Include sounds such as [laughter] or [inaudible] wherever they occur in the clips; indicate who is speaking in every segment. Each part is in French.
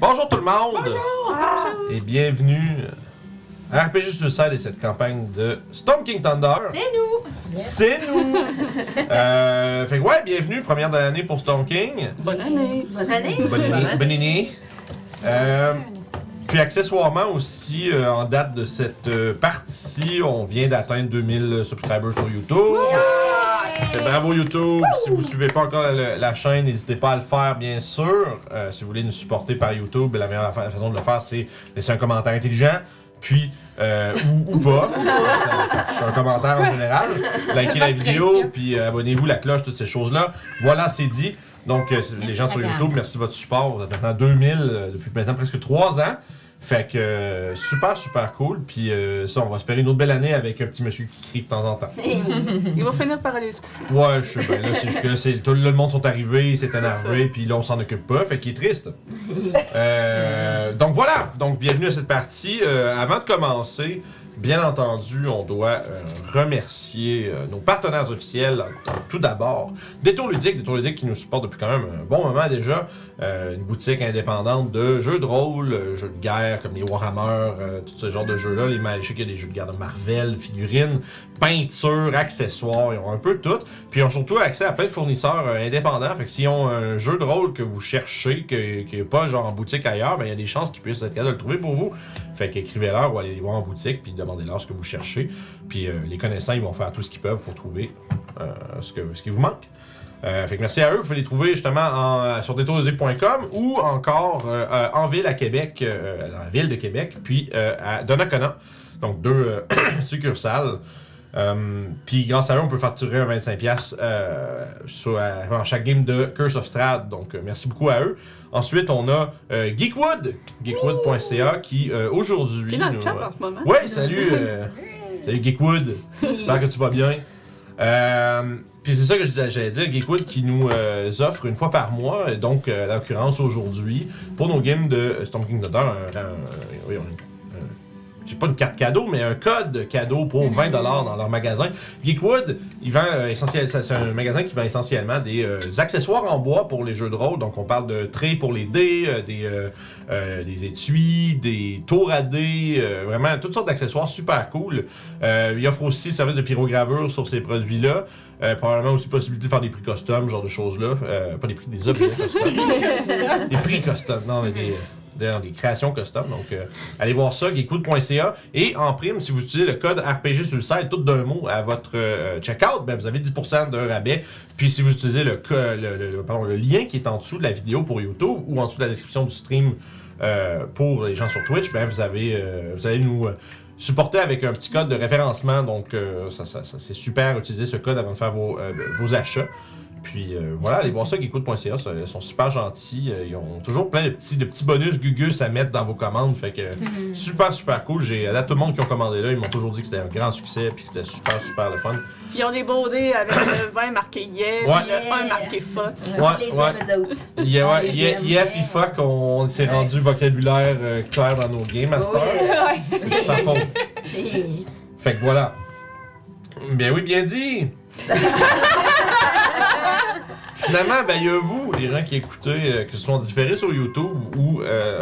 Speaker 1: Bonjour tout le monde!
Speaker 2: Ah.
Speaker 1: Et bienvenue à RPG Suicide et cette campagne de Storm King Thunder.
Speaker 2: C'est nous!
Speaker 1: C'est nous!
Speaker 2: [laughs]
Speaker 1: Euh, fait que ouais, bienvenue, première de l'année pour Storm King.
Speaker 3: Bonne année!
Speaker 2: Bonne année!
Speaker 1: [laughs] Bonne année. Bonne année. Euh, puis accessoirement aussi, euh, en date de cette euh, partie, on vient d'atteindre 2000 subscribers sur YouTube. Fait bravo YouTube! Si vous suivez pas encore le- la chaîne, n'hésitez pas à le faire, bien sûr. Euh, si vous voulez nous supporter par YouTube, la meilleure fa- façon de le faire, c'est laisser un commentaire intelligent, puis euh, ou, ou pas. C'est un commentaire en général. Likez la vidéo, puis euh, abonnez-vous, la cloche, toutes ces choses-là. Voilà, c'est dit. Donc, euh, les gens sur YouTube, merci de votre support. Vous êtes maintenant 2000 euh, depuis maintenant presque 3 ans. Fait que euh, super, super cool. Puis euh, ça, on va espérer une autre belle année avec un petit monsieur qui crie de temps en temps.
Speaker 3: Il va finir par aller se coucher.
Speaker 1: Ouais, je sais bien. Là, c'est juste que là, c'est- tout le monde sont arrivés, c'est énervé, puis là, on s'en occupe pas, fait qu'il est triste. Euh, donc voilà, donc bienvenue à cette partie. Euh, avant de commencer, bien entendu, on doit euh, remercier euh, nos partenaires officiels. Tout d'abord, Détour Ludique, Détour Ludique qui nous supporte depuis quand même un bon moment déjà. Euh, une boutique indépendante de jeux de rôle, euh, jeux de guerre comme les Warhammer, euh, tout ce genre de jeux-là. Les ma- je sais qu'il y a des jeux de guerre de Marvel, figurines, peintures, accessoires, ils ont un peu tout. Puis ils ont surtout accès à plein de fournisseurs euh, indépendants. Fait que s'ils ont un jeu de rôle que vous cherchez, que- qui n'est pas genre en boutique ailleurs, ben il y a des chances qu'ils puissent être capables de le trouver pour vous. Fait qu'écrivez-leur ou allez les voir en boutique, puis demandez-leur ce que vous cherchez. Puis euh, les connaissants, ils vont faire tout ce qu'ils peuvent pour trouver euh, ce, que, ce qui vous manque. Euh, fait que merci à eux, vous pouvez les trouver justement en, euh, sur détourdeuxic.com ou encore euh, euh, en ville à Québec, euh, dans la ville de Québec, puis euh, à Donnacona. Donc deux euh, [clears throat] succursales. Euh, puis grâce à eux, on peut facturer un 25$ euh, sur, euh, avant chaque game de Curse of Strad. Donc euh, merci beaucoup à eux. Ensuite, on a euh, Geekwood, geekwood.ca qui euh, aujourd'hui.
Speaker 3: Qui est dans le
Speaker 1: nous-
Speaker 3: chat en ce [laughs] moment.
Speaker 1: euh, Ouais, salut. euh, salut Geekwood. J'espère que tu vas bien. Euh, Puis c'est ça que je disais- j'allais dire, Geekwood qui nous euh, offre une fois par mois, euh, donc euh, à l'occurrence aujourd'hui, pour nos games de Storm King Thunder, un- un- oui, on- un- j'ai pas une carte cadeau, mais un code cadeau pour 20$ dans leur magasin. Geekwood, il vend euh, essentiel- ça, c'est un magasin qui vend essentiellement des euh, accessoires en bois pour les jeux de rôle. Donc on parle de traits pour les dés, euh, des, euh, euh, des étuis, des tours à dés, euh, vraiment toutes sortes d'accessoires super cool. Euh, il offre aussi service de pyrogravure sur ces produits-là. Euh, probablement aussi possibilité de faire des prix custom, genre de choses-là. Euh, pas des prix des
Speaker 3: [laughs]
Speaker 1: objets custom. des prix custom, non, mais des, des- des créations custom. Donc, euh, allez voir ça, geekwood.ca. Et en prime, si vous utilisez le code RPG sur le site, tout d'un mot à votre euh, checkout, ben, vous avez 10% de rabais. Puis si vous utilisez le, co- le, le- le- pardon, le lien qui est en dessous de la vidéo pour YouTube ou en dessous de la description du stream euh, pour les gens sur Twitch, ben, vous, avez, euh, vous allez nous... euh, supporter avec un petit code de référencement, donc euh, ça, ça- ça- c'est super utiliser ce code avant de faire vos, euh, vos achats. Puis euh, voilà, allez voir ça, geekwood.ca, ça- ils sont super gentils, euh, ils ont toujours plein de petits, de petits bonus gugus à mettre dans vos commandes, fait que super, super cool. J'ai, là, tout le monde qui ont commandé là, ils m'ont toujours dit que c'était un grand succès, puis que c'était super, super le fun.
Speaker 3: Puis ils ont des beaux dés avec euh, le 20 marqué yeah,
Speaker 1: Ouais.
Speaker 3: puis le 1 marqué fuck.
Speaker 1: Ouais,
Speaker 2: On les
Speaker 1: ouais.
Speaker 2: aime, eux autres.
Speaker 1: Yeah,
Speaker 2: On
Speaker 1: ouais,
Speaker 2: les
Speaker 1: yeah,
Speaker 2: aime.
Speaker 1: yeah, puis fuck, on, on s'est
Speaker 2: Ouais.
Speaker 1: rendu vocabulaire euh, clair dans nos games à cette
Speaker 2: Oui.
Speaker 1: heure.
Speaker 4: [laughs]
Speaker 1: C'est de sa faute.
Speaker 2: Hey.
Speaker 1: Fait que voilà. Bien oui, bien dit! Finalement, ben, il y a vous, les gens qui écoutez, euh, que ce soit en différé sur YouTube ou euh,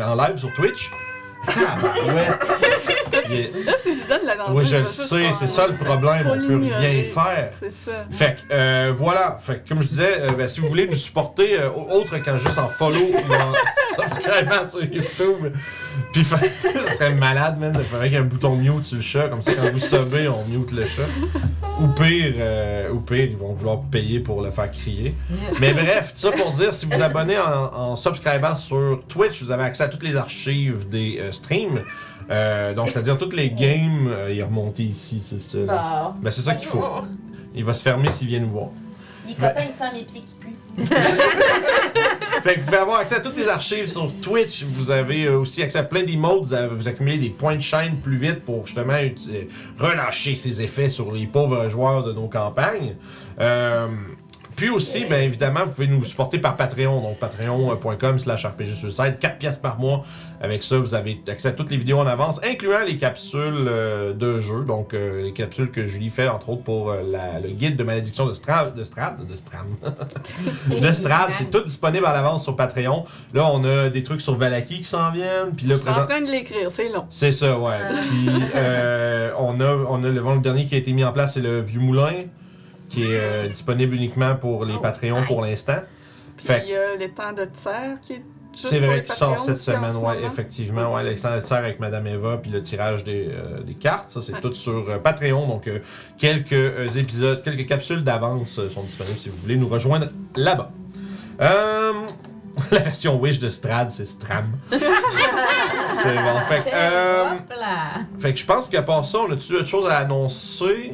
Speaker 1: en live sur Twitch. Ah, ben,
Speaker 3: [laughs]
Speaker 1: ouais.
Speaker 3: Là, si je vous donne la danseuse,
Speaker 1: Oui, je
Speaker 3: vais
Speaker 1: le
Speaker 3: juste
Speaker 1: sais,
Speaker 3: faire-
Speaker 1: c'est ça le problème,
Speaker 3: Faut
Speaker 1: on peut rien
Speaker 3: l'ignorer.
Speaker 1: faire.
Speaker 3: euh, C'est ça.
Speaker 1: Fait que, euh, voilà, fait que, comme je disais, euh, ben, si vous voulez nous supporter, euh, au- autre qu'en juste en follow ou en [laughs] subscribant sur YouTube, puis fa- [laughs] ça serait malade, man, ça ferait qu'il y ait un bouton mute sur le chat, comme ça quand vous subez, on mute le chat. Ou pire, euh, ou pire, ils vont vouloir payer pour le faire crier. Mais bref, tout ça pour dire, si vous abonnez en, en subscribant sur Twitch, vous avez accès à toutes les archives des euh, streams. Euh, donc, c'est-à-dire toutes les games, euh, il est remonté ici, c'est ça.
Speaker 4: Bah,
Speaker 1: là.
Speaker 2: Bon.
Speaker 1: Ben, c'est ça qu'il faut. Il va se fermer s'il vient nous voir.
Speaker 2: Les copains, ils sentent mes pieds qui puent.
Speaker 1: Fait que vous pouvez avoir accès à toutes les archives sur Twitch. Vous avez euh, aussi accès à plein d'emotes. Vous, avez- vous accumulez des points de chaîne plus vite pour justement uti- euh, relâcher ces effets sur les pauvres joueurs de nos campagnes. Euh, Puis aussi, bien évidemment, vous pouvez nous supporter par Patreon. Donc, patreon.com slash RPG Suicide. 4 piastres par mois. Avec ça, vous avez accès à toutes les vidéos en avance, incluant les capsules euh, de jeu. Donc, euh, les capsules que Julie fait, entre autres, pour euh, la- le guide de malédiction de Strad. De Strad? De Stram. de Strad.
Speaker 2: [laughs]
Speaker 1: C'est tout disponible à l'avance sur Patreon. Là, on a des trucs sur Valaki qui s'en viennent. Puis là,
Speaker 3: Je suis en
Speaker 1: présent...
Speaker 3: train de l'écrire, c'est long.
Speaker 1: C'est ça, ouais.
Speaker 3: Euh.
Speaker 1: Puis euh, on a, on a le, le dernier qui a été mis en place, c'est le Vieux Moulin, qui est euh, disponible uniquement pour les
Speaker 3: Oh,
Speaker 1: Patreons pour l'instant.
Speaker 3: Puis
Speaker 1: Fait
Speaker 3: il y a le temps de terre qui est juste
Speaker 1: c'est
Speaker 3: pour les
Speaker 1: vrai qu'il sort
Speaker 3: Patreons
Speaker 1: cette
Speaker 3: aussi en
Speaker 1: semaine,
Speaker 3: ce
Speaker 1: ouais,
Speaker 3: moment.
Speaker 1: effectivement. Ouais, Alexandre Serre avec Madame Eva, puis le tirage des, euh, des cartes, ça c'est
Speaker 3: Ouais.
Speaker 1: tout sur euh, Patreon. Donc euh, quelques euh, épisodes, quelques capsules d'avance euh, sont disponibles si vous voulez nous rejoindre là-bas. Euh, [laughs] la version Wish de Strad, c'est Stram. c'est bon. Fait, que, euh,
Speaker 5: Hop là!
Speaker 1: fait que je pense qu'à part ça, on a-tu autre chose à annoncer?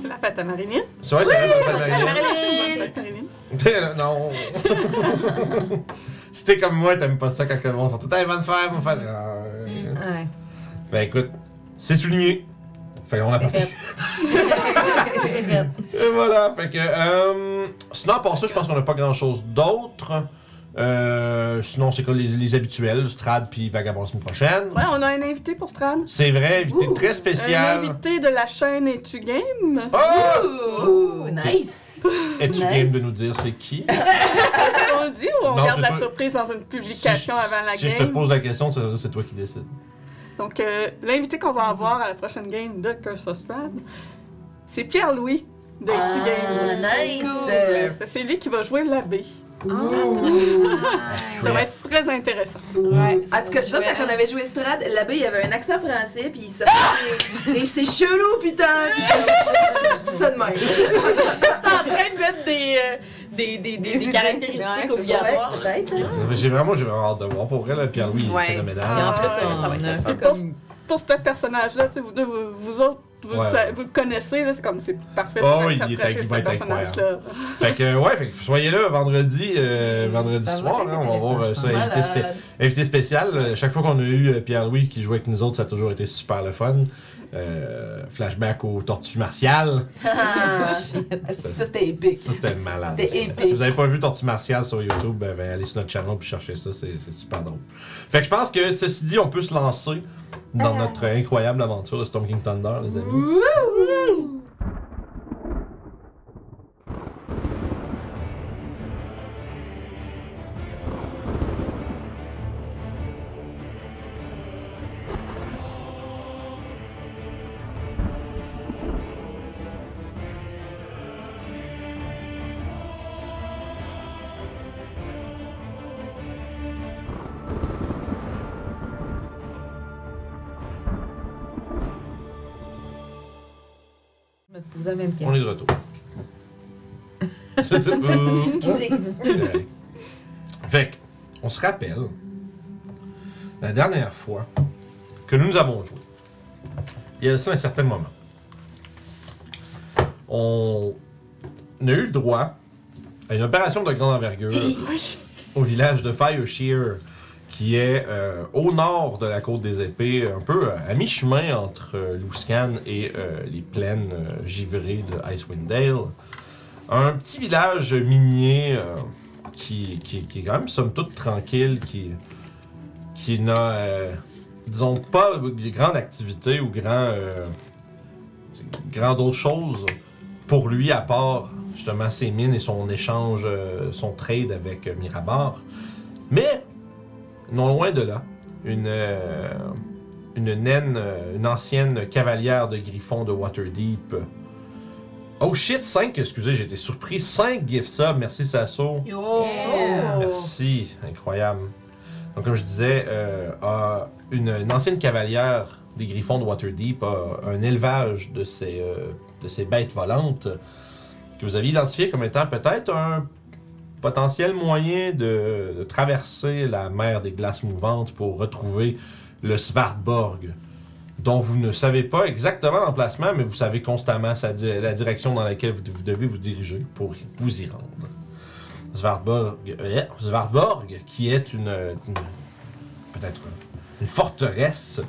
Speaker 3: C'est la fête à Marinine.
Speaker 1: C'est vrai, c'est vrai,
Speaker 2: bonne
Speaker 1: Nathalie.
Speaker 2: fête, Marilyn.
Speaker 3: C'est la fête à Marilyn.
Speaker 1: [laughs] non. si t'es comme moi, t'aimes pas ça quand le monde fait tout. Hey, bonne fête, bonne fête. Ah, euh.
Speaker 5: Ouais.
Speaker 1: Ben écoute, c'est souligné. Fait qu'on a parti.
Speaker 5: fait. C'est fait.
Speaker 1: [laughs] Et voilà, fait que. Euh, sinon, pour ça, je pense qu'on n'a pas grand chose d'autre. Euh, sinon, c'est quoi les, les habituels, Strad puis Vagabond la semaine prochaine.
Speaker 3: Ouais, on a un invité pour Strad.
Speaker 1: C'est vrai, invité
Speaker 2: Ouh,
Speaker 1: très
Speaker 3: Un
Speaker 1: spécial.
Speaker 3: invité de la chaîne Et tu game?
Speaker 1: Oh!
Speaker 2: Ouh, nice.
Speaker 1: Es-tu
Speaker 2: Nice.
Speaker 1: game de nous dire c'est qui?
Speaker 3: Est-ce qu'on le dit ou on
Speaker 1: Non,
Speaker 3: garde
Speaker 1: c'est
Speaker 3: la
Speaker 1: pas-
Speaker 3: surprise dans une publication
Speaker 1: Si-
Speaker 3: avant la
Speaker 1: Si
Speaker 3: game?
Speaker 1: je te pose la question, ça veut dire que c'est toi qui décides.
Speaker 3: Donc, euh, l'invité qu'on va avoir à la prochaine game de Curse of Strahd, c'est Pierre-Louis de
Speaker 2: Ah,
Speaker 3: Etsy Game.
Speaker 2: nice. Euh,
Speaker 3: Cool. C'est lui qui va jouer l'abbé.
Speaker 5: Ah, c'est
Speaker 3: Ça va être très intéressant.
Speaker 5: vrai. Ouais.
Speaker 2: En tout cas, nous autres, quand on avait joué Strad, là-bas, il y avait un accent français, puis il sortait. Et c'est chelou, putain! Puis je- Je dis ça de même.
Speaker 4: T'es en train de mettre des, euh, des, des, des, des caractéristiques
Speaker 5: Ouais,
Speaker 4: obligatoires.
Speaker 2: Ouais, peut-être.
Speaker 1: Ça fait- J'ai vraiment, j'ai vraiment hâte de voir pour vrai, là. Pierre-Louis, il est
Speaker 4: Ouais.
Speaker 1: phénoménal.
Speaker 4: Et en plus,
Speaker 3: Ah,
Speaker 4: euh, ça va être
Speaker 5: on a-
Speaker 4: le fun.
Speaker 3: Puis pour, ce- pour ce personnage-là, tu sais, vous, deux, vous, vous autres, vous, le
Speaker 1: Ouais.
Speaker 3: sa- vous le connaissez, là, c'est comme c'est parfait
Speaker 1: Oh,
Speaker 3: pour
Speaker 1: il est-
Speaker 3: interpréter
Speaker 1: il
Speaker 3: ce
Speaker 1: va être
Speaker 3: personnage-là.
Speaker 1: Fait que, ouais, fait que soyez là vendredi, euh, vendredi
Speaker 5: Ça va
Speaker 1: soir,
Speaker 5: être
Speaker 1: hein, on va voir euh, ça,
Speaker 5: intéressant,
Speaker 1: invité, spé-
Speaker 2: Malade.
Speaker 1: invité spécial. Euh, Chaque fois qu'on a eu euh, Pierre-Louis qui jouait avec nous autres, ça a toujours été super le fun. Euh, flashback aux tortues martiales.
Speaker 2: [laughs] Ah,
Speaker 1: Ça,
Speaker 2: Ça, c'était épique.
Speaker 1: ça, c'était malade.
Speaker 2: C'était
Speaker 1: ça.
Speaker 2: épique.
Speaker 1: Si vous n'avez pas vu Tortues martiales sur YouTube, ben, ben, allez sur notre channel puis cherchez ça, c'est c'est super drôle. Fait que je pense que, ceci dit, on peut se lancer dans notre incroyable aventure de Storm King Thunder, les amis.
Speaker 5: Je me pose la même
Speaker 1: On
Speaker 5: question.
Speaker 1: est de retour. [laughs] Oups.
Speaker 2: Excusez.
Speaker 1: Ouais. fait que, on se rappelle la dernière fois que nous avons joué. Il y a ça un certain moment. On a eu le droit à une opération de grande envergure au village de Fireshear, qui est euh, au nord de la côte des épées, un peu euh, à mi-chemin entre euh, Luscan et euh, les plaines euh, givrées de Icewind Dale. Un petit village minier euh, qui, qui- qui est quand même, somme toute, tranquille, qui, qui n'a, euh, disons, pas euh, de grande activité ou grand, euh, grand autre chose pour lui, à part justement ses mines et son échange, euh, son trade avec euh, Mirabar. Mais, non loin de là, une, euh, une naine, euh, une ancienne cavalière de griffon de Waterdeep. Oh shit, 5, excusez, j'étais surpris. 5 gift subs, merci Sasso.
Speaker 2: Yo.
Speaker 4: Oh.
Speaker 5: Yeah.
Speaker 1: Merci, incroyable. Donc, comme je disais, euh, a une, une ancienne cavalière des griffons de Waterdeep a un élevage de ces, euh, de ces bêtes volantes que vous aviez identifié comme étant peut-être un potentiel moyen de, de traverser la mer des glaces mouvantes pour retrouver le Svartborg, dont vous ne savez pas exactement l'emplacement, mais vous savez constamment sa di- la direction dans laquelle vous, vous devez vous diriger pour vous y rendre. Svartborg, euh, Svartborg, qui est une, euh, une- peut-être une forteresse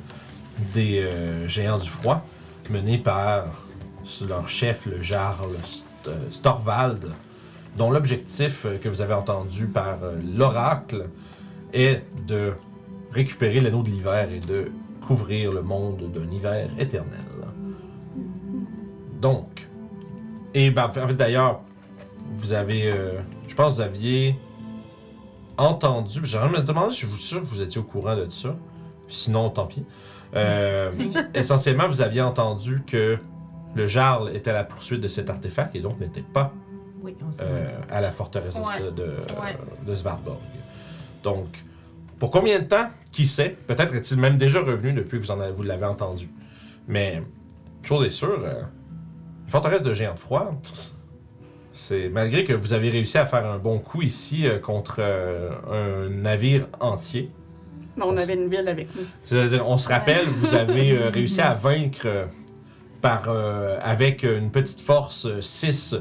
Speaker 1: des euh, géants du froid, menée par leur chef, le Jarl St- euh, Storvald, dont l'objectif euh, que vous avez entendu par euh, l'oracle est de récupérer l'anneau de l'hiver et de couvrir le monde d'un hiver éternel. Donc, et ben, en fait, d'ailleurs, vous avez, euh, je pense, que vous aviez entendu, j'aimerais me demander si je suis sûr que vous étiez au courant de ça, sinon tant pis. Euh, essentiellement, vous aviez entendu que le Jarl était à la poursuite de cet artefact et donc n'était pas
Speaker 5: Oui, on sait. [laughs]
Speaker 1: euh, à la forteresse de-
Speaker 2: Ouais.
Speaker 1: de, de, de Svartborg. Donc, pour combien de temps, qui sait, peut-être est-il même déjà revenu depuis que vous, en avez- vous l'avez entendu. Mais, une chose est sûre, euh, une forteresse de géants froids, c'est malgré que vous avez réussi à faire un bon coup ici euh, contre euh, un navire entier,
Speaker 3: Mais on avait une ville avec nous.
Speaker 1: c'est-à-dire, on se rappelle, vous avez euh, réussi à vaincre euh, par, euh, avec une petite force 6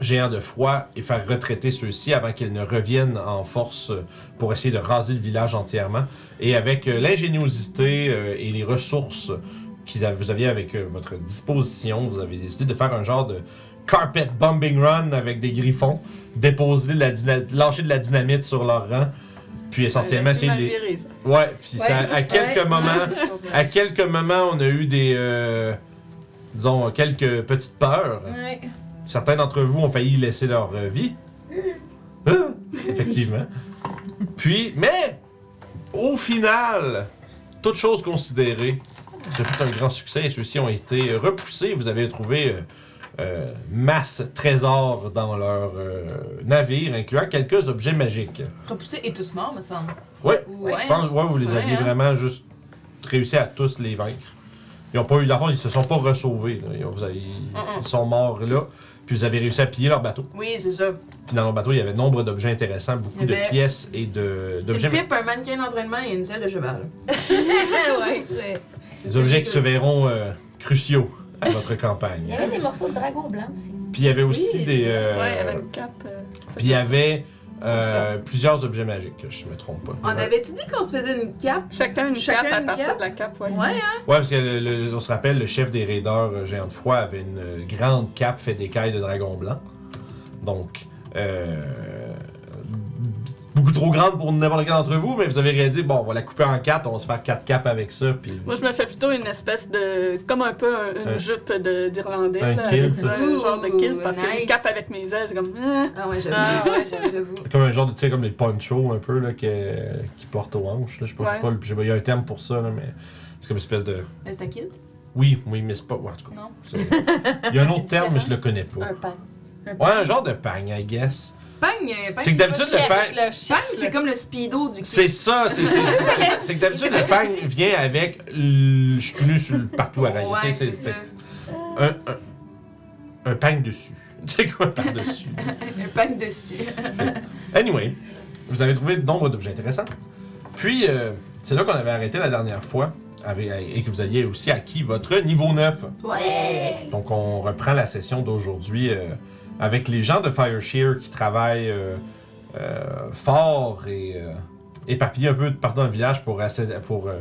Speaker 1: géants de froid et faire retraiter ceux-ci avant qu'ils ne reviennent en force euh, pour essayer de raser le village entièrement. Et avec euh, l'ingéniosité euh, et les ressources que vous aviez avec euh, votre disposition, vous avez décidé de faire un genre de carpet bombing run avec des griffons, déposer de la dyna- lâcher de la dynamite sur leur rang, puis essentiellement
Speaker 3: Avec
Speaker 1: essayer de les-
Speaker 3: une
Speaker 1: Euh,
Speaker 3: Algérie, ça.
Speaker 1: Ouais, puis
Speaker 2: Ouais,
Speaker 1: ça- à
Speaker 2: ouais,
Speaker 1: quelques
Speaker 2: c'est-
Speaker 1: moments, à quelques moments, on a eu des, euh, disons, quelques petites peurs.
Speaker 4: Ouais.
Speaker 1: Certains d'entre vous ont failli laisser leur euh, vie.
Speaker 2: Mm.
Speaker 1: Hein? Effectivement. Puis, mais, au final, toutes choses considérées, ce fut un grand succès et ceux-ci ont été repoussés. Vous avez trouvé euh, euh, masse trésors dans leur euh, navire, incluant quelques objets magiques.
Speaker 2: Repoussé et tous morts, me semble.
Speaker 1: Ouais,
Speaker 2: Ouais.
Speaker 1: je pense ouais, vous les
Speaker 2: Ouais,
Speaker 1: aviez
Speaker 2: hein.
Speaker 1: vraiment juste réussi à tous les vaincre. Ils ont pas eu d'avant, ils se sont pas resauvés. là. Ils, ont- vous avez-
Speaker 2: Mm-mm.
Speaker 1: ils sont morts là. Puis vous avez réussi à piller leur bateau.
Speaker 2: Oui, c'est ça.
Speaker 1: Puis dans leur bateau, il y avait nombre d'objets intéressants, beaucoup
Speaker 2: Il y
Speaker 1: de
Speaker 2: avait-
Speaker 1: pièces et de- d'objets
Speaker 2: Eh ben, Une pipe, un mannequin d'entraînement et une selle de cheval.
Speaker 4: ouais, c'est-
Speaker 2: C'est
Speaker 1: des
Speaker 2: ce
Speaker 1: objets
Speaker 2: que
Speaker 1: qui
Speaker 2: j'ai
Speaker 1: se verront euh, cruciaux à votre campagne.
Speaker 6: Il y avait des morceaux de dragon blanc aussi.
Speaker 1: Puis il y avait aussi
Speaker 2: Oui,
Speaker 1: des. euh,
Speaker 3: Ouais, il y avait une cape. euh,
Speaker 1: puis il y avait euh, plusieurs objets magiques, je me trompe pas.
Speaker 2: On avait-tu dit qu'on se faisait une cape?
Speaker 3: Chacun une
Speaker 2: Chacun
Speaker 3: cape
Speaker 2: une
Speaker 3: à partir
Speaker 2: cape?
Speaker 3: de la cape, ouais.
Speaker 2: Ouais, hein?
Speaker 1: Ouais, parce que le- le- on se rappelle, le chef des raiders euh, géant de froid avait une euh, grande cape faite d'écailles de dragon blanc. Donc, euh, beaucoup trop grande pour n'importe quel d'entre vous, mais vous avez réalisé, bon, on va la couper en quatre, on va se faire quatre capes avec ça, puis
Speaker 3: Moi, je me fais plutôt une espèce de. comme un peu un- une
Speaker 1: Un-
Speaker 3: jupe de- d'Irlandais.
Speaker 1: un
Speaker 3: là,
Speaker 1: kilt,
Speaker 3: avec
Speaker 1: ça.
Speaker 3: Un genre de kilt, parce
Speaker 2: Ouh,
Speaker 3: que
Speaker 2: nice.
Speaker 3: une cape avec mes ailes, c'est comme. hein.
Speaker 2: Ah ouais, j'avoue.
Speaker 3: Ah
Speaker 2: [laughs] ouais, j'avoue.
Speaker 1: comme un genre de, tu sais, comme les ponchos un peu, là, que- qui portent aux hanches, là, je sais pas, je sais
Speaker 3: Ouais.
Speaker 1: pas, le- je sais pas, il y a un terme pour ça, là, mais c'est comme une espèce de...
Speaker 2: Mais c'est un kilt?
Speaker 1: Oui, oui, mais c'est pas... ouais, en tout cas,
Speaker 2: Non?
Speaker 1: c'est- il y a un autre terme, mais je le connais pas.
Speaker 2: Un pan.
Speaker 1: Ouais, un genre de pagne, I guess.
Speaker 2: Pang, euh, pang.
Speaker 1: C'est que d'habitude, le pagne...
Speaker 6: Cherche-le,
Speaker 2: Pang,
Speaker 6: cherche-le.
Speaker 2: c'est comme le speedo du kilt.
Speaker 1: C'est ça, c'est
Speaker 2: [laughs]
Speaker 1: c'est- c'est que d'habitude le pagne vient avec le- je suis tout nu sur le partout à rayer. Tu
Speaker 2: Ouais,
Speaker 1: sais, c'est
Speaker 2: c'est ça. [laughs]
Speaker 1: un, un, un pagne dessus. [laughs] C'est quoi un pagne dessus?
Speaker 2: Un pang [laughs] dessus.
Speaker 1: Anyway, vous avez trouvé nombre d'objets intéressants. Puis, euh, c'est là qu'on avait arrêté la dernière fois avec- et que vous aviez aussi acquis votre niveau 9.
Speaker 2: Ouais!
Speaker 1: Donc, on reprend la session d'aujourd'hui euh, avec les gens de Fireshear qui travaillent euh, euh, fort et euh, éparpillés un peu partout dans le village pour, assez- pour euh,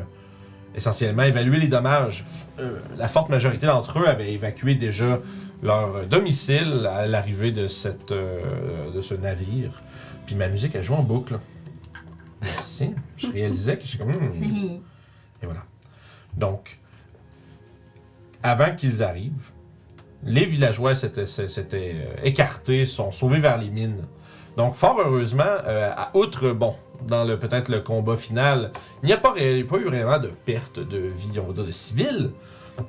Speaker 1: essentiellement évaluer les dommages. F- euh, la forte majorité d'entre eux avaient évacué déjà leur domicile à l'arrivée de, cette, euh, de ce navire. Puis ma musique, elle joue en boucle. Merci. Je réalisais que j'étais comme... Hmm. Et voilà. Donc, avant qu'ils arrivent, les villageois s'étaient s'étaient, euh, écartés, sont sauvés vers les mines. Donc, fort heureusement, euh, à outre, bon, dans le peut-être le combat final, il n'y a pas, ré- pas eu réellement de perte de vie, on va dire, de civils,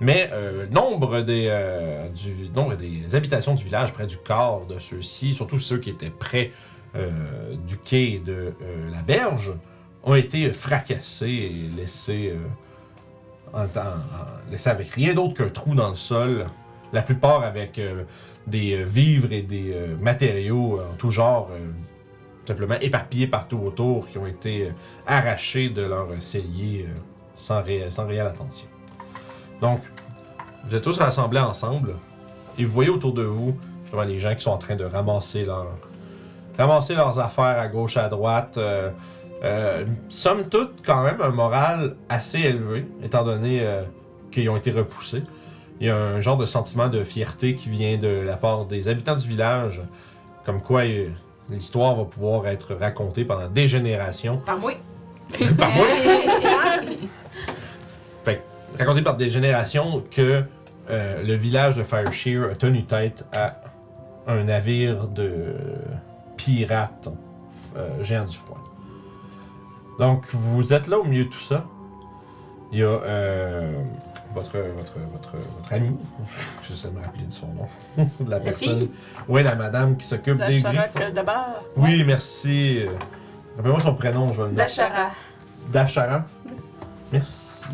Speaker 1: mais euh, nombre, des, euh, du, nombre des habitations du village près du corps de ceux-ci, surtout ceux qui étaient près euh, du quai et de euh, la berge, ont été euh, fracassés et laissés, euh, en, en- en- laissés avec rien d'autre qu'un trou dans le sol. La plupart avec euh, des euh, vivres et des euh, matériaux euh, en tout genre, euh, simplement éparpillés partout autour, qui ont été euh, arrachés de leur cellier euh, sans, réel- sans réelle attention. Donc, vous êtes tous rassemblés ensemble et vous voyez autour de vous justement les gens qui sont en train de ramasser, leur, ramasser leurs affaires à gauche, à droite. euh, euh, somme toute, quand même, un moral assez élevé, étant donné euh, qu'ils ont été repoussés. Il y a un genre de sentiment de fierté qui vient de la part des habitants du village, Comme quoi, euh, l'histoire va pouvoir être racontée pendant des générations.
Speaker 2: Par moi.
Speaker 1: Par moi. Fait que, racontée par des générations que euh, le village de Fireshear a tenu tête à un navire de pirates euh, géants du froid. Donc, vous êtes là au milieu de tout ça. Il y a euh, votre, votre, votre, votre ami, je sais me rappeler de son nom, [laughs] de la, personne.
Speaker 3: fille?
Speaker 1: Oui, la madame qui s'occupe
Speaker 3: La
Speaker 1: des
Speaker 3: Charac
Speaker 1: griffons.
Speaker 3: d'abord.
Speaker 1: Oui, merci. Euh, Rappelle-moi son prénom, je vais le mettre.
Speaker 2: Dachara.
Speaker 1: Dachara. Merci.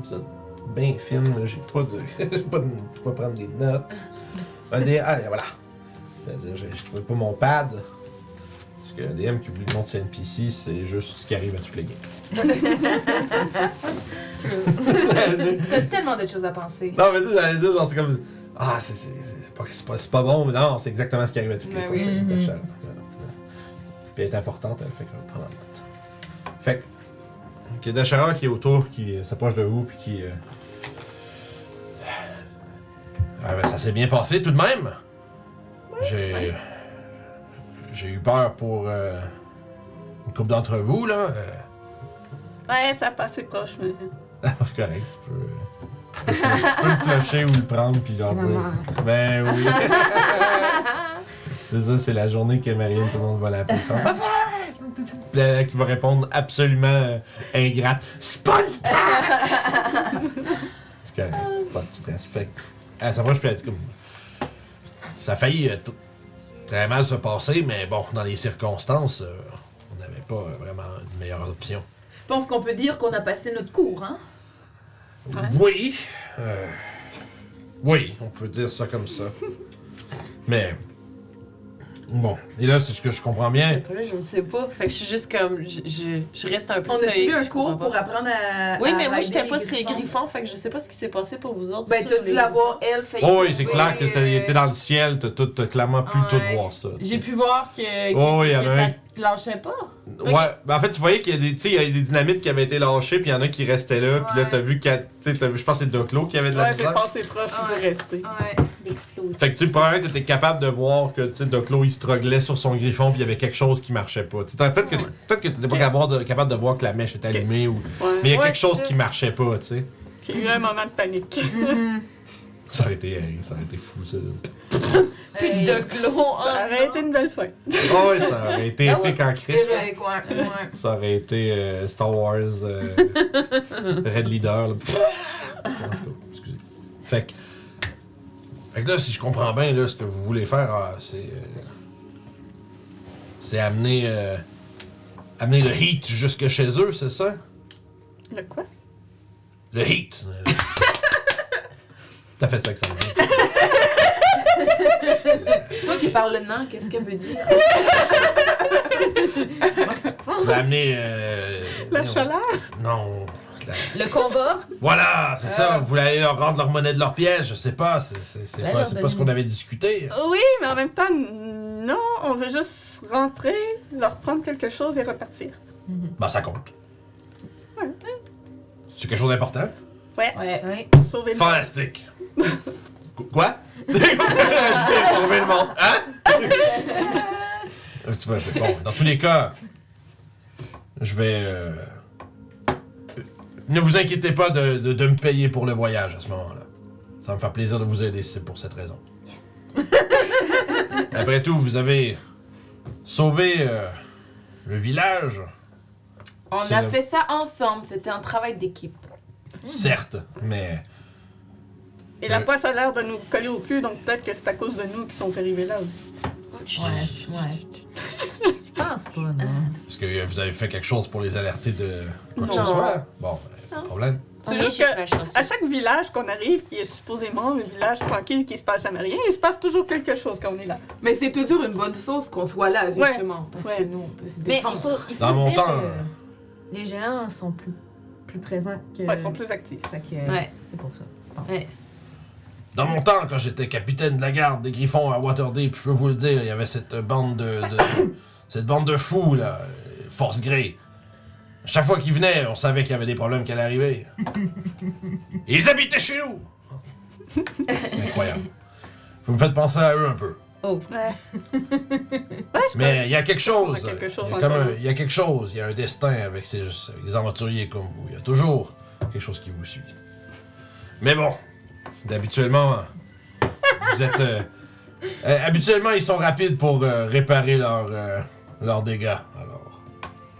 Speaker 1: Vous êtes bien fine, là. J'ai pas de. [laughs] J'ai pas de. Je peux pas prendre des notes. Un DM. Ah, voilà. Je veux dire, j'ai- Je trouvais pas mon pad. Parce que un DM qui oublie le nom de ses NPC, c'est juste ce qui arrive à toutes les [laughs] games.
Speaker 2: T'as tellement de choses à penser.
Speaker 1: Non, mais tu sais, j'allais dire, genre, c'est comme. Ah, c'est, c'est, c'est- c'est pas, c'est, pas, c'est pas bon, mais non, c'est exactement ce qui arrive à toutes les
Speaker 2: Ben
Speaker 1: fois.
Speaker 2: oui.
Speaker 1: Fait que
Speaker 5: Mhm.
Speaker 1: t'as cher. Voilà. Puis elle est importante, elle fait que je vais prendre en note. Fait que. Il y a Dachara qui est autour, qui euh, s'approche de vous, puis qui. euh, Ah, ben ça s'est bien passé tout de même! J'ai. J'ai eu peur pour. euh, une couple d'entre vous, là. euh,
Speaker 3: Ouais, ça a passé proche, mais.
Speaker 1: ah, c'est [laughs] correct, tu peux. euh, Tu peux, tu peux le flusher ou le prendre puis leur dire. Ben oui. c'est ça, c'est la journée que Marianne, tout le monde va l'appeler. Faire, Pas vrai! Puis la- la qui va répondre absolument euh, ingrate. C'est pas le temps! c'est correct. Pas de petit aspect. Elle s'approche puis elle dit comme. Ça a failli euh, t- très mal se passer, mais bon, dans les circonstances, euh, on n'avait pas euh, vraiment une meilleure option.
Speaker 2: Je pense qu'on peut dire qu'on a passé notre cours, hein?
Speaker 3: Ouais.
Speaker 1: Oui. euh, oui, on peut dire ça comme ça. Mais. Bon, et là, c'est ce que je comprends
Speaker 4: Je sais
Speaker 1: bien.
Speaker 4: pas, je ne sais pas. Fait que je suis juste comme. Je, je, je reste un peu.
Speaker 2: On a
Speaker 4: stoïque,
Speaker 2: suivi un
Speaker 4: je comprends
Speaker 2: cours
Speaker 4: pas.
Speaker 2: pour apprendre à.
Speaker 4: Oui,
Speaker 2: à
Speaker 4: mais moi,
Speaker 2: rider
Speaker 4: j'étais
Speaker 2: les
Speaker 4: pas si
Speaker 2: griffons.
Speaker 4: griffon, fait que je sais pas ce qui s'est passé pour vous autres.
Speaker 2: Ben,
Speaker 4: sur
Speaker 2: t'as dû
Speaker 4: les-
Speaker 2: l'avoir, elle, fait.
Speaker 1: Oh, oui, c'est clair que ça il
Speaker 2: était
Speaker 1: était dans le ciel, t'as tout, t'as clairement pu
Speaker 2: Ouais.
Speaker 1: tout voir ça.
Speaker 6: J'ai pu voir que, que,
Speaker 1: Oh, il y en
Speaker 6: que
Speaker 1: a
Speaker 6: ça
Speaker 1: un.
Speaker 6: te lâchait pas.
Speaker 1: Ouais, ben en fait, tu voyais qu'il y a des, tu sais, il y avait des dynamites qui avaient été lâchées, puis il y en a qui restaient là, puis là,
Speaker 2: Ouais.
Speaker 1: t'as vu, qu'à- tu sais, t'as vu, je pense que c'est Doclo qui avait de la
Speaker 3: Ouais, j'ai
Speaker 1: misère.
Speaker 3: passé proche
Speaker 2: Ouais.
Speaker 3: du rester.
Speaker 2: Ouais.
Speaker 6: D'exploser.
Speaker 1: Fait que tu sais, probablement t'étais capable de voir que tu sais, Doclo il strugglait sur son griffon puis il y avait quelque chose qui marchait pas. Tu sais, Peut-être que peut-être que t'étais pas
Speaker 3: Ok.
Speaker 1: capable de, capable de voir que la mèche était
Speaker 3: Ok.
Speaker 1: allumée ou.
Speaker 3: Ouais.
Speaker 1: Mais il y a
Speaker 4: Ouais,
Speaker 1: quelque chose
Speaker 4: c'est ça.
Speaker 1: qui marchait pas, tu sais.
Speaker 3: J'ai eu un moment de [laughs] panique.
Speaker 1: Ça aurait été, euh, ça aurait été fou
Speaker 4: [laughs]
Speaker 1: ça.
Speaker 4: Puis de clos,
Speaker 2: hein.
Speaker 3: Ça aurait été une belle fin.
Speaker 1: Ah ouais, ça aurait été
Speaker 4: Ah ouais.
Speaker 1: épique en Christ.
Speaker 2: Déjà avec moi. ouais.
Speaker 1: Ça aurait été euh, Star Wars
Speaker 3: [laughs]
Speaker 1: euh, Red Leader. là. en tout cas, excusez. Fait que, fait que là, si je comprends bien, là, ce que vous voulez faire, ah, c'est. euh, c'est amener. euh, amener le heat jusque chez eux, c'est ça?
Speaker 3: Le quoi?
Speaker 1: Le
Speaker 3: [laughs]
Speaker 1: heat! T'as fait ça que ça me vient.
Speaker 2: Toi qui parles le nain, qu'est-ce qu'elle veut
Speaker 1: [laughs]
Speaker 2: dire?
Speaker 1: Je vais amener. euh,
Speaker 3: La
Speaker 1: voyons.
Speaker 3: chaleur?
Speaker 1: Non. la-
Speaker 5: Le combat. Ah.
Speaker 1: Voilà, c'est ça. Vous voulez aller leur rendre leur monnaie de leur piège, je sais pas. C'est c'est- c'est
Speaker 5: Ben
Speaker 1: pas,
Speaker 5: non,
Speaker 1: c'est
Speaker 5: ben
Speaker 1: pas ce
Speaker 5: non.
Speaker 1: qu'on avait discuté.
Speaker 3: Oui, mais en même temps, non, on veut juste rentrer, leur prendre quelque chose et repartir.
Speaker 1: Ben, ça compte.
Speaker 3: Ouais.
Speaker 1: C'est quelque chose d'important.
Speaker 2: Ouais.
Speaker 5: Ouais.
Speaker 3: Sauver le
Speaker 1: Fantastique. Qu- Quoi? Sauver le monde. Hein? Euh, tu vois, c'est bon, dans tous les cas, je vais. euh, Ne vous inquiétez pas de, de- de me payer pour le voyage à ce moment-là. Ça va me faire plaisir de vous aider si c'est pour cette raison. Après tout, vous avez sauvé euh, le village,
Speaker 2: On
Speaker 1: C'est
Speaker 2: a
Speaker 1: le-
Speaker 2: fait ça ensemble, c'était un travail d'équipe.
Speaker 1: certes, mais
Speaker 3: Et la poisse a l'air de nous coller au cul, donc peut-être que c'est à cause de nous qu'ils sont arrivés là aussi.
Speaker 5: Ouais, ouais. Je pense pas, non.
Speaker 1: Est-ce que euh, vous avez fait quelque chose pour les alerter de quoi que
Speaker 3: Non.
Speaker 1: ce soit? Bon, euh, pas de problème.
Speaker 3: C'est
Speaker 4: Oui,
Speaker 3: juste
Speaker 4: je
Speaker 3: que
Speaker 4: suis ma chanson.
Speaker 3: à chaque village qu'on arrive, qui est supposément un village tranquille, qui se passe jamais rien, il se passe toujours quelque chose quand on est là.
Speaker 2: Mais c'est toujours une bonne sauce qu'on soit là,
Speaker 3: Ouais.
Speaker 2: justement. Parce
Speaker 3: Ouais.
Speaker 2: que nous, on peut se
Speaker 5: Mais il
Speaker 2: défendre.
Speaker 5: faut, il faut
Speaker 1: Dans mon
Speaker 5: dire
Speaker 1: temps,
Speaker 5: que
Speaker 1: euh,
Speaker 5: les géants sont plus, plus présents que...
Speaker 3: Ouais, ils sont plus actifs.
Speaker 5: Fait que,
Speaker 2: Ouais.
Speaker 5: C'est pour ça.
Speaker 1: Dans mon temps, quand j'étais capitaine de la garde des Griffons à Waterdeep, je peux vous le dire, il y avait cette bande de, de- cette bande de fous là, euh, Force Grey. Chaque fois qu'ils venaient, on savait qu'il y avait des problèmes qui allaient arriver.
Speaker 3: [laughs]
Speaker 1: Ils habitaient chez nous. Incroyable. Vous me faites penser à eux un peu.
Speaker 3: Oh. Ouais.
Speaker 1: Mais il y a quelque chose.
Speaker 3: Il y a quelque chose
Speaker 1: Il y a, comme
Speaker 3: encore.
Speaker 1: un- il y a quelque chose. Il y a un destin avec, ces, avec les aventuriers comme vous. Il y a toujours quelque chose qui vous suit. Mais bon, d'habituellement, vous êtes. euh, euh, habituellement, ils sont rapides pour euh, réparer leurs euh, leurs dégâts. Alors,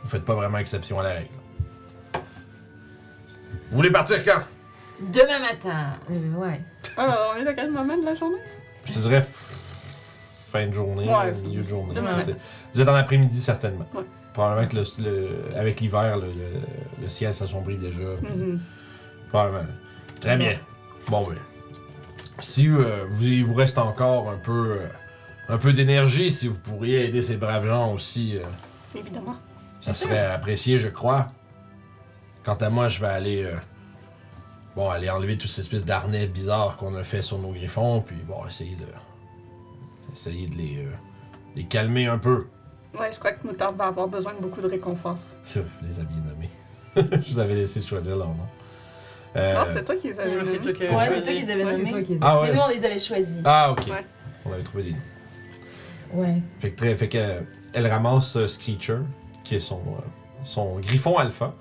Speaker 1: vous faites pas vraiment exception à la règle. Vous voulez partir quand
Speaker 5: Demain matin. Euh, ouais.
Speaker 3: Alors, on est à quel moment de la journée?
Speaker 1: Je te dirais f- fin de journée, euh,
Speaker 3: Ouais.
Speaker 1: milieu de journée.
Speaker 3: Demain
Speaker 1: Ça,
Speaker 3: matin.
Speaker 1: c'est- Vous êtes en après-midi certainement.
Speaker 3: Ouais.
Speaker 1: Probablement que le- le- avec l'hiver, le, le- le ciel s'assombrit déjà. puis
Speaker 3: Mhm.
Speaker 1: Probablement. Très bien. Bon ben. Si euh, vous, il vous reste encore un peu euh, un peu d'énergie, si vous pourriez aider ces braves gens aussi, euh,
Speaker 3: Évidemment.
Speaker 1: ça serait apprécié, je crois. Quant à moi, je vais aller euh, bon aller enlever toutes ces espèces d'arnais bizarres qu'on a fait sur nos griffons, puis bon essayer de essayer de les, euh, les calmer un peu. [laughs]
Speaker 3: Ouais, je crois que Moutard va avoir besoin de beaucoup de réconfort.
Speaker 1: C'est vrai, vous les aviez nommés. [laughs] je vous avais laissé choisir leur nom. Euh,
Speaker 3: Non, c'était Ah, toi qui les avais
Speaker 4: Non, c'est
Speaker 3: nommés.
Speaker 4: toi qui-
Speaker 2: Ouais, c'est toi qu'ils avaient
Speaker 5: Ouais, c'est toi
Speaker 2: nommé.
Speaker 5: qui les as-
Speaker 1: ah
Speaker 2: Mais
Speaker 1: ouais.
Speaker 2: nous, on les avait choisis.
Speaker 1: Ah ok.
Speaker 3: Ouais.
Speaker 1: On avait trouvé des noms.
Speaker 5: Ouais.
Speaker 1: Fait que, très, fait que euh, elle ramasse euh, Screecher, qui est son, euh, son griffon alpha,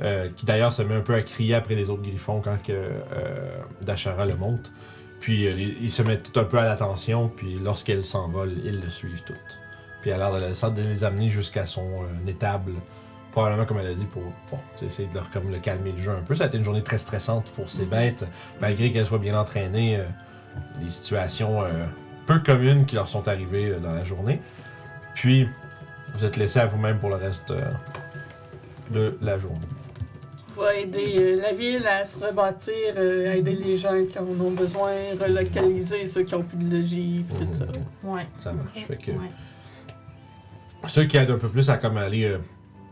Speaker 1: euh, qui d'ailleurs se met un peu à crier après les autres griffons quand que, euh, Dashara le monte. Puis euh, les- ils se mettent tout un peu à l'attention, puis lorsqu'elle s'envole, ils le suivent toutes. Puis elle a l'air de, la- de les amener jusqu'à son euh, étable, probablement comme elle a dit, pour bon, tu sais, essayer de leur comme, le calmer le jeu un peu. Ça a été une journée très stressante pour ces bêtes, malgré qu'elles soient bien entraînées, euh, les situations... euh, peu communes qui leur sont arrivées euh, dans la journée. Puis, vous êtes laissé à vous-même pour le reste euh, de la journée.
Speaker 3: On va aider euh, la ville à se rebâtir, euh, à aider les gens qui en ont besoin, relocaliser ceux qui ont plus de logis, puis tout ça.
Speaker 1: Hmm,
Speaker 6: Ouais.
Speaker 1: Ça marche. Fait que
Speaker 6: Ouais.
Speaker 1: ceux qui aident un peu plus à comme aller euh,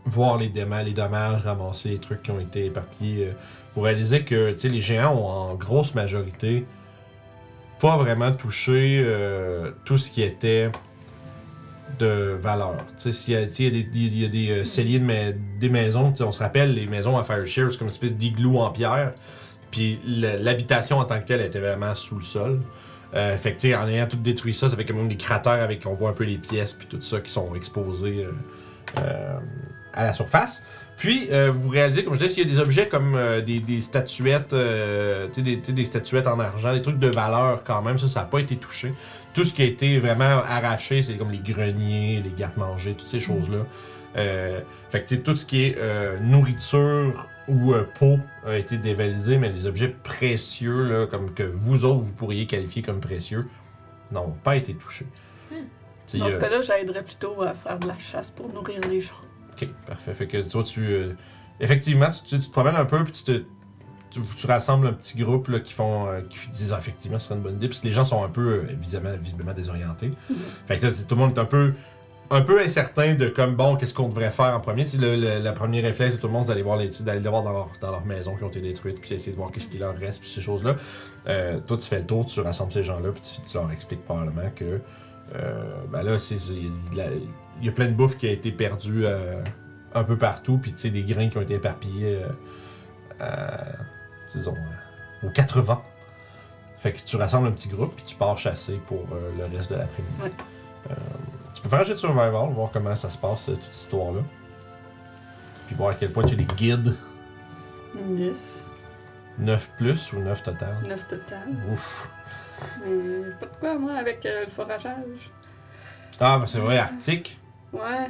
Speaker 1: voir les, déma- les dommages, ramasser les trucs qui ont été éparpillés, euh, vous réalisez que tu sais, les géants ont en grosse majorité pas vraiment touché euh, tout ce qui était de valeur. Tu sais, s'il y a- tu sais, il y a des, il y a des euh, celliers de mais- des maisons, tu sais, on se rappelle, les maisons à Fireshare, c'est comme une espèce d'igloo en pierre. Puis le- l'habitation en tant que telle était vraiment sous le sol. Euh, fait que, tu sais, en ayant tout détruit ça, ça fait quand même des cratères avec, on voit un peu les pièces puis tout ça qui sont exposées euh, euh, à la surface. Puis, euh, vous réalisez, comme je disais, s'il y a des objets comme euh, des, des statuettes, euh, tu sais, des, tu sais, des statuettes en argent, des trucs de valeur quand même, ça, ça n'a pas été touché. Tout ce qui a été vraiment arraché, c'est comme les greniers, les gardes-manger, toutes ces
Speaker 3: Mm.
Speaker 1: choses-là. Euh, fait que, tu sais, tout ce qui est euh, nourriture ou euh, peau a été dévalisé, mais les objets précieux, là, comme que vous autres, vous pourriez qualifier comme précieux, n'ont pas été touchés. Tu sais,
Speaker 3: Hmm. Dans ce
Speaker 1: euh,
Speaker 3: cas-là, j'aiderais plutôt à faire de la chasse pour nourrir les gens.
Speaker 1: Ok, parfait. Fait que toi, tu. euh, effectivement, tu, tu- tu te promènes un peu, puis tu te. Tu, tu rassembles un petit groupe là, qui font euh, qui disent Ah, effectivement ce serait une bonne idée puis les gens sont un peu euh, visiblement, visiblement désorientés. Fait que là, tu- tout le monde est un peu un peu incertain de comme bon qu'est-ce qu'on devrait faire en premier. Tu sais, le, le- le premier réflexe de tout le monde c'est d'aller voir les tu- d'aller les voir dans leur, dans leur maison qui ont été détruites puis essayer de voir qu'est-ce qui leur reste puis ces choses là. toi tu fais le tour, tu rassembles ces gens là puis tu, tu leur expliques probablement que euh, ben là c'est c'est- la- il y a plein de bouffe qui a été perdue euh, un peu partout, puis tu sais, des grains qui ont été éparpillés, euh, à- disons, euh, aux quatre vents. Fait que tu rassembles un petit groupe, puis tu pars chasser pour euh, le reste de l'après-midi.
Speaker 3: Ouais.
Speaker 1: Euh, tu peux faire un jet de survival, voir comment ça se passe, euh, toute cette histoire-là. Puis voir à quel point tu les guides.
Speaker 3: Neuf.
Speaker 1: 9 plus ou 9 total.
Speaker 3: Neuf total.
Speaker 1: Ouf.
Speaker 3: Mais pas de quoi, moi, avec euh, le forageage.
Speaker 1: Ah, ben c'est vrai, Arctique.
Speaker 3: Ouais.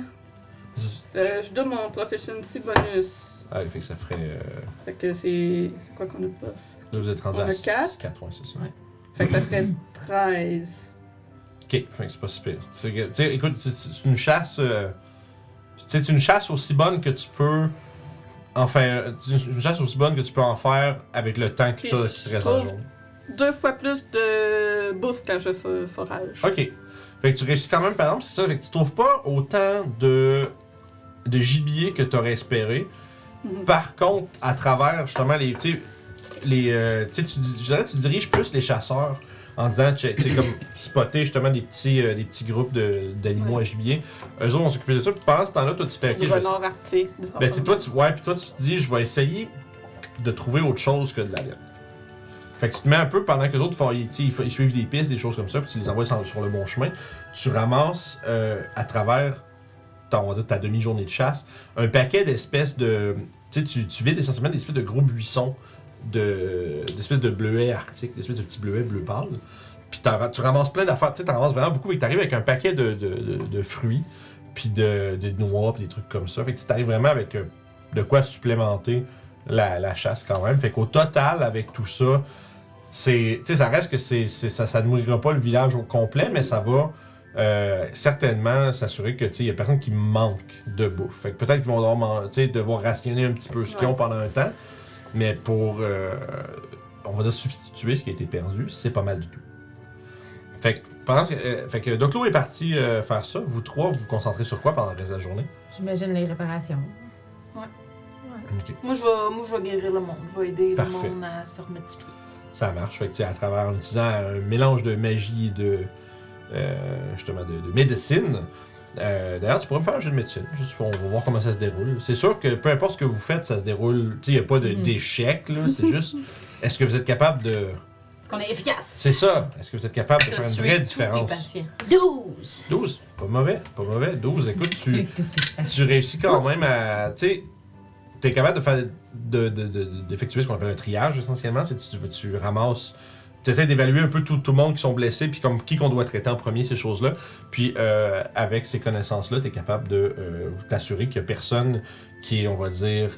Speaker 3: Euh, je donne mon proficiency bonus.
Speaker 1: Ah, fait que ça ferait. euh,
Speaker 3: Fait que c'est. C'est quoi qu'on a pas?
Speaker 1: Là, vous êtes rendu
Speaker 3: On
Speaker 1: à
Speaker 3: a
Speaker 1: 4.
Speaker 3: quatre.
Speaker 1: 4, ouais, c'est ça.
Speaker 3: Fait que ça ferait 13.
Speaker 1: Ok, fait que c'est pas si pire. C'est que- tu sais, écoute, c'est- c'est une chasse. euh, c'est une chasse aussi bonne que tu peux en faire. C'est une chasse aussi bonne que tu peux en faire avec le temps que
Speaker 3: Puis
Speaker 1: tu as
Speaker 3: je
Speaker 1: qui te reste dans la
Speaker 3: trouve-
Speaker 1: journée.
Speaker 3: Deux fois plus de bouffe quand je fais forage.
Speaker 1: Ok. Fait que tu réussis quand même, par exemple, c'est ça. Fait que tu trouves pas autant de, de gibier que tu aurais espéré.
Speaker 3: Mhm.
Speaker 1: Par contre, à travers justement les. tu sais, les euh, tu sais, tu dis- je dirais que tu diriges plus les chasseurs en disant, tu sais, tu sais, comme [coughs] spotter justement des petits, euh, des petits groupes de- d'animaux à gibier. Eux autres vont s'occuper de ça. Puis pendant ce temps-là, toi, tu fais. ok,
Speaker 3: Du
Speaker 1: je vais-
Speaker 3: renard arctique.
Speaker 1: ben, c'est toi, tu, ouais, puis toi, tu te dis, je vais essayer de trouver autre chose que de la viande. Fait que tu te mets un peu pendant que les autres font, ils, tu sais, ils font- ils suivent des pistes, des choses comme ça, puis tu les envoies sur, sur le bon chemin. Tu ramasses euh, à travers ton- on va dire, ta demi-journée de chasse un paquet d'espèces de. Tu sais, tu, tu vides essentiellement des espèces de gros buissons de- d'espèces de bleuets arctiques, d'espèces de petits bleuets bleu pâle. Puis t'en- tu ramasses plein d'affaires, tu sais, t'en ramasses vraiment beaucoup, et t'arrives avec un paquet de, de, de- de fruits, puis de, de noix, puis des trucs comme ça. Fait que tu t'arrives vraiment avec euh, de quoi supplémenter la, la chasse quand même. Fait qu'au total, avec tout ça, c'est, tu sais, ça reste que c'est, c'est- ça, ça nourrira pas le village au complet, mais ça va euh, certainement s'assurer que, tu sais, il y a personne qui manque de bouffe. Fait que peut-être qu'ils vont devoir, man- tu sais, devoir rationner un petit peu ce qu'ils ont pendant un temps, mais pour, euh, on va dire, substituer ce qui a été perdu, c'est pas mal du tout. Fait que, pendant ce- euh, fait que Doclo est parti euh, faire ça. Vous trois, vous vous concentrez sur quoi pendant le reste de la journée?
Speaker 5: J'imagine les réparations.
Speaker 1: Ok.
Speaker 2: Moi, je vais, moi, je vais guérir le monde. Je vais aider
Speaker 1: Parfait.
Speaker 2: le monde à se remettre sur pied.
Speaker 1: Ça marche. Fait que, tu sais, à travers, en utilisant un mélange de magie et de. euh, justement, de, de médecine. Euh, D'ailleurs, tu pourrais me faire un jeu de médecine. Juste, on va voir comment ça se déroule. C'est sûr que peu importe ce que vous faites, ça se déroule. Tu sais, il n'y a pas de-
Speaker 5: Mhm.
Speaker 1: d'échec, là. C'est juste. Est-ce que vous êtes capable de.
Speaker 6: Parce qu'on est efficace.
Speaker 1: C'est ça. Est-ce que vous êtes capable de
Speaker 6: T'as
Speaker 1: faire une
Speaker 6: tué
Speaker 1: vraie
Speaker 6: tous tes
Speaker 1: différence?
Speaker 6: patients.
Speaker 4: 12!
Speaker 1: 12. Pas mauvais. Pas mauvais. 12. Écoute, tu.
Speaker 5: Tout
Speaker 1: tu réussis quand même à. Tu sais, t'es capable de faire, de- de- de- de- d'effectuer ce qu'on appelle un triage essentiellement. C'est tu, tu ramasses. Tu essaies d'évaluer un peu tout, tout le monde qui sont blessés, puis comme qui qu'on doit traiter en premier, ces choses-là. Puis euh, avec ces connaissances-là, t'es capable de euh, t'assurer qu'il y a personne qui est, on va dire,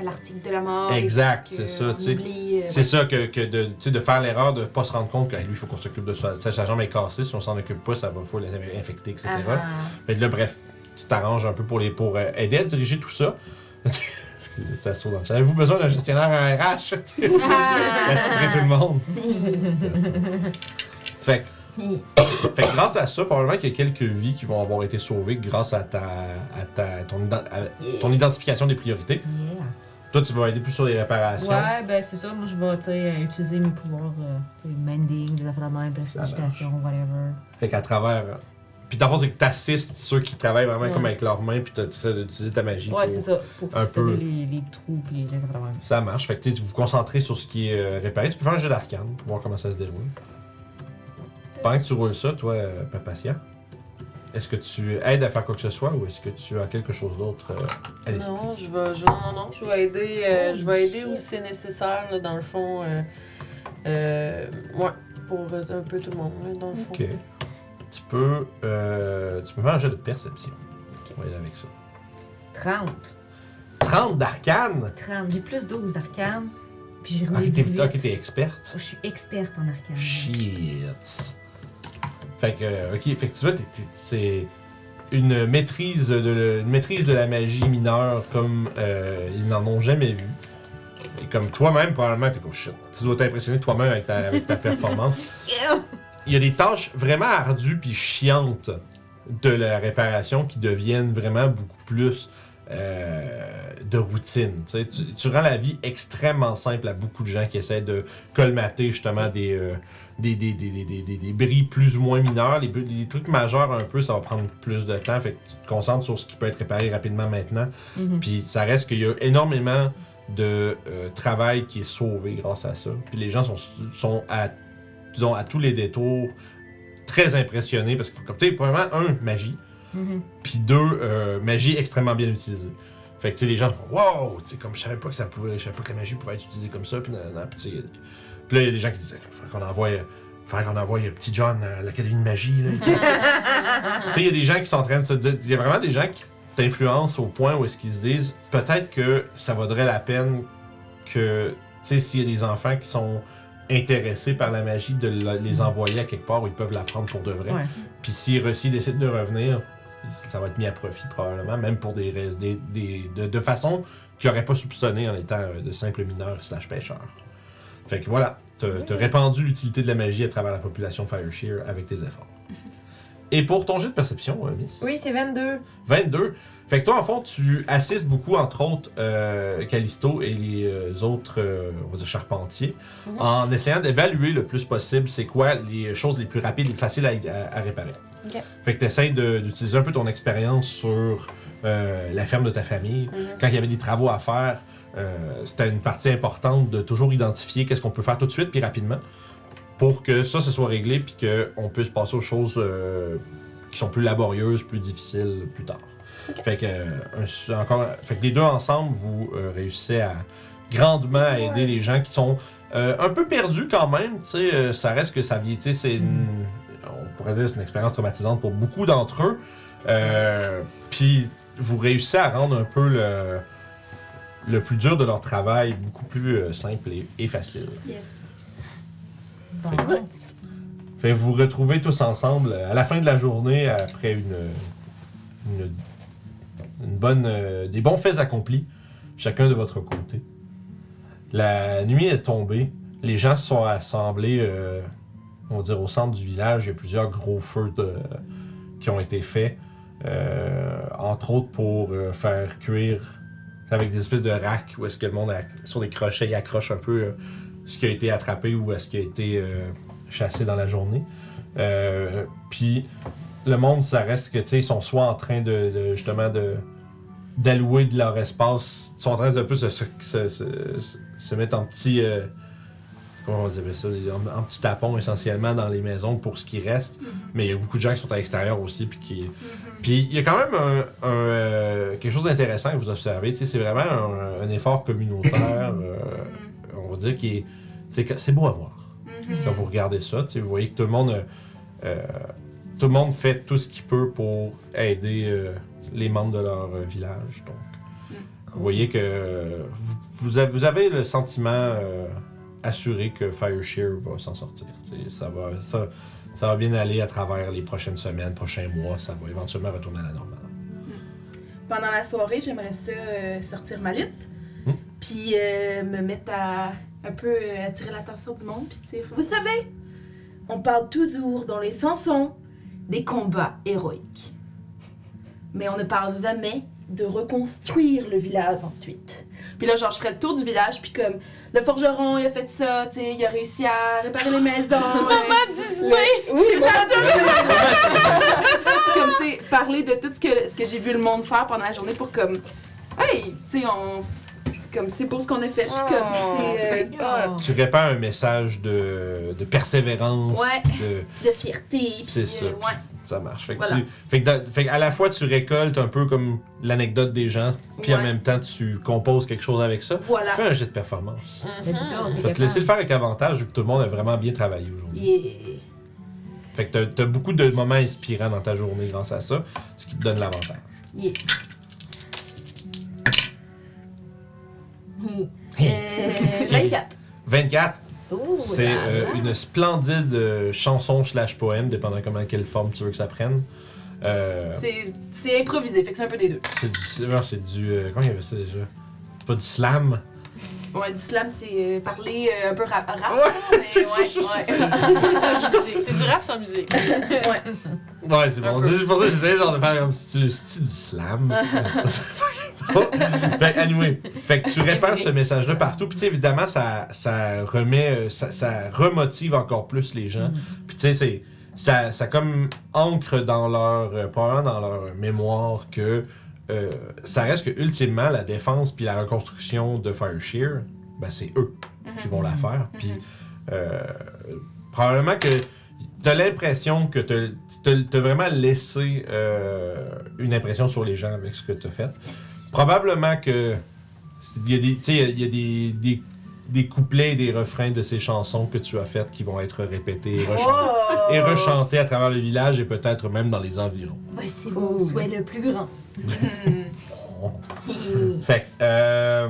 Speaker 2: À l'article de la mort.
Speaker 1: exact,
Speaker 2: Ah, que
Speaker 1: c'est ça,
Speaker 2: on
Speaker 1: tu sais.
Speaker 2: oublie, euh,
Speaker 1: C'est ça que, que de, tu sais, de faire l'erreur de pas se rendre compte que hey, lui, il faut qu'on s'occupe de ça. Sa, sa jambe est cassée, si on s'en occupe pas, ça va full infecter, etc.
Speaker 2: ah, ah.
Speaker 1: Mais là, bref, tu t'arranges un peu pour, les, pour euh, aider à diriger tout ça. [laughs] Excusez, ça saute dans le chat. Avez-vous besoin d'un gestionnaire en RH? [laughs] Tu
Speaker 4: ah.
Speaker 1: tout le monde. [laughs] C'est ça. Fait que, fait que grâce à ça, probablement qu'il y a quelques vies qui vont avoir été sauvées grâce à ta, à ta ton, ident- à ton identification des priorités.
Speaker 5: [laughs]
Speaker 1: Toi,
Speaker 5: Yeah.
Speaker 1: tu vas aider plus sur les réparations.
Speaker 5: Ouais, ben c'est ça. Moi, je vais tu sais, utiliser mes pouvoirs, euh, tu sais, mending, des affaires de même, prestidigitation, whatever.
Speaker 1: Fait qu'à travers. euh, Puis dans le fond, c'est que t'assistes ceux qui travaillent vraiment
Speaker 5: Ouais.
Speaker 1: comme avec leurs mains, puis t'as- tu essaies d'utiliser ta magie.
Speaker 5: Mm. Ouais,
Speaker 1: pour-
Speaker 5: c'est ça. Pour
Speaker 1: un peu.
Speaker 5: ficeler les, les trous pis les les affaires de même.
Speaker 1: Ça marche. Fait que tu sais, vous vous concentrez sur ce qui est euh, réparé. Tu peux faire un jeu d'arcane pour voir comment ça se déroule. Pendant que tu roules ça, toi, euh, patient, est-ce que tu aides à faire quoi que ce soit ou est-ce que tu as quelque chose d'autre euh, à l'esprit?
Speaker 6: Non, je vais, je- non, non, je vais aider,
Speaker 2: Oh,
Speaker 6: euh, je vais aider où c'est nécessaire, là, dans le fond. euh, euh, ouais, pour euh, un peu tout le monde, là, dans le fond.
Speaker 1: Ok. Tu peux, euh, tu peux faire un jeu de perception. On va y aller avec ça.
Speaker 5: 30.
Speaker 1: 30 d'arcane?
Speaker 5: 30. J'ai plus 12 d'arcane. Puis j'ai
Speaker 1: Ah,
Speaker 5: roulé
Speaker 1: t'es
Speaker 5: 18.
Speaker 1: ok, t'es experte.
Speaker 5: Oh, je suis experte en arcane.
Speaker 1: Shit. Fait que, euh, ok, fait que tu vois, t'es- t'es- c'est une maîtrise, de le- une maîtrise de la magie mineure comme euh, ils n'en ont jamais vu. Et comme toi-même, probablement, t'es comme shit. Tu dois t'impressionner toi-même avec ta, avec ta performance. Il y a des tâches vraiment ardues puis chiantes de la réparation qui deviennent vraiment beaucoup plus euh, de routine. tu sais. Tu, tu rends la vie extrêmement simple à beaucoup de gens qui essaient de colmater justement des, euh, des, des, des, des, des- des- des bris plus ou moins mineurs. Les, bris- les trucs majeurs un peu, ça va prendre plus de temps. Fait que tu te concentres sur ce qui peut être réparé rapidement maintenant.
Speaker 5: Mhm.
Speaker 1: Puis ça reste qu'il y a énormément de euh, travail qui est sauvé grâce à ça. Puis les gens sont, sont à, disons, à tous les détours très impressionnés parce qu'il faut, comme tu sais, premièrement, un, magie,
Speaker 5: Mhm.
Speaker 1: puis deux, euh, magie extrêmement bien utilisée. Fait que tu sais, les gens font Wow! Tu sais, comme je savais pas que ça pouvait, je savais pas que la magie pouvait être utilisée comme ça, puis nanana, puis tu sais, puis là, il y a des gens qui disent Faudrait qu'on envoie, faudrait qu'on envoie euh, petit John à l'Académie de magie. là. tu sais, il y a des gens qui sont en train de se dire. Il y a vraiment des gens qui t'influencent au point où est-ce qu'ils se disent peut-être que ça vaudrait la peine que, tu sais, s'il y a des enfants qui sont intéressés par la magie, de la- les envoyer à quelque part où ils peuvent l'apprendre pour de vrai.
Speaker 5: Ouais.
Speaker 1: Puis s'ils re- s'ils décident de revenir, ça va être mis à profit probablement, même pour des, rais- des, des- de, de façon qui n'aurait pas soupçonné en étant euh, de simples mineurs slash pêcheurs. Fait que voilà, t'as t'as répandu l'utilité de la magie à travers la population Fireshear avec tes efforts. Et pour ton jet de perception, euh, Miss.
Speaker 4: Oui, c'est 22.
Speaker 1: 22. Fait que toi, en fond, tu assistes beaucoup, entre autres, euh, Callisto et les euh, autres, euh, on va dire, charpentiers, en essayant d'évaluer le plus possible c'est quoi les choses les plus rapides et faciles à, à- à réparer.
Speaker 4: Ok.
Speaker 1: Fait que tu essaies d'utiliser un peu ton expérience sur euh, la ferme de ta famille.
Speaker 6: Mhm.
Speaker 1: Quand il y avait des travaux à faire, euh, c'était une partie importante de toujours identifier qu'est-ce qu'on peut faire tout de suite puis rapidement pour que ça se soit réglé puis qu'on puisse passer aux choses euh, qui sont plus laborieuses, plus difficiles plus tard. Fait que, euh, un su- encore, fait que les deux ensemble, vous euh, réussissez à grandement à aider les gens qui sont euh, un peu perdus quand même. Tu sais, euh, ça reste que ça vient, tu sais, c'est une- on pourrait dire que c'est une expérience traumatisante pour beaucoup d'entre eux. Euh, Puis vous réussissez à rendre un peu le, le plus dur de leur travail beaucoup plus euh, simple et, et facile.
Speaker 4: Yes.
Speaker 5: Bon.
Speaker 1: Fait que vous vous retrouvez tous ensemble euh, à la fin de la journée après une, une, une bonne, euh, des bons faits accomplis, chacun de votre côté. La nuit est tombée, les gens se sont assemblés, euh, on va dire, au centre du village. Il y a plusieurs gros feux de- qui ont été faits, euh, entre autres pour euh, faire cuire avec des espèces de racks où est-ce que le monde, a- sur des crochets, il accroche un peu euh, ce qui a été attrapé ou ce qui a été... euh, chassés dans la journée. Euh, puis le monde, ça reste que, tu sais, ils sont soit en train de, de- justement de d'allouer de leur espace, ils sont en train de un peu se, se, se- se- se mettre en petit, euh, comment on dirait ça, en, en petit tapon essentiellement dans les maisons pour ce qui reste. Mais il y a beaucoup de gens qui sont à l'extérieur aussi, puis qui, puis il y a quand même un, un, euh, quelque chose d'intéressant que vous observez, tu sais, c'est vraiment un, un effort communautaire, euh, on va dire qui est, c'est que- c'est beau à voir. Quand
Speaker 4: Mm-hmm.
Speaker 1: vous regardez ça, tu sais, vous voyez que tout le monde, euh, euh, tout le monde fait tout ce qu'il peut pour aider euh, les membres de leur euh, village. Donc, vous voyez que euh, vous, vous avez, vous avez le sentiment euh, assuré que Fireshear va s'en sortir. Tu sais, Ça va, ça, ça va bien aller à travers les prochaines semaines, prochains mois. Ça va éventuellement retourner à la normale.
Speaker 4: Pendant la soirée, j'aimerais ça euh, sortir ma lutte.
Speaker 1: Hmm.
Speaker 4: Puis euh, me mettre à un peu euh, attirer l'attention du monde. Puis dire Vous savez, on parle toujours dans les chansons des combats héroïques. Mais on ne parle jamais de reconstruire le village ensuite. Puis là, genre, je ferais le tour du village. Puis comme le forgeron, il a fait ça, tu sais, il a réussi à réparer les maisons. euh, le- Oui, maman Disney! [laughs] comme tu sais, parler de tout ce que, ce que j'ai vu le monde faire pendant la journée pour comme hey, tu sais on c'est comme c'est pour ce qu'on a fait puis comme tu sais, euh,
Speaker 5: Oh.
Speaker 1: Tu répands un message de, de persévérance.
Speaker 4: Ouais.
Speaker 1: puis de-
Speaker 4: euh, de fierté puis,
Speaker 1: C'est ça.
Speaker 4: euh, ouais.
Speaker 1: Ça marche. Fait que,
Speaker 4: Voilà.
Speaker 1: tu- fait que dans- fait que à la fois, tu récoltes un peu comme l'anecdote des gens, puis en
Speaker 4: Ouais.
Speaker 1: même temps, tu composes quelque chose avec ça.
Speaker 4: Voilà.
Speaker 1: Fais un jet de performance.
Speaker 5: Let's go, t'es
Speaker 1: Je vais te
Speaker 5: capable.
Speaker 1: laisser le faire avec avantage, vu que tout le monde a vraiment bien travaillé aujourd'hui.
Speaker 4: Yeah.
Speaker 1: Fait que t'as- t'as beaucoup de moments inspirants dans ta journée grâce à ça, ce qui te donne l'avantage.
Speaker 4: Yeah. Euh, 24.
Speaker 1: 24,
Speaker 5: Ouh,
Speaker 1: c'est
Speaker 5: là,
Speaker 1: euh,
Speaker 5: là.
Speaker 1: une splendide euh, chanson slash poème, dépendant comment quelle forme tu veux que ça prenne. Euh,
Speaker 4: C'est c'est improvisé, fait que c'est un peu des deux.
Speaker 1: c'est du... C'est du... euh, comment il y avait ça déjà? C'est pas du slam?
Speaker 4: Ouais, du slam, c'est euh, parler euh, un peu rap. rap
Speaker 1: Ouais,
Speaker 4: mais
Speaker 1: c'est ça,
Speaker 4: ouais,
Speaker 1: je-
Speaker 4: [laughs] ouais.
Speaker 6: C'est du rap sans musique.
Speaker 1: Ouais, c'est
Speaker 6: Un
Speaker 1: bon.
Speaker 6: peu.
Speaker 1: C'est pour ça que j'essayais genre de faire comme si tu, si tu du
Speaker 6: [laughs]
Speaker 1: slam. Ça, c'est fucking drôle. fait que, anyway, fait que tu répands ce message-là partout. Puis, tu sais, évidemment, ça, ça remet, euh, ça, ça remotive encore plus les
Speaker 6: Mm.
Speaker 1: gens. Puis, tu sais, c'est. Ça, ça comme ancre dans leur. euh, probablement dans leur mémoire que. euh, ça reste que, ultimement, la défense puis la reconstruction de Fireshear, ben, c'est eux
Speaker 6: Mm-hmm.
Speaker 1: qui vont la faire. Puis, euh, probablement que t'as l'impression que t'as- t'as t'as vraiment laissé euh, une impression sur les gens avec ce que t'as fait. Probablement que c'est- il y a des, tu sais, il y a des, des, des couplets et des refrains de ces chansons que tu as faites qui vont être répétés et rechantés,
Speaker 4: Oh!
Speaker 1: et rechantés à travers le village et peut-être même dans les environs.
Speaker 4: Voici
Speaker 5: mon souhait
Speaker 4: le plus grand.
Speaker 1: Fait que, euh,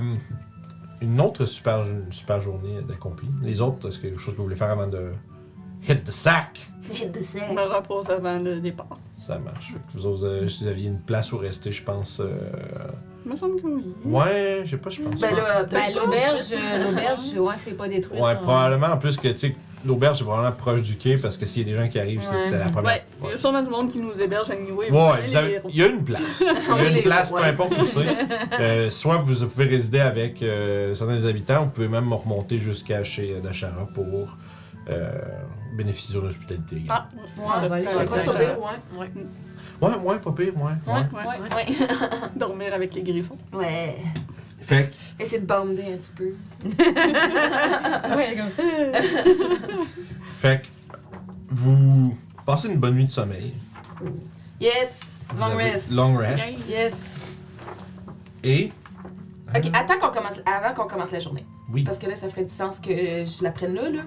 Speaker 1: une autre super, une super journée d'accompli. Les autres, est-ce qu'il y a quelque chose que vous voulez faire avant de hit the sack?
Speaker 3: Je me repose avant le départ.
Speaker 1: Ça marche. Fait que vous, autres, euh, si vous aviez une place où rester, je pense. euh,
Speaker 3: Il me semble que oui.
Speaker 1: Ouais, je sais pas, je pense.
Speaker 4: Ben là, peut-être
Speaker 5: Ben, l'auberge, euh, l'auberge, ouais, c'est pas détruit. hein.
Speaker 1: ouais, probablement. En plus que, tu sais, l'auberge est probablement proche du quai parce que s'il y a des gens qui arrivent, c'est- c'est la première.
Speaker 3: Ouais, il y a sûrement du monde qui nous héberge à New
Speaker 1: Ouais, vous avez- il y a une place. Il y
Speaker 4: est
Speaker 1: a
Speaker 4: les
Speaker 1: une place, peu
Speaker 4: héros,
Speaker 1: importe où c'est. Euh, soit vous pouvez résider avec euh, certains des habitants, vous pouvez même remonter jusqu'à chez euh, Dachara pour euh, bénéficier de l'hospitalité.
Speaker 3: Ah,
Speaker 4: Ouais,
Speaker 3: Ah,
Speaker 4: ouais,
Speaker 3: c'est
Speaker 4: c'est pas
Speaker 3: correct.
Speaker 4: trop pire, ouais.
Speaker 1: Ouais, ouais, pas pire, ouais. ouais.
Speaker 3: ouais, ouais,
Speaker 4: Ouais, ouais.
Speaker 3: [laughs] Dormir avec les griffons.
Speaker 4: Ouais.
Speaker 1: Fait que,
Speaker 4: Essayer de bander un petit peu.
Speaker 5: [laughs] Ouais, comme.
Speaker 1: fait que vous passez une bonne nuit de sommeil.
Speaker 4: Yes!
Speaker 1: Vous
Speaker 4: Long
Speaker 1: avez-
Speaker 4: rest.
Speaker 1: Long rest.
Speaker 4: Yes!
Speaker 1: Et.
Speaker 4: Ok, attends qu'on commence, avant qu'on commence la journée.
Speaker 1: Oui.
Speaker 4: Parce que là, ça ferait du sens que je la prenne là, là.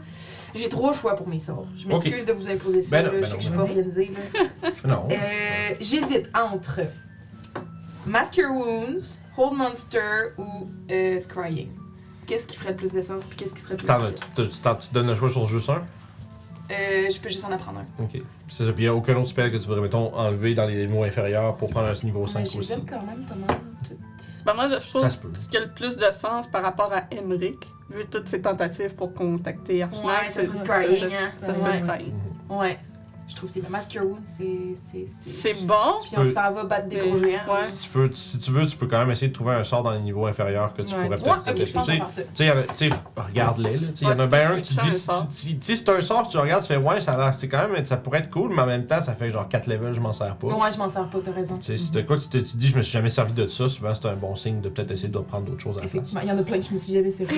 Speaker 4: J'ai trois choix pour mes sorts. Je m'excuse de vous imposer ça,
Speaker 1: Ben
Speaker 4: là.
Speaker 1: non, ben
Speaker 4: je sais
Speaker 1: non,
Speaker 4: que je suis
Speaker 1: ben
Speaker 4: pas
Speaker 5: non.
Speaker 4: organisée, là.
Speaker 1: [laughs] Non.
Speaker 4: Euh, J'hésite entre Mask Your Wounds, Hold Monster ou euh, Scrying. Qu'est-ce qui ferait le plus de sens puis qu'est-ce qui serait le plus
Speaker 1: T'en as-
Speaker 4: utile?
Speaker 1: tu- tu t'en- tu donnes le choix sur juste un.
Speaker 4: Euh, je peux juste en apprendre un.
Speaker 1: Ok. Puis c'est ça. Puis il n'y a aucun autre spell que tu voudrais, mettons, enlever dans les niveaux inférieurs pour prendre un niveau 5
Speaker 4: Mais
Speaker 1: aussi.
Speaker 4: J'hésite quand même pas mal.
Speaker 3: Ben moi, je trouve
Speaker 1: Ça se peut.
Speaker 3: ce qui a le plus de sens par rapport à Emmerich, vu toutes ses tentatives pour contacter Archmack,
Speaker 4: Ouais, ça
Speaker 3: c'est
Speaker 4: serait Scrying, hein.
Speaker 3: Ça serait
Speaker 4: Ouais.
Speaker 3: Scrying.
Speaker 1: Mhm.
Speaker 4: Ouais. Je trouve que c'est bien. Mask Your Wounds, c'est. c'est- c'est-
Speaker 3: C'est bon,
Speaker 4: Puis on
Speaker 1: peux-
Speaker 4: s'en va battre des
Speaker 3: Mais-
Speaker 4: gros géants.
Speaker 3: ouais.
Speaker 1: Si tu, peux, si tu veux, tu peux quand même essayer de trouver un sort dans les niveaux inférieurs que tu
Speaker 5: Ouais.
Speaker 1: pourrais
Speaker 4: Ouais,
Speaker 1: peut-être.
Speaker 4: ok, je pense
Speaker 1: Tu
Speaker 4: qu'on
Speaker 1: sais,
Speaker 4: va faire ça.
Speaker 1: Tu sais, y en a- tu sais, regarde-les. là. Tu sais, Il y
Speaker 3: Ouais,
Speaker 1: en a
Speaker 3: tu
Speaker 1: bien
Speaker 3: peux
Speaker 1: un qui
Speaker 3: switcher
Speaker 1: dit si
Speaker 3: un sort.
Speaker 1: tu- si c'est un sort que tu regardes, tu fais ouais, ça a l'air, c'est quand même, ça pourrait être cool, mais en même temps, ça fait genre 4 levels, je m'en sers pas.
Speaker 4: Ouais, je m'en sers pas, t'as raison.
Speaker 1: Tu sais, si t'as quoi, tu te tu te dis, je me suis jamais servi de ça, souvent c'est un bon signe de peut-être essayer de prendre d'autres choses à la place.
Speaker 4: Effectivement, il y en a plein que je me suis jamais [laughs] servi.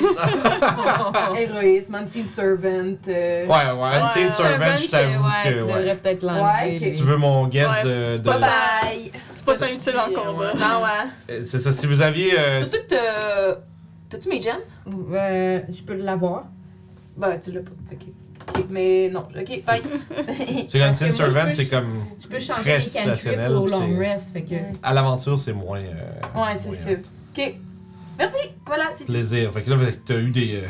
Speaker 4: Héroïsme, Unseen Servant. euh,
Speaker 1: Ouais, ouais, une
Speaker 3: Ouais,
Speaker 1: scene servant, je t'avoue
Speaker 5: Ouais,
Speaker 1: que.
Speaker 5: tu
Speaker 1: ouais.
Speaker 5: devrais peut-être
Speaker 4: Ouais,
Speaker 5: l'enlever.
Speaker 4: ok.
Speaker 1: Si tu veux mon guess
Speaker 3: Ouais,
Speaker 1: de.
Speaker 3: c'est
Speaker 1: de-
Speaker 4: Bye bye!
Speaker 3: c'est pas tant utile en combat.
Speaker 4: Non, ouais.
Speaker 1: Euh, C'est ça, si vous aviez. euh,
Speaker 4: Surtout que t'as- T'as-tu mes gens?
Speaker 5: Euh, je peux l'avoir.
Speaker 4: Bah, tu l'as pas. Ok. Ok, Mais non, ok, [laughs] bye.
Speaker 1: c'est comme Sin
Speaker 5: Parce que moi, je
Speaker 1: Servant,
Speaker 5: peux-
Speaker 1: c'est comme.
Speaker 5: Je peux
Speaker 1: Très
Speaker 5: changer les cantrips
Speaker 1: situationnel,
Speaker 5: au
Speaker 1: puis
Speaker 5: long
Speaker 1: c'est-
Speaker 5: rest, fait que...
Speaker 4: Ouais.
Speaker 1: À l'aventure, c'est moins. euh,
Speaker 4: Ouais, c'est
Speaker 1: moins,
Speaker 4: ça.
Speaker 1: euh,
Speaker 4: Ok. Merci. Voilà, c'est tout.
Speaker 1: Plaisir. Fait que là, t'as eu des. euh,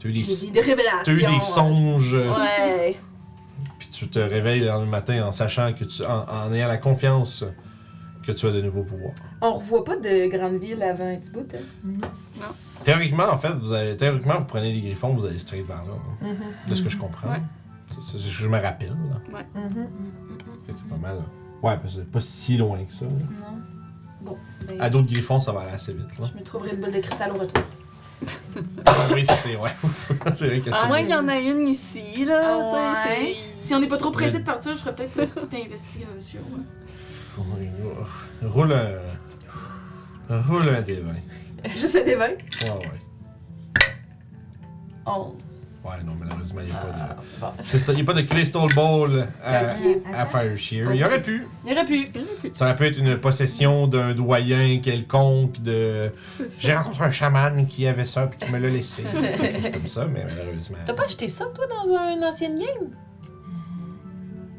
Speaker 1: T'as eu
Speaker 4: J'ai
Speaker 1: des.
Speaker 4: dit des
Speaker 1: T'as
Speaker 4: révélations.
Speaker 1: eu des songes. euh,
Speaker 4: Ouais.
Speaker 1: Puis tu te réveilles le lendemain matin en sachant que tu. en, en ayant la confiance que tu as de nouveaux pouvoirs.
Speaker 4: On revoit pas de grande ville avant un petit bout. hein?
Speaker 1: Théoriquement, en fait, vous avez, théoriquement, vous prenez les griffons, vous allez straight vers là. hein,
Speaker 6: Mm-hmm,
Speaker 1: de ce que je comprends.
Speaker 3: Ouais.
Speaker 1: C'est- c'est- je me rappelle, là.
Speaker 6: mm-hmm.
Speaker 1: Fait que C'est pas mal. là. Ouais, parce que c'est pas si loin que ça. là.
Speaker 4: Non. Bon. ben,
Speaker 1: À d'autres griffons, ça va aller assez vite, là.
Speaker 4: je me trouverai une boule de cristal au retour.
Speaker 1: Ah oui, ça, c'est. Ouais. [laughs] c'est vrai que
Speaker 3: À
Speaker 1: c'est.
Speaker 3: moins qu'il Ah, y en ait une ici, là. tu sais, c'est-
Speaker 4: Si on n'est pas trop pressé de partir, je ferai peut-être une petite investigation.
Speaker 1: Roule un. Roule un des 20.
Speaker 4: Juste à des 20.
Speaker 1: Ouais, ouais.
Speaker 4: 11.
Speaker 1: Ouais, non, malheureusement, il n'y a pas de.
Speaker 4: Bon.
Speaker 1: Crystal- Il n'y a pas de Crystal Ball à,
Speaker 4: Ok.
Speaker 1: à Fire Shear. Il y aurait pu.
Speaker 4: Il n'y aurait plus.
Speaker 1: Ça aurait pu être une possession d'un doyen quelconque de.
Speaker 3: c'est ça.
Speaker 1: J'ai rencontré un chaman qui avait ça puis qui me l'a laissé. Quelque chose comme ça, mais malheureusement.
Speaker 6: T'as pas acheté ça, toi, dans un ancien game?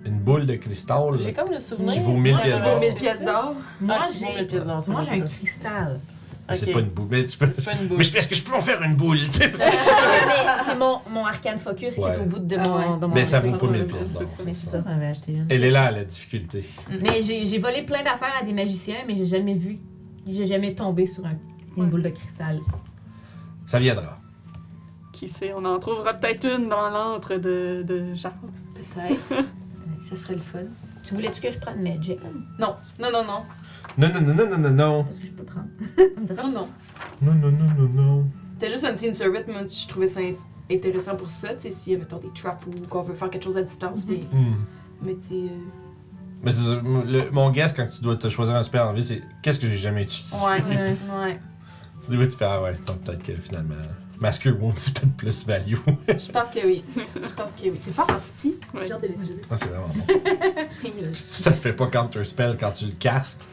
Speaker 1: Une boule de cristal.
Speaker 6: J'ai comme le souvenir.
Speaker 1: Qui vaut 1000
Speaker 6: Ouais,
Speaker 1: pièces
Speaker 6: qui
Speaker 1: d'or.
Speaker 6: vaut
Speaker 4: 1000
Speaker 6: 1000
Speaker 4: pièces d'or.
Speaker 5: Moi,
Speaker 6: qui vaut
Speaker 5: j'ai...
Speaker 6: mille pièces d'or, ça,
Speaker 5: Moi,
Speaker 6: je
Speaker 5: j'ai un
Speaker 6: sais.
Speaker 5: [laughs] cristal.
Speaker 1: C'est
Speaker 6: Ok.
Speaker 1: pas une boule. Mais tu
Speaker 6: [laughs]
Speaker 1: peux.
Speaker 6: C'est pas une boule.
Speaker 1: Mais je- est-ce que je peux en faire une boule, tu sais?
Speaker 5: [laughs] Mais c'est mon, mon arcane focus qui
Speaker 1: Ouais.
Speaker 5: est au bout de
Speaker 4: Ah
Speaker 5: mon...
Speaker 4: ouais.
Speaker 5: de mon
Speaker 1: Mais ça vaut pas 1000
Speaker 3: C'est
Speaker 1: pièces d'or.
Speaker 3: ça.
Speaker 5: Mais c'est ça, j'en avais acheté une.
Speaker 1: Elle est là, la difficulté.
Speaker 5: Mais j'ai j'ai volé plein d'affaires à des magiciens, mais j'ai jamais vu... J'ai jamais tombé sur un-
Speaker 3: Ouais.
Speaker 5: une boule de cristal.
Speaker 1: Ça viendra.
Speaker 3: Qui sait, on en trouvera peut-être une dans l'antre de, de Japon.
Speaker 4: Peut-être. Ça serait le fun.
Speaker 5: Tu voulais-tu que je prenne mes jets?
Speaker 4: Non, non, non, non.
Speaker 1: Non, non, non, non, non, non, non.
Speaker 5: Est-ce que je peux [laughs] prendre? Ça me dérange
Speaker 4: Non, non.
Speaker 1: Non, non, non, non, non.
Speaker 4: C'était juste un scene servant, moi, je trouvais ça in- intéressant pour ça. Tu sais, s'il y a, mettons, des traps ou qu'on veut faire quelque chose à distance, mais,
Speaker 1: Hmm.
Speaker 4: mais tu sais. euh,
Speaker 1: Mais c'est ça, m- le- mon guess quand tu dois te choisir un spell en vie, c'est qu'est-ce que j'ai jamais utilisé.
Speaker 4: Ouais,
Speaker 5: Ouais.
Speaker 4: ouais.
Speaker 1: Tu dis, oui, tu fais, ah ouais, donc peut-être que finalement, Masker Wound, c'est peut-être plus value. [laughs]
Speaker 4: Je pense que oui. Je pense que oui. C'est fort anti
Speaker 3: Ouais.
Speaker 4: J'ai hâte de l'utiliser.
Speaker 1: Ah, c'est vraiment bon. Tu te fais pas counter spell quand tu le castes.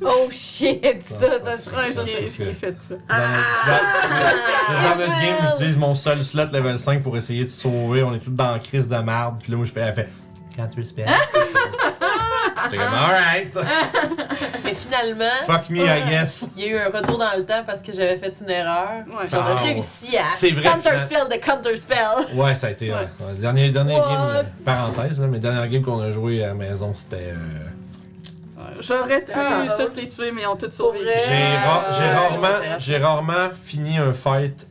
Speaker 5: Oh
Speaker 1: Ah.
Speaker 5: shit, ça, ça
Speaker 1: c'est
Speaker 5: se
Speaker 3: Ouais,
Speaker 1: ça,
Speaker 3: je
Speaker 1: c'est
Speaker 3: l'ai- je
Speaker 1: ça.
Speaker 3: l'ai fait ça.
Speaker 1: Dans, dans- dans notre game, j'utilise mon seul slot level 5 pour essayer de sauver. On est tous dans la crise de merde. Puis là, moi, je fais, elle fait counter spell. J'étais comme, alright.
Speaker 6: Mais finalement,
Speaker 1: Fuck me, I guess.
Speaker 6: il y a eu un retour dans le temps parce que j'avais fait une erreur.
Speaker 3: Ouais.
Speaker 6: J'aurais
Speaker 1: Ah, ouais.
Speaker 6: réussi à
Speaker 1: C'est vrai,
Speaker 6: counter
Speaker 1: finalement.
Speaker 6: spell de counter spell.
Speaker 1: Ouais, ça a été.
Speaker 3: Ouais.
Speaker 1: ouais. Ouais, Dernier, dernier
Speaker 5: What?
Speaker 1: game, euh, parenthèse, là, mais dernier game qu'on a joué à la maison, c'était. euh,
Speaker 3: Ouais, J'aurais pu
Speaker 4: Ah.
Speaker 3: toutes les tuer, mais on toutes
Speaker 4: Pour
Speaker 3: sauvé.
Speaker 4: vrai.
Speaker 1: J'ai ra- j'ai
Speaker 4: Euh,
Speaker 1: rarement,
Speaker 6: stress.
Speaker 1: j'ai rarement fini un fight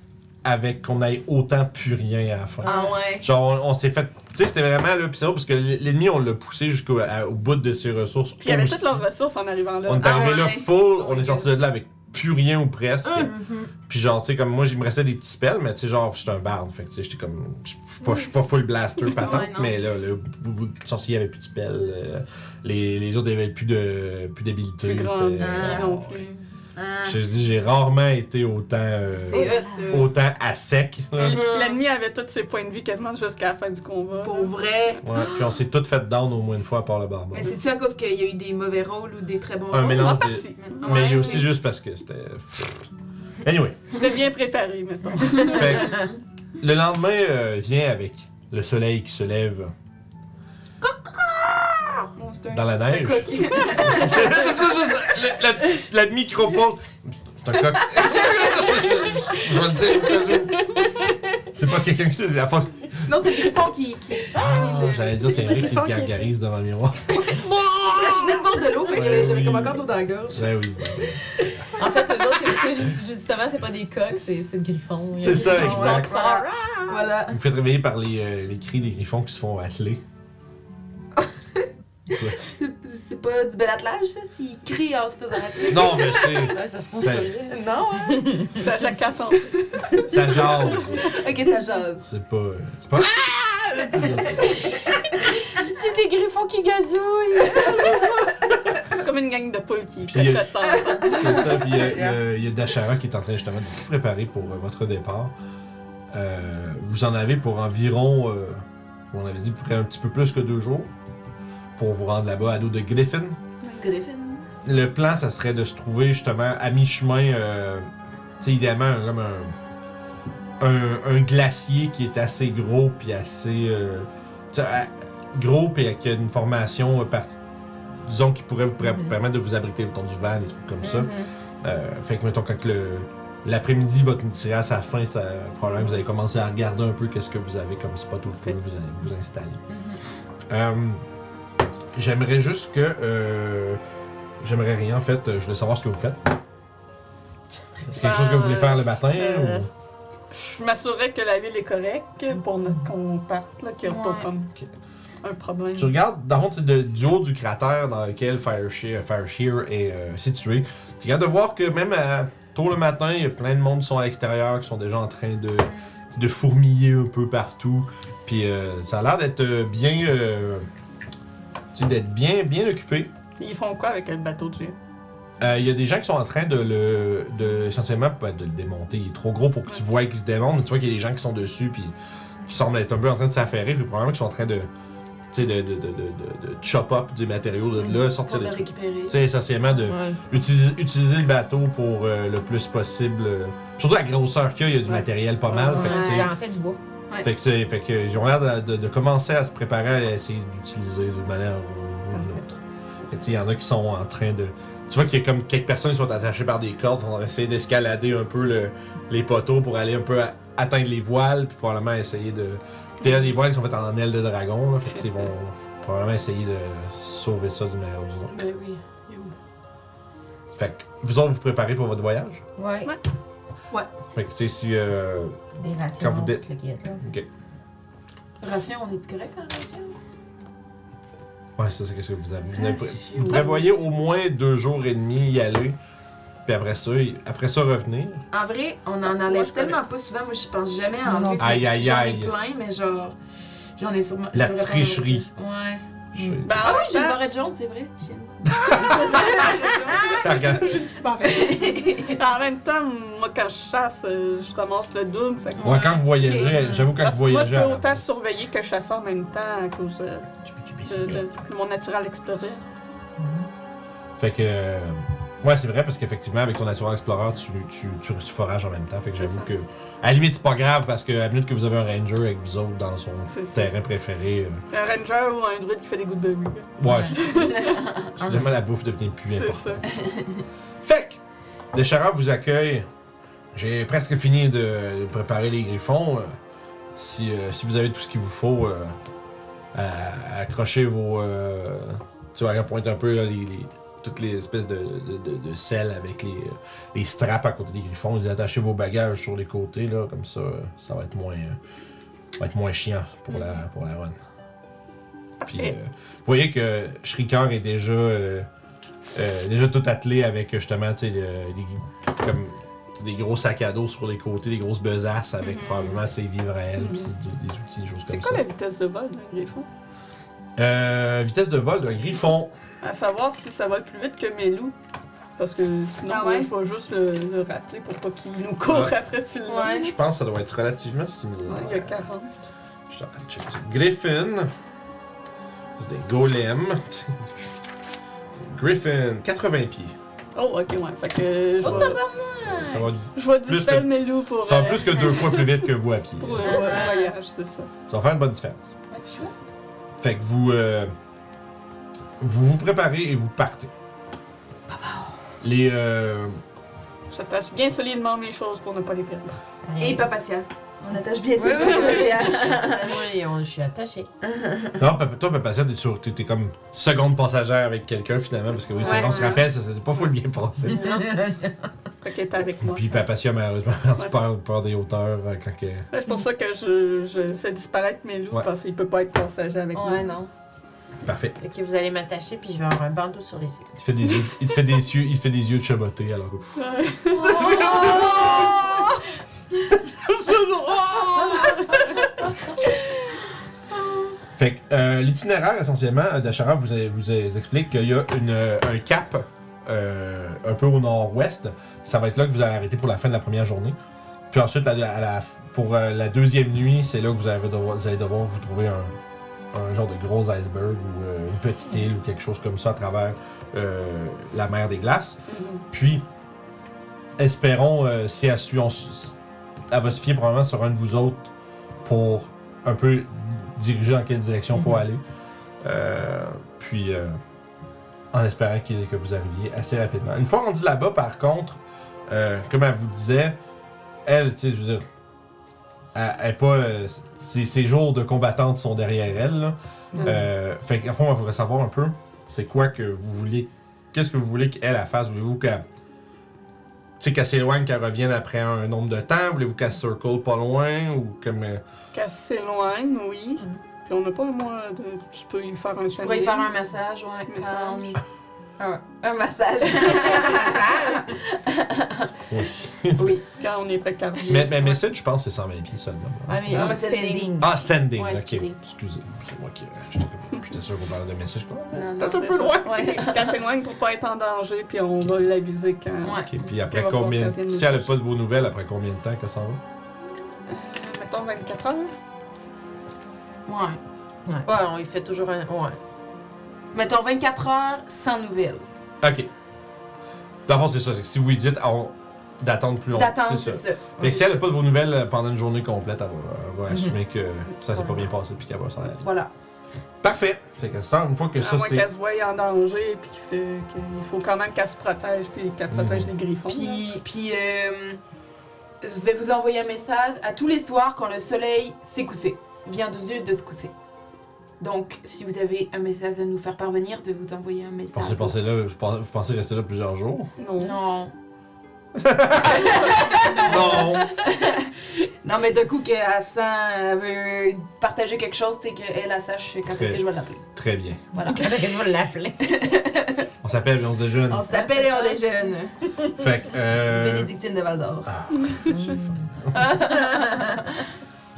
Speaker 1: avec qu'on aille autant plus rien à la fin.
Speaker 4: Ah ouais.
Speaker 1: Genre, on, on s'est fait. Tu sais, c'était vraiment là, pis c'est drôle, parce que l'ennemi, on l'a poussé jusqu'au à- au bout de ses ressources.
Speaker 3: Puis il y avait
Speaker 1: aussi.
Speaker 3: toutes leurs ressources en arrivant là.
Speaker 1: On est
Speaker 4: Ah
Speaker 1: arrivé là
Speaker 4: ouais.
Speaker 1: full,
Speaker 4: Oh
Speaker 1: on
Speaker 4: my
Speaker 1: est sorti de là avec plus rien ou presque.
Speaker 6: Mhm.
Speaker 1: Puis genre, tu sais, comme moi, il me restait des petits spells, mais tu sais, genre, j'étais un barde. Fait que tu sais, j'étais comme. Je suis pas, je suis pas full blaster patent,
Speaker 2: Ouais, non.
Speaker 1: mais là, le, le sorcier avait plus de spells. euh, les, les autres avaient plus de plus d'habilité.
Speaker 3: Plus grand,
Speaker 1: c'était-
Speaker 2: hein,
Speaker 1: ah,
Speaker 3: non
Speaker 1: ouais.
Speaker 3: plus.
Speaker 2: Ah,
Speaker 1: Je te dis, j'ai rarement été autant. euh,
Speaker 2: c'est hot, ça.
Speaker 1: autant à sec. là.
Speaker 3: L'ennemi avait tous ses points de vie quasiment jusqu'à la fin du
Speaker 4: Ah.
Speaker 3: combat.
Speaker 2: Pour vrai.
Speaker 1: Ouais, puis on s'est toutes fait down au moins une fois par le barbare.
Speaker 2: Mais c'est-tu à cause qu'il y a eu des mauvais rôles ou des très bons
Speaker 1: Un
Speaker 2: rôles?
Speaker 1: mélange de.
Speaker 3: Parti.
Speaker 2: Maintenant,
Speaker 1: Mais
Speaker 2: ouais,
Speaker 1: aussi juste parce que c'était. Anyway.
Speaker 3: Je deviens préparée maintenant.
Speaker 1: Fait que le lendemain euh, vient avec le soleil qui se lève
Speaker 2: Bon, c'est un-
Speaker 1: dans la
Speaker 2: c'est un
Speaker 1: neige.
Speaker 2: coq.
Speaker 1: C'est ça, juste le- la, [laughs] la demi-micro-pause. C'est un coq. Je vais le dire au cas où. C'est pas quelqu'un qui sait la faute.
Speaker 2: non, c'est le griffon qui. qui...
Speaker 1: Ah,
Speaker 2: le-
Speaker 1: J'allais dire, c'est Eric qui se gargarise devant le miroir.
Speaker 2: Ah,
Speaker 1: [laughs]
Speaker 2: Je venais de boire de l'eau, fait que
Speaker 1: Ouais,
Speaker 2: j'avais
Speaker 1: oui.
Speaker 2: comme encore de l'eau dans la gorge.
Speaker 1: Ben oui.
Speaker 5: En fait, eux autres, c'est- c'est juste- justement, c'est pas des coqs, c'est c'est le griffon.
Speaker 1: C'est ça,
Speaker 5: Le griffon
Speaker 1: exact.
Speaker 5: qui sort.
Speaker 2: Voilà.
Speaker 1: Vous me faites réveiller par les, euh, les cris des griffons qui se font [laughs] atteler.
Speaker 2: C'est c'est pas du bel attelage, ça, s'il crie en se faisant atteler.
Speaker 1: Non, mais c'est.
Speaker 6: Ouais, ça se pose
Speaker 1: Ça-
Speaker 6: pas bien.
Speaker 2: Non, hein?
Speaker 3: Ça jacasse en
Speaker 1: Ça jase.
Speaker 2: [laughs] Ok, ça jase.
Speaker 1: C'est pas. euh, C'est pas.
Speaker 5: C'est des griffons qui gazouillent.
Speaker 3: comme une gang de poules qui
Speaker 1: Puis, euh,
Speaker 3: fait peur.
Speaker 1: C'est ça, puis euh, il y a- il y a, il y a Dashara qui est en train justement de vous préparer pour euh, votre départ. Euh, vous en avez pour environ, euh, on avait dit, près un petit peu plus que deux jours pour vous rendre là-bas à dos de Griffin.
Speaker 2: Griffin.
Speaker 1: Le plan, ça serait de se trouver justement à mi-chemin, euh, tu sais, idéalement, un- comme un, un, un glacier qui est assez gros, puis assez. euh, tu sais, à- gros, puis qui a une formation, euh, par- disons, qui pourrait vous pr-
Speaker 5: Mhm.
Speaker 1: permettre de vous abriter le temps du vent, des trucs comme
Speaker 2: Mhm.
Speaker 1: ça. Euh, fait que, mettons, quand le- l'après-midi, votre tirage à sa fin, ça, probablement, vous allez commencer à regarder un peu qu'est-ce que vous avez comme spot où vous pouvez vous, vous installer. Euh, J'aimerais juste que... euh, J'aimerais rien, en fait. euh, Je voulais savoir ce que vous faites. C'est quelque chose que vous voulez faire le matin?
Speaker 3: Euh,
Speaker 1: ou-
Speaker 3: Je m'assurais que la ville est correcte pour ne- qu'on parte, là, qu'il n'y a pas
Speaker 2: Ouais.
Speaker 3: comme
Speaker 1: Ok.
Speaker 3: un problème.
Speaker 1: Tu regardes, dans le fond, tu sais, de- du haut du cratère dans lequel Fireshear, Fireshear est euh, situé, tu regardes de voir que même à- tôt le matin, il y a plein de monde qui sont à l'extérieur, qui sont déjà en train de, de fourmiller un peu partout. Puis euh, ça a l'air d'être euh, bien, euh, tu sais, d'être bien, bien occupé.
Speaker 3: Ils font quoi avec le bateau de géant?
Speaker 1: Euh, Il y a des gens qui sont en train de le. De, essentiellement, pas de le démonter. Il est trop gros pour que tu vois qu'il se démonte, mais tu vois qu'il y a des gens qui sont dessus, puis qui semblent être un peu en train de s'affairer, puis probablement qu'ils sont en train de. Tu sais, de, de, de, de, de, de chop up des matériaux, de là, sortir
Speaker 2: Pour
Speaker 1: des
Speaker 2: le
Speaker 1: trucs.
Speaker 2: récupérer.
Speaker 1: Tu sais, essentiellement, de,
Speaker 6: Ouais.
Speaker 1: utiliser, utiliser le bateau pour euh, le plus possible. euh, surtout à la grosseur qu'il y a, il y a du
Speaker 6: Ouais.
Speaker 1: matériel pas mal. Ah, Fait que, tu sais,
Speaker 5: Il en fait du bois.
Speaker 1: fait que, c'est- fait que ils ont l'air de, de- de commencer à se préparer à essayer d'utiliser de manière ou, ou d'une autre. Fait que, tu sais, Il y en a qui sont en train de. Tu vois qu'il y a comme quelques personnes qui sont attachées par des cordes, qui vont essayer d'escalader un peu le- les poteaux pour aller un peu à- atteindre les voiles, puis probablement essayer de. Puis D'ailleurs, les voiles qui sont faites en ailes de dragon, là, fait qu'ils vont probablement essayer de sauver ça d'une manière ou d'une autre.
Speaker 2: Ben oui.
Speaker 1: Fait que vous autres, vous préparez pour votre voyage.
Speaker 5: Ouais.
Speaker 3: Ouais.
Speaker 1: Fait que tu sais, si. euh,
Speaker 5: Des rations.
Speaker 1: Quand vous dites-
Speaker 5: tout le kit, là.
Speaker 2: Ration, on est-tu correct en ration?
Speaker 1: Ouais, ça, c'est ce que vous avez. Vous,
Speaker 2: Ah,
Speaker 1: avez-
Speaker 2: si,
Speaker 1: vous
Speaker 2: oui.
Speaker 1: prévoyez au moins deux jours et demi y aller, puis après ça, y- après ça revenir.
Speaker 2: En vrai, on en
Speaker 3: Moi,
Speaker 2: enlève
Speaker 3: je
Speaker 2: tellement pas souvent. Moi, je pense jamais à
Speaker 5: Non.
Speaker 2: enlever.
Speaker 1: Aïe, aïe,
Speaker 2: J'en
Speaker 1: aïe.
Speaker 2: ai plein, mais genre, j'en ai sûrement.
Speaker 1: La
Speaker 2: j'aurais pas
Speaker 1: tricherie.
Speaker 2: enlevé. Ouais.
Speaker 1: Je-
Speaker 4: Bah
Speaker 3: Ben,
Speaker 2: Ah oui, j'ai une
Speaker 3: ben,
Speaker 2: barrette jaune, c'est [laughs] vrai. J'ai une
Speaker 1: T'as regardé-
Speaker 3: En même temps, moi, quand je chasse, euh, je ramasse le double. Fait que-
Speaker 1: Moi, quand vous voyagez, j'avoue, quand
Speaker 3: Parce
Speaker 1: vous
Speaker 3: que moi, je
Speaker 1: voyagez.
Speaker 3: peux
Speaker 1: à-
Speaker 3: autant surveiller que chasser en même temps à cause euh,
Speaker 1: Tu peux- tu peux-
Speaker 3: de, de- de mon naturel exploré.
Speaker 1: Fait que. euh, Ouais, c'est vrai, parce qu'effectivement, avec ton Natural Explorer, tu, tu, tu, tu forages en même temps. Fait que
Speaker 3: C'est
Speaker 1: j'avoue
Speaker 3: ça.
Speaker 1: que. À la limite, c'est pas grave, parce que à la minute que vous avez un Ranger avec vous autres dans son
Speaker 3: C'est ça.
Speaker 1: terrain préféré, euh,
Speaker 3: Un ranger ou un druide qui fait des gouttes de rue.
Speaker 1: ouais,
Speaker 5: Ouais.
Speaker 1: [laughs] soudainement, la bouffe devient plus
Speaker 3: C'est
Speaker 1: importante.
Speaker 3: ça.
Speaker 1: [laughs] Fait que le charab vous accueille. J'ai presque fini de de préparer les griffons. Euh, Si, euh, si vous avez tout ce qu'il vous faut, euh, à- à accrochez vos. euh, tu vois, pointe un peu là, les, les- toutes les espèces de, de, de- de selles avec les, euh, les straps à côté des griffons. Vous attachez vos bagages sur les côtés, là, comme ça, euh, ça va être moins, euh, va être moins chiant pour la, pour la run. Puis,
Speaker 3: Parfait.
Speaker 1: euh, vous voyez que Shrikar est déjà. euh, euh, déjà tout attelé avec justement tu sais, euh, des, comme tu sais, des gros sacs à dos sur les côtés, des grosses besasses avec
Speaker 4: Mhm.
Speaker 1: probablement ses vivres à elle,
Speaker 3: Mhm.
Speaker 1: pis des, des outils, des choses
Speaker 3: C'est
Speaker 1: comme
Speaker 3: quoi
Speaker 1: ça.
Speaker 3: la vitesse de vol hein, d'un griffon?
Speaker 1: Euh, vitesse de vol d'un griffon.
Speaker 3: À savoir si ça va plus vite que mes loups. Parce que sinon,
Speaker 4: Ah
Speaker 3: il
Speaker 4: ouais?
Speaker 3: faut juste le, le rappeler pour pas qu'il nous court
Speaker 1: Ouais.
Speaker 3: après tout le long.
Speaker 4: Ouais.
Speaker 1: Je pense que ça doit être relativement similaire.
Speaker 3: Ouais, Il y a 40.
Speaker 1: Je suis en train de checker ça. Griffin. C'est des golems. Griffin, 80 pieds.
Speaker 3: Oh, ok, ouais. Fait que je
Speaker 1: Oh,
Speaker 3: vais,
Speaker 1: Ça va,
Speaker 3: je vais
Speaker 1: Plus
Speaker 3: dispel
Speaker 1: que-
Speaker 3: mes loups pour,
Speaker 1: ça va
Speaker 3: euh,
Speaker 1: plus que deux fois plus vite que vous à pied.
Speaker 3: pour le
Speaker 4: Ah, ah.
Speaker 3: voyage, c'est ça.
Speaker 1: Ça va faire une bonne différence. Fait que vous, euh, vous vous préparez et vous partez. Les, euh,
Speaker 3: J'attache bien solidement mes choses pour ne pas les perdre.
Speaker 2: Et Papatia. On attache bien ses
Speaker 6: Oui, oui, oui.
Speaker 2: Papatia.
Speaker 6: Ah, Oui, on- je suis attachée.
Speaker 1: non, Papa- toi, Papa Sia, t'es sur- t'es t'es comme seconde passagère avec quelqu'un finalement, parce que oui,
Speaker 3: Ouais.
Speaker 1: on se rappelle, ça s'était pas full bien passé.
Speaker 3: Fait qu'elle est avec moi.
Speaker 1: Puis Papa Sia, malheureusement, [laughs] a perdu
Speaker 3: Ouais.
Speaker 1: peur, peur des hauteurs euh, quand que.
Speaker 3: Ouais, C'est pour ça que je, je fais disparaître mes loups
Speaker 1: Ouais.
Speaker 3: parce qu'il peut pas être passager avec moi.
Speaker 4: Ouais, non.
Speaker 1: Parfait.
Speaker 6: Fait que vous allez m'attacher, puis je vais avoir un bandeau sur les yeux.
Speaker 1: Il te fait des yeux, il te fait des yeux, il te fait des yeux de chaboté alors que. Fait que euh, l'itinéraire essentiellement euh, d'Achara vous, vous explique qu'il y a une, un cap euh, un peu au nord-ouest. Ça va être là que vous allez arrêter pour la fin de la première journée. Puis ensuite, à la- à la- pour euh, la deuxième nuit, c'est là que vous, avez devoir- vous allez devoir vous trouver un, un genre de gros iceberg ou euh, une petite île ou quelque chose comme ça à travers euh, la mer des glaces.
Speaker 3: Mhm.
Speaker 1: Puis, espérons, euh, si elle suit, on s- elle va se fier probablement sur un de vous autres pour un peu diriger dans quelle direction faut
Speaker 5: Mhm.
Speaker 1: aller. Euh, puis, euh, en espérant qu'il- que vous arriviez assez rapidement. Une fois rendu là-bas, par contre, euh, comme elle vous disait, elle, tu sais, je veux dire, elle, elle est pas. euh, ses, ses jours de combattante sont derrière elle. là.
Speaker 3: Mhm.
Speaker 1: Euh, fait qu'en fond, on voudrait savoir un peu, c'est quoi que vous voulez, qu'est-ce que vous voulez qu'elle elle fasse? Voulez-vous qu'elle, tu sais, qu'elle s'éloigne, qu'elle revienne après un nombre de temps? Voulez-vous qu'elle circle pas loin? Ou comme... euh,
Speaker 3: Qu'elle s'éloigne, oui. Puis on n'a pas un mois de. Je peux lui faire un
Speaker 4: Je pourrais y faire un massage, ouais.
Speaker 3: Massage.
Speaker 4: Massage. Un, un massage.
Speaker 3: Quand on est prêt à revenir.
Speaker 1: Mais, mais message, je pense, c'est 120 pieds seulement.
Speaker 5: Ah, mais
Speaker 4: Ah,
Speaker 5: ah,
Speaker 4: c'est
Speaker 5: c'est
Speaker 4: dingue.
Speaker 5: dingue.
Speaker 1: Ah, sending,
Speaker 4: Ouais,
Speaker 1: ok.
Speaker 4: excusez.
Speaker 1: Excusez, c'est moi qui. euh, J'étais comme- j'étais sûr qu'on parlait de message. quoi.
Speaker 4: Non,
Speaker 1: C'est
Speaker 4: non,
Speaker 1: peut-être un
Speaker 3: mais
Speaker 1: peu
Speaker 3: ça-
Speaker 1: loin.
Speaker 4: ouais.
Speaker 3: Qu'elle s'éloigne pour pas être en danger, puis on va l'aviser quand.
Speaker 4: Ouais.
Speaker 1: Ok, puis après
Speaker 3: va falloir
Speaker 1: combien.
Speaker 3: qu'elle vienne
Speaker 1: Si
Speaker 3: nous
Speaker 1: elle n'a
Speaker 3: chercher.
Speaker 1: pas de vos nouvelles, après combien de temps que ça va?
Speaker 3: Euh, mettons 24 heures.
Speaker 4: Ouais.
Speaker 6: Ouais, on y fait toujours un. Ouais.
Speaker 4: Mettons 24 heures sans nouvelles.
Speaker 1: Ok. Dans le fond, c'est ça. C'est que si vous lui dites on- d'attendre plus longtemps.
Speaker 4: D'attendre, c'est ça.
Speaker 1: Fait que si elle n'a pas de vos nouvelles euh, pendant une journée complète, elle va, elle va assumer que ça s'est pas bien passé puis qu'elle va s'en aller.
Speaker 4: Voilà.
Speaker 1: Parfait! Fait que c'est une fois que
Speaker 3: à
Speaker 1: ça
Speaker 3: moins
Speaker 1: c'est.
Speaker 3: qu'elle se voie en danger, puis qu'il fait- qu'il faut quand même qu'elle se protège, puis qu'elle
Speaker 1: Mm.
Speaker 3: protège les griffons. là.
Speaker 4: Puis, puis euh, je vais vous envoyer un message à tous les soirs quand le soleil s'est couché. Vient de Dieu de se coucher. Donc, si vous avez un message à nous faire parvenir, je vais vous envoyer un
Speaker 1: Vous pensez,
Speaker 4: message.
Speaker 1: penser là, vous pensez- vous pensez rester là plusieurs jours?
Speaker 3: Non.
Speaker 4: Non.
Speaker 1: Non!
Speaker 4: Non, mais d'un coup, qu'elle sent, elle veut partager quelque chose, c'est qu'elle, elle sache quand
Speaker 1: Très.
Speaker 4: est-ce que je vais l'appeler.
Speaker 1: Très bien.
Speaker 4: Voilà.
Speaker 5: Je vais l'appeler.
Speaker 1: On s'appelle et on se déjeune.
Speaker 4: On s'appelle et on déjeune.
Speaker 1: Fait que. Euh...
Speaker 4: Bénédictine de Val d'Or.
Speaker 1: Ah,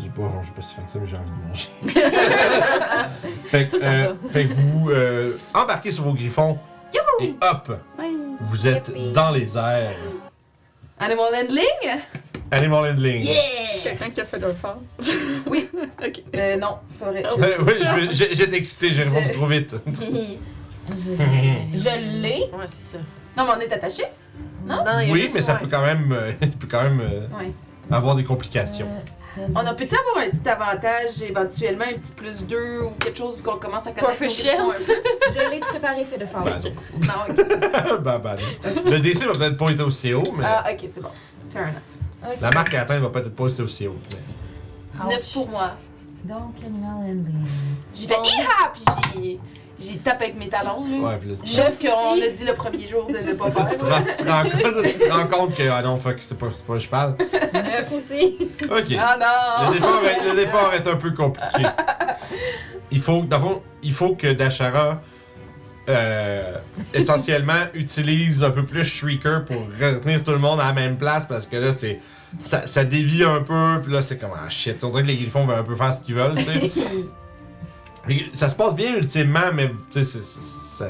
Speaker 1: j'ai pas, j'ai pas si faim que ça, mais j'ai envie de manger. fait, que,
Speaker 5: Tout le temps
Speaker 1: euh, fait que vous euh, embarquez sur vos griffons et hop, vous êtes
Speaker 5: Yippee.
Speaker 1: dans les airs.
Speaker 4: Animal Handling?
Speaker 1: Animal Handling. [laughs]
Speaker 3: C'est quelqu'un qui a fait d'un fort.
Speaker 4: Euh, non, c'est pas vrai.
Speaker 1: Euh, oui, je me- j'ai- j'étais excité, j'ai
Speaker 4: Je-
Speaker 1: répondu trop vite.
Speaker 4: non,
Speaker 5: Je l'ai.
Speaker 6: Ouais, c'est ça.
Speaker 4: mais on est attaché.
Speaker 6: Non, Ah, il y a
Speaker 1: Oui,
Speaker 6: juste-
Speaker 1: mais ça
Speaker 6: ouais.
Speaker 1: peut quand même, euh, [laughs] il peut quand même euh,
Speaker 4: Ouais.
Speaker 1: avoir des complications.
Speaker 4: On a peut-tu avoir un petit avantage, éventuellement un petit plus 2 ou quelque chose, vu qu'on commence à connaître.
Speaker 6: Proficient.
Speaker 4: nos questions
Speaker 5: Je l'ai préparé, fait de fort.
Speaker 1: Bah non. [laughs]
Speaker 4: un peu? Non, ok.
Speaker 1: Bah, bah, non. Le DC va peut-être pas être aussi haut, mais
Speaker 4: Ah, ok, c'est bon. Fair enough.
Speaker 1: la marque à atteindre va peut-être pas être aussi haute. mais-
Speaker 4: 9 pour moi.
Speaker 5: Donc, Animal Handling.
Speaker 4: J'ai fait Iha! Puis j'ai, j'ai tapé avec mes talons, là.
Speaker 1: Ouais, puis là, tu te rends-
Speaker 4: Chose qu'on a dit le premier jour de ne pas
Speaker 1: ça, tu, te
Speaker 4: faire.
Speaker 1: rends, [laughs] tu te rends compte- ça, tu te rends compte que ah non, fuck, c'est pas, c'est pas un cheval.
Speaker 5: Neuf aussi.
Speaker 1: Ok.
Speaker 4: Ah
Speaker 5: Oh.
Speaker 1: Le
Speaker 4: non!
Speaker 1: départ, est, le départ est un peu compliqué. Il faut, dans le fond, il faut que Dashara euh, essentiellement
Speaker 5: [laughs]
Speaker 1: utilise un peu plus Shrieker pour retenir tout le monde à la même place parce que là, c'est. Ça, ça dévie un peu, puis là, c'est comme ah shit. On dirait que les griffons veulent un peu faire ce qu'ils veulent, tu
Speaker 5: [laughs]
Speaker 1: sais. Puis ça se passe bien ultimement, mais tu sais, c'est- c'est- ça,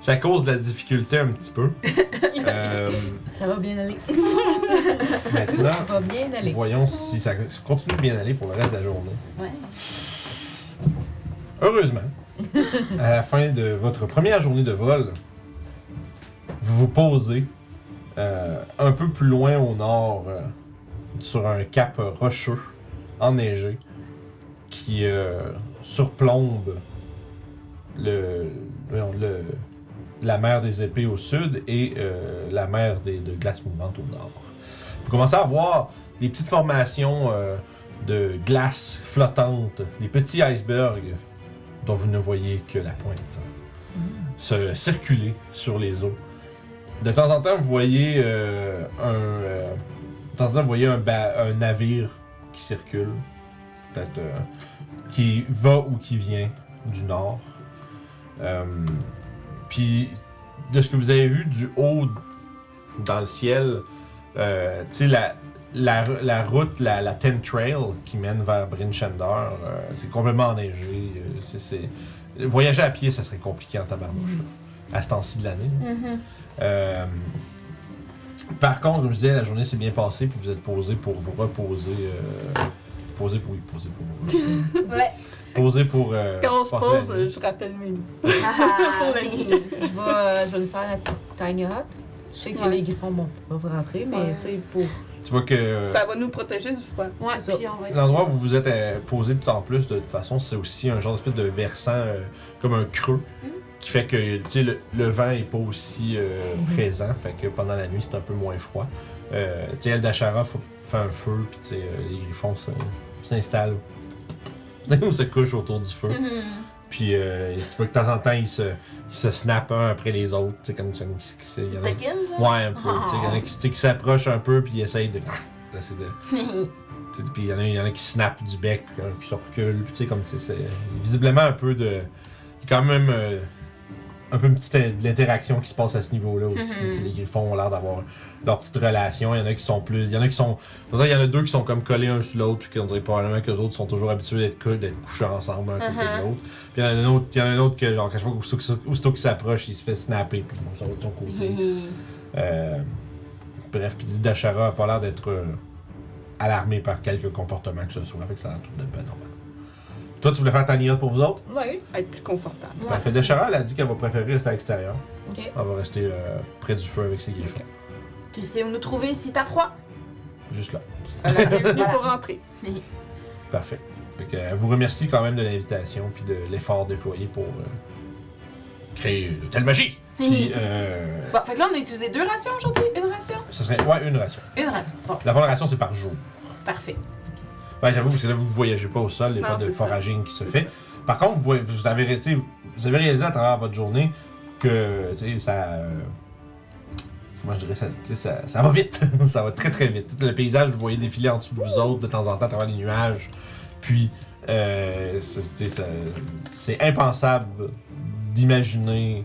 Speaker 1: ça cause de la difficulté un petit
Speaker 5: [laughs]
Speaker 1: peu. Euh,
Speaker 5: Ça va bien aller.
Speaker 1: maintenant,
Speaker 5: Ça va bien aller.
Speaker 1: voyons si ça ça continue de bien aller pour le reste de la journée.
Speaker 2: Ouais.
Speaker 1: Heureusement, à la fin de votre première journée de vol, vous vous posez euh, un peu plus loin au nord, euh, sur un cap rocheux, enneigé, qui euh, surplombe le, voyons, le- la mer des épées au sud et euh, la mer des, de glace mouvante au nord. Vous commencez à voir des petites formations euh, de glace flottante, des petits icebergs dont vous ne voyez que la pointe, hein, se circuler sur les eaux. De temps en temps, vous voyez euh, un, euh, de temps en temps, vous voyez un, ba- un navire qui circule, peut-être euh, qui va ou qui vient du nord. Euh, Puis, de ce que vous avez vu du haut dans le ciel, euh, tu sais, la, la, la route, la, la 10 Trail qui mène vers Bryn Shander, euh, c'est complètement enneigé. euh, c'est- c'est- Voyager à pied, ça serait compliqué en tabarnouche, là, à ce temps-ci de l'année. là.
Speaker 2: Mm-hmm.
Speaker 1: Euh, Par contre, comme je disais, la journée s'est bien passée, puis vous êtes posé pour vous reposer. euh, Posé pour. Oui, posé pour.
Speaker 4: Ouais.
Speaker 1: Posé pour. euh,
Speaker 3: Quand on se
Speaker 1: passer la
Speaker 3: pose,
Speaker 1: nuit.
Speaker 3: euh, je rappelle mes noms.
Speaker 2: Ah,
Speaker 3: Sur la
Speaker 2: oui.
Speaker 3: ligne.
Speaker 5: Je vais, euh, je vais me faire la petite tiny hut. Je sais que
Speaker 3: Ouais.
Speaker 5: les griffons vont pas rentrer, mais
Speaker 4: Ouais.
Speaker 5: tu sais, pour.
Speaker 1: Tu vois que. euh,
Speaker 3: Ça va nous protéger du froid.
Speaker 4: Ouais,
Speaker 5: C'est ça.
Speaker 4: puis on va
Speaker 1: L'endroit où vous vous êtes euh, posé tout en plus, de toute façon, c'est aussi un genre d'espèce de versant, euh, comme un creux, qui fait que tu sais, le, le vent est pas aussi euh, présent, fait que pendant la nuit, c'est un peu moins froid. Euh, tu sais, Eldachara fa- fait un feu, puis tu sais, euh, les griffons se- s'installent. [laughs] ou se couchent autour du feu.
Speaker 4: Mm-hmm.
Speaker 1: Puis euh, tu vois que de temps en temps, ils se, ils se snappent un après les autres, tu sais, comme ça. comme si- que c'est- il y en a- Ouais, un peu. tu sais, Il y en a qui, tu sais, qui s'approchent un peu, puis ils essayent de. ah, d'essayer de tu sais, Puis il y, en a- il y en a qui snappent du bec, puis il y en a qui se reculent. puis tu sais, comme c'est. c'est Visiblement, un peu de. il y a quand même. euh, un peu une petite in- de l'interaction qui se passe à ce niveau-là aussi.
Speaker 4: Mhm.
Speaker 1: Tu sais, Les griffons ont l'air d'avoir leur petite relation. Il y en a qui sont plus. Il y en a qui sont. on dirait, Il y en a deux qui sont comme collés un sur l'autre, puis qu'on dirait probablement que les autres sont toujours habitués d'être, cou- d'être couchés ensemble, un côté de
Speaker 4: Mhm.
Speaker 1: l'autre. Puis il y en a un autre, il y en a un autre que, genre, chaque fois qu'aussitôt qu'il s- aussitôt qu'il s'approche, il se fait snapper, puis ils sont de son côté. Euh, bref, puis Dachara a pas l'air d'être euh, alarmé par quelques comportements que ce soit, fait que ça a l'air tout de bien normal. Toi, tu voulais faire ta niade pour vous autres?
Speaker 5: Ouais,
Speaker 3: Être plus confortable.
Speaker 1: Parfait. Dachara, elle a dit qu'elle va préférer rester à l'extérieur.
Speaker 5: ok.
Speaker 1: Elle va rester euh, près du feu avec ses griffons.
Speaker 4: Tu sais où nous trouver si t'as froid.
Speaker 1: Juste là.
Speaker 3: Je serai la bienvenue pour rentrer.
Speaker 1: Parfait. Fait que, elle vous remercie quand même de l'invitation puis de l'effort déployé pour euh, créer de telle magie. Puis, euh,
Speaker 4: Bon, fait que là, on a utilisé deux rations aujourd'hui. Une ration.
Speaker 1: ce serait. Ouais, une ration.
Speaker 4: Une ration. Bon,
Speaker 1: La valoration, c'est par jour.
Speaker 4: parfait.
Speaker 1: Ouais, Ben, j'avoue, parce que là, vous ne voyagez pas au sol, il n'y a
Speaker 3: Non,
Speaker 1: pas de
Speaker 3: c'est ça.
Speaker 1: foraging qui se fait. Par contre, vous, voyez- vous avez, ré- tu sais, vous avez réalisé à travers votre journée que tu sais, ça. euh, Comment je dirais ça, tu sais, ça, ça va vite. [laughs] ça va très très vite. Le paysage, vous voyez défiler en dessous de vous autres de temps en temps à travers les nuages. Puis, euh, c'est- tu sais, ça- c'est impensable d'imaginer,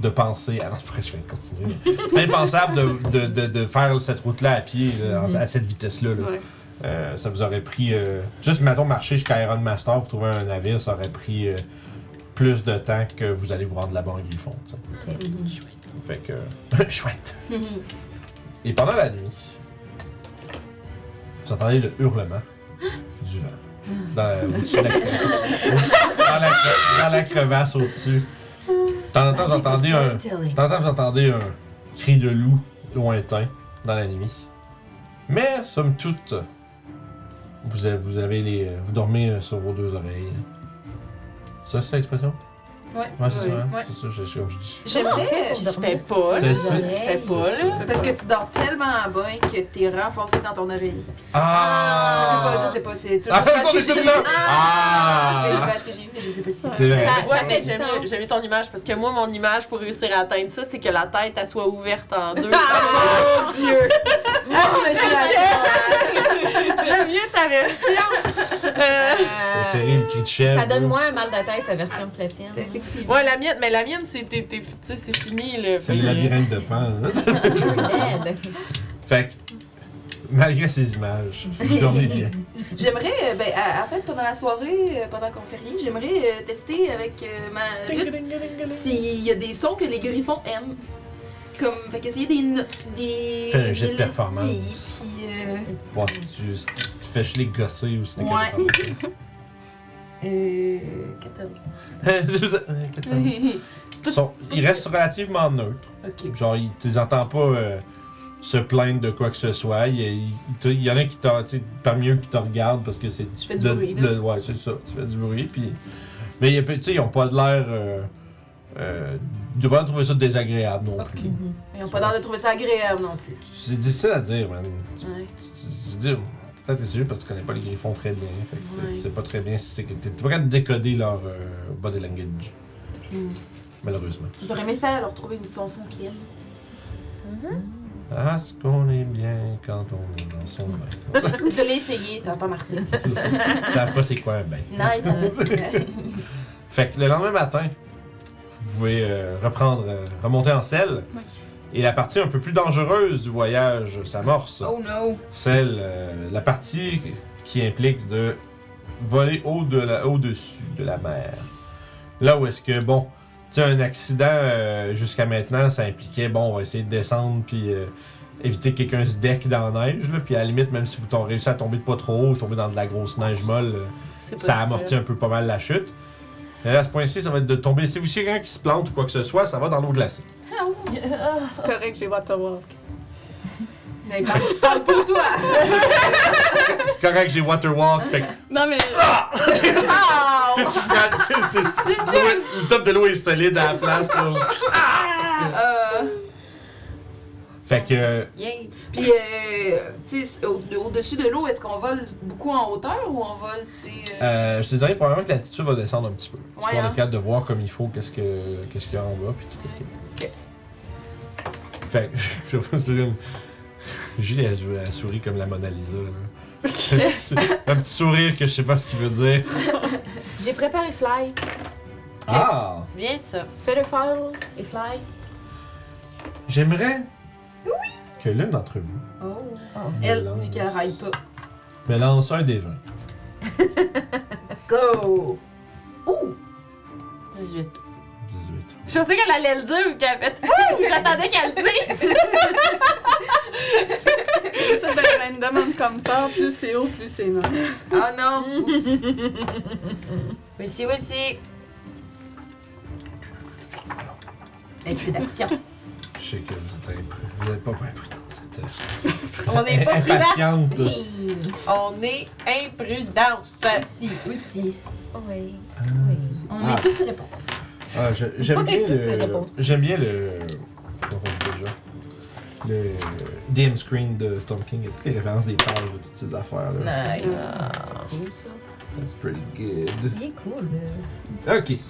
Speaker 1: de penser. [laughs] Ah non, c'est pas vrai, je vais continuer. mais C'est impensable de, de- de- de faire cette route-là à pied, là, en- à cette vitesse-là. là.
Speaker 3: Ouais.
Speaker 1: Euh, ça vous aurait pris. euh, juste, mettons, marcher jusqu'à Iron Master, vous trouvez un navire, ça aurait pris euh, plus de temps que vous allez vous rendre là-bas en Griffon. tu sais. Fait que. [laughs] chouette. Et pendant la nuit, vous entendez le hurlement du vent. Dans la, au-dessus de la, cre- dans la cre- dans la crevasse au-dessus. De temps en temps, vous entendez un. De temps en temps, vous entendez un cri de loup lointain dans la nuit. Mais, somme toute, vous avez, vous avez les. Vous dormez euh, sur vos deux oreilles. Ça, c'est l'expression?
Speaker 4: Ouais.
Speaker 1: Ouais, c'est
Speaker 3: Oui.
Speaker 1: ça. hein?
Speaker 4: Ouais.
Speaker 1: C'est ça, je- je- comme je dis.
Speaker 4: J'aimerais.
Speaker 5: Je
Speaker 6: fais
Speaker 1: là.
Speaker 6: pas, Tu fais pas,
Speaker 1: C'est-
Speaker 6: là.
Speaker 4: C'est parce que tu dors tellement en bas que t'es renfoncé dans ton oreille. Je sais
Speaker 1: Ah!
Speaker 4: pas, Ah! je sais pas. C'est toujours
Speaker 1: Ah,
Speaker 4: l'image
Speaker 1: on
Speaker 4: que
Speaker 1: est
Speaker 4: j'ai
Speaker 1: tous
Speaker 4: eue.
Speaker 1: là!
Speaker 4: C'est
Speaker 1: Ah!
Speaker 4: l'image que j'ai eue, mais je sais pas si c'est
Speaker 1: C'est vrai.
Speaker 6: Ça-
Speaker 5: Ça
Speaker 6: ouais,
Speaker 5: fait
Speaker 6: mais
Speaker 5: du
Speaker 6: j'aime
Speaker 5: sens.
Speaker 6: mieux, j'aime mieux ton image parce que moi, mon image pour réussir à atteindre ça, c'est que la tête, elle soit ouverte en deux.
Speaker 4: Oh, Mon Dieu! Ah, mais je suis là,
Speaker 5: [laughs]
Speaker 6: j'aime mieux ta version.
Speaker 1: C'est serré le cri de chèvre.
Speaker 5: Euh, Ça donne moins un mal de tête, sa version platienne.
Speaker 4: Effectivement.
Speaker 6: Ouais, la mienne, mais la mienne, c'est t'es- t'es- tu sais, c'est fini.
Speaker 1: C'est
Speaker 6: Là. Fait
Speaker 1: le
Speaker 6: que-
Speaker 1: labyrinthe de pan. là. [laughs]
Speaker 5: Juste laide.
Speaker 1: fait que, malgré ces images, vous dormez bien.
Speaker 4: J'aimerais, euh, ben, à- en fait, pendant la soirée, euh, pendant qu'on fait rien, j'aimerais euh, tester avec euh, ma lutte s'il y a des sons que les griffons aiment. Comme, fait qu'essayer des notes, pis des.
Speaker 1: Fais un jet de
Speaker 4: mélodies,
Speaker 1: performance.
Speaker 4: Puis, euh,
Speaker 1: Voir si tu, si tu te fais geler gosser ou si t'es
Speaker 4: Ouais.
Speaker 1: capable de faire
Speaker 4: euh,
Speaker 1: ça. [laughs] C'est ça. Euh, peut-être.
Speaker 4: 14. c'est
Speaker 1: Ils
Speaker 4: pas
Speaker 1: sont- ils restent relativement neutres.
Speaker 4: Ok.
Speaker 1: Genre, ils- tu les entends pas euh, se plaindre de quoi que ce soit. Il, il- il te- il y en a qui t'en- tu sais, parmi eux qui te regardent parce que c'est.
Speaker 4: Je fais du
Speaker 1: le-
Speaker 4: bruit, là.
Speaker 1: le- ouais, c'est ça. Tu fais du bruit. Puis... Mais il y a peu- tu sais, ils ont pas de l'air. Euh, euh, de pas trouver ça désagréable non
Speaker 4: Ok.
Speaker 1: plus.
Speaker 4: Ils n'ont pas l'air de trouver ça agréable non plus.
Speaker 1: C'est difficile à dire, man. Tu-
Speaker 4: Ouais.
Speaker 1: tu- tu- tu dis, Peut-être que c'est juste parce que tu connais pas les griffons très bien. Fait que tu sais,
Speaker 6: Ouais.
Speaker 1: tu sais pas très bien si c'est que. T'es t'es pas capable de décoder leur euh, body language.
Speaker 4: Mm.
Speaker 1: Malheureusement.
Speaker 4: J'aurais aimé ça leur trouver une chanson qu'ils aiment.
Speaker 1: Ah, ce qu'on est bien quand on est dans
Speaker 4: [laughs]
Speaker 1: son bain.
Speaker 4: Je l'ai essayé, ça n'a
Speaker 1: [laughs]
Speaker 4: pas marché. non,
Speaker 1: Ils savent pas c'est quoi un bain.
Speaker 4: il n'a
Speaker 1: Fait que le lendemain matin, vous pouvez euh, reprendre, euh, remonter en selle.
Speaker 3: Oui.
Speaker 1: Et la partie un peu plus dangereuse du voyage s'amorce.
Speaker 4: Oh no.
Speaker 1: Celle, euh, la partie qui implique de voler au de la- au-dessus de la mer. Là où est-ce que, bon, tu sais, un accident euh, jusqu'à maintenant, ça impliquait, bon, on va essayer de descendre puis euh, éviter que quelqu'un se deck dans la neige. Là, puis à la limite, même si vous t'en réussi à tomber de pas trop haut, tomber dans de la grosse neige molle, euh,
Speaker 6: c'est
Speaker 1: ça
Speaker 6: possible.
Speaker 1: amortit un peu pas mal la chute. Et là, à ce point-ci, ça va être de tomber. Si vous savez quelqu'un qui se plante ou quoi que ce soit, ça va dans l'eau glacée. Ah.
Speaker 3: C'est correct, j'ai Waterwalk.
Speaker 4: Mais parle, parle pour toi.
Speaker 1: C'est correct, j'ai Waterwalk. Fait que
Speaker 3: Non, mais.
Speaker 1: tu sais, tu frappes- [laughs] c'est- c'est- l'eau- le top de l'eau est solide à la place. pour-
Speaker 4: Euh,
Speaker 1: Fait que.
Speaker 5: Yay!
Speaker 4: Puis, euh, tu sais, au- au-dessus de l'eau, est-ce qu'on vole beaucoup en hauteur ou on vole, tu sais. euh,
Speaker 1: euh, je te dirais probablement que l'altitude va descendre un petit peu. Parce
Speaker 4: Ouais,
Speaker 1: qu'on
Speaker 4: hein.
Speaker 1: est capable de voir comme il faut qu'est-ce que qu'est-ce qu'il y a en bas puis tout le kit. Fait que [laughs] je sais pas si c'est comme- Julie elle, elle sourit comme la Mona Lisa. là. un, petit, [laughs] un petit sourire que je sais pas ce qu'il veut dire.
Speaker 5: J'ai préparé Fly.
Speaker 1: Ah!
Speaker 6: C'est bien ça.
Speaker 5: Fais le file et Fly.
Speaker 1: J'aimerais que l'un d'entre vous
Speaker 4: Oh.
Speaker 1: me
Speaker 4: Elle,
Speaker 1: lance,
Speaker 4: puis qu'elle raille pas.
Speaker 1: me lance un des 20.
Speaker 4: Let's go. Ouh.
Speaker 1: 18.
Speaker 6: 18. Je pensais qu'elle allait le dire ou qu'elle fait Ouh! J'attendais qu'elle le dise!
Speaker 3: Tu sais, ben, ben, une demande comme ça, plus c'est haut, plus c'est non.
Speaker 4: Oh non. Oups.
Speaker 6: oui, si, oui, si.
Speaker 4: Intimidation.
Speaker 1: Je sais que vous êtes, imprudent. vous êtes pas bien prudent. Vous
Speaker 4: [laughs]
Speaker 1: êtes euh,
Speaker 6: On n'est pas
Speaker 1: [laughs]
Speaker 6: prudent.
Speaker 1: impatiente. Ah.
Speaker 4: Hi.
Speaker 6: On est imprudente.
Speaker 4: Si, aussi.
Speaker 5: Oui.
Speaker 4: On
Speaker 1: Ah.
Speaker 4: met toutes ces réponses.
Speaker 1: Ah, je- j'aime bien
Speaker 5: Toutes ces
Speaker 1: le.
Speaker 5: réponses.
Speaker 1: J'aime bien le. Comment on dit déjà Le DM screen de Storm King. Il y a toutes les références des pages de toutes ces affaires-là.
Speaker 4: Nice.
Speaker 1: That's pretty good.
Speaker 5: Il est cool, là.
Speaker 1: Ok.
Speaker 5: Ouais.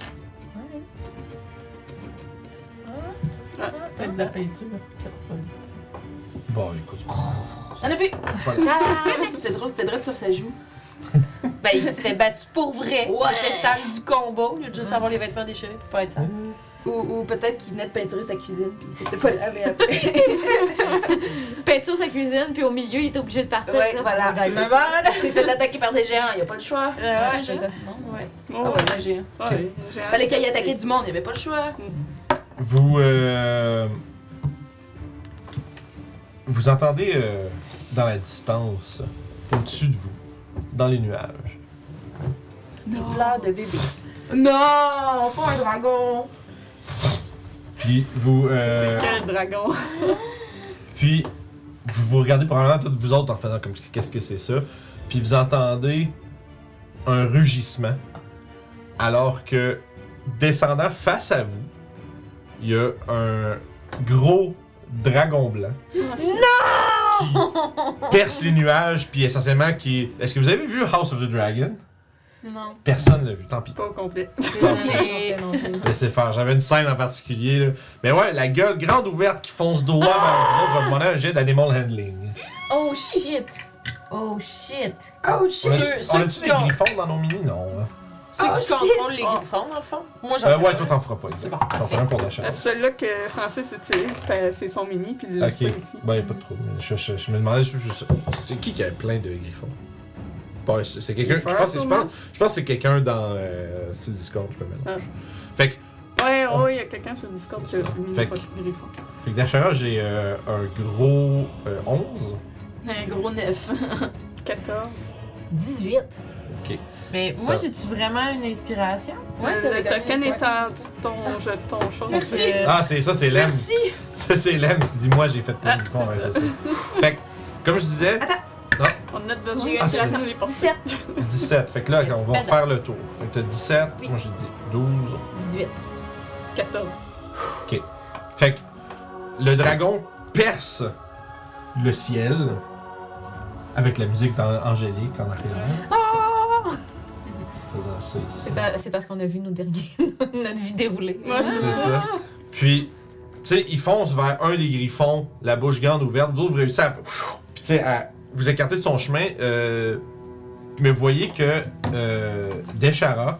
Speaker 3: Peut-être de la peinture.
Speaker 1: Bon, écoute.
Speaker 4: On a plus.
Speaker 5: Ah!
Speaker 4: C'était drôle, c'était drôle sur sa joue.
Speaker 6: Ben, il s'était battu pour vrai.
Speaker 4: Ouais.
Speaker 6: Il était sale du combo. Il lieu de juste avoir les vêtements déchirés pour pas être sale.
Speaker 4: Ou, ou peut-être qu'il venait de peinturer sa cuisine, puis c'était pas lavé après.
Speaker 5: Peinture sa cuisine, puis au milieu, il est obligé de partir.
Speaker 4: ouais,
Speaker 5: là,
Speaker 4: voilà.
Speaker 5: pour dire,
Speaker 4: Il s'est fait attaquer par des géants, il a pas le choix.
Speaker 6: Euh, ouais,
Speaker 4: C'est
Speaker 6: c'est
Speaker 4: ça. Non, ouais. Ah
Speaker 3: Oh,
Speaker 4: ouais, des géants.
Speaker 3: ouais, j'ai hâte.
Speaker 4: Fallait qu'il aille attaquer du monde, il avait pas le choix.
Speaker 1: Vous. euh, vous entendez euh, dans la distance, au-dessus de vous, dans les nuages.
Speaker 6: Des pleurs de bébé.
Speaker 4: Non, pas un dragon.
Speaker 1: Puis vous. euh,
Speaker 3: C'est quel dragon? [laughs]
Speaker 1: puis vous, vous regardez probablement toutes vous autres en faisant comme qu'est-ce que c'est ça. Puis vous entendez un rugissement. Alors que descendant face à vous, il y a un gros dragon blanc. qui perce les nuages, puis essentiellement qui. Est-ce que vous avez vu House of the Dragon?
Speaker 4: Non.
Speaker 1: Personne l'a vu, tant pis.
Speaker 3: Pas au complet.
Speaker 1: Tant pis.
Speaker 5: Mais-
Speaker 1: Laissez faire, j'avais une scène en particulier. Là. Mais ouais, la gueule grande ouverte qui fonce droit vers vous autres, je vais demander un jet d'animal handling.
Speaker 5: Oh shit! Oh shit!
Speaker 4: Oh
Speaker 1: On
Speaker 4: shit!
Speaker 1: a-tu on
Speaker 6: ceux
Speaker 1: a-tu
Speaker 6: qui
Speaker 1: des
Speaker 6: ont-
Speaker 1: griffons dans nos mini? Non. hein.
Speaker 6: Ceux
Speaker 4: Oh,
Speaker 6: qui
Speaker 4: shit!
Speaker 6: contrôlent les griffons, dans le fond. Moi, j'en
Speaker 1: Euh,
Speaker 6: fais
Speaker 1: ouais,
Speaker 6: pas.
Speaker 1: toi, t'en feras pas. exact.
Speaker 6: bon,
Speaker 1: J'en ferai un pour la chance.
Speaker 3: Euh, Celui-là que Francis utilise, c'est euh, c'est son mini, puis il l'a
Speaker 1: Ok,
Speaker 3: pas ici.
Speaker 1: ben, y a pas de trouble. Je, je- je me demandais si je- je- c'est qui qui avait plein de griffons. Bon, c'est c'est quelqu'un. Je
Speaker 3: Kiefer,
Speaker 1: pense, je
Speaker 3: sûrement.
Speaker 1: pense, je pense que c'est quelqu'un dans euh, sur le Discord, je me mélange. Fait que,
Speaker 3: Ouais, ouais, il y a quelqu'un sur Discord qui
Speaker 1: C'est
Speaker 3: a
Speaker 1: ça.
Speaker 3: mis
Speaker 1: Fait
Speaker 3: une photo de Griffon.
Speaker 1: fait que d'achat, j'ai euh, un gros euh, 11.
Speaker 4: Un gros neuf.
Speaker 3: 14.
Speaker 5: 18!
Speaker 1: Ok.
Speaker 6: Mais
Speaker 1: Ça-
Speaker 6: moi, j'ai-tu vraiment une inspiration?
Speaker 4: Ouais, t'avais
Speaker 3: Euh, le token
Speaker 4: gagné,
Speaker 3: est en dessous de ton jeton chose.
Speaker 4: Merci.
Speaker 3: Euh,
Speaker 1: Ah, c'est ça, c'est Lem.
Speaker 4: Merci!
Speaker 1: Ça, c'est Lem qui dit Moi, j'ai fait plein de
Speaker 3: Ah,
Speaker 1: griffons.
Speaker 3: c'est
Speaker 1: ouais, c'est
Speaker 3: ça.
Speaker 1: ça. Fait que, comme je disais,
Speaker 3: On en a besoin.
Speaker 4: J'ai eu
Speaker 3: de
Speaker 1: une
Speaker 3: tirer
Speaker 4: inspiration.
Speaker 3: sur les portes.
Speaker 4: 17.
Speaker 1: 17. Fait que là, on va
Speaker 4: Yes,
Speaker 1: refaire le tour. Fait que t'as 17,
Speaker 4: Oui.
Speaker 1: moi j'ai dit 12.
Speaker 5: 18!
Speaker 3: 14.
Speaker 1: Fait que le dragon perce le ciel avec la musique d'An- angélique en arrière. Faisant ça ici.
Speaker 5: Ah! C'est pas- c'est parce qu'on a vu nos derniers, [laughs] notre vie déroulée.
Speaker 3: Moi,
Speaker 1: C'est ça. Puis, tu sais, ils foncent vers un des griffons, la bouche grande ouverte. Vous autres, vous réussissez à, pfff, tu sais, à vous écarter de son chemin. euh, mais vous voyez que euh, Deshara,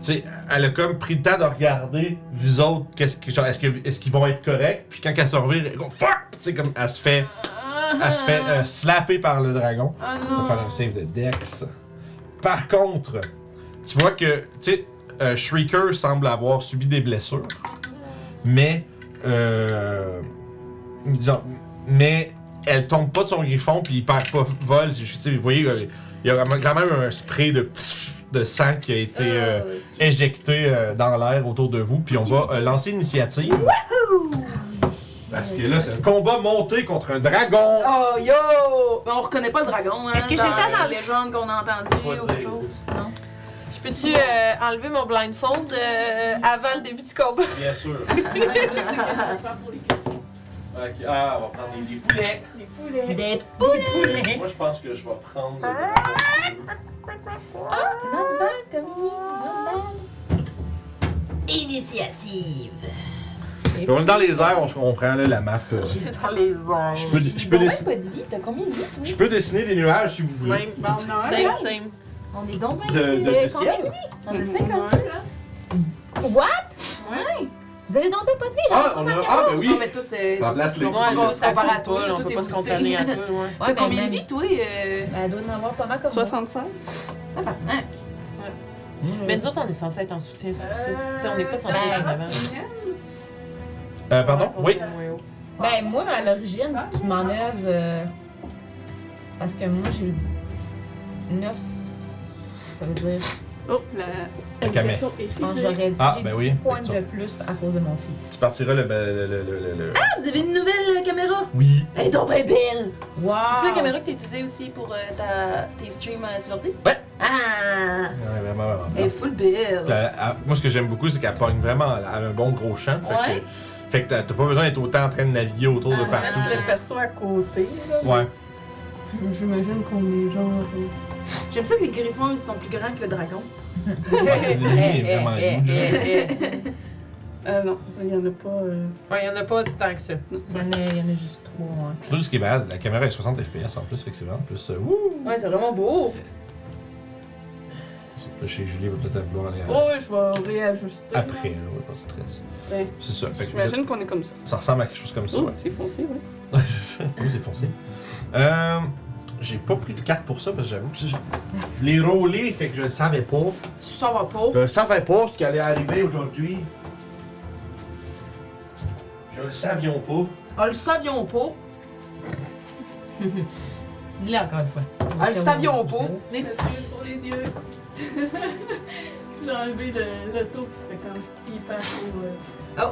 Speaker 1: tu sais, elle a comme pris le temps de regarder vous autres, qu'est-ce que, genre, est-ce, que- est-ce qu'ils vont être corrects. Puis quand elle se revire, elle go, fuck! Tu sais, comme elle se fait, elle se fait euh, slapper par le dragon.
Speaker 4: Oh
Speaker 1: On va
Speaker 4: non!
Speaker 1: faire un save de Dex. Par contre, tu vois que, tu sais, euh, Shrieker semble avoir subi des blessures, mais, euh, disons, mais elle tombe pas de son griffon puis il perd pas vol. Je- Tu sais, vous voyez, euh, il y a quand même un spray de de sang qui a été euh, éjecté euh, dans l'air autour de vous. Puis on va euh, lancer l'initiative. Parce que là, c'est un combat monté contre un dragon.
Speaker 4: Oh yo! Mais on reconnaît pas le dragon, hein?
Speaker 6: Est-ce que j'ai le temps
Speaker 4: dans
Speaker 6: d'en-
Speaker 4: les légendes qu'on a entendues
Speaker 1: Faut
Speaker 4: ou
Speaker 1: pas
Speaker 4: quelque
Speaker 1: dire.
Speaker 4: chose? [laughs] Non?
Speaker 6: Je peux-tu euh, enlever mon blindfold euh, avant le début du [laughs] combat?
Speaker 1: Bien sûr. Ok, ah, on va prendre des, des poulets.
Speaker 5: Des
Speaker 1: Moi, je pense que je vais prendre.
Speaker 5: Not bad, comme idée, not
Speaker 4: Initiative!
Speaker 1: Puis on est dans les airs, on, se- on prend là, la map. euh.
Speaker 6: Dans les airs.
Speaker 1: Je peux, je, peux dess-
Speaker 4: pas de vie, t'as combien de vie, toi?
Speaker 1: je peux dessiner des nuages si vous voulez.
Speaker 3: Même dans
Speaker 6: Same, same.
Speaker 4: On est donc bien.
Speaker 1: De, de,
Speaker 5: Il est
Speaker 1: de ciel.
Speaker 4: On est 56.
Speaker 5: bad. What?
Speaker 4: Ouais!
Speaker 5: Vous avez dompé pas de vie?
Speaker 1: Ah, on a. Ah, ben oui.
Speaker 4: Non, mais toi, c'est.
Speaker 1: On remplace les-
Speaker 4: Non,
Speaker 6: Moi,
Speaker 4: on
Speaker 6: on
Speaker 4: va
Speaker 6: se compare à toi,
Speaker 4: là,
Speaker 6: là, on
Speaker 4: tout
Speaker 6: peut
Speaker 4: est
Speaker 6: pas se
Speaker 4: boosté.
Speaker 6: comparer à [laughs] toi, ouais.
Speaker 5: ben,
Speaker 6: ben,
Speaker 4: T'as combien de vie, toi? euh,
Speaker 5: Elle doit en avoir pas mal comme
Speaker 3: 65?
Speaker 4: tabarnak?
Speaker 6: Mais nous autres, on est censé être en soutien, c'est pour ça. Tu sais, on n'est pas censé
Speaker 5: ben,
Speaker 6: être en avant.
Speaker 1: Euh, pardon?
Speaker 6: On
Speaker 1: Oui.
Speaker 6: est moins haut.
Speaker 5: Ben, moi, à l'origine, tu m'enlèves. euh, parce que moi, j'ai eu 9. Ça veut dire.
Speaker 3: Oh, la.
Speaker 1: La camée.
Speaker 3: est
Speaker 5: je pense que
Speaker 3: figée.
Speaker 5: j'aurais
Speaker 1: Ah,
Speaker 5: j'ai
Speaker 1: ben
Speaker 5: 10
Speaker 1: oui,
Speaker 5: points
Speaker 1: ça.
Speaker 5: de plus à cause de mon fils.
Speaker 1: Tu partiras le. ben, le, le, le, le- le-
Speaker 4: Ah, vous avez une nouvelle euh, caméra!
Speaker 1: Oui.
Speaker 4: Elle est donc bien belle! C'est
Speaker 5: Wow!
Speaker 6: Ah.
Speaker 4: ça la caméra que t'as utilisée aussi pour euh, ta, tes streams euh, sur l'ordi?
Speaker 1: Ouais.
Speaker 4: Ah!
Speaker 1: Ouais, vraiment, vraiment.
Speaker 4: Elle est full belle!
Speaker 1: Puis elle- elle- moi, ce que j'aime beaucoup, c'est qu'elle pogne vraiment. Elle a un bon gros champ. Fait
Speaker 4: Ouais.
Speaker 1: que, fait que t'as t'as pas besoin d'être autant en train de naviguer autour de
Speaker 4: Ah.
Speaker 1: partout.
Speaker 3: Le perso à côté, là.
Speaker 1: Ouais.
Speaker 3: J'imagine qu'on est genre. euh,
Speaker 4: J'aime ça que les griffons, ils sont plus grands que le dragon.
Speaker 1: Lui est Eh, vraiment
Speaker 6: Eh,
Speaker 1: huge.
Speaker 4: [laughs]
Speaker 6: [laughs]
Speaker 3: Euh, non, il n'y en a pas. euh,
Speaker 6: Ouais, il y en a pas tant que ça.
Speaker 5: Il y, en a, il y en a juste 3, ouais.
Speaker 1: Surtout que ce qui est bad, la caméra est 60 fps en plus, fait que c'est vraiment plus. euh, Ouh!
Speaker 4: Ouais, c'est vraiment beau!
Speaker 1: C'est pas chez Julie, elle va peut-être vouloir aller euh,
Speaker 3: Oh, je vais réajuster.
Speaker 1: après, là, ouais, pas de stress.
Speaker 3: Ouais.
Speaker 1: C'est ça. Fait que vous
Speaker 3: J'imagine qu'on est comme ça.
Speaker 1: êtes- ça ressemble à quelque chose comme ça,
Speaker 3: Oh,
Speaker 1: ouais.
Speaker 3: c'est foncé, ouais.
Speaker 1: [laughs] Ouais, c'est ça. Oui, c'est foncé. Euh, j'ai pas pris de carte pour ça parce que j'avoue que ça, j'ai- je l'ai roulé, fait que je le savais pas.
Speaker 4: Tu sors pas.
Speaker 1: Je le savais pas ce qui allait arriver aujourd'hui. Je le savions pas.
Speaker 4: On le savions pas.
Speaker 6: Dis-le encore une fois.
Speaker 4: Ah, le savion beau.
Speaker 3: Merci pour les yeux. [laughs] J'ai enlevé le, le taux, puis c'était comme hyper beau. euh.
Speaker 4: Oh!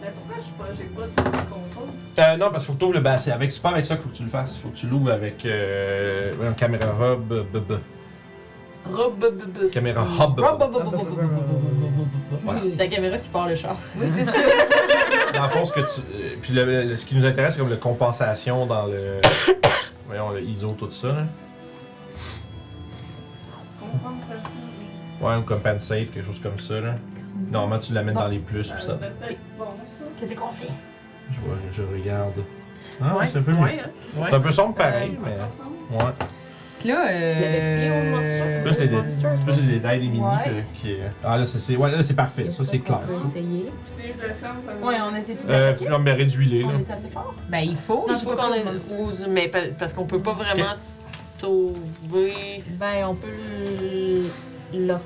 Speaker 3: Mais pourquoi je sais pas, j'ai pas de contrôle?
Speaker 1: Euh, non, parce qu'il faut que tu ouvres le bas. C'est avec- c'est pas avec ça qu'il faut que tu le fasses. Faut que tu l'ouvres avec euh, un caméra hub. b- b-
Speaker 4: Rob, b- b- b-
Speaker 1: Caméra hub. Voilà.
Speaker 6: C'est la caméra qui part le char.
Speaker 4: Oui, c'est ça.
Speaker 1: Dans le fond, ce, que tu, euh, puis le- le- ce qui nous intéresse, c'est comme la compensation dans le. [coughs] Voyons, le ISO, tout ça. Là. Ouais, un compensate, quelque chose comme ça. Là. Normalement, tu l'amènes dans les plus, puis ça.
Speaker 3: euh, Bon, ça.
Speaker 4: Qu'est-ce qu'on fait?
Speaker 1: Je, vois, je regarde. Ah,
Speaker 6: Ouais,
Speaker 1: c'est un peu mieux.
Speaker 6: ouais, hein.
Speaker 1: C'est un peu sombre pareil,
Speaker 3: Euh,
Speaker 1: mais. Ouais.
Speaker 6: Puis là, euh...
Speaker 5: Tu l'avais
Speaker 1: Là, c'est les
Speaker 5: pris au monster.
Speaker 1: c'est plus les détails des mini
Speaker 6: Ouais.
Speaker 1: que- qui est. Ah, là, c'est- c'est ouais, là, c'est parfait, ça, c'est clair.
Speaker 5: On peut essayer.
Speaker 7: Si je le ferme, ça me.
Speaker 2: Ouais, on essaie de
Speaker 1: Euh,
Speaker 2: l'attaquer.
Speaker 1: non, mais réduis-les, là.
Speaker 2: On est assez fort.
Speaker 6: Ben, il faut.
Speaker 2: Non,
Speaker 6: il
Speaker 2: je
Speaker 6: faut
Speaker 2: peux
Speaker 6: qu'on
Speaker 2: pas.
Speaker 6: ait. ou- Mais pa- parce qu'on peut pas vraiment sauver.
Speaker 5: Ben, on peut le... le-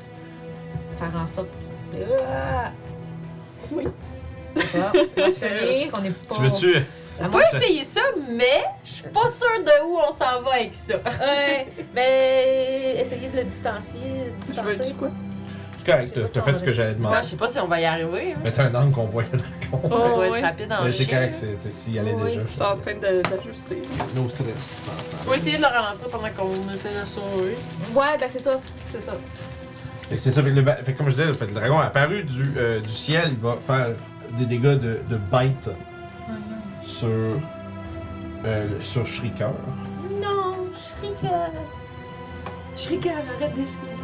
Speaker 5: faire en sorte qu'il. Ah!
Speaker 3: Oui.
Speaker 5: [laughs] Ah, on fait rire, on est pas.
Speaker 1: Tu veux-tu.
Speaker 5: À
Speaker 6: On
Speaker 5: moins-
Speaker 6: peut essayer ça, mais je suis pas sûre de où on s'en va avec ça.
Speaker 5: Ouais, ben, essayer de le distancier.
Speaker 3: Je veux
Speaker 5: distancer.
Speaker 3: du quoi?
Speaker 1: C'est correct,
Speaker 5: Je sais
Speaker 1: t'as
Speaker 5: pas si
Speaker 1: t'as
Speaker 5: on
Speaker 1: fait ce
Speaker 5: va-
Speaker 1: que j'allais
Speaker 6: Moi,
Speaker 1: demander.
Speaker 6: je sais pas si on va y arriver. hein.
Speaker 1: Mais t'as un angle qu'on voit le dragon.
Speaker 6: Ça
Speaker 3: Oh,
Speaker 6: doit
Speaker 3: ouais.
Speaker 6: être rapide en
Speaker 1: Mais c'est
Speaker 6: chien.
Speaker 1: correct, c'est- c'est- tu y allais
Speaker 5: Oui.
Speaker 1: déjà.
Speaker 3: Je suis en train de- d'ajuster.
Speaker 1: No stress. hein. dans ce temps-là.
Speaker 6: On va essayer de le ralentir pendant qu'on essaie de le sauver.
Speaker 5: Ouais, ben, c'est ça. C'est ça.
Speaker 1: Fait que c'est ça, fait que le, ba- fait que comme je disais, fait que le dragon est apparu du, euh, du ciel, il va faire des dégâts de, de bite sur, euh, le- sur Shrieker.
Speaker 5: Non, je rigole.
Speaker 2: Shrika, arrête de chier.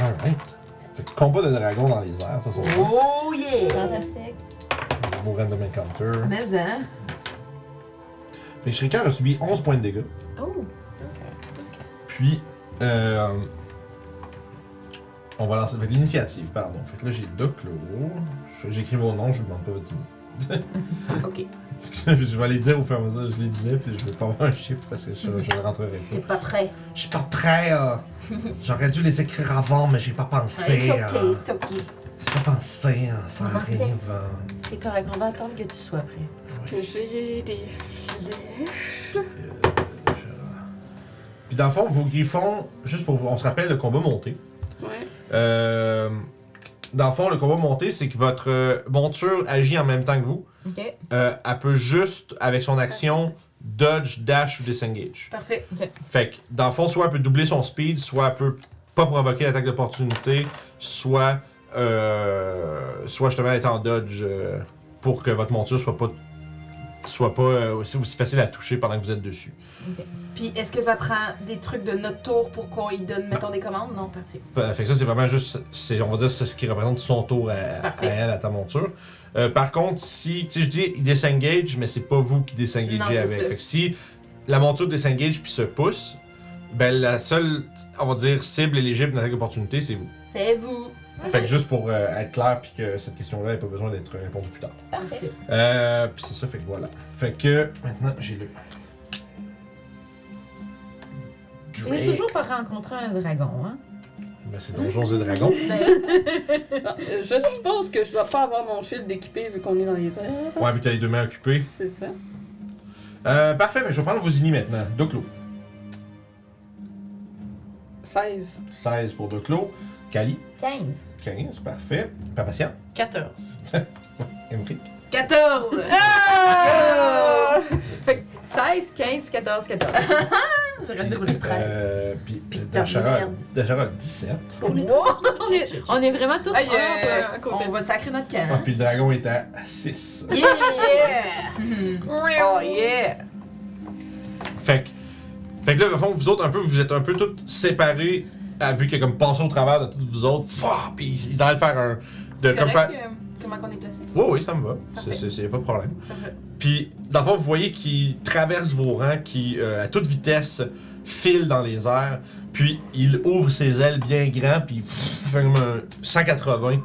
Speaker 1: Alright. Fait que combat de dragon dans les airs, ça c'est bon.
Speaker 6: Oh yeah!
Speaker 5: Fantastique.
Speaker 1: Beau random encounter.
Speaker 2: Mais hein.
Speaker 1: Fait que Shrieker a subi 11 points de dégâts.
Speaker 5: Oh,
Speaker 1: Puis, euh, on va lancer. Fait que l'initiative, pardon. Fait que là, j'ai Doclo. Je- J'écris vos noms, je vous demande pas votre nom. [laughs]
Speaker 2: Ok.
Speaker 1: Excusez, je vais les dire au fur et à mesure, je les disais, puis je vais pas avoir un chiffre parce que je, je ne rentrerai pas.
Speaker 5: t'es pas prêt.
Speaker 1: Je suis pas prêt. euh. J'aurais dû les écrire avant, mais j'ai pas pensé.
Speaker 5: C'est
Speaker 1: euh.
Speaker 5: ok, c'est ok.
Speaker 1: J'ai pas pensé, euh, ça
Speaker 5: Parfait.
Speaker 1: arrive. euh.
Speaker 6: C'est correct, on va attendre que tu sois prêt.
Speaker 3: Que j'ai des flèches.
Speaker 1: Je- Puis dans le fond, vos griffons, juste pour vous, on se rappelle le combat monté.
Speaker 3: Ouais.
Speaker 1: Euh, dans le fond, le combat monté, c'est que votre euh, monture agit en même temps que vous.
Speaker 5: Ok.
Speaker 1: Euh, elle peut juste, avec son action, dodge, dash ou disengage.
Speaker 4: Parfait.
Speaker 1: Fait que, dans le fond, soit elle peut doubler son speed, soit elle peut pas provoquer l'attaque d'opportunité, soit, euh, soit justement être en dodge euh, pour que votre monture soit pas, soit pas euh, aussi, aussi facile à toucher pendant que vous êtes dessus.
Speaker 4: Puis est-ce que ça prend des trucs de notre tour pour qu'on y donne, mettons, des commandes? Non, parfait.
Speaker 1: Euh, Fait que ça, c'est vraiment juste, c'est, on va dire, c'est ce qui représente son tour à, à
Speaker 4: Parfait.
Speaker 1: elle, à ta monture. Euh, par contre, si, tu sais, je dis il disengage, mais c'est pas vous qui
Speaker 4: Non,
Speaker 1: désengagez
Speaker 4: c'est
Speaker 1: avec.
Speaker 4: ça.
Speaker 1: Fait que si la monture disengage puis se pousse, ben la seule, on va dire, cible éligible d'attaque d'opportunité, c'est vous.
Speaker 4: C'est vous.
Speaker 1: Fait que juste pour euh, être clair puis que cette question-là n'ait pas besoin d'être répondue plus tard.
Speaker 5: Parfait.
Speaker 1: Euh, puis c'est ça, fait que voilà. Fait que maintenant, j'ai le.
Speaker 5: Je finis
Speaker 1: Drake.
Speaker 5: toujours par rencontrer un dragon, hein.
Speaker 1: Ben, c'est Donjons et Dragons.
Speaker 5: Ben,
Speaker 3: Non, euh, je suppose que je dois pas avoir mon shield équipé vu qu'on est dans les airs.
Speaker 1: Ouais, vu que t'as les deux mains occupées.
Speaker 3: C'est ça.
Speaker 1: Euh, parfait, fait que je vais prendre vos unis maintenant. Doclo.
Speaker 3: 16.
Speaker 1: 16 pour Doclo. Kali,
Speaker 5: [laughs] 15.
Speaker 1: 15, parfait. Papatia, [laughs]
Speaker 6: 14.
Speaker 1: Emric.
Speaker 4: 14!
Speaker 5: Ah! Fait que 16, 15, 14, 14.
Speaker 4: [laughs] J'aurais dû rouler 13.
Speaker 1: Euh, puis puis
Speaker 4: Putain,
Speaker 1: Dachara,
Speaker 4: merde.
Speaker 1: Dachara a 17.
Speaker 5: Wow! On est- [laughs] On est vraiment tous
Speaker 4: Aïe,
Speaker 5: un peu
Speaker 4: euh,
Speaker 5: à côté.
Speaker 4: on va sacrer notre camp.
Speaker 1: Ah,
Speaker 4: hein?
Speaker 1: puis le dragon est à 6.
Speaker 4: [laughs] Yeah!
Speaker 6: Oh yeah!
Speaker 1: Fait que, fait que là, au fond, vous autres, un peu, vous êtes un peu tous séparés, à, vu qu'il a comme passé au travers de tous vous autres. Pouah, puis il- il devrait faire un. De,
Speaker 4: C'est
Speaker 1: comme
Speaker 4: correct,
Speaker 1: faire...
Speaker 4: euh, comment qu'on est placé?
Speaker 1: Oui, oui, ça me va.
Speaker 4: Parfait.
Speaker 1: C'est- c'est- C'est pas de problème.
Speaker 4: Parfait.
Speaker 1: Puis, dans le fond, vous voyez qu'il traverse vos rangs, qui, euh, à toute vitesse, file dans les airs. Puis, il ouvre ses ailes bien grand, puis pff, fait comme un 180.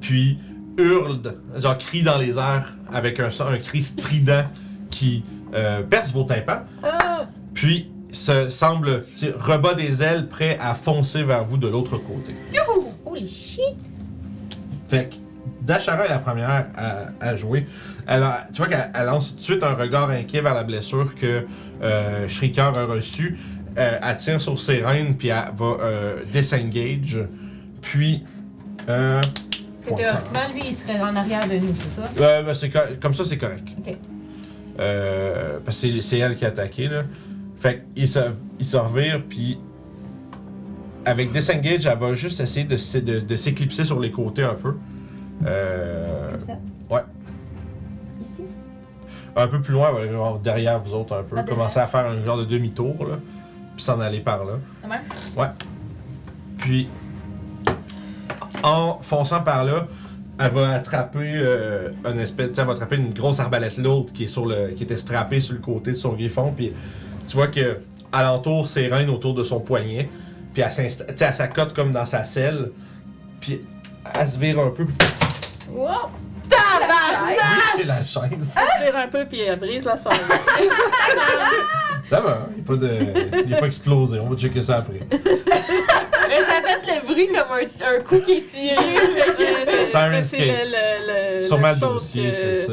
Speaker 1: Puis, hurle, genre crie dans les airs avec un, son- un cri strident qui euh, perce vos tympans.
Speaker 5: Ah!
Speaker 1: Puis, se semble, tu sais, rebat des ailes, prêt à foncer vers vous de l'autre côté.
Speaker 5: Holy shit!
Speaker 1: Fait que Dashara est la première à, à jouer. Elle a- tu vois qu'elle elle lance tout de suite un regard inquiet vers la blessure que euh, Shrieker a reçue. Euh, elle tire sur ses rênes, puis elle va euh, disengage. Puis. Euh,
Speaker 5: Parce que théoriquement, lui, il serait en arrière de nous, c'est ça?
Speaker 1: euh, ben, c'est cor- comme ça, c'est correct.
Speaker 5: Ok.
Speaker 1: Euh, parce que c'est- c'est elle qui a attaqué, là. Fait qu'ils se, ils se revirent, puis. Avec Disengage, elle va juste essayer de, s'é- de, de s'éclipser sur les côtés un peu. Euh,
Speaker 4: Comme ça?
Speaker 1: Ouais.
Speaker 4: Ici?
Speaker 1: un peu plus loin, ouais, genre derrière vous autres un peu.
Speaker 4: Ah, derrière.
Speaker 1: Commencer à faire un genre de demi-tour, là. puis s'en aller par là.
Speaker 7: De même?
Speaker 1: Ouais. Puis, en fonçant par là, elle va attraper euh, une espèce, tu sais, elle va attraper une grosse arbalète lourde qui est sur le, qui était strappée sur le côté de son griffon. Puis, tu vois que alentour ses reins autour de son poignet. Puis elle s'insta- tu sais, elle s'accote comme dans sa selle. Puis elle se vire un peu. Puis
Speaker 5: Wow!
Speaker 1: la chaise.
Speaker 3: Elle se vire un peu, puis elle brise
Speaker 4: [laughs]
Speaker 3: la soirée.
Speaker 1: Ça va, hein? il n'est pas, de... il est pas explosé. On va checker ça après.
Speaker 6: Mais ça fait le bruit comme un, un coup qui est tiré.
Speaker 3: Fait que c'est-
Speaker 1: Sirenscape.
Speaker 3: C'est le, le, le,
Speaker 1: Sûrement
Speaker 3: Euh, la
Speaker 1: le
Speaker 3: chose
Speaker 1: dossier,
Speaker 3: que-
Speaker 1: c'est ça.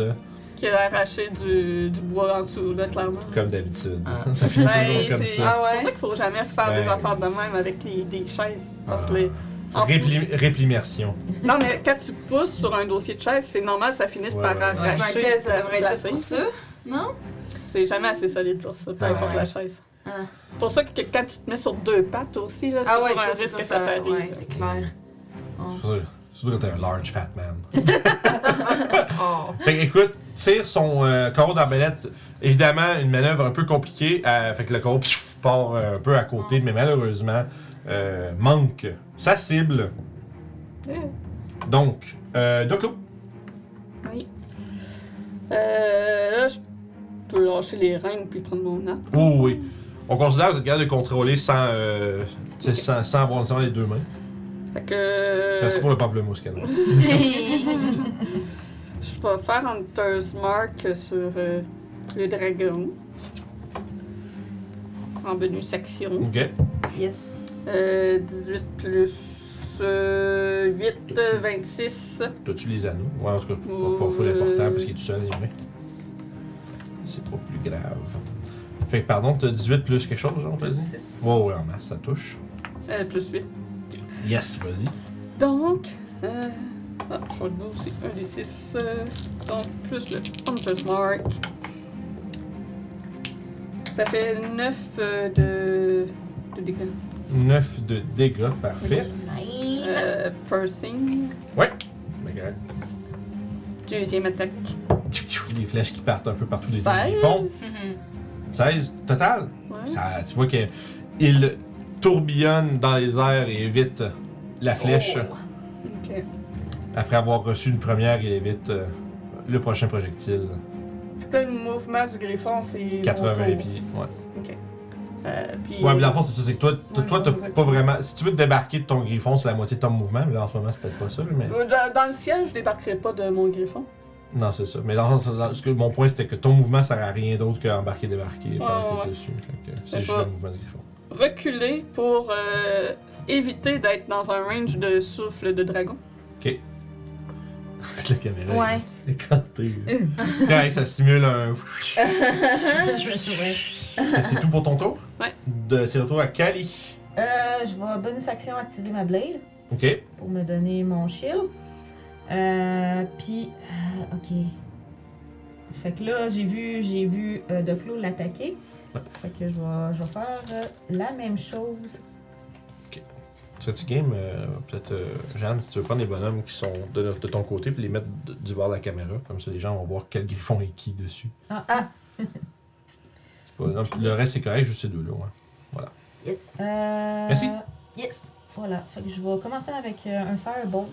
Speaker 3: Qui a arraché du, du bois en dessous, là, clairement.
Speaker 1: Comme d'habitude. Ça finit toujours
Speaker 3: Ouais,
Speaker 1: comme
Speaker 3: c'est
Speaker 1: ça. Ben.
Speaker 3: ah ouais. c'est pour ça qu'il faut jamais faire des
Speaker 1: Ouais.
Speaker 3: affaires de même avec les, des chaises. Parce que les- en-
Speaker 1: Ah. Répli- Réplimersion.
Speaker 3: Non, mais quand tu pousses sur un dossier de chaise, c'est normal que ça finisse
Speaker 1: Ouais,
Speaker 3: par
Speaker 1: ouais.
Speaker 3: arracher.
Speaker 4: Ouais, Ah, ben, ça
Speaker 3: ta-
Speaker 4: devrait
Speaker 3: ta
Speaker 4: être fait pour
Speaker 3: chaise.
Speaker 4: ça. Non?
Speaker 3: C'est jamais assez solide pour ça, peu
Speaker 1: Ouais.
Speaker 3: importe la chaise.
Speaker 4: Ah.
Speaker 3: C'est pour ça que quand tu te mets sur deux pattes aussi, là, c'est
Speaker 4: Ah ouais,
Speaker 3: toujours un
Speaker 4: ça, c'est
Speaker 3: risque
Speaker 4: ça,
Speaker 3: que ça,
Speaker 4: ça-
Speaker 3: t'arrive.
Speaker 4: ouais, c'est clair. Oh,
Speaker 1: C'est pour ça- Surtout quand t'es un large fat
Speaker 3: [laughs]
Speaker 1: man.
Speaker 6: Oh.
Speaker 1: Fait que, écoute, tire son euh, corps d'arbalète. Évidemment, une manœuvre un peu compliquée. euh, fait que le corps pfiou, part euh, un peu à côté, mais malheureusement, euh, manque sa cible.
Speaker 3: Eh.
Speaker 1: Donc, euh, Doclo.
Speaker 3: Oui. Euh, là, je peux lâcher les rênes puis prendre mon arme.
Speaker 1: Oh oui. On considère que vous êtes capable de contrôler sans, euh, tu sais, sans, sans avoir nécessairement les deux mains.
Speaker 3: Fait que.
Speaker 1: Merci pour le pamplemousse, Canon.
Speaker 3: [laughs] Je vais faire Hunter's Mark sur euh, le dragon. En menu section.
Speaker 1: Ok.
Speaker 4: yes.
Speaker 3: Euh, 18 plus euh, 8, euh, 26.
Speaker 1: T'as-tu les anneaux? Ouais, en tout cas, pas, pas full
Speaker 3: Euh.
Speaker 1: important parce qu'il est tout seul, jamais. C'est pas plus grave. Fait que, pardon, t'as 18 plus quelque chose, on t'a dit?
Speaker 3: 6.
Speaker 1: Ouais, ouais, en masse, ça touche.
Speaker 3: Euh, plus 8.
Speaker 1: Yes, vas-y.
Speaker 3: Donc. Euh, ah, je suis debout, c'est 1 des 6. donc, plus le Hunter's Mark. Ça fait 9 de, de dégâts.
Speaker 1: 9 de dégâts, parfait.
Speaker 3: Euh, piercing.
Speaker 1: Mais correct.
Speaker 3: Deuxième attaque.
Speaker 1: Tchou, tchou, Les flèches qui partent un peu partout des des fonds.
Speaker 3: 16.
Speaker 4: Mm-hmm.
Speaker 1: 16 total.
Speaker 3: Ouais.
Speaker 1: Ça, tu vois que il tourbillonne dans les airs et évite la flèche.
Speaker 3: Oh. Ok.
Speaker 1: Après avoir reçu une première, il évite euh, le prochain projectile.
Speaker 3: Puis là, le mouvement du griffon, c'est.
Speaker 1: 80
Speaker 3: mon tour.
Speaker 1: pieds. Ouais.
Speaker 3: Euh, puis...
Speaker 1: Ouais, mais dans le fond, c'est ça, c'est que toi, t-
Speaker 3: Ouais,
Speaker 1: toi, t'as
Speaker 3: j'en ai
Speaker 1: pas vraiment. Si tu veux te débarquer de ton griffon, c'est la moitié de ton mouvement, mais là, en ce moment, c'est peut-être pas ça, mais.
Speaker 3: Euh, Dans, dans le ciel, je débarquerai pas de mon griffon.
Speaker 1: Non, c'est ça. Mais dans le sens, dans- ce que- mon point, c'était que ton mouvement sert à rien d'autre qu'embarquer, débarquer,
Speaker 3: ouais,
Speaker 1: parler
Speaker 3: ouais.
Speaker 1: dessus. Fait que C'est
Speaker 3: C'est
Speaker 1: juste
Speaker 3: ça.
Speaker 1: le mouvement du griffon. [laughs]
Speaker 3: Reculer pour euh, éviter d'être dans un range de souffle de dragon.
Speaker 1: C'est la caméra.
Speaker 4: Ouais.
Speaker 1: elle est
Speaker 3: [laughs]
Speaker 1: cantée, là. C'est correct, ça simule un. [laughs]
Speaker 5: Je vais sourire.
Speaker 1: Fait que c'est tout pour ton tour?
Speaker 3: Ouais.
Speaker 1: De, c'est le tour à Cali.
Speaker 5: [laughs] Euh, je vais bonus action activer ma blade
Speaker 1: Ok.
Speaker 5: pour me donner mon shield. Euh, puis, euh, ok. Fait que là, j'ai vu, j'ai vu euh, Doclo l'attaquer.
Speaker 1: Ouais.
Speaker 5: Fait que je vais, je vais faire euh, la même chose.
Speaker 1: Serais-tu game, euh, peut-être, euh, Jeanne, si tu veux prendre les bonhommes qui sont de, notre- de ton côté puis les mettre d- du bord de la caméra, comme ça les gens vont voir quel griffon est qui dessus.
Speaker 5: Ah.
Speaker 1: C'est pas- non, puis le reste, c'est correct, juste ces deux-là. ouais.
Speaker 4: Yes.
Speaker 5: Euh,
Speaker 1: Merci.
Speaker 4: Yes.
Speaker 5: Voilà. Fait que je vais commencer avec euh, un firebolt.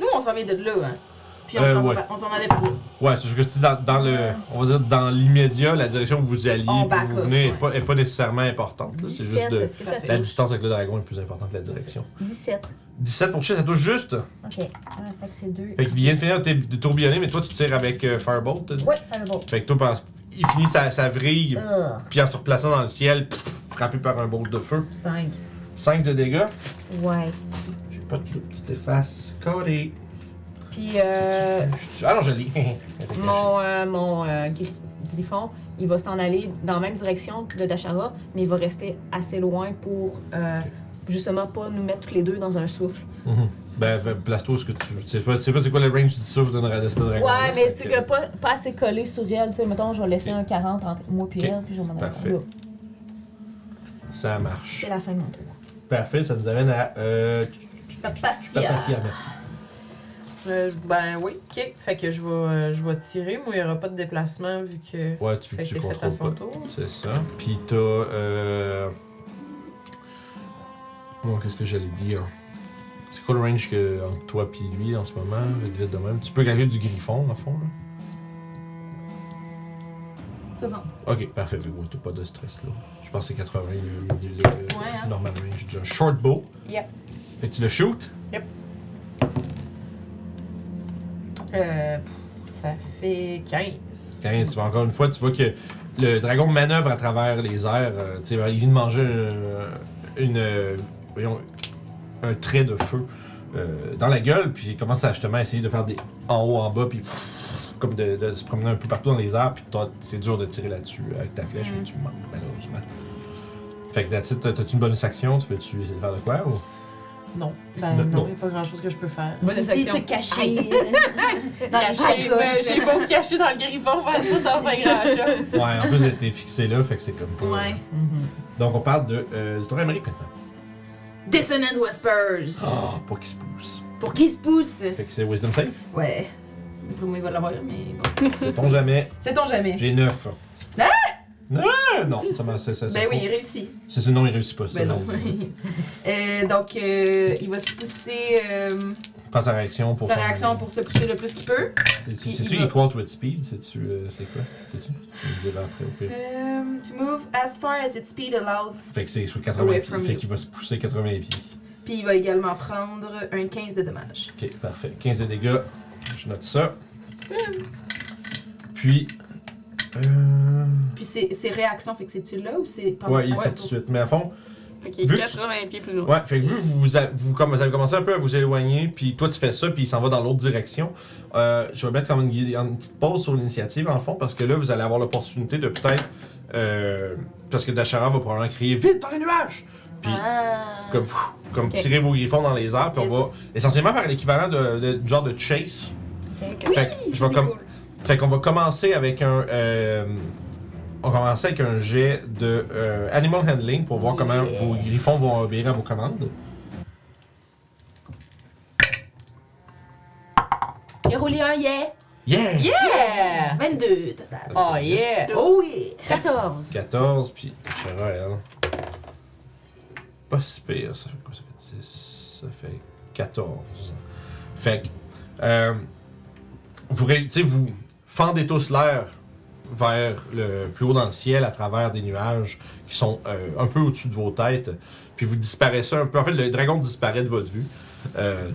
Speaker 4: Nous, on s'en vient de là, hein. Puis on
Speaker 1: Euh,
Speaker 4: s'en va
Speaker 1: ouais.
Speaker 4: pas- on s'en allait pas.
Speaker 1: Ouais, c'est juste que tu sais, dans, dans le, on va dire, dans l'immédiat, la direction où vous alliez,
Speaker 4: On
Speaker 1: puis
Speaker 4: back
Speaker 1: où vous
Speaker 4: off,
Speaker 1: venez, n'est
Speaker 4: ouais.
Speaker 1: pas, est pas nécessairement importante. là. C'est
Speaker 5: 17,
Speaker 1: juste de,
Speaker 5: est-ce que ça
Speaker 1: la
Speaker 5: fait?
Speaker 1: distance avec le dragon est plus importante que la direction.
Speaker 5: 17.
Speaker 1: 17 pour toucher, ça touche juste.
Speaker 5: Ok. Ah, fait que c'est 2.
Speaker 1: Fait qu'il vient de finir de t- de tourbillonner, mais toi, tu tires avec euh, Firebolt. t'as dit?
Speaker 5: Ouais, firebolt.
Speaker 1: Fait que toi, pense- il finit sa, sa vrille.
Speaker 5: Ugh,
Speaker 1: Puis en se replaçant dans le ciel, pff, frappé par un bolt de feu.
Speaker 5: 5.
Speaker 1: 5 de dégâts.
Speaker 5: Ouais.
Speaker 1: J'ai pas de petite efface. Carré.
Speaker 5: Puis, euh,
Speaker 1: Je suis- Ah non, je l'ai. Elle était
Speaker 5: Mon, euh, mon euh, gri- griffon, il va s'en aller dans la même direction de Dashara, mais il va rester assez loin pour euh,
Speaker 1: Ok.
Speaker 5: justement pas nous mettre tous les deux dans un souffle.
Speaker 1: cachée. Mhm. Ben, ben, place-toi ce que tu. Tu sais pas, tu sais pas c'est quoi le range du souffle d'un ra- de ce dragon.
Speaker 5: ouais, mais tu sais, que pas, pas assez collé sur elle. Tu sais, mettons, je vais laisser un 40 entre moi et
Speaker 1: Ok.
Speaker 5: elle, puis je vais m'en aller.
Speaker 1: Parfait.
Speaker 5: Là,
Speaker 1: Ça marche.
Speaker 5: C'est la fin de mon tour.
Speaker 1: Parfait, ça nous amène à. Euh,
Speaker 4: Papatia.
Speaker 1: Tapatia, merci.
Speaker 6: Euh, je- ben oui, ok. Fait que je vais, euh, je vais tirer. Moi, il n'y aura pas de déplacement vu que.
Speaker 1: Ouais, tu,
Speaker 6: Fait que
Speaker 1: tu
Speaker 6: c'est fait à
Speaker 1: contrôles
Speaker 6: son
Speaker 1: pas.
Speaker 6: tour.
Speaker 1: C'est ça. Puis t'as. Euh... Bon, qu'est-ce que j'allais dire? C'est quoi le range que, entre toi puis lui en ce moment? Vite, vite de même. Tu peux calculer du griffon, en fond, là?
Speaker 2: 60.
Speaker 1: Ok, parfait. Fait que ouais, t'as pas de stress là. Je pense que c'est 80 le, le- le- le
Speaker 4: Ouais, hein.
Speaker 1: normal range d'un short bow.
Speaker 6: Yep.
Speaker 1: Fait que tu le shoot.
Speaker 6: Euh, pff, ça fait 15.
Speaker 1: Quand tu vois encore une fois, tu vois que le dragon manœuvre à travers les airs. euh, tu sais, il vient de manger un- une, euh, voyons, un trait de feu euh, dans la gueule, puis il commence à justement essayer de faire des en haut, en bas, puis pff, comme de, de se promener un peu partout dans les airs, puis toi, c'est dur de tirer là-dessus euh, avec ta flèche,
Speaker 4: Mm.
Speaker 1: mais tu manques malheureusement. Fait que d'habitude, t'as-tu une bonus action? Tu veux-tu essayer de faire de quoi? Ou?
Speaker 6: Non. Ben
Speaker 1: Non,
Speaker 6: non,
Speaker 1: non.
Speaker 6: il n'y a pas grand chose que je peux faire.
Speaker 5: Bonne
Speaker 4: Essaye de
Speaker 5: section.
Speaker 4: te cacher. [laughs] Dans la
Speaker 6: J'ai
Speaker 4: sacoche.
Speaker 6: j'ai beau me cacher dans le griffon, ben, c'est pas ça va faire grand chose.
Speaker 1: Ouais, en plus, t'es fixé là, fait que c'est comme pas... euh,
Speaker 4: Ouais.
Speaker 5: Mhm.
Speaker 1: Donc, on parle de euh, du tour Amérique maintenant.
Speaker 4: Dissonant Whispers.
Speaker 1: Ah, pas qu'il se pousse.
Speaker 4: Pour qui se pousse?
Speaker 1: Fait que c'est Wisdom Safe.
Speaker 4: Ouais. Bruno, il va l'avoir, mais bon.
Speaker 1: Sait-on jamais.
Speaker 4: Sait-on jamais.
Speaker 1: J'ai 9. Ah! Non, ça m'a- c'est ça. ça
Speaker 4: Ben oui,
Speaker 1: compte.
Speaker 4: il réussit.
Speaker 1: C'est ce nom, il réussit pas. ça,
Speaker 4: Ben non.
Speaker 1: j'allais dire.
Speaker 4: [laughs] Euh, donc, euh, il va se pousser, euh,
Speaker 1: Prends sa réaction pour
Speaker 4: sa
Speaker 1: faire-
Speaker 4: réaction pour se pousser le plus qu'il peut.
Speaker 1: C'est-
Speaker 4: puis
Speaker 1: C'est-tu
Speaker 4: il va-
Speaker 1: Equal to its speed? C'est-tu. euh, c'est quoi? C'est-tu? Tu me diras après au pire.
Speaker 4: Um, to move as far as its speed allows.
Speaker 1: Fait que c'est sous 80
Speaker 4: Away
Speaker 1: pieds.
Speaker 4: from
Speaker 1: Fait
Speaker 4: you.
Speaker 1: qu'il va se pousser 80 pieds.
Speaker 4: Puis il va également prendre un 15 de dommages.
Speaker 1: Ok, parfait. 15 de dégâts. Je note ça.
Speaker 4: Hum.
Speaker 1: Puis. Euh...
Speaker 4: Puis c'est c'est réaction, fait que c'est-tu là ou c'est pendant
Speaker 1: Ouais, il
Speaker 4: ah,
Speaker 1: fait tout de suite. Mais à fond,
Speaker 3: Fait qu'il
Speaker 1: Vu
Speaker 3: est
Speaker 1: que tu-
Speaker 3: 80 pieds plus loin.
Speaker 1: Ouais, fait que vu que vous, vous, a- vous, comme- vous avez commencé un peu à vous éloigner, puis toi tu fais ça, puis il s'en va dans l'autre direction, euh, je vais mettre comme une, guide- une petite pause sur l'initiative en fond, parce que là vous allez avoir l'opportunité de peut-être. euh, parce que Dachara va probablement crier Vite dans les nuages Puis
Speaker 4: Ah.
Speaker 1: comme, pff, comme
Speaker 5: Ok.
Speaker 1: tirer vos griffons dans les airs, puis
Speaker 4: Yes.
Speaker 1: on va essentiellement faire l'équivalent de, de- du genre de chase.
Speaker 5: Ok.
Speaker 1: fait, que je vais comme- fait qu'on va commencer avec un. euh, on va commencer avec un jet de euh, animal handling pour voir comment
Speaker 4: Yeah.
Speaker 1: vos griffons vont obéir à vos commandes.
Speaker 4: Il a roulé un yeah!
Speaker 1: Yeah!
Speaker 6: Yeah!
Speaker 4: 22 total.
Speaker 6: Oh yeah!
Speaker 4: Oh yeah!
Speaker 5: 14.
Speaker 1: 14, puis Chera, elle. Pas si pire, ça fait quoi Ça fait 10, ça fait 14. Fait que, euh, vous, ré- tu sais, vous fendez tous l'air vers le plus haut dans le ciel à travers des nuages qui sont euh, un peu au-dessus de vos têtes, puis vous disparaissez un peu. En fait, le dragon disparaît de votre vue. Euh,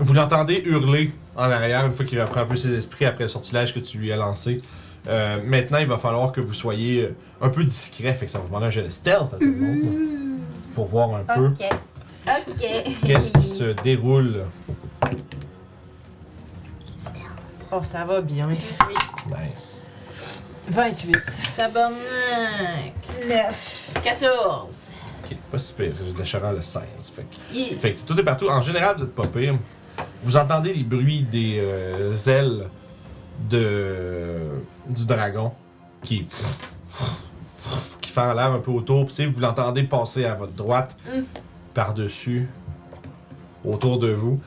Speaker 1: vous l'entendez hurler en arrière une fois qu'il reprend un peu ses esprits après le sortilège que tu lui as lancé. Euh, maintenant, il va falloir que vous soyez euh, un peu discret, fait que ça va vous demander un jet de stealth à tout le monde, pour voir un peu
Speaker 4: Ok. Ok.
Speaker 1: qu'est-ce qui se déroule.
Speaker 6: Oh, ça va bien.
Speaker 1: Nice.
Speaker 6: 28.
Speaker 4: Tabarnak. 14.
Speaker 1: Ok, pas si pire, j'ai de la chaleur le 16. Fait que,
Speaker 4: Yeah.
Speaker 1: fait que tout est partout. En général, vous êtes pas pire. Vous entendez les bruits des euh, ailes de, du dragon qui, qui fend l'air un peu autour. Puis, tu sais, vous l'entendez passer à votre droite, par-dessus, autour de vous.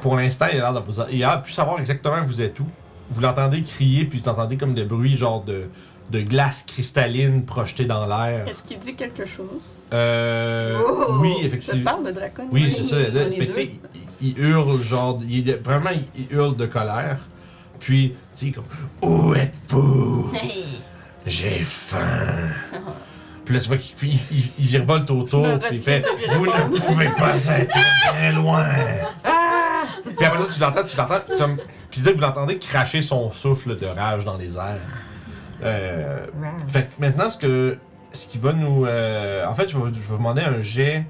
Speaker 1: Pour l'instant, il a l'air de vous- il a l'air de plus savoir exactement vous êtes où. Vous l'entendez crier, puis vous entendez comme des bruits genre de, de glace cristalline projetée dans l'air.
Speaker 3: Est-ce qu'il dit quelque chose?
Speaker 1: Euh,
Speaker 4: Oh!
Speaker 1: oui,
Speaker 3: Ça te
Speaker 1: effectivement.
Speaker 3: parle, le dracon?
Speaker 1: Oui, c'est ça.
Speaker 5: on
Speaker 1: Fait
Speaker 5: est
Speaker 1: que, tu sais,
Speaker 5: deux.
Speaker 1: il, il hurle, genre, il, est- vraiment, il hurle de colère. Puis, tu sais, comme, où êtes-vous?
Speaker 4: Hey.
Speaker 1: J'ai faim. Puis là, tu vois qu'il il, il, il virevolte autour,
Speaker 3: Je me
Speaker 1: puis il
Speaker 3: retire
Speaker 1: fait,
Speaker 3: de
Speaker 1: vous
Speaker 3: virevolte.
Speaker 1: ne pouvez pas être très loin.
Speaker 6: Ah!
Speaker 1: Puis après ça, tu l'entends, tu l'entends, tu comme- puis tu sais que vous l'entendez cracher son souffle de rage dans les airs. Euh, fait que maintenant, ce que. Ce qui va nous. euh, en fait, je vais, je vais vous demander un jet.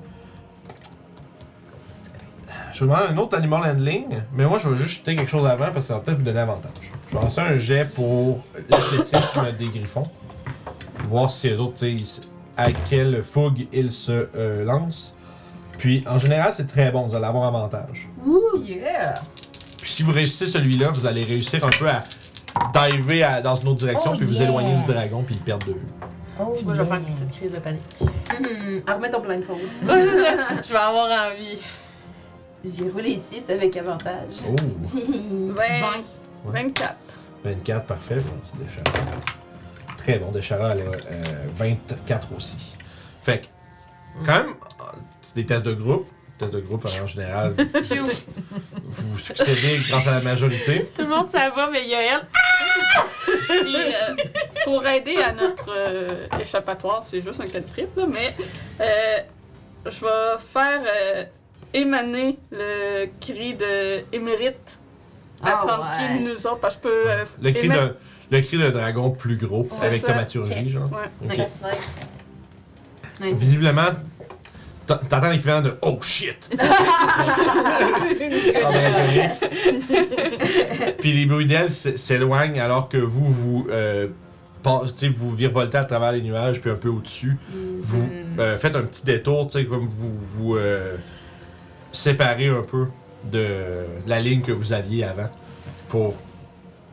Speaker 1: Je vais vous demander un autre animal handling, mais moi je vais juste jeter quelque chose avant parce que ça va peut-être vous donner avantage. Je vais lancer un jet pour l'athlétisme des griffons. Voir si les autres, tu sais, ils- à quelle fougue ils se euh, lancent. Puis en général, c'est très bon, vous allez avoir avantage.
Speaker 4: Woo yeah!
Speaker 1: Puis si vous réussissez celui-là, vous allez réussir un peu à diver à- dans une autre direction,
Speaker 5: Oh
Speaker 1: puis vous
Speaker 5: yeah!
Speaker 1: éloigner du dragon, puis le perdre de vue.
Speaker 5: Oh,
Speaker 6: Moi, je vais
Speaker 5: yeah.
Speaker 6: faire une petite [laughs]
Speaker 4: Mm-hmm.
Speaker 6: crise de panique.
Speaker 4: Hmm, remets ton blindfold.
Speaker 6: je vais avoir envie.
Speaker 4: J'ai roulé 6 avec avantage.
Speaker 1: Oh!
Speaker 3: 20.
Speaker 1: Ouais.
Speaker 3: 24.
Speaker 1: 24, parfait, bon, c'est des charands. Très bon, des charands, là. euh, 24 aussi. Fait que, quand même, euh, c'est des tests de groupe. Tests de groupe, en
Speaker 3: [laughs]
Speaker 1: général, vous succédez grâce à la majorité.
Speaker 5: Tout le monde, ça va, mais Yoel.
Speaker 3: Puis, euh, pour aider à notre euh, échappatoire, c'est juste un quadruple, là, mais euh, je vais faire euh, émaner le cri de Émérite à
Speaker 4: Ah
Speaker 3: 30 pieds de
Speaker 4: ouais.
Speaker 3: nous autres, parce que je peux. euh,
Speaker 1: Le cri
Speaker 3: émettre-
Speaker 1: d'un, le cri d'un dragon plus gros,
Speaker 3: C'est
Speaker 1: avec
Speaker 3: ça.
Speaker 1: thaumaturgie,
Speaker 4: Ok.
Speaker 1: genre.
Speaker 3: Ouais.
Speaker 1: Ok.
Speaker 4: Nice, nice. Nice.
Speaker 1: Visiblement, t'en- t'entends l'équivalent de Oh shit! [laughs] En draconique. Puis les bruits d'ailes s- s'éloignent alors que vous, vous, euh, pas- tu sais, vous virevoltez à travers les nuages, puis un peu au-dessus. Vous
Speaker 4: Mm. Mm-hmm.
Speaker 1: euh, faites un petit détour, tu sais, comme vous vous euh, séparez un peu de la ligne que vous aviez avant. Pour,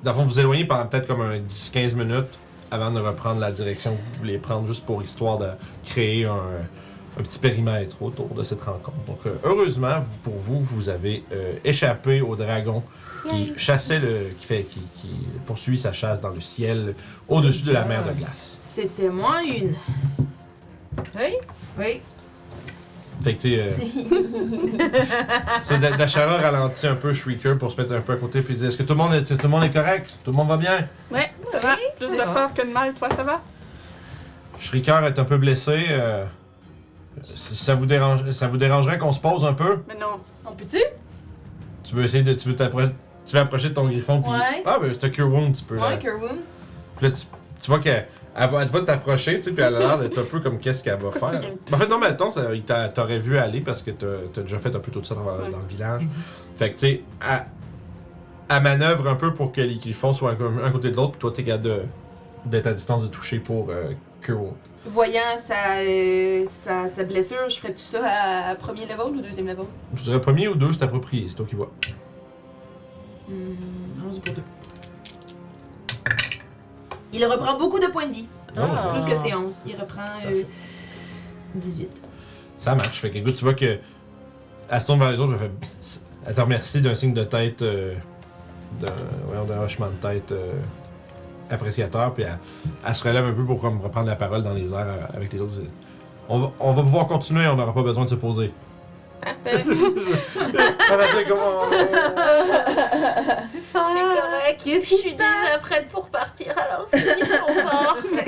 Speaker 1: dans le fond, vous éloignez pendant peut-être comme un 10-15 minutes avant de reprendre la direction que vous voulez prendre, juste pour histoire de créer un, un petit périmètre autour de cette rencontre. Donc, euh, heureusement, vous- pour vous, vous avez euh, échappé au dragon qui chassait le, qui fait, qui, qui poursuit sa chasse dans le ciel au-dessus de la mer de glace.
Speaker 4: C'était moins une.
Speaker 5: [laughs] Oui?
Speaker 4: Oui.
Speaker 1: Fait que tu sais,
Speaker 4: [laughs]
Speaker 1: euh, c'est Da- Dachara ralentit un peu Shrieker pour se mettre un peu à côté puis dire est-ce que tout le monde est, est-ce que tout le monde est correct, tout le monde va bien.
Speaker 3: Ouais, ça va. Plus de
Speaker 5: va.
Speaker 3: peur que de mal, toi, ça va?
Speaker 1: Shrieker est un peu blessé. euh, si ça vous dérange, ça vous dérangerait qu'on se pose un peu.
Speaker 3: Mais non.
Speaker 4: On peut-tu?
Speaker 1: Tu veux essayer de, tu veux t'appro- tu veux approcher de ton griffon puis
Speaker 4: Ouais.
Speaker 1: ah ben c'est un cure wound un petit peu. là.
Speaker 4: Ouais, Kerwoon.
Speaker 1: Puis là, tu, tu vois qu'elle elle va, elle va t'approcher, tu sais, puis elle a l'air d'être un peu comme qu'est-ce qu'elle va
Speaker 3: Pourquoi tu
Speaker 1: faire.
Speaker 3: viens
Speaker 1: En fait, non, mais attends, ça- il t'a- t'aurais vu aller parce que t'as t'as déjà fait un peu tout ça dans, dans le village. Fait que, tu sais, elle, elle manœuvre un peu pour que les griffons soient comme un côté de l'autre, puis toi, t'es capable de- d'être à distance de toucher pour euh, que-
Speaker 4: Voyant sa, euh, sa, sa blessure, je ferais tout ça à, à premier level ou deuxième level?
Speaker 1: Je dirais premier ou deux, c'est approprié, c'est toi qui vois.
Speaker 4: Non, c'est pour deux. Il reprend beaucoup de points de vie.
Speaker 1: Ah.
Speaker 4: Plus que c'est 11. Il reprend euh, [laughs] 18.
Speaker 1: Ça marche. Fait que écoute, tu vois que elle se tourne vers les autres, elle fait psst. elle te remercie d'un signe de tête, euh, d'un voyons, d'un hochement de tête euh, appréciateur, puis elle, elle se relève un peu pour comme reprendre la parole dans les airs euh, avec les autres. C'est- On va, on va pouvoir continuer, on n'aura pas besoin de se poser.
Speaker 5: Parfait.
Speaker 1: Ça va dire comment-
Speaker 5: Ah,
Speaker 4: Qu'est-ce qui se passe?
Speaker 5: prête pour partir, alors finissons ça.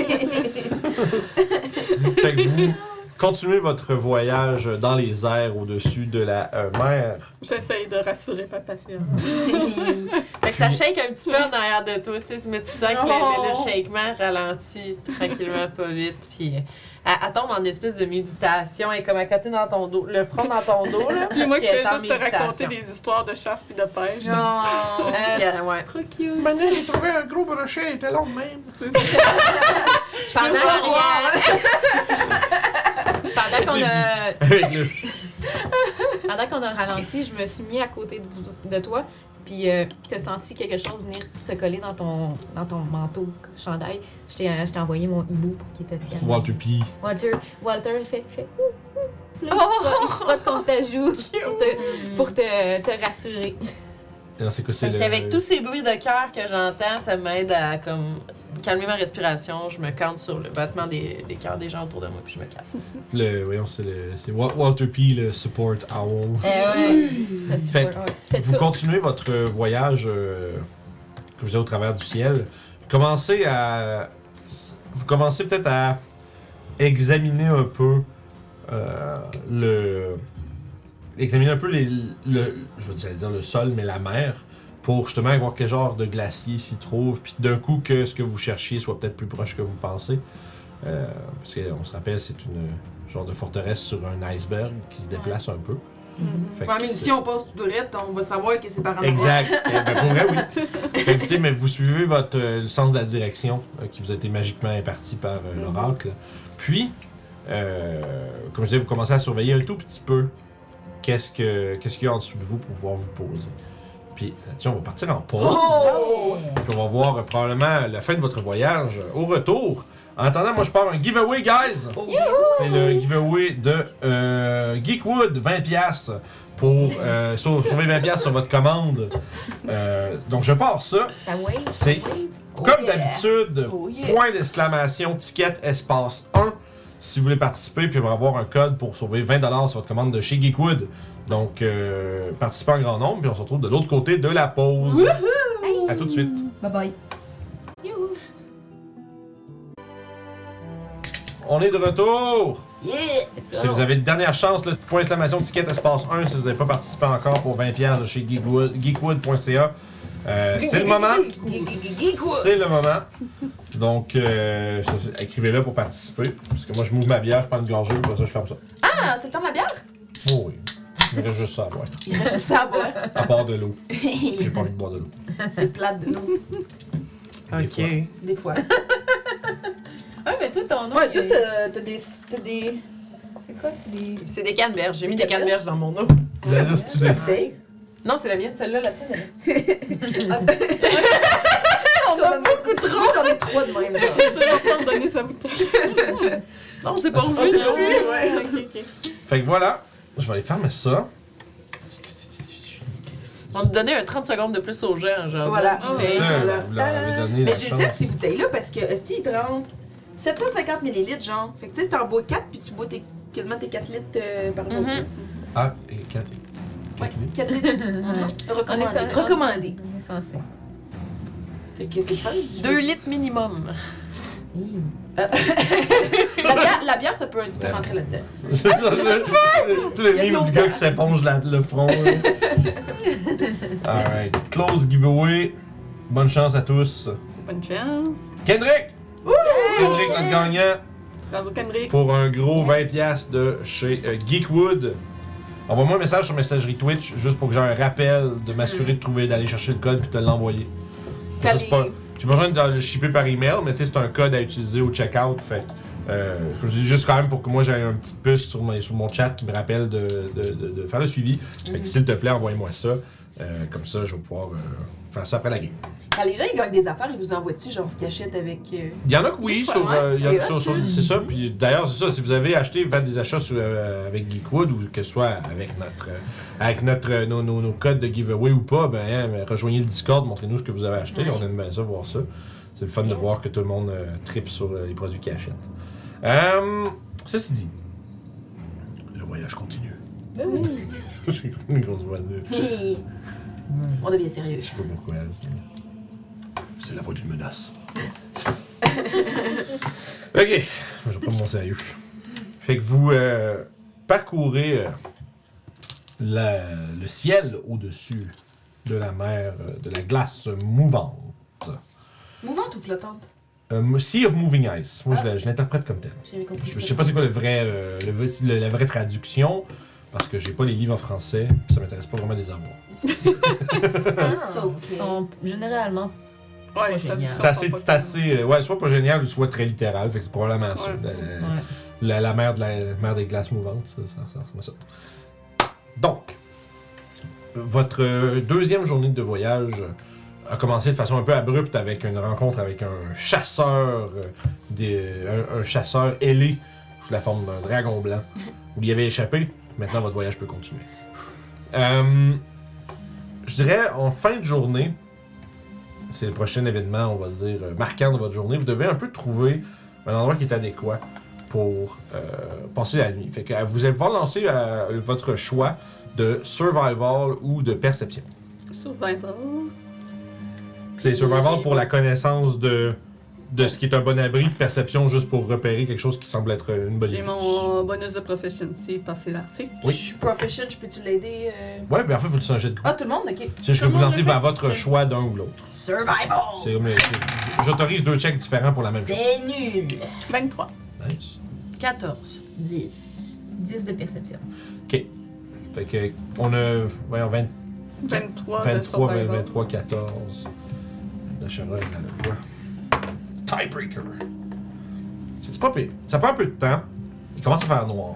Speaker 1: fait que vous continuez votre voyage dans les airs au-dessus de la euh, mer.
Speaker 3: J'essaye de rassurer papa,
Speaker 4: [laughs]
Speaker 3: c'est
Speaker 6: Fait que ça shake un petit peu en arrière de toi, tu sais, mais tu sens que le, le- le shakement ralentit tranquillement, pas vite, puis euh, elle, elle tombe en espèce de méditation, elle est comme à côté dans ton dos, le front dans ton dos, là.
Speaker 3: Puis moi qui
Speaker 6: elle
Speaker 3: fais
Speaker 6: est en
Speaker 3: juste te raconter
Speaker 6: méditation.
Speaker 3: des histoires de chasse puis de pêche.
Speaker 4: Mm-hmm. Genre.
Speaker 6: Euh, ouais.
Speaker 4: Trop cute.
Speaker 1: Maintenant, j'ai trouvé un gros brochet, il était long même.
Speaker 5: Pendant qu'on [laughs] pendant qu'on a, pendant qu'on a ralenti, je me suis mis à côté de, vous- de toi, puis euh, t'as senti quelque chose venir se coller dans ton, dans ton manteau chandail. Je t'ai, euh, je t'ai envoyé mon hibou pour qu'il te tienne.
Speaker 1: Walter P.
Speaker 5: Walter, Walter, il fait, il fait ouh, ouh. Là, il frotte- il frotte contre ta joue pour te, pour te, te rassurer.
Speaker 1: Non, c'est quoi, c'est
Speaker 6: Fait
Speaker 1: le-
Speaker 6: qu'avec tous ces bruits de cœur que j'entends, ça m'aide à comme calmer ma respiration, je me calme sur le battement des, des cœurs des gens autour de moi, puis je me calme.
Speaker 1: Le, voyons, c'est le, c'est Wa- Walter P, le support owl.
Speaker 5: Eh ouais, c'est super.
Speaker 1: Fait-
Speaker 5: ouais. Faites
Speaker 1: Vous
Speaker 5: ça.
Speaker 1: continuez votre voyage, euh, comme je disais, au travers du ciel. Commencez à, vous commencez peut-être à examiner un peu euh, le, examiner un peu les, le, je veux dire le sol, mais la mer, pour justement voir quel genre de glacier s'y trouve, puis d'un coup que ce que vous cherchiez soit peut-être plus proche que vous pensez. Euh, parce qu'on se rappelle, c'est une genre de forteresse sur un iceberg qui se déplace un peu. Fait que
Speaker 4: Ouais, mais
Speaker 1: c'est-
Speaker 4: si on passe tout droit, on va savoir que c'est par en avant.
Speaker 1: Exact. Eh ben, pour vrai, oui. Fait que, tu sais, mais vous suivez votre, euh, le sens de la direction euh, qui vous a été magiquement imparti par euh, l'oracle. Puis, euh, comme je disais, vous commencez à surveiller un tout petit peu qu'est-ce que qu'est-ce qu'il y a en dessous de vous pour pouvoir vous poser. Puis, tiens, on va
Speaker 6: Oh!
Speaker 1: partir en pause. Puis on va voir euh, probablement la fin de votre voyage euh, au retour En attendant, moi, je pars un giveaway, guys!
Speaker 6: Oh!
Speaker 1: C'est le giveaway de euh, Geekwood, 20$ pour euh, sau- sauver 20$ sur votre commande. Euh, donc, je pars ça.
Speaker 5: Ça wave.
Speaker 1: C'est comme d'habitude,
Speaker 4: Oh yeah.
Speaker 1: point d'exclamation, ticket, espace 1. Si vous voulez participer, puis on va avoir un code pour sauver 20$ sur votre commande de chez Geekwood. Donc, euh, participez en grand nombre, puis on se retrouve de l'autre côté de la pause. À tout de suite.
Speaker 2: Bye bye.
Speaker 1: On est de retour!
Speaker 4: Yeah!
Speaker 1: Si vous avez une dernière chance, le point d'exclamation ticket espace 1 si vous n'avez pas participé encore pour 20$ de chez geekwood- geekwood.ca. Euh, c'est le moment. C'est le moment. Donc, euh, ça- écrivez-le pour participer. Parce que moi, je m'ouvre ma bière, je prends une gorgée, puis après ça, je ferme ça.
Speaker 4: Ah, c'est le temps de la bière?
Speaker 1: Oh oui. Il me reste juste ça à boire.
Speaker 4: Il reste juste ça à [laughs] boire.
Speaker 1: À part de l'eau. J'ai pas envie de boire de l'eau.
Speaker 4: c'est plate de l'eau,
Speaker 1: Des fois.
Speaker 4: des fois.
Speaker 5: Ah, mais toi, ton nom.
Speaker 4: Ouais, toi,
Speaker 5: il-
Speaker 4: t'as t'as des. T'as des.
Speaker 5: C'est quoi C'est des.
Speaker 6: C'est des canneberges. J'ai mis
Speaker 4: Des
Speaker 6: des canneberges dans mon eau.
Speaker 1: Vous allez dire si tu dis-
Speaker 4: bouteilles.
Speaker 6: Non, c'est la mienne, celle-là, la tienne. elle est-
Speaker 4: Ah, On a beaucoup trop! J'en ai trois de même.
Speaker 3: Je suis toujours pas me donner sa bouteille.
Speaker 6: Non, c'est pas
Speaker 1: Ah,
Speaker 4: On
Speaker 6: revu.
Speaker 4: s'est
Speaker 6: non.
Speaker 4: pas vu, ouais.
Speaker 3: Ok, ok.
Speaker 1: Fait que voilà. Je vais aller fermer ça.
Speaker 6: On te donnait un 30 secondes de plus aux gens, genre.
Speaker 4: Voilà.
Speaker 3: Ah,
Speaker 1: Ça,
Speaker 6: Oh, C'est
Speaker 4: voilà.
Speaker 1: vous leur avez donné
Speaker 4: Mais
Speaker 1: la
Speaker 4: j'ai cette
Speaker 1: chance.
Speaker 4: ces bouteilles-là parce que si ils te rendent 750 ml, genre. Fait que tu sais, t'en bois 4 puis tu bois tes- quasiment tes 4 litres euh, par jour.
Speaker 6: Mhm.
Speaker 1: Ah, et quatre-
Speaker 4: Ouais,
Speaker 1: quatre minutes.
Speaker 4: 4 litres recommandé.
Speaker 5: On est sur-
Speaker 4: recommandé.
Speaker 5: On est censé.
Speaker 4: Fait que c'est fun. Je
Speaker 6: Deux
Speaker 4: me-
Speaker 6: litres minimum.
Speaker 5: Hi.
Speaker 4: La bière, la bière, ça peut un petit peu rentrer là-dedans.
Speaker 1: C'est le
Speaker 4: Il y
Speaker 1: mime
Speaker 4: a
Speaker 1: du
Speaker 4: longtemps.
Speaker 1: gars qui s'éponge la- le front. là. Alright, close giveaway. Bonne chance à tous.
Speaker 3: Bonne chance.
Speaker 1: Kendrick! Kendrick, notre gagnant,
Speaker 3: Bravo, Kendrick.
Speaker 1: pour un gros 20$ de chez euh, Geekwood. Envoie-moi un message sur messagerie Twitch juste pour que j'ai un rappel de m'assurer de trouver, d'aller chercher le code puis de te l'envoyer. Ça,
Speaker 4: T'as
Speaker 1: c'est pas-
Speaker 4: les-
Speaker 1: J'ai besoin de le shipper par email, mais tu sais, c'est un code à utiliser au checkout. Fait euh, je vous dis juste quand même pour que moi j'ai un petit puce sur, mon- sur mon chat qui me rappelle de, de- de- de faire le suivi. Fait que s'il te plaît, envoie-moi ça. Euh, comme ça, je vais pouvoir euh, faire ça après la game.
Speaker 4: Quand les gens ils gagnent des affaires, ils vous envoient-tu genre ce cachette avec. euh, [laughs]
Speaker 1: Il y en a que oui,
Speaker 4: Ouais,
Speaker 1: sur, euh, il y en a
Speaker 4: c'est
Speaker 1: sur-
Speaker 4: hot,
Speaker 1: sur- c'est ça. Puis d'ailleurs, c'est ça. Si vous avez acheté, faites des achats sur, euh, avec Geekwood ou que ce soit avec notre, euh, avec notre, euh, nos, nos- nos codes de giveaway ou pas, ben hein, ben, rejoignez le Discord, montrez-nous ce que vous avez acheté. On aime bien ça voir ça. C'est le fun de voir que tout le monde euh, tripe sur euh, les produits qu'ils achètent. Euh, ceci dit, le voyage [laughs] continue. J'ai une grosse voix de.
Speaker 4: On devient sérieux.
Speaker 1: Je sais pas pourquoi. c'est- C'est la voix d'une menace. [laughs] ok, je vais prendre mon sérieux. Fait que vous euh, parcourez euh, la- le ciel au-dessus de la mer, euh, de la glace mouvante.
Speaker 4: Mouvante ou flottante?
Speaker 1: Euh, sea of Moving Ice. Moi, je la- je l'interprète comme tel.
Speaker 4: J'avais compris.
Speaker 1: Je, je sais pas c'est quoi le vrai, euh, le vrai- le- la vraie traduction, parce que j'ai pas les livres en français, puis ça m'intéresse pas vraiment de les avoir.
Speaker 4: Ça,
Speaker 5: Ils
Speaker 4: ok.
Speaker 5: sont généralement.
Speaker 3: Ouais,
Speaker 5: génial.
Speaker 3: traduction
Speaker 1: C'est assez,
Speaker 3: pas
Speaker 1: c'est assez, euh, ouais, soit pas génial ou soit très littéral, fait que c'est probablement ça.
Speaker 3: Ouais.
Speaker 1: La- la-
Speaker 5: Ouais.
Speaker 1: La, la mer de la, la mer des glaces mouvantes, ça, ça, ça ressemble à ça. Donc, votre euh, deuxième journée de voyage a commencé de façon un peu abrupte avec une rencontre avec un chasseur, euh, des, euh, un, un chasseur ailé sous la forme d'un dragon blanc. Vous l'y avez échappé, maintenant votre voyage peut continuer. Euh, je dirais en fin de journée, c'est le prochain événement, on va dire, euh, marquant de votre journée, vous devez un peu trouver un endroit qui est adéquat pour euh, passer la nuit. Fait que euh, vous allez pouvoir lancer euh, votre choix de survival ou de perception.
Speaker 3: Survival.
Speaker 1: C'est survival pour la connaissance de, de ce qui est un bon abri, perception juste pour repérer quelque chose qui semble être une bonne
Speaker 3: J'ai
Speaker 1: idée.
Speaker 3: mon bonus de proficiency, passer l'article.
Speaker 1: Oui.
Speaker 4: Je suis profession, je peux-tu l'aider? euh?
Speaker 1: Ouais, mais en fait, vous le changez de coup.
Speaker 4: Ah, tout le monde? Ok.
Speaker 1: C'est juste que
Speaker 3: tout le
Speaker 1: vous
Speaker 3: monde
Speaker 1: lancez
Speaker 3: le fait?
Speaker 1: vers votre
Speaker 3: Ok. Oh.
Speaker 1: choix d'un ou l'autre.
Speaker 4: Survival!
Speaker 1: C'est comme les- c'est- J'autorise deux checks différents pour la même chose.
Speaker 4: C'est nul!
Speaker 3: 23.
Speaker 1: Nice.
Speaker 6: 14.
Speaker 5: 10. 10 de perception.
Speaker 1: Fait que, on a, voyons, 20
Speaker 3: 23 de
Speaker 1: 23,
Speaker 3: survival.
Speaker 1: 23, 14. La chaleur, elle a le droit. Tiebreaker. C'est pas pire. Ça prend un peu de temps. Il commence à faire noir.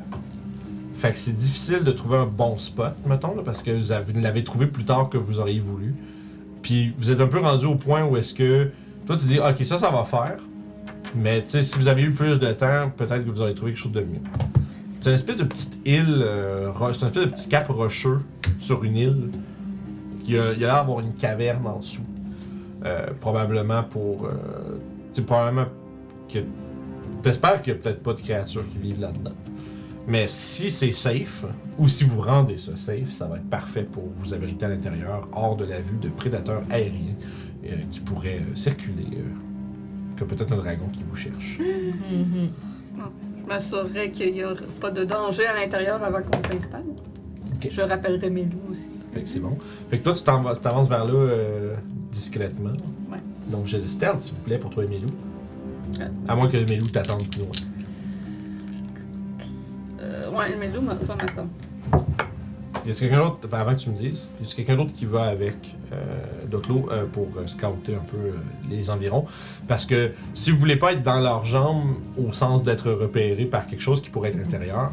Speaker 1: Fait que c'est difficile de trouver un bon spot, mettons, là, parce que vous, avez- vous l'avez trouvé plus tard que vous auriez voulu. Puis vous êtes un peu rendu au point où est-ce que. Toi, tu dis, OK, ça, ça va faire. Mais tu sais, si vous aviez eu plus de temps, peut-être que vous auriez trouvé quelque chose de mieux. C'est une espèce de petite île, euh, ro- c'est une espèce de petit cap rocheux sur une île. Il y a il y a l'air d'avoir une caverne en dessous. Euh, probablement pour. euh, tu sais, probablement que. T'espères qu'il n'y a peut-être pas de créatures qui vivent là-dedans. Mais si c'est safe, ou si vous rendez ça safe, ça va être parfait pour vous abriter à l'intérieur, hors de la vue de prédateurs aériens euh, qui pourraient euh, circuler. euh, que peut-être un dragon qui vous cherche.
Speaker 5: Mm-hmm.
Speaker 3: Je m'assurerai qu'il n'y aura pas de danger à l'intérieur avant qu'on s'installe.
Speaker 1: Ok.
Speaker 3: Je rappellerai mes loups aussi.
Speaker 1: Fait que c'est bon. Fait que toi, tu t'en vas- tu t'avances vers là euh, discrètement.
Speaker 3: Ouais.
Speaker 1: Donc, j'ai le stealth, s'il vous plaît, pour toi et Mélou.
Speaker 3: Ouais.
Speaker 1: À moins que Mélou t'attende plus loin.
Speaker 3: Euh, ouais, mes loups, ma femme m'attend.
Speaker 1: Y a quelqu'un d'autre, ben, avant que tu me dises, y a quelqu'un d'autre qui va avec euh, Doclo euh, pour euh, scouter un peu euh, les environs? Parce que si vous voulez pas être dans leurs jambes au sens d'être repéré par quelque chose qui pourrait être intérieur,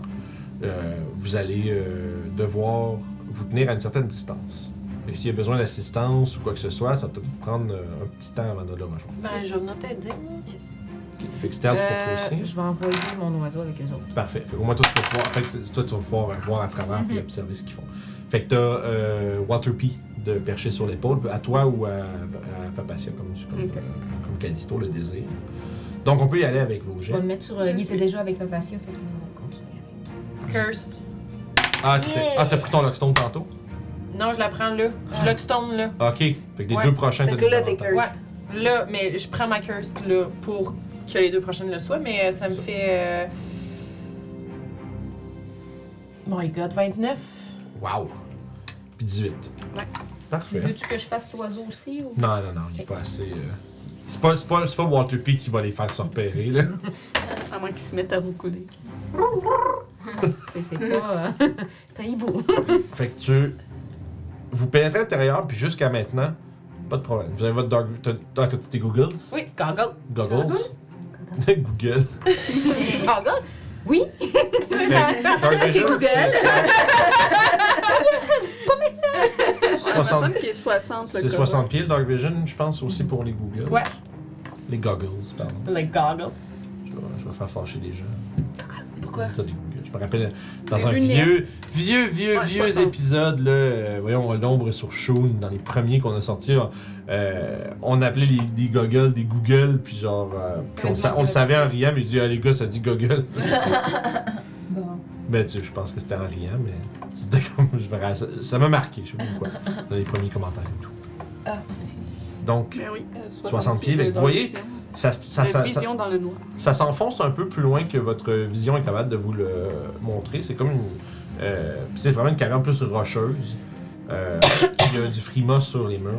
Speaker 1: euh, vous allez euh, devoir vous tenir à une certaine distance. Et s'il y a besoin d'assistance ou quoi que ce soit, ça peut vous prendre euh, un petit temps avant de le rejoindre.
Speaker 6: Ben, je vais t'aider.
Speaker 1: Fait que stealth pour toi
Speaker 5: Euh,
Speaker 1: aussi.
Speaker 5: je vais envoyer mon oiseau avec eux autres.
Speaker 1: Parfait. Fait au moins, toi, tu vas pouvoir, fait que c'est- toi, tu vas pouvoir euh, voir à travers puis observer ce qu'ils font. Fait que t'as euh, Waterpea de percher sur l'épaule, à toi ou à, à Papacia, comme, comme,
Speaker 3: Ok.
Speaker 1: euh, comme Calisto le désire. Donc, on peut y aller avec vos
Speaker 5: Je vais
Speaker 1: jets.
Speaker 5: me mettre sur. euh, il était
Speaker 6: 18.
Speaker 5: déjà avec le patient, fait qu'on va continuer avec.
Speaker 6: Cursed.
Speaker 1: Ah, t'étais- ah, t'as pris ton Lockstone tantôt?
Speaker 6: Non, je la prends là. Je lockstone là.
Speaker 1: Ok. Fait que les
Speaker 6: Ouais.
Speaker 1: deux prochains,
Speaker 4: Fait
Speaker 1: t'as
Speaker 4: que là, t'es
Speaker 1: avantages.
Speaker 4: cursed.
Speaker 6: Ouais. Là, mais je prends ma cursed là pour que les deux prochaines le soient, mais euh, ça me
Speaker 1: C'est ça.
Speaker 6: fait. euh, My god, 29.
Speaker 1: Wow. Puis 18.
Speaker 3: Ouais.
Speaker 1: Parfait.
Speaker 5: Veux-tu que je fasse l'oiseau aussi ou.
Speaker 1: Non, non, non, il est pas assez. euh, C'est pas, c'est pas, c'est pas Waterpea qui va les faire se repérer, là.
Speaker 3: À moins qu'ils se mettent à roucouler.
Speaker 5: C'est c'est pas. euh, [laughs] c'est un hibou.
Speaker 1: Fait que tu. Vous pénétrez à l'intérieur, puis jusqu'à maintenant, pas de problème. Vous avez votre dog. T'as ah, t'as tes Googles?
Speaker 6: Oui, goggle.
Speaker 1: Goggles? [laughs] Google.
Speaker 5: Ah, God! Oui!
Speaker 1: Dark Vision,
Speaker 4: Google.
Speaker 1: c'est-
Speaker 3: Ouais, il me semble qu'il est 60. le
Speaker 1: C'est
Speaker 3: cas.
Speaker 1: 60 pieds, le Dark Vision, je pense, aussi pour les Googles.
Speaker 6: Ouais.
Speaker 1: Les Goggles, pardon.
Speaker 6: Like goggle.
Speaker 1: Je vais, je vais faire fâcher les gens.
Speaker 4: Pourquoi?
Speaker 1: Ça, des Googles. Je me rappelle, dans
Speaker 3: Les
Speaker 1: un
Speaker 3: lunettes.
Speaker 1: vieux, vieux, vieux,
Speaker 3: Ouais,
Speaker 1: vieux
Speaker 3: 60.
Speaker 1: épisode, là, euh, voyons, l'ombre sur Shoon, dans les premiers qu'on a sortis, euh, on appelait les, les goggles des Google, puis genre, euh, puis
Speaker 4: Ouais,
Speaker 1: on,
Speaker 4: du
Speaker 1: sa-
Speaker 4: monde
Speaker 1: on le
Speaker 4: qui
Speaker 1: savait en
Speaker 4: avait
Speaker 1: riant, mais il dit, ah les gars, ça se dit
Speaker 4: [laughs]
Speaker 1: Google.
Speaker 5: Bon.
Speaker 1: Ben, tu sais, je pense que c'était en riant, mais c'était comme. je me ra- ça- Ça m'a marqué, je sais pas pourquoi, dans les premiers commentaires et tout.
Speaker 4: Ah.
Speaker 1: Donc,
Speaker 3: Mais oui, euh, 60,
Speaker 1: 60 pieds,
Speaker 3: de
Speaker 1: fait que vous voyez,
Speaker 3: vision.
Speaker 1: ça, ça,
Speaker 3: De
Speaker 1: ça, ça,
Speaker 3: vision dans le noir.
Speaker 1: ça s'enfonce un peu plus loin que votre vision est capable de vous le montrer. C'est comme une. euh, pis c'est vraiment une caverne plus rocheuse. Euh, [coughs] Il y a du frima sur les murs.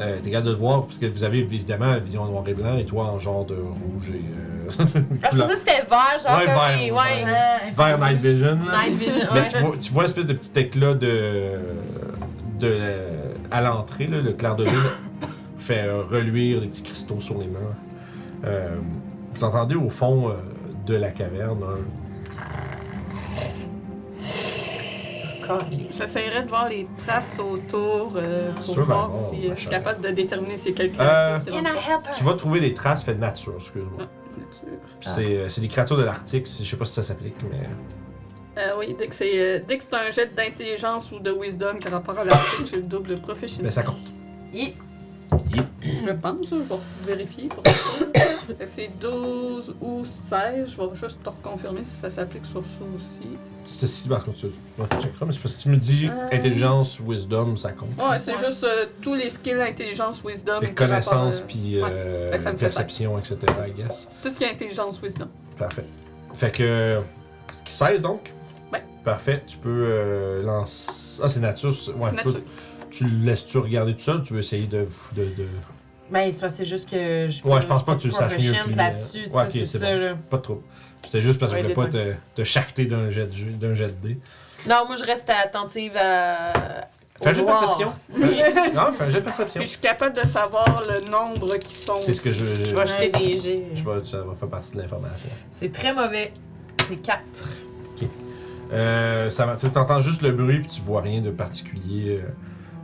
Speaker 1: Euh, T'es capable de le voir, parce que vous avez évidemment la vision en noir et blanc, et toi en genre de rouge et. Euh, [laughs]
Speaker 6: Ah, Je
Speaker 1: couleur-
Speaker 6: pensais que c'était vert, genre
Speaker 1: Ouais,
Speaker 6: comme
Speaker 1: vert,
Speaker 6: les-
Speaker 1: ouais.
Speaker 6: ouais.
Speaker 1: vert night vision. là.
Speaker 6: Night vision.
Speaker 1: Mais
Speaker 6: ouais.
Speaker 1: tu vois, tu vois l'espèce de petit éclat de. de à l'entrée, là, le clair de lune fait euh, reluire les petits cristaux sur les murs. Euh, vous entendez au fond euh, de la caverne un-
Speaker 3: J'essaierai de voir les traces autour euh, pour
Speaker 1: Sûr,
Speaker 3: voir
Speaker 1: ben, oh,
Speaker 3: si euh, je suis
Speaker 1: machin.
Speaker 3: capable de déterminer si quelqu'un
Speaker 1: Euh,
Speaker 3: qui rentre pas.
Speaker 1: Tu vas trouver des traces faites de nature, excuse-moi.
Speaker 3: Ah.
Speaker 1: Puis C'est euh, c'est des créatures de l'Arctique, c'est- je sais pas si ça s'applique, mais.
Speaker 3: Euh, oui, dès que c'est euh, dès que c'est un jet d'intelligence ou de wisdom qui a rapport à l'article, j'ai le double profession.
Speaker 1: mais Ben, ça compte.
Speaker 3: Je pense, je vais vérifier pour Fait que c'est 12 ou 16, je vais juste te reconfirmer si ça s'applique sur ça aussi.
Speaker 1: C'était si parce que tu. Ouais, tu checkeras, mais c'est parce que tu me dis
Speaker 3: Euh.
Speaker 1: intelligence, wisdom, ça compte.
Speaker 3: Ouais, c'est juste euh, tous les skills intelligence, wisdom,
Speaker 1: Les
Speaker 3: qui a rapport,
Speaker 1: connaissances,
Speaker 3: euh,
Speaker 1: puis
Speaker 3: ouais.
Speaker 1: euh,
Speaker 3: Fait que ça me fait
Speaker 1: perception, etc. I guess.
Speaker 3: Tout ce qui est intelligence, wisdom.
Speaker 1: Parfait. Fait que. 16 donc?
Speaker 3: Ouais.
Speaker 1: Parfait. Tu peux euh, lancer. Ah, c'est nature. c'est- Ouais,
Speaker 3: Nature.
Speaker 1: toi, tu le laisses-tu regarder tout seul? Tu veux essayer de. de, de-
Speaker 6: Ben, c'est parce que c'est juste que je.
Speaker 1: Ouais, je pense pas que tu le saches mieux que lui,
Speaker 6: là-dessus,
Speaker 1: hein. Ouais,
Speaker 6: tu sais,
Speaker 1: ok, c'est
Speaker 6: c'est ça,
Speaker 1: bon.
Speaker 6: là.
Speaker 1: Pas de trouble. C'était juste parce que
Speaker 6: Ouais,
Speaker 1: je voulais pas te,
Speaker 6: dépense.
Speaker 1: te shafter d'un jet de jeu- d'un jet de dés.
Speaker 6: Non, moi, je reste attentive à.
Speaker 1: Fais un
Speaker 6: au
Speaker 1: jet de
Speaker 6: noir.
Speaker 1: perception. Fais- non, fais un jet de perception.
Speaker 3: Puis je suis capable de savoir le nombre qui sont.
Speaker 1: C'est ce que je.
Speaker 6: Je vais jeter des jets.
Speaker 1: je vais- ça va faire partie de l'information.
Speaker 6: C'est très mauvais. C'est 4.
Speaker 1: Euh, ça va- tu entends juste le bruit puis tu vois rien de particulier. euh.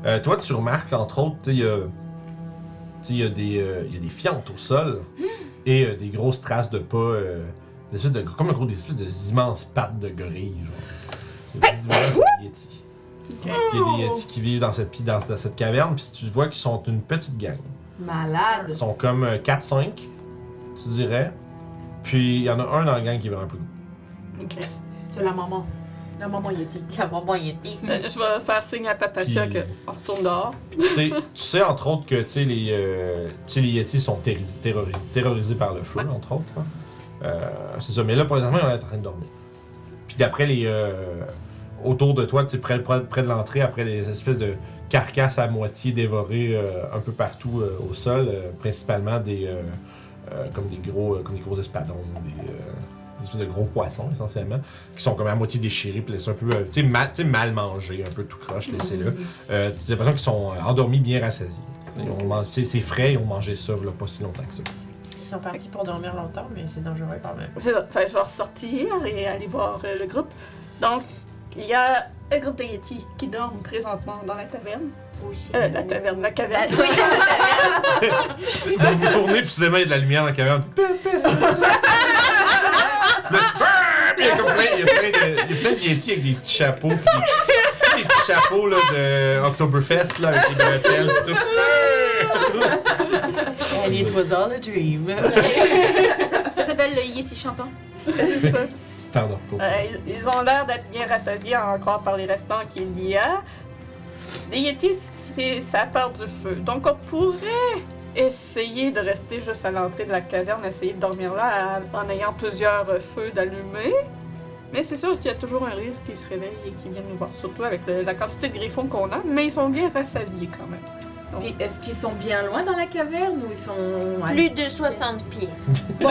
Speaker 1: Euh, toi, tu remarques, entre autres, tu sais, il y a- tu sais, il y, a des, euh, il y a des fientes au sol. et euh, des grosses traces de pas, euh, des espèces de, comme un gros, des espèces de- d'immenses pattes de gorille. Genre. Des petits immenses yétis. Il y a des yétis qui vivent dans cette, pi- dans, dans cette caverne, puis tu vois qu'ils sont une petite gang.
Speaker 2: Malade.
Speaker 1: Ils sont comme euh, 4-5, tu dirais. Puis il y en a un dans la gang qui est vraiment plus gros.
Speaker 6: C'est la maman. La maman Yeti. La maman Yeti.
Speaker 3: Euh, Je vais faire signe à Papatia
Speaker 1: Puis-
Speaker 3: qu'on retourne dehors.
Speaker 1: Puis tu sais, tu sais, entre autres que tu sais, les, euh, tu sais, les Yétis sont terri- terroris- terrorisés par le feu,
Speaker 3: Ouais.
Speaker 1: entre autres. hein. Euh, c'est ça. Mais là, présentement, on est en train de dormir. Puis d'après les. euh, autour de toi, tu sais, près, près- près de l'entrée, après les espèces de carcasses à moitié dévorées euh, un peu partout euh, au sol, euh, principalement des. euh, euh, comme des gros euh, comme des gros espadons, des, euh, des espèces de gros poissons essentiellement, qui sont comme à moitié déchirés, puis laissés un peu, euh, tu sais, mal, tu sais, mal mangés, un peu tout croche, laissés là. Euh, T'as l'impression qu'ils sont euh, endormis, bien rassasiés. Ils ont mangé- C'est c'est frais, ils ont mangé ça là, pas si longtemps que ça.
Speaker 6: Ils sont partis pour dormir longtemps, mais c'est dangereux quand même.
Speaker 3: C'est ça. Fait que je vais ressortir et aller voir euh, le groupe. Donc, il y a un groupe de Yeti qui dorment présentement dans la taverne. Euh, la taverne, la caverne.
Speaker 1: Vous vous tournez, puis soudainement, il y a de la lumière dans la caverne. Puis pim, pim. Puis là, pim, il y a comme plein, il y a plein de, il y a plein de Yétis avec des petits chapeaux, puis des, des petits chapeaux là, de Oktoberfest là, avec des bretelles, puis tout.
Speaker 6: And it was all a dream.
Speaker 5: Ça s'appelle le Yeti chantant.
Speaker 3: [laughs] C'est ça.
Speaker 1: Pardon, continue.
Speaker 3: Euh, ils, ils ont l'air d'être bien rassasiés à en croire par les restants qu'il y a. Les Yetis, c'est ça part du feu. Donc on pourrait essayer de rester juste à l'entrée de la caverne, essayer de dormir là à- en ayant plusieurs euh, feux d'allumer. Mais c'est sûr qu'il y a toujours un risque qu'ils se réveillent et qu'ils viennent nous voir, surtout avec le- la quantité de griffons qu'on a, mais ils sont bien rassasiés quand [laughs] même.
Speaker 2: Puis est-ce qu'ils sont bien loin dans la caverne ou ils sont. à-
Speaker 7: Plus de 60 pieds.
Speaker 2: Bon.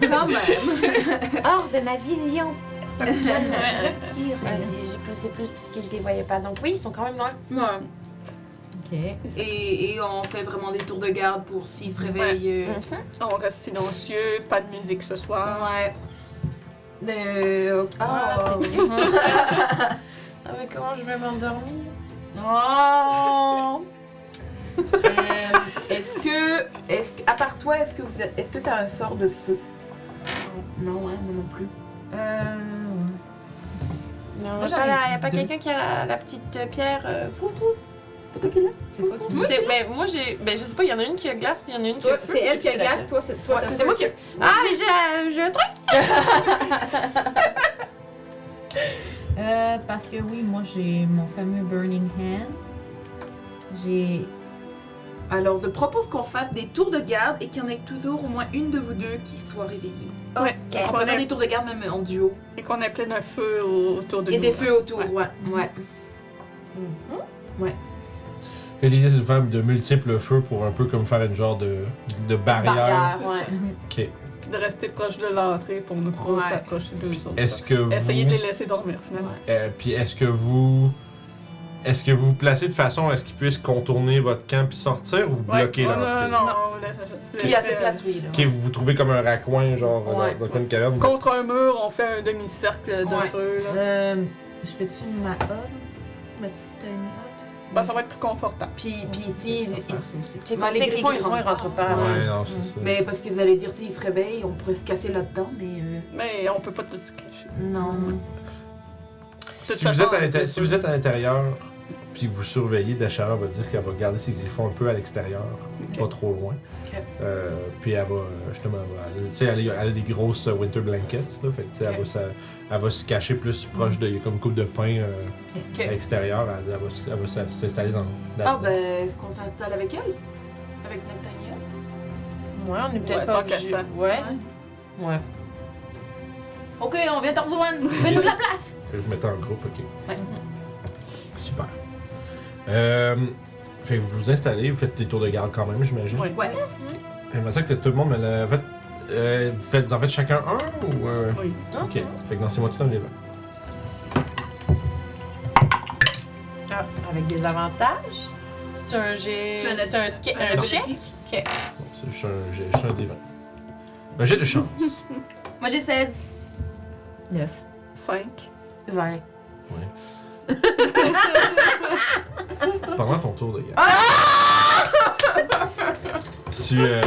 Speaker 2: Quand même.
Speaker 7: Hors de ma vision.
Speaker 3: Ouais,
Speaker 7: Ah, si, j'ai plus et plus parce que je les voyais pas. Donc oui, ils sont quand même loin.
Speaker 2: Ouais.
Speaker 5: Ok.
Speaker 2: Et, et on fait vraiment des tours de garde pour s'ils se réveillent. euh,
Speaker 3: on reste silencieux, pas de musique ce soir.
Speaker 2: Ouais. Euh, ok.
Speaker 6: Ah,
Speaker 2: Oh. [laughs]
Speaker 6: c'est
Speaker 2: Mhm.
Speaker 6: Ah, mais comment je vais m'endormir?
Speaker 2: Oh. Euh, est-ce que, est-ce que, à part toi, est-ce que vous, êtes- est-ce que t'as un sort de feu Non, hein, moi non plus.
Speaker 6: Euh. Non,
Speaker 5: Moi,
Speaker 6: il
Speaker 5: j'en
Speaker 6: pas,
Speaker 5: ai
Speaker 6: la- y a pas
Speaker 5: deux.
Speaker 6: quelqu'un qui a la, la petite euh, pierre. euh, pou, pou.
Speaker 2: C'est toi qui l'as
Speaker 5: C'est toi qui
Speaker 6: C'est- mais moi, j'ai. Ben, je sais pas, il y en a une qui a glace, puis il y en a une qui a
Speaker 5: Toi,
Speaker 6: feu.
Speaker 5: C'est elle
Speaker 6: je
Speaker 5: qui a
Speaker 6: sais laquelle.
Speaker 5: glace, toi, c'est toi.
Speaker 2: Ouais,
Speaker 5: t'as-
Speaker 6: C'est moi qui. Ah, mais j'ai un- j'ai un truc!
Speaker 5: Euh, parce que oui, moi j'ai mon fameux Burning Hand. J'ai. [laughs]
Speaker 2: Alors, je propose qu'on fasse des tours de garde et qu'il y en ait toujours au moins une de vous deux qui soit réveillée.
Speaker 3: Ouais.
Speaker 2: On
Speaker 3: On
Speaker 2: peut faire
Speaker 3: est-
Speaker 2: des tours de garde même en duo.
Speaker 3: Et qu'on ait plein d'un feu au- autour de
Speaker 2: Et
Speaker 3: nous.
Speaker 2: des
Speaker 3: là.
Speaker 2: feux autour, ouais. ouais.
Speaker 1: Fait que L'idée, c'est de faire de multiples feux pour un peu comme faire une genre de, de barrière.
Speaker 2: Barrière, ouais.
Speaker 1: Ok.
Speaker 3: Puis de rester proche de l'entrée pour ne pas
Speaker 2: Ouais.
Speaker 3: s'approcher d'eux autres.
Speaker 1: Est-ce que vous...
Speaker 3: Essayez de les laisser dormir finalement.
Speaker 1: Euh, puis est-ce que vous. Est-ce que vous vous placez de façon à ce qu'ils puissent contourner votre camp puis sortir ou vous
Speaker 3: Ouais.
Speaker 1: bloquez
Speaker 3: Oh,
Speaker 1: l'entrée?
Speaker 3: non, non, non, on laisse-
Speaker 2: S'il y a
Speaker 3: laisse-
Speaker 2: cette place, oui. là.
Speaker 1: Ok, vous vous trouvez comme un raccoin, genre dans-
Speaker 2: Ouais.
Speaker 1: dans, une caverne. vous-
Speaker 3: euh, Contre un mur, on fait un demi-cercle de
Speaker 2: Ouais.
Speaker 3: feu. Là.
Speaker 5: Euh, je fais-tu ma hotte? Ma petite tiny hotte?
Speaker 3: Ben, ça va être plus confortable.
Speaker 2: Puis, puis, si.
Speaker 5: Ah,
Speaker 6: C'est
Speaker 2: Bah,
Speaker 6: comme
Speaker 2: les
Speaker 6: ça que
Speaker 2: griffons, ils
Speaker 6: griffons, ils
Speaker 2: rentrent Mm.
Speaker 6: rentrent pas.
Speaker 1: Ouais, non, c'est ça.
Speaker 2: Mais parce que vous allez dire s'ils se réveillent, on pourrait se casser là-dedans, mais. euh,
Speaker 3: Mais on peut pas tout se cacher.
Speaker 2: Non.
Speaker 3: toute
Speaker 1: si,
Speaker 3: façon,
Speaker 1: vous êtes à
Speaker 3: on
Speaker 1: l'inté-
Speaker 3: peut-
Speaker 1: si vous êtes à l'intérieur, puis que vous surveillez, Dachara va dire qu'elle va garder ses griffons un peu à l'extérieur,
Speaker 3: Ok.
Speaker 1: pas trop loin.
Speaker 2: Ok.
Speaker 1: Euh, puis elle va, euh, justement, elle va aller- tu sais, elle, a- elle a des grosses euh, winter blankets, là, fait que, tu sais, elle,
Speaker 2: Ok.
Speaker 1: va, s'a- elle va se cacher plus proche de, comme coupe de pain euh,
Speaker 2: Ok.
Speaker 1: à l'extérieur, elle, elle va, s- elle va s'a- s'installer dans.
Speaker 2: Ah,
Speaker 1: là-dedans.
Speaker 2: ben, est-ce qu'on s'installe avec elle Avec notre tanière
Speaker 6: Ouais, on est peut-être
Speaker 3: Ouais,
Speaker 6: pas
Speaker 3: tant qu'à
Speaker 6: obligé.
Speaker 3: ça.
Speaker 6: Ouais. Ouais.
Speaker 2: Ok, on vient te rejoindre. Fais-nous de la place.
Speaker 1: Fait que vous mettez en groupe, ok. Mm-hmm.
Speaker 2: Ouais.
Speaker 1: Super. Euh, fait que vous vous installez, vous faites des tours de garde quand même, j'imagine. Mm-hmm.
Speaker 3: Ouais.
Speaker 2: Ouais.
Speaker 1: J'aimerais ça que tout le monde me le. Faites, euh, vous faites, vous en faites chacun un ou. euh,
Speaker 3: Oui.
Speaker 1: Ok. Fait que lancez-moi tout un des vingt.
Speaker 6: Ah, avec des avantages. C'est un jet.
Speaker 2: C'est un
Speaker 6: C'est un, ski- un,
Speaker 2: ability.
Speaker 6: check.
Speaker 1: Bon, C'est juste un, j'ai juste un des vingt. Un jet
Speaker 2: [laughs]
Speaker 1: de chance.
Speaker 2: Moi, j'ai 16.
Speaker 5: 9.
Speaker 3: 5.
Speaker 2: 20. Ah!
Speaker 1: Pendant ton tour de garde. Tu, euh,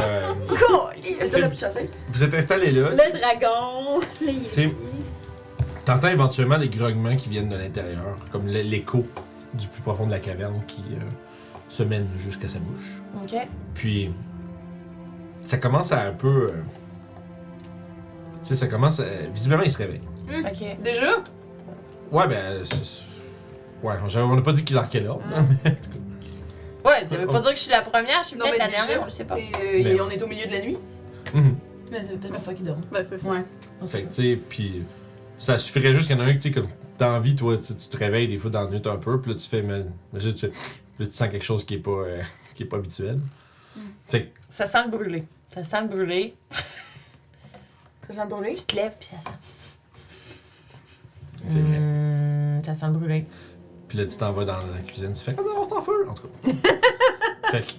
Speaker 4: C'est ça la plus chasseuse.
Speaker 1: vous êtes installé là.
Speaker 5: Le dragon, les
Speaker 1: C'est-
Speaker 5: Yetis.
Speaker 1: T'entends éventuellement des grognements qui viennent de l'intérieur, comme l'é- l'écho du plus profond de la caverne qui euh, se mène jusqu'à sa bouche.
Speaker 7: Ok.
Speaker 1: Puis, ça commence à un peu. euh, tu sais, ça commence. à- visiblement, il se réveille.
Speaker 7: Ok.
Speaker 4: Déjà?
Speaker 1: Ouais, ben. c'est- c'est- Ouais, on- on n'a pas dit qu'il dans quel ordre. [laughs]
Speaker 6: Ouais, ça veut pas dire que je suis la première, je suis peut-être la dernière, on le sait pas.
Speaker 4: t'sais, euh,
Speaker 1: Mais-
Speaker 4: on est au milieu de la nuit.
Speaker 1: Mhm.
Speaker 4: Mais c'est peut-être pour ça qu'ils dorment.
Speaker 3: Ben, c'est ça.
Speaker 4: Ouais.
Speaker 1: Fait que, tu sais, puis ça suffirait juste qu'il y en a un que, tu sais, comme t'as envie, toi, tu tu te réveilles des fois dans la nuit un peu, puis là, tu fais, mais, mais là, tu, là, tu sens quelque chose qui est pas, euh, qui est pas habituel.
Speaker 6: Mm. Ça sent le brûlé. Ça sent le brûlé.
Speaker 7: J'en brûlé.
Speaker 6: Tu te lèves, puis ça sent.
Speaker 1: C'est vrai.
Speaker 6: Mmh, ça sent le brûlé.
Speaker 1: Puis là, tu t'en vas dans la cuisine, tu fais, ah non, c'est en feu, en tout
Speaker 6: [laughs]
Speaker 1: cas. fait que.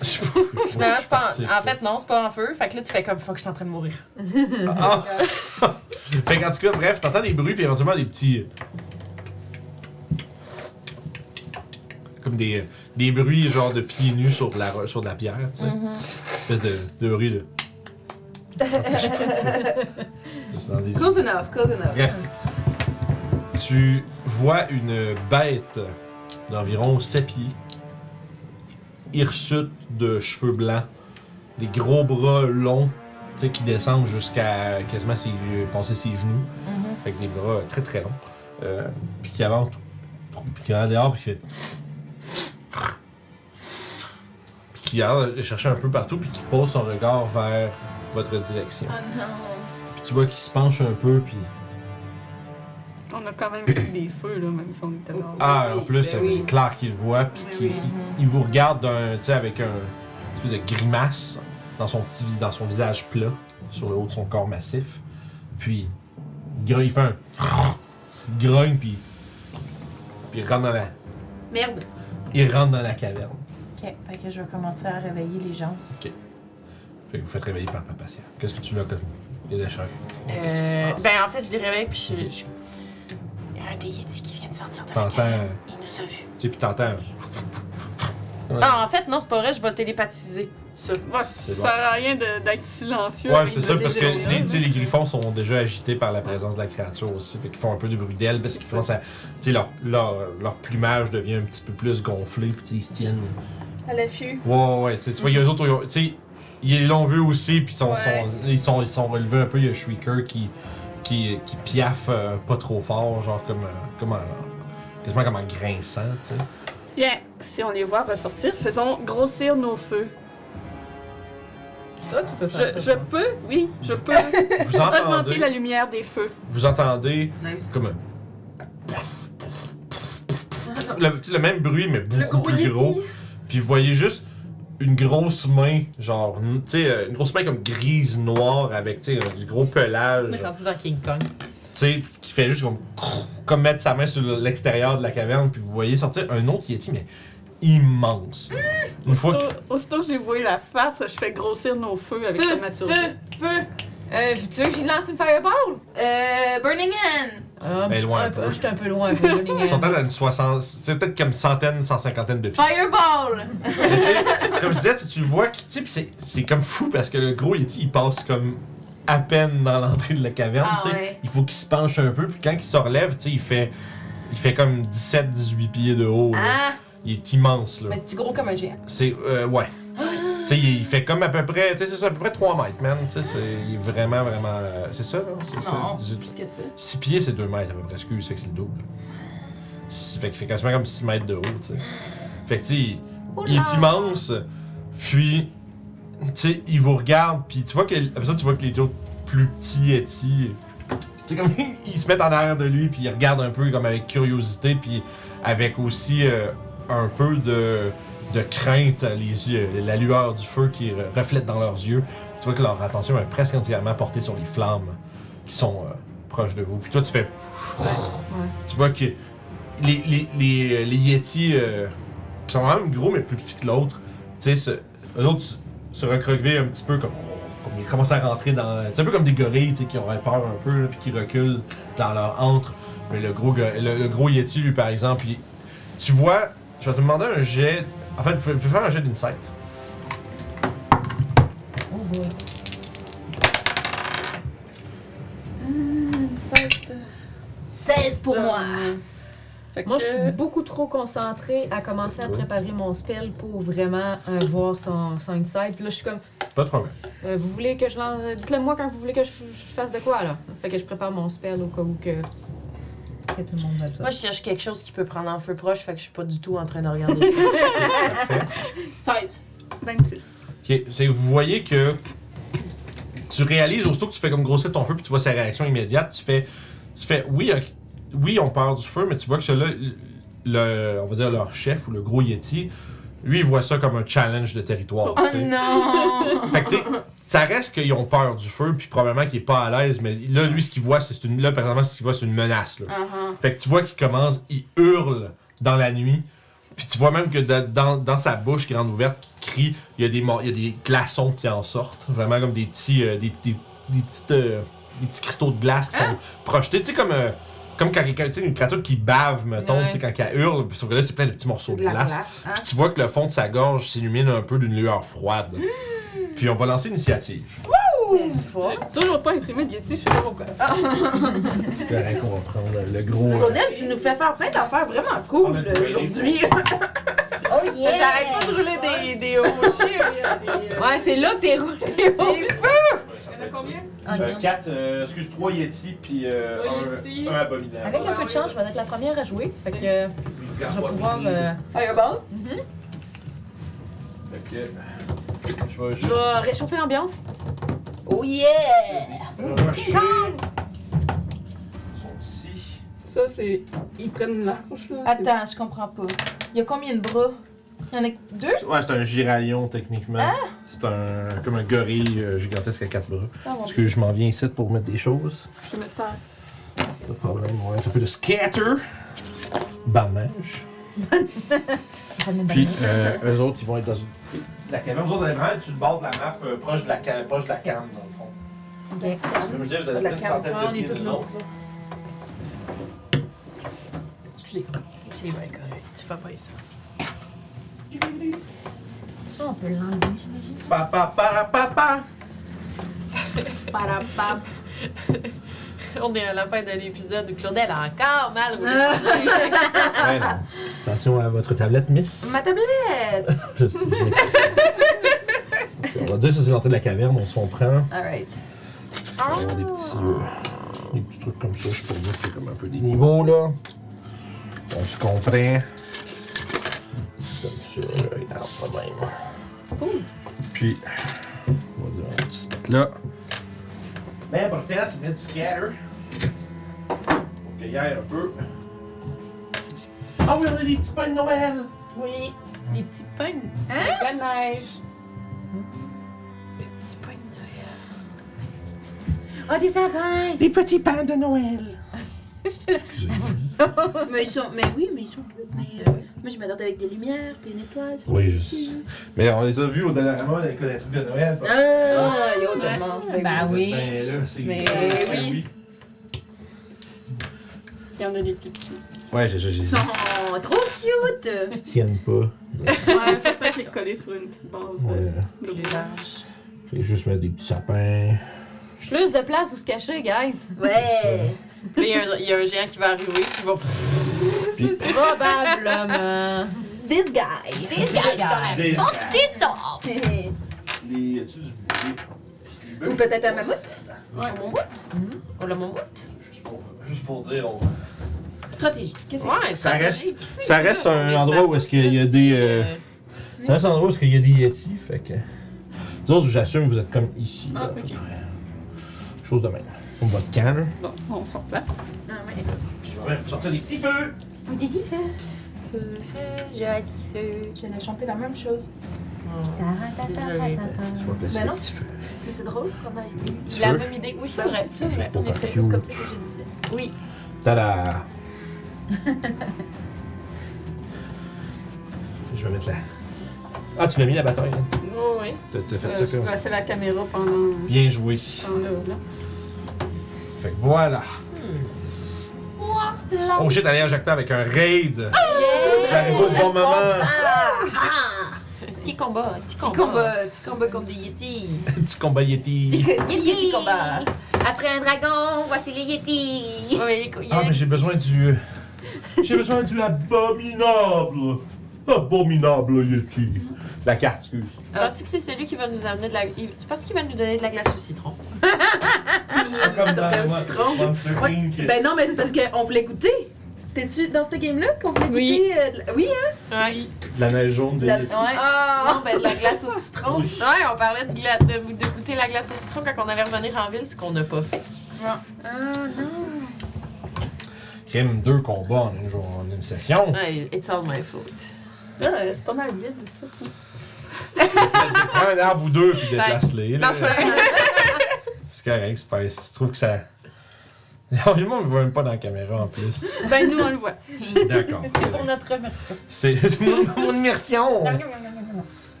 Speaker 1: je sais pas.
Speaker 6: Finalement, c'est pas.
Speaker 1: Je suis
Speaker 6: En, en fait, non, c'est pas en feu. Fait que là, tu fais comme fuck, je suis en train de mourir.
Speaker 1: Ah! fait qu'en tout cas, bref, t'entends des bruits, puis éventuellement des petits. euh, Comme des, euh, des bruits genre de pieds nus sur de la, ro- sur de la pierre, tu sais. Espèce de, de bruit de. En tout cas, je sais pas, c'est- c'est dans des-
Speaker 4: Close enough, close enough.
Speaker 1: Bref. Tu vois une bête d'environ 7 pieds, hirsute de cheveux blancs, des gros bras longs, tu sais, qui descendent jusqu'à quasiment ses, passer ses genoux,
Speaker 4: Mhm.
Speaker 1: avec des bras très très longs, euh, puis qui avance, puis qui avance dehors, puis qui fait... Puis qui a chercher un peu partout, puis qui pose son regard vers votre direction.
Speaker 4: Oh non.
Speaker 1: Puis tu vois qu'il se penche un peu, puis...
Speaker 3: On a quand même eu des feux, là, même si on était dehors.
Speaker 1: Ah,
Speaker 4: oui,
Speaker 1: en plus,
Speaker 4: ben
Speaker 1: c'est
Speaker 4: oui.
Speaker 1: clair qu'il le voit, puis
Speaker 4: Ben
Speaker 1: qu'il
Speaker 4: oui.
Speaker 1: il vous regarde d'un, tu sais, avec un une espèce de grimace dans son petit, vis- dans son visage plat, sur le haut de son corps massif. Puis, il gr- il fait un [laughs] il grogne, puis puis il rentre dans la,
Speaker 2: Merde.
Speaker 1: il rentre dans la caverne.
Speaker 7: Ok. Fait que je vais commencer à réveiller les gens.
Speaker 1: Fait que vous faites réveiller par Papatia. Qu'est-ce que tu l'as comme il est de choc?
Speaker 6: Euh, ben, en fait, je les réveille, puis je. je- Il y a un des Yétis qui vient de sortir de la
Speaker 1: T'entends,
Speaker 6: caverne.
Speaker 1: euh,
Speaker 6: Il nous a vus.
Speaker 1: tu sais, puis t'entends.
Speaker 6: Ah, en fait, non, c'est pas vrai, je vais télépathiser ça.
Speaker 3: Ouais,
Speaker 1: Ah. bon.
Speaker 3: ça n'a rien de- d'être silencieux.
Speaker 1: Ouais,
Speaker 3: avec
Speaker 1: c'est
Speaker 3: une
Speaker 1: ça,
Speaker 3: idée
Speaker 1: parce que
Speaker 3: générale,
Speaker 1: les, tu sais,
Speaker 3: là.
Speaker 1: les griffons sont déjà agités par la présence de la créature aussi. Fait qu'ils font un peu de bruit d'ailes parce qu'ils commencent à. Tu sais, leur, leur, leur plumage devient un petit peu plus gonflé, puis tu sais, ils se tiennent.
Speaker 5: À l'affût.
Speaker 1: Ouais, ouais, ouais, tu sais, tu vois, il y a eux autres, ils ont- tu sais, ils l'ont vu aussi, puis ils sont,
Speaker 5: Ouais.
Speaker 1: sont- ils, sont, ils sont relevés un peu. Il y a Shrieker qui, qui, qui piaffe euh, pas trop fort, genre comme, un- comme un- quasiment comme un grinçant, tu sais.
Speaker 3: Bien, si on les voit ressortir, faisons grossir nos feux.
Speaker 5: Toi, tu peux faire
Speaker 3: Je,
Speaker 5: ça.
Speaker 3: je peux, oui, je peux
Speaker 1: Vous
Speaker 3: [laughs] augmenter
Speaker 1: entendez,
Speaker 3: la lumière des feux.
Speaker 1: vous entendez
Speaker 4: Nice.
Speaker 1: comme un. pouf, pouf, pouf, pouf, pouf. Le, tu sais, le même bruit, mais beaucoup plus gros. Puis vous voyez juste une grosse main, genre, tu sais, euh, une grosse main comme grise, noire, avec, tu sais, euh, du gros pelage,
Speaker 6: On est
Speaker 1: tu
Speaker 6: rendu dans King Kong.
Speaker 1: sais, qui fait juste comme, comme mettre sa main sur l'extérieur de la caverne, puis vous voyez sortir un autre Yeti, mais immense. Une fois que...
Speaker 3: Aussitôt- Aussitôt que j'ai voué la face, je fais grossir nos feux avec la
Speaker 4: Feu,
Speaker 3: maturité.
Speaker 4: feu, feu.
Speaker 5: Euh, tu veux que j'y lance une fireball?
Speaker 4: Euh, Burning hand.
Speaker 5: Ah,
Speaker 1: Mais loin un peu.
Speaker 5: Je suis un peu loin. un peu loin,
Speaker 1: Ils [laughs]
Speaker 5: les
Speaker 1: sont
Speaker 5: gars.
Speaker 1: peut-être à une soixante, c'est peut-être comme centaine, cent cinquantaine de pieds.
Speaker 4: Fireball.
Speaker 1: Mais tu sais, comme je disais, tu tu le vois, tu sais, puis c'est- c'est comme fou parce que le gros Yeti, il passe comme à peine dans l'entrée de la caverne,
Speaker 4: Ah
Speaker 1: tu sais.
Speaker 4: ouais.
Speaker 1: Il faut qu'il se penche un peu, puis quand il se relève, tu sais, il fait, il fait comme 17-18 pieds de haut. là.
Speaker 4: Ah,
Speaker 1: Il est immense, là.
Speaker 4: mais c'est-tu gros comme un géant?
Speaker 1: C'est, euh, ouais. tu sais, il fait comme à peu près, tu sais, c'est ça, à peu près 3 mètres, man. Tu sais, c'est il est vraiment, vraiment. euh, c'est ça, là? C'est ça,
Speaker 4: Non,
Speaker 1: 18
Speaker 4: plus que ça.
Speaker 1: 6 pieds, c'est 2 mètres à peu près, excuse, fait que c'est le double. Six- Fait qu'il fait quasiment comme 6 mètres de haut, tu sais. Fait que, tu sais, il- il est immense, puis, tu sais, il vous regarde, puis tu vois que, après ça, tu vois que les autres plus petits Yeti, tu sais, comme, [laughs] ils se mettent en arrière de lui, puis ils regardent un peu, comme avec curiosité, puis avec aussi euh, un peu de, de crainte, les yeux, la lueur du feu qui re- reflète dans leurs yeux. Tu vois que leur attention est presque entièrement portée sur les flammes qui sont euh, proches de vous. Puis toi, tu fais. Tu vois que les, les, les, les Yétis, euh, qui sont quand même gros, mais plus petits que l'autre, tu sais, se- eux autres se- se recroquevillent un petit peu comme. comme ils commencent à rentrer dans. C'est un peu comme des gorilles, tu sais, qui ont peur un peu, là, puis qui reculent dans leur antre. Mais le gros, go- le, le gros Yeti, lui, par exemple, il- tu vois, je vais te demander un jet. En fait, je vais faire un jet d'insight.
Speaker 3: Insight.
Speaker 2: 16 pour moi.
Speaker 3: Fait que-
Speaker 5: Moi, je
Speaker 4: Euh.
Speaker 5: suis beaucoup trop concentrée à commencer à préparer mon spell pour vraiment euh, voir son, son insight. Puis là, je suis comme,
Speaker 1: Pas de problème.
Speaker 5: euh, vous voulez que je lance. Dites-le moi quand vous voulez que je, je fasse de quoi, là. Fait que je prépare mon spell au cas où que, que tout le monde va le
Speaker 6: Moi,
Speaker 5: savoir.
Speaker 6: je cherche quelque chose qui peut prendre en feu proche, fait que je suis pas du tout en train de regarder ça.
Speaker 1: Parfait.
Speaker 4: 16.
Speaker 3: 26.
Speaker 1: Ok, c'est vous voyez que tu réalises aussitôt que tu fais comme grossir ton feu puis tu vois sa réaction immédiate, tu fais tu fais oui, ok, oui, on part du feu, mais tu vois que celui-là, le, on va dire leur chef ou le gros Yeti, lui, il voit ça comme un challenge de territoire.
Speaker 4: Oh
Speaker 1: tu sais.
Speaker 4: non!
Speaker 1: [laughs] Fait que, tu sais, ça reste qu'ils ont peur du feu, puis probablement qu'il est pas à l'aise, mais là, lui, ce qu'il voit, c'est une. Là, présentement, ce qu'il voit, c'est une menace. Là.
Speaker 4: Uh-huh.
Speaker 1: Fait que tu vois qu'il commence, il hurle dans la nuit. Puis tu vois même que de- dans, dans sa bouche grande ouverte, qui crie, il y a des, mor- il y a des glaçons qui en sortent. Vraiment comme des petits, euh, des, des- des petites, euh, des petits cristaux de glace
Speaker 4: Hein?
Speaker 1: qui sont projetés. Tu sais, comme, euh, comme quand quelqu'un, tu sais, une créature qui bave, mettons,
Speaker 5: Ouais.
Speaker 1: tu sais, quand elle hurle. Puis sauf que là, c'est plein de petits morceaux de,
Speaker 2: De la
Speaker 1: glace.
Speaker 2: glace. hein.
Speaker 1: Puis tu vois que le fond de sa gorge s'illumine un peu d'une lueur froide.
Speaker 3: Hmm.
Speaker 1: Puis on va lancer l'initiative.
Speaker 3: J'ai toujours pas imprimé de Yeti, je sais pas pourquoi.
Speaker 1: Correct, on va prendre le gros. euh,
Speaker 2: Claudel, tu nous fais faire plein d'affaires vraiment cool euh, aujourd'hui.
Speaker 4: [laughs]
Speaker 7: Oh yeah!
Speaker 6: J'arrête pas de rouler des, des hauts chiffres.
Speaker 3: euh,
Speaker 5: Ouais, c'est là que t'es
Speaker 6: [laughs]
Speaker 5: roulé.
Speaker 3: Il y en a combien? Ah,
Speaker 1: 4, Euh, excuse, 3 Yeti, puis euh,
Speaker 3: Trois un- Yeti. un
Speaker 1: Abominable.
Speaker 5: Avec un peu de chance, je vais être la première à jouer. Fait que euh, je vais pouvoir. euh,
Speaker 4: Fireball?
Speaker 1: Je vais
Speaker 5: je vais réchauffer l'ambiance.
Speaker 2: Oh yeah!
Speaker 1: rusher. Ils sont ici.
Speaker 3: Ça, c'est. Ils prennent l'arche, là. c'est-
Speaker 4: Attends, je comprends pas. Il y a combien de bras? Il y en a que deux?
Speaker 1: Ouais, c'est un giralion techniquement.
Speaker 3: Ah!
Speaker 1: C'est un comme un gorille euh, gigantesque à quatre bras.
Speaker 4: Ah, mon
Speaker 1: Parce que je m'en viens ici pour mettre des choses.
Speaker 3: Je peux mettre tasse.
Speaker 1: Pas de problème, on va mettre un peu de scatter. Barnage.
Speaker 5: Bah
Speaker 1: Puis euh, eux autres, ils vont être dans une. La caverne, vous autres, allez vraiment être sur le bord de la map, euh, proche, de la ca- proche de la canne, dans le fond.
Speaker 5: Ok.
Speaker 1: Comme je disais, vous avez
Speaker 5: Ben, La
Speaker 1: peut-être une
Speaker 5: canne,
Speaker 1: centaine
Speaker 5: ouais, on
Speaker 1: de
Speaker 5: est
Speaker 1: pieds
Speaker 5: toutes
Speaker 1: de
Speaker 5: là.
Speaker 1: autres.
Speaker 6: C'est bien correct, tu fais pas ça.
Speaker 5: Ça, on peut l'enlever.
Speaker 1: Pa, pa, pa, pa, pa.
Speaker 2: Parapap.
Speaker 6: [laughs] On est à la fin d'un épisode où Claudel a encore mal roulé. son dé.
Speaker 1: Ouais, non. Attention à votre tablette, miss.
Speaker 4: Ma tablette!
Speaker 1: Je sais, je m'excuse. on va dire ça, c'est l'entrée de la caverne, on s'en prend.
Speaker 4: Alright.
Speaker 1: Euh, des, petits, euh, des petits trucs comme ça, je pourrais dire que c'est comme un peu des niveaux, là. On se comprend. C'est Comme ça, là, il y a pas de problème. Puis, on va dire, on va se mettre là. Mais l'important, c'est de mettre du scatter. Pour qu'il y ait un peu. Ah oui, on a des petits pains de Noël!
Speaker 3: Oui.
Speaker 5: Des petits pains. Hein?
Speaker 3: La neige.
Speaker 5: Oh, des sapins!
Speaker 1: Des petits pains de Noël! Excusez-moi.
Speaker 2: Mais ils sont. Mais oui, mais ils sont bleus. Mais euh, moi je m'adore avec des lumières, puis une étoile.
Speaker 1: Oui, je sais. Mais on les a vus au dernier moment avec les trucs de Noël. parce que-
Speaker 4: Ah, il y a autre monde. Ben oui.
Speaker 5: Ben oui.
Speaker 1: Ben là, c'est
Speaker 4: Mais
Speaker 1: Ben
Speaker 4: oui.
Speaker 3: Il y en a des plus petits aussi.
Speaker 1: Ouais, j'ai j'ai j'ai-
Speaker 4: Ils sont trop cute!
Speaker 1: Ils tiennent pas.
Speaker 3: Ouais, faut pas que les coller sur une petite base.
Speaker 1: Ouais.
Speaker 3: euh, de
Speaker 6: [laughs]
Speaker 1: Faut juste mettre des petits sapins.
Speaker 5: Plus de place où se cacher, guys.
Speaker 4: Ouais!
Speaker 6: Puis Là, il y a un- il y, a un géant qui va arriver, qui va.
Speaker 5: Probablement.
Speaker 4: This guy! This guy!
Speaker 1: Des.
Speaker 4: This Oh, sort!
Speaker 1: Des. Tu du
Speaker 4: Ou peut-être un mammouth?
Speaker 3: Ouais.
Speaker 6: On l'a moumoute?
Speaker 1: Juste pour, juste pour dire, on.
Speaker 4: Stratégie. Qu'est-ce que
Speaker 6: Ouais, ça
Speaker 1: reste-
Speaker 6: reste.
Speaker 1: ça reste un endroit où est-ce qu'il y a des, euh, C'est un endroit où il y a des yétis, fait que. Vous autres, j'assume, vous êtes comme ici.
Speaker 3: Ah,
Speaker 1: là, à peu
Speaker 3: ok.
Speaker 1: près. Chose de même. On va canne.
Speaker 3: Bon, on s'en place.
Speaker 1: Je vais même vous sortir des petits feux!
Speaker 7: Feu, feu, joli feu.
Speaker 2: J'allais chanter la même chose.
Speaker 6: Désolée.
Speaker 1: Tu vas placer
Speaker 2: Ben
Speaker 1: des
Speaker 2: non.
Speaker 1: petits feux.
Speaker 2: Mais c'est drôle qu'on aille.
Speaker 1: Des petits
Speaker 6: La
Speaker 1: feux.
Speaker 6: même idée. Oui, c'est vrai. C'est vrai.
Speaker 1: Pour faire
Speaker 7: C'est
Speaker 1: cute.
Speaker 7: juste comme ça que j'ai dit.
Speaker 6: Oui.
Speaker 1: Tada! Je vais mettre la. Ah, tu l'as mis la bataille. hein?
Speaker 3: Oh, oui.
Speaker 1: T'as t'as fait
Speaker 3: Euh,
Speaker 1: ça
Speaker 3: je
Speaker 1: comme.
Speaker 3: plaçais la caméra pendant.
Speaker 1: Bien joué.
Speaker 3: pendant le- là.
Speaker 1: Fait que voilà. Oh shit, [laughs] allez injecter avec un raid. Vous arrivez au bon moment.
Speaker 6: Petit combat, petit
Speaker 4: Petit combat, petit combat contre des Yetis.
Speaker 1: Petit combat Yeti.
Speaker 4: Petit Yeti combat.
Speaker 5: Après un dragon, voici les Yeti. [laughs]
Speaker 4: Ouais, mais il y a- il y a-
Speaker 1: Ah, mais j'ai besoin du. J'ai besoin du abominable. Abominable Yeti. La carte, excuse.
Speaker 6: Tu penses que c'est celui qui va nous amener de la. il- Tu penses qu'il va nous donner de la glace au citron?
Speaker 4: Ah,
Speaker 1: Comme
Speaker 4: s'appelle
Speaker 1: dans
Speaker 4: citron.
Speaker 1: Monster
Speaker 4: Ouais.
Speaker 1: Inc.
Speaker 4: Ben non, mais c'est parce qu'on voulait goûter. C'était-tu dans cette game-là qu'on voulait
Speaker 3: Oui.
Speaker 4: goûter? euh, de la- Oui, hein?
Speaker 6: Ouais.
Speaker 1: De La neige jaune de
Speaker 4: De la-
Speaker 1: Yeti.
Speaker 4: ouais.
Speaker 5: Ah!
Speaker 4: Non, ben de la glace au citron.
Speaker 1: Oui.
Speaker 6: Ouais, on parlait de, gla- de, de goûter la glace au citron quand on allait revenir en ville, ce qu'on n'a pas fait.
Speaker 1: Crime, deux combats en une, jour- en une session.
Speaker 4: Ah.
Speaker 6: Ouais, it's all my fault.
Speaker 4: Euh,
Speaker 3: Là, c'est pas mal vide, ça.
Speaker 1: Prends un arbre ou deux puis déplace-les. là.
Speaker 6: Non, c'est vrai.
Speaker 1: C'est correct, c'est pas. Tu trouves que ça. [laughs] Non, le monde ne voit même pas dans la caméra en
Speaker 4: [laughs]
Speaker 1: plus.
Speaker 3: Ben, nous, on le voit.
Speaker 1: D'accord.
Speaker 5: C'est pour notre remerciement.
Speaker 1: C'est [laughs] c'est mon, mon immersion.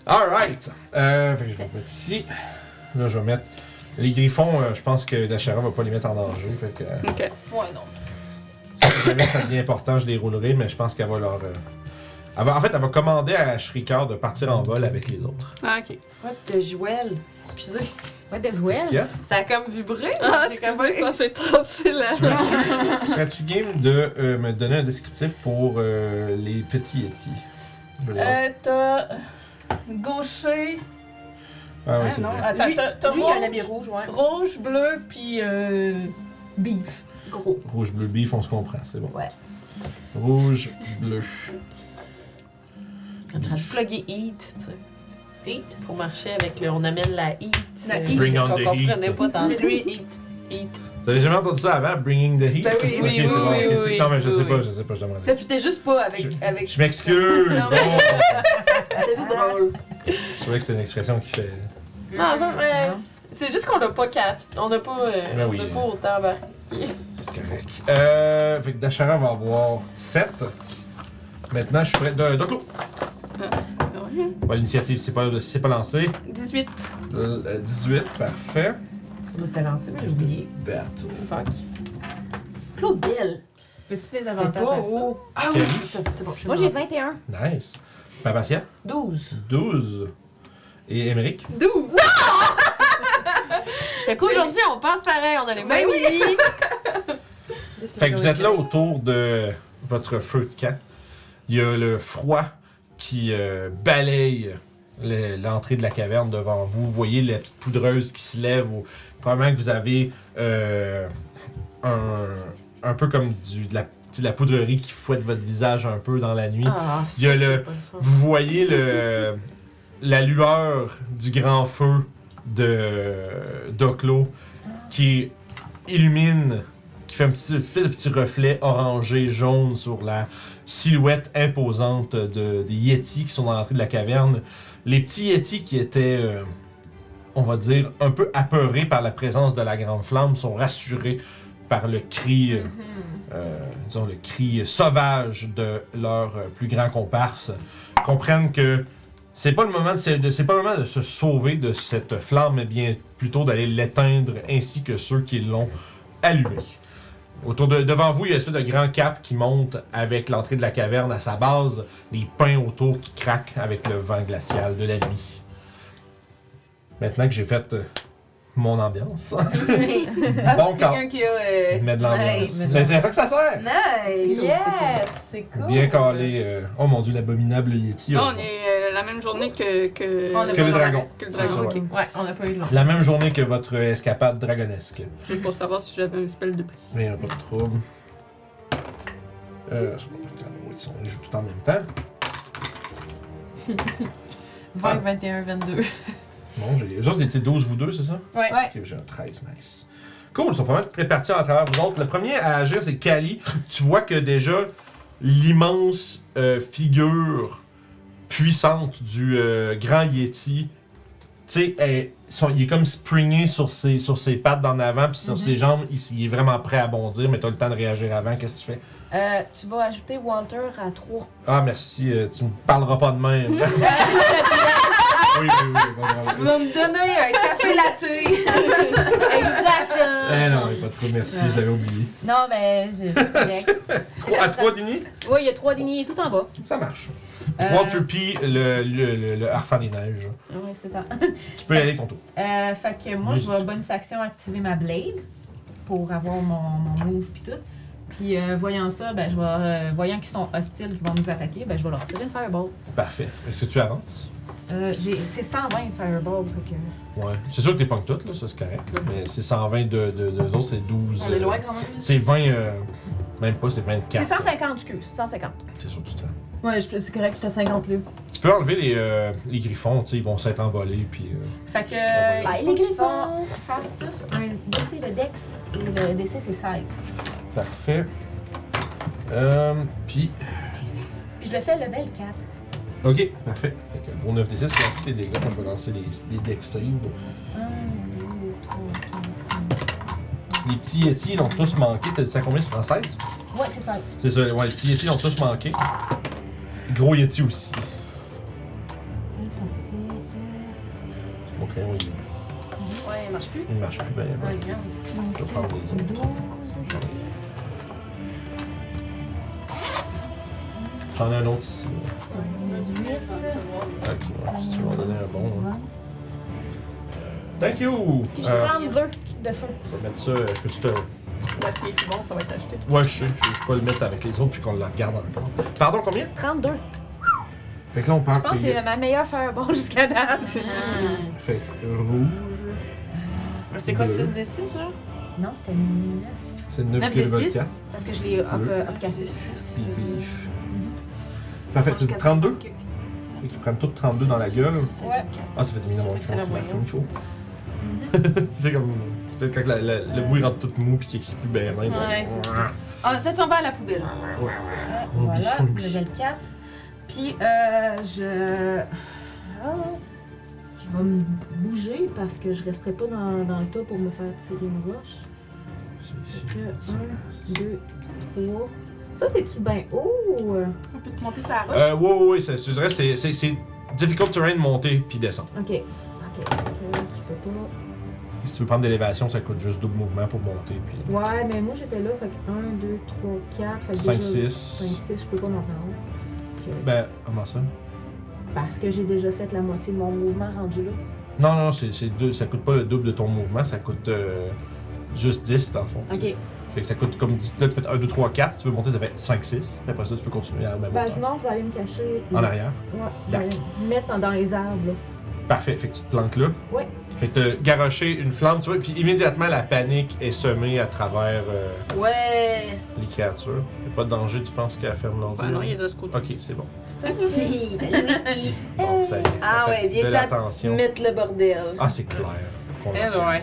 Speaker 1: Alright. Euh, fait que je vais me mettre ici. Là, je vais mettre. Les griffons, euh, je pense que Dachara va pas les mettre en danger. Fait que euh,
Speaker 3: Ok.
Speaker 4: Ouais, non.
Speaker 1: si jamais ça devient important, je les roulerai, mais je pense qu'elle va leur. euh, elle va- en fait, elle va commander à Shrikar de partir en vol avec les autres.
Speaker 3: Ah, ok.
Speaker 6: What the jouel? Excusez.
Speaker 5: What the
Speaker 1: Qu'est-ce qu'il y a?
Speaker 6: Ça a comme vibré.
Speaker 3: Ah,
Speaker 6: J'ai
Speaker 3: c'est
Speaker 6: comme
Speaker 3: comme ça, j'ai tassé la.
Speaker 1: Tu serais-tu- Serais-tu game de euh, me donner un descriptif pour euh, les petits Yetis? Je vais les voir.
Speaker 3: Euh, t'as. Gaucher.
Speaker 1: ah,
Speaker 3: Ah,
Speaker 1: oui, c'est
Speaker 3: non.
Speaker 1: vrai.
Speaker 3: Attends,
Speaker 2: Lui-
Speaker 3: t'as- t'as
Speaker 2: Lui, il a un
Speaker 3: rouge,
Speaker 2: habit rouge, ouais.
Speaker 3: rouge, bleu, puis euh, beef.
Speaker 5: Gros.
Speaker 1: Rouge, bleu, bif, on se comprend, c'est bon.
Speaker 5: Ouais.
Speaker 1: Rouge, bleu.
Speaker 6: On train de plugger heat, tu sais. Heat? Pour marcher avec le. On amène la heat.
Speaker 4: La
Speaker 6: euh,
Speaker 4: heat.
Speaker 1: Bring on
Speaker 6: qu'on
Speaker 1: the
Speaker 6: comprenait
Speaker 1: heat.
Speaker 6: pas tant.
Speaker 4: C'est lui, il
Speaker 6: Heat.
Speaker 1: Vous avez jamais entendu ça avant, Bringing the Heat?
Speaker 4: Ben oui,
Speaker 1: Ok,
Speaker 6: oui,
Speaker 1: c'est
Speaker 6: oui,
Speaker 1: bon,
Speaker 6: oui,
Speaker 1: ok, c'est-
Speaker 6: oui,
Speaker 1: Non, mais je
Speaker 6: oui,
Speaker 1: sais
Speaker 6: oui.
Speaker 1: pas, je sais pas, je demande.
Speaker 4: Ça fitait juste pas avec. avec...
Speaker 1: Je m'excuse!
Speaker 4: Non, mais-
Speaker 1: bon.
Speaker 4: C'était juste drôle.
Speaker 1: Je trouvais que c'était une expression qui fait.
Speaker 6: Non, ça, ouais. C'est juste qu'on l'a pas catch. On n'a pas, euh,
Speaker 1: Ah. Ben
Speaker 6: on
Speaker 1: oui.
Speaker 6: n'a pas autant embarqué.
Speaker 1: C'est correct. Euh, fait que Dachara va avoir 7. Maintenant, je suis prêt. De, Doclo!
Speaker 6: Ah,
Speaker 1: Bon, l'initiative, c'est pas, c'est pas lancé.
Speaker 3: 18.
Speaker 1: Euh, 18, parfait.
Speaker 6: Je t'ai lancé, mais j'ai oublié.
Speaker 1: Battle.
Speaker 6: Fuck. Claudel.
Speaker 5: Veux-tu des
Speaker 6: C'était
Speaker 5: avantages
Speaker 6: pas
Speaker 5: à ça?
Speaker 6: haut. Ah
Speaker 1: Quel?
Speaker 6: oui, c'est ça. C'est bon, je suis
Speaker 5: Moi, j'ai
Speaker 6: bon.
Speaker 5: 21.
Speaker 1: Nice. Papatia,
Speaker 6: 12.
Speaker 1: 12. Et Emmerich?
Speaker 3: 12.
Speaker 6: Fait qu'aujourd'hui, on pense pareil. On a les mêmes.
Speaker 4: Ben oui!
Speaker 1: Fait que vous êtes là autour de votre feu de camp. Il y a le froid qui euh, balaye le- l'entrée de la caverne devant vous. Vous voyez la petite poudreuse qui se lève. Au... Probablement que vous avez euh, un, un peu comme du, de, la, de la poudrerie qui fouette votre visage un peu dans la nuit.
Speaker 6: Ah, ça,
Speaker 1: Il y a
Speaker 6: c'est
Speaker 1: le-
Speaker 6: pas fun.
Speaker 1: Vous voyez le, la lueur du grand feu de d'Oclo qui illumine, qui fait un petit, une espèce de petit reflet orangé jaune sur la silhouette imposante de, des Yetis qui sont dans l'entrée de la caverne. Les petits Yetis qui étaient, euh, on va dire, un peu apeurés par la présence de la grande flamme sont rassurés par le cri euh, euh, disons, le cri sauvage de leur euh, plus grand comparse, comprennent que c'est pas le moment de, se- de- c'est pas le moment de se sauver de cette flamme, mais bien plutôt d'aller l'éteindre ainsi que ceux qui l'ont allumée. Autour de, devant vous, il y a une espèce de grand cap qui monte avec l'entrée de la caverne à sa base, des pins autour qui craquent avec le vent glacial de la nuit. Maintenant que j'ai fait euh, mon [laughs] ambiance,
Speaker 4: [laughs] Ah,
Speaker 1: Bon
Speaker 4: c'est
Speaker 1: camp.
Speaker 4: quelqu'un qui a. euh,
Speaker 1: mais de l'ambiance.
Speaker 4: Nice!
Speaker 1: Mais c'est à ça que ça sert!
Speaker 4: Nice. Yes! C'est cool!
Speaker 1: Bien calé. euh, Oh mon dieu, l'abominable Yeti.
Speaker 3: Là,
Speaker 1: au
Speaker 3: on
Speaker 1: fond.
Speaker 3: est euh, la même journée que. que...
Speaker 4: On a
Speaker 1: Que
Speaker 4: pas
Speaker 1: le
Speaker 4: le
Speaker 1: dragon.
Speaker 4: reste.
Speaker 3: que le
Speaker 1: C'est ça,
Speaker 3: dragon.
Speaker 1: ouais.
Speaker 6: Ouais, on n'a pas eu de long.
Speaker 1: La même journée que votre escapade dragonesque.
Speaker 3: Juste pour savoir si j'avais un spell de prix.
Speaker 1: Mais y a pas de trouble. Euh, putain, oui, ils sont- on les joue tout en même temps.
Speaker 6: 20, 21, 22.
Speaker 1: Bon, j'ai. Eux autres, ils étaient 12, vous deux, c'est ça?
Speaker 4: Ouais.
Speaker 6: Ouais.
Speaker 1: Ok, j'ai un 13, nice. Cool, ils sont pas mal répartis à travers vous autres. Le premier à agir, c'est Kali. Tu vois que déjà, l'immense euh, figure puissante du euh, grand Yeti, tu sais, elle- son- il est comme springé sur ses, sur ses pattes d'en avant, puis sur
Speaker 4: Mhm.
Speaker 1: ses jambes, il, s- il est vraiment prêt à bondir, mais t'as le temps de réagir avant, qu'est-ce que tu fais?
Speaker 5: Euh, tu vas ajouter Walter à [laughs] 3.
Speaker 1: Ah, merci, euh, tu me parleras pas de
Speaker 4: [laughs]
Speaker 1: même. oui, oui, oui, vraiment, oui.
Speaker 4: Tu vas me donner un café latte!
Speaker 5: exact!
Speaker 1: Eh non, il est pas trop merci, je l'avais oublié. [laughs]
Speaker 5: Non, mais. ben, Je... c'est correct.
Speaker 1: Trois- à 3 Dini,
Speaker 5: ouais, il y a 3 lignées tout en bas.
Speaker 1: ça marche.
Speaker 5: Euh,
Speaker 1: Walter P, le, le, le, le harfan des neiges.
Speaker 5: Oui, c'est ça.
Speaker 1: Tu peux y aller ton tour.
Speaker 5: Euh, fait que moi, je vais bonus action activer ma blade pour avoir mon, mon move puis tout. Puis euh, voyant ça, ben, je vais, euh, voyant qu'ils sont hostiles, qu'ils vont nous attaquer, ben, je vais leur tirer le fireball.
Speaker 1: Parfait. Est-ce que tu avances?
Speaker 5: Euh, j'ai- c'est 120 fireball, fait que...
Speaker 1: Ouais. C'est sûr que t'es pas toutes, là, ça c'est correct. là, mais c'est 120 de, de, de- d'eux autres, c'est 12.
Speaker 4: On est loin
Speaker 1: euh,
Speaker 4: quand même.
Speaker 1: C'est 20. euh, même pas, c'est 24.
Speaker 5: C'est 150 cul, 150.
Speaker 1: C'est sûr que tu te
Speaker 8: Ouais, je- c'est correct, j'étais à 50 plus.
Speaker 1: Tu peux enlever les, euh, les griffons, tu sais, ils vont s'être envolés, puis. euh,
Speaker 5: Fait que...
Speaker 1: Bye,
Speaker 5: il faut qu'ils font- fassent tous un DC de Dex, et le DC c'est 16.
Speaker 1: parfait. Euh, puis.
Speaker 5: Puis je le fais level 4.
Speaker 1: Ok, parfait. Fait que pour 9 d 6, lance tes dégâts. Moi, je vais lancer les, les deck saves.
Speaker 5: 1, 2, 3, 4,
Speaker 1: Les petits Yeti, ils ont tous manqué. T'as dit ça combien? C'est en 16?
Speaker 5: 5. Ouais, c'est 16.
Speaker 1: C'est ça, ouais, les petits Yeti, ils ont tous manqué. Gros Yeti aussi.
Speaker 5: Et ça fait...
Speaker 1: Mon crayon, il,
Speaker 4: Ouais, il marche plus.
Speaker 1: il marche plus bien.
Speaker 4: Ouais, regarde.
Speaker 1: Je vais prendre les autres. J'en ai un autre ici. là.
Speaker 5: 18,
Speaker 1: Ok, ouais, si tu veux en donner un bon. là. Thank you!
Speaker 5: Puis je
Speaker 1: Euh,
Speaker 5: prends bleu de feu.
Speaker 1: je vais mettre ça. euh, Peux-tu te.
Speaker 3: Bah, si c'est bon, ça va être acheté.
Speaker 1: Ouais, je sais, je, je peux pas le mettre avec les autres puis qu'on le regarde encore. Pardon, combien?
Speaker 5: 32.
Speaker 1: Fait que là, on
Speaker 5: Je
Speaker 1: parle
Speaker 5: pense que
Speaker 1: que.
Speaker 5: c'est ma meilleure fireball jusqu'à date.
Speaker 1: Fait que rouge,
Speaker 6: C'est quoi
Speaker 1: Bleu.
Speaker 6: 6 des 6 là?
Speaker 5: Non, c'était 9.
Speaker 1: c'est 9
Speaker 4: 9
Speaker 1: que
Speaker 4: des
Speaker 1: le
Speaker 4: six.
Speaker 1: 24.
Speaker 5: Parce que je l'ai up,
Speaker 1: Bleu.
Speaker 5: euh, upcasté.
Speaker 1: Puis beef. Parfait, tu dis 32? Fait qu'ils prennent toutes 32 dans la gueule.
Speaker 5: Ouais.
Speaker 1: Ah, ça fait du minimum.
Speaker 6: Fait que c'est la moyenne.
Speaker 1: il faut. [laughs] c'est comme. C'est peut-être quand la- la- le bout il rentre tout mou puis qu'il crie plus bien. hein. même.
Speaker 6: Ouais,
Speaker 4: Ah, ça s'en va à la poubelle.
Speaker 5: Ouais,
Speaker 1: Oublie,
Speaker 5: Voilà,
Speaker 1: oublie.
Speaker 5: level 4. Puis, euh, je. Ah, je vais me bouger parce que je resterai pas dans, dans le tas pour me faire tirer une roche. Fait que 1, 2, 3. Ça, c'est-tu bien haut ou. euh,
Speaker 4: On peut-tu monter sa roche?
Speaker 1: Euh, ouais, ouais, ouais, c'est- je dirais que c'est- c'est c'est difficult terrain de monter puis descendre.
Speaker 5: Ok. Ok, ok, je peux pas.
Speaker 1: Si tu veux prendre de l'élévation, ça coûte juste double mouvement pour monter. Puis
Speaker 5: Ouais, mais moi j'étais là, fait que 1, 2, 3, 4, fait que
Speaker 1: 5,
Speaker 5: déjà- 5,
Speaker 1: 6.
Speaker 5: 6, je peux pas m'en rendre. Fait que-
Speaker 1: Ben, comment ça?
Speaker 5: Parce que j'ai déjà fait la moitié de mon mouvement rendu là.
Speaker 1: Non, non, c'est c'est deux. Ça coûte pas le double de ton mouvement, ça coûte euh, juste 10 dans le fond.
Speaker 5: Ok,
Speaker 1: Fait que ça coûte comme 10. Là, tu fais 1, 2, 3, 4. Si tu veux monter, ça fait 5, 6. Puis après ça, tu peux continuer à la même
Speaker 5: ben
Speaker 1: hauteur.
Speaker 5: je mange, je vais aller me cacher.
Speaker 1: En arrière.
Speaker 5: Ouais, je vais aller me mettre dans, dans les arbres là.
Speaker 1: Parfait. Fait que tu te plantes là.
Speaker 5: Ouais.
Speaker 1: Fait que t'as garoché une flamme, tu vois, puis immédiatement la panique est semée à travers euh,
Speaker 4: Ouais.
Speaker 1: les créatures. Y'a pas de danger, tu penses qu'elle ferme l'ordi?
Speaker 3: Bah non, il est de ce côté.
Speaker 1: Ok, c'est bon.
Speaker 4: Hey, [laughs] t'as le whisky.
Speaker 5: Euh.
Speaker 1: Bon, ça y est.
Speaker 4: Ah
Speaker 1: Ça fait
Speaker 4: ouais, bien
Speaker 1: De
Speaker 4: t'as-
Speaker 1: l'attention.
Speaker 4: Mettre le bordel.
Speaker 1: Ah, c'est clair. qu'on
Speaker 6: Elle,
Speaker 1: l'entend.
Speaker 6: ouais.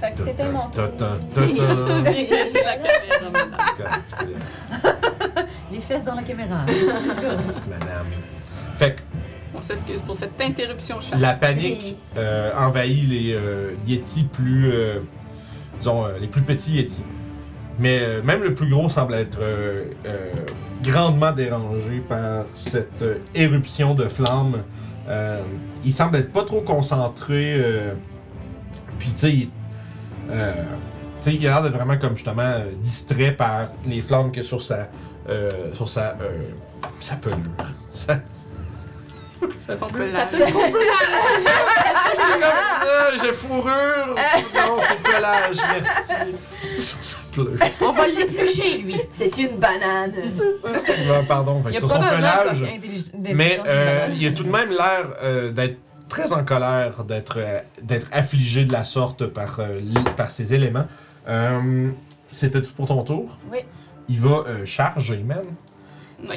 Speaker 5: Fait que c'était mon
Speaker 1: Ta-
Speaker 5: tour.
Speaker 1: ta- [laughs] ta- ta- ta.
Speaker 3: J'ai la caméra maintenant.
Speaker 1: Quand tu peux-
Speaker 5: Les fesses dans la caméra. [laughs]
Speaker 1: Petite madame. Fait que
Speaker 3: On s'excuse pour cette interruption, chat.
Speaker 1: la panique euh, envahit les euh, Yétis plus. euh, disons, euh, les plus petits Yétis. Mais euh, même le plus gros semble être euh, euh, grandement dérangé par cette euh, éruption de flammes. Euh, il semble être pas trop concentré. euh, puis, tu sais, il- euh, tu sais, il a l'air de vraiment, comme justement, euh, distrait par les flammes que sur sa. euh, sur sa. euh, sa pelure. [laughs] Sa-
Speaker 3: Ça sont peu larges.
Speaker 1: [laughs] Ah, j'ai fourrure! Non, c'est pelage, merci. Ça, ça pleut.
Speaker 5: [laughs] On va l'éplucher lui.
Speaker 4: C'est une banane.
Speaker 1: Ah, pardon, fait que sur son pelage. Mais euh, il a tout de même l'air euh, d'être très en colère, d'être euh, d'être affligé de la sorte par, euh, l- par ces éléments. Euh, C'était tout pour ton tour.
Speaker 5: Oui.
Speaker 1: Il va euh, charger, man.
Speaker 3: Ouais.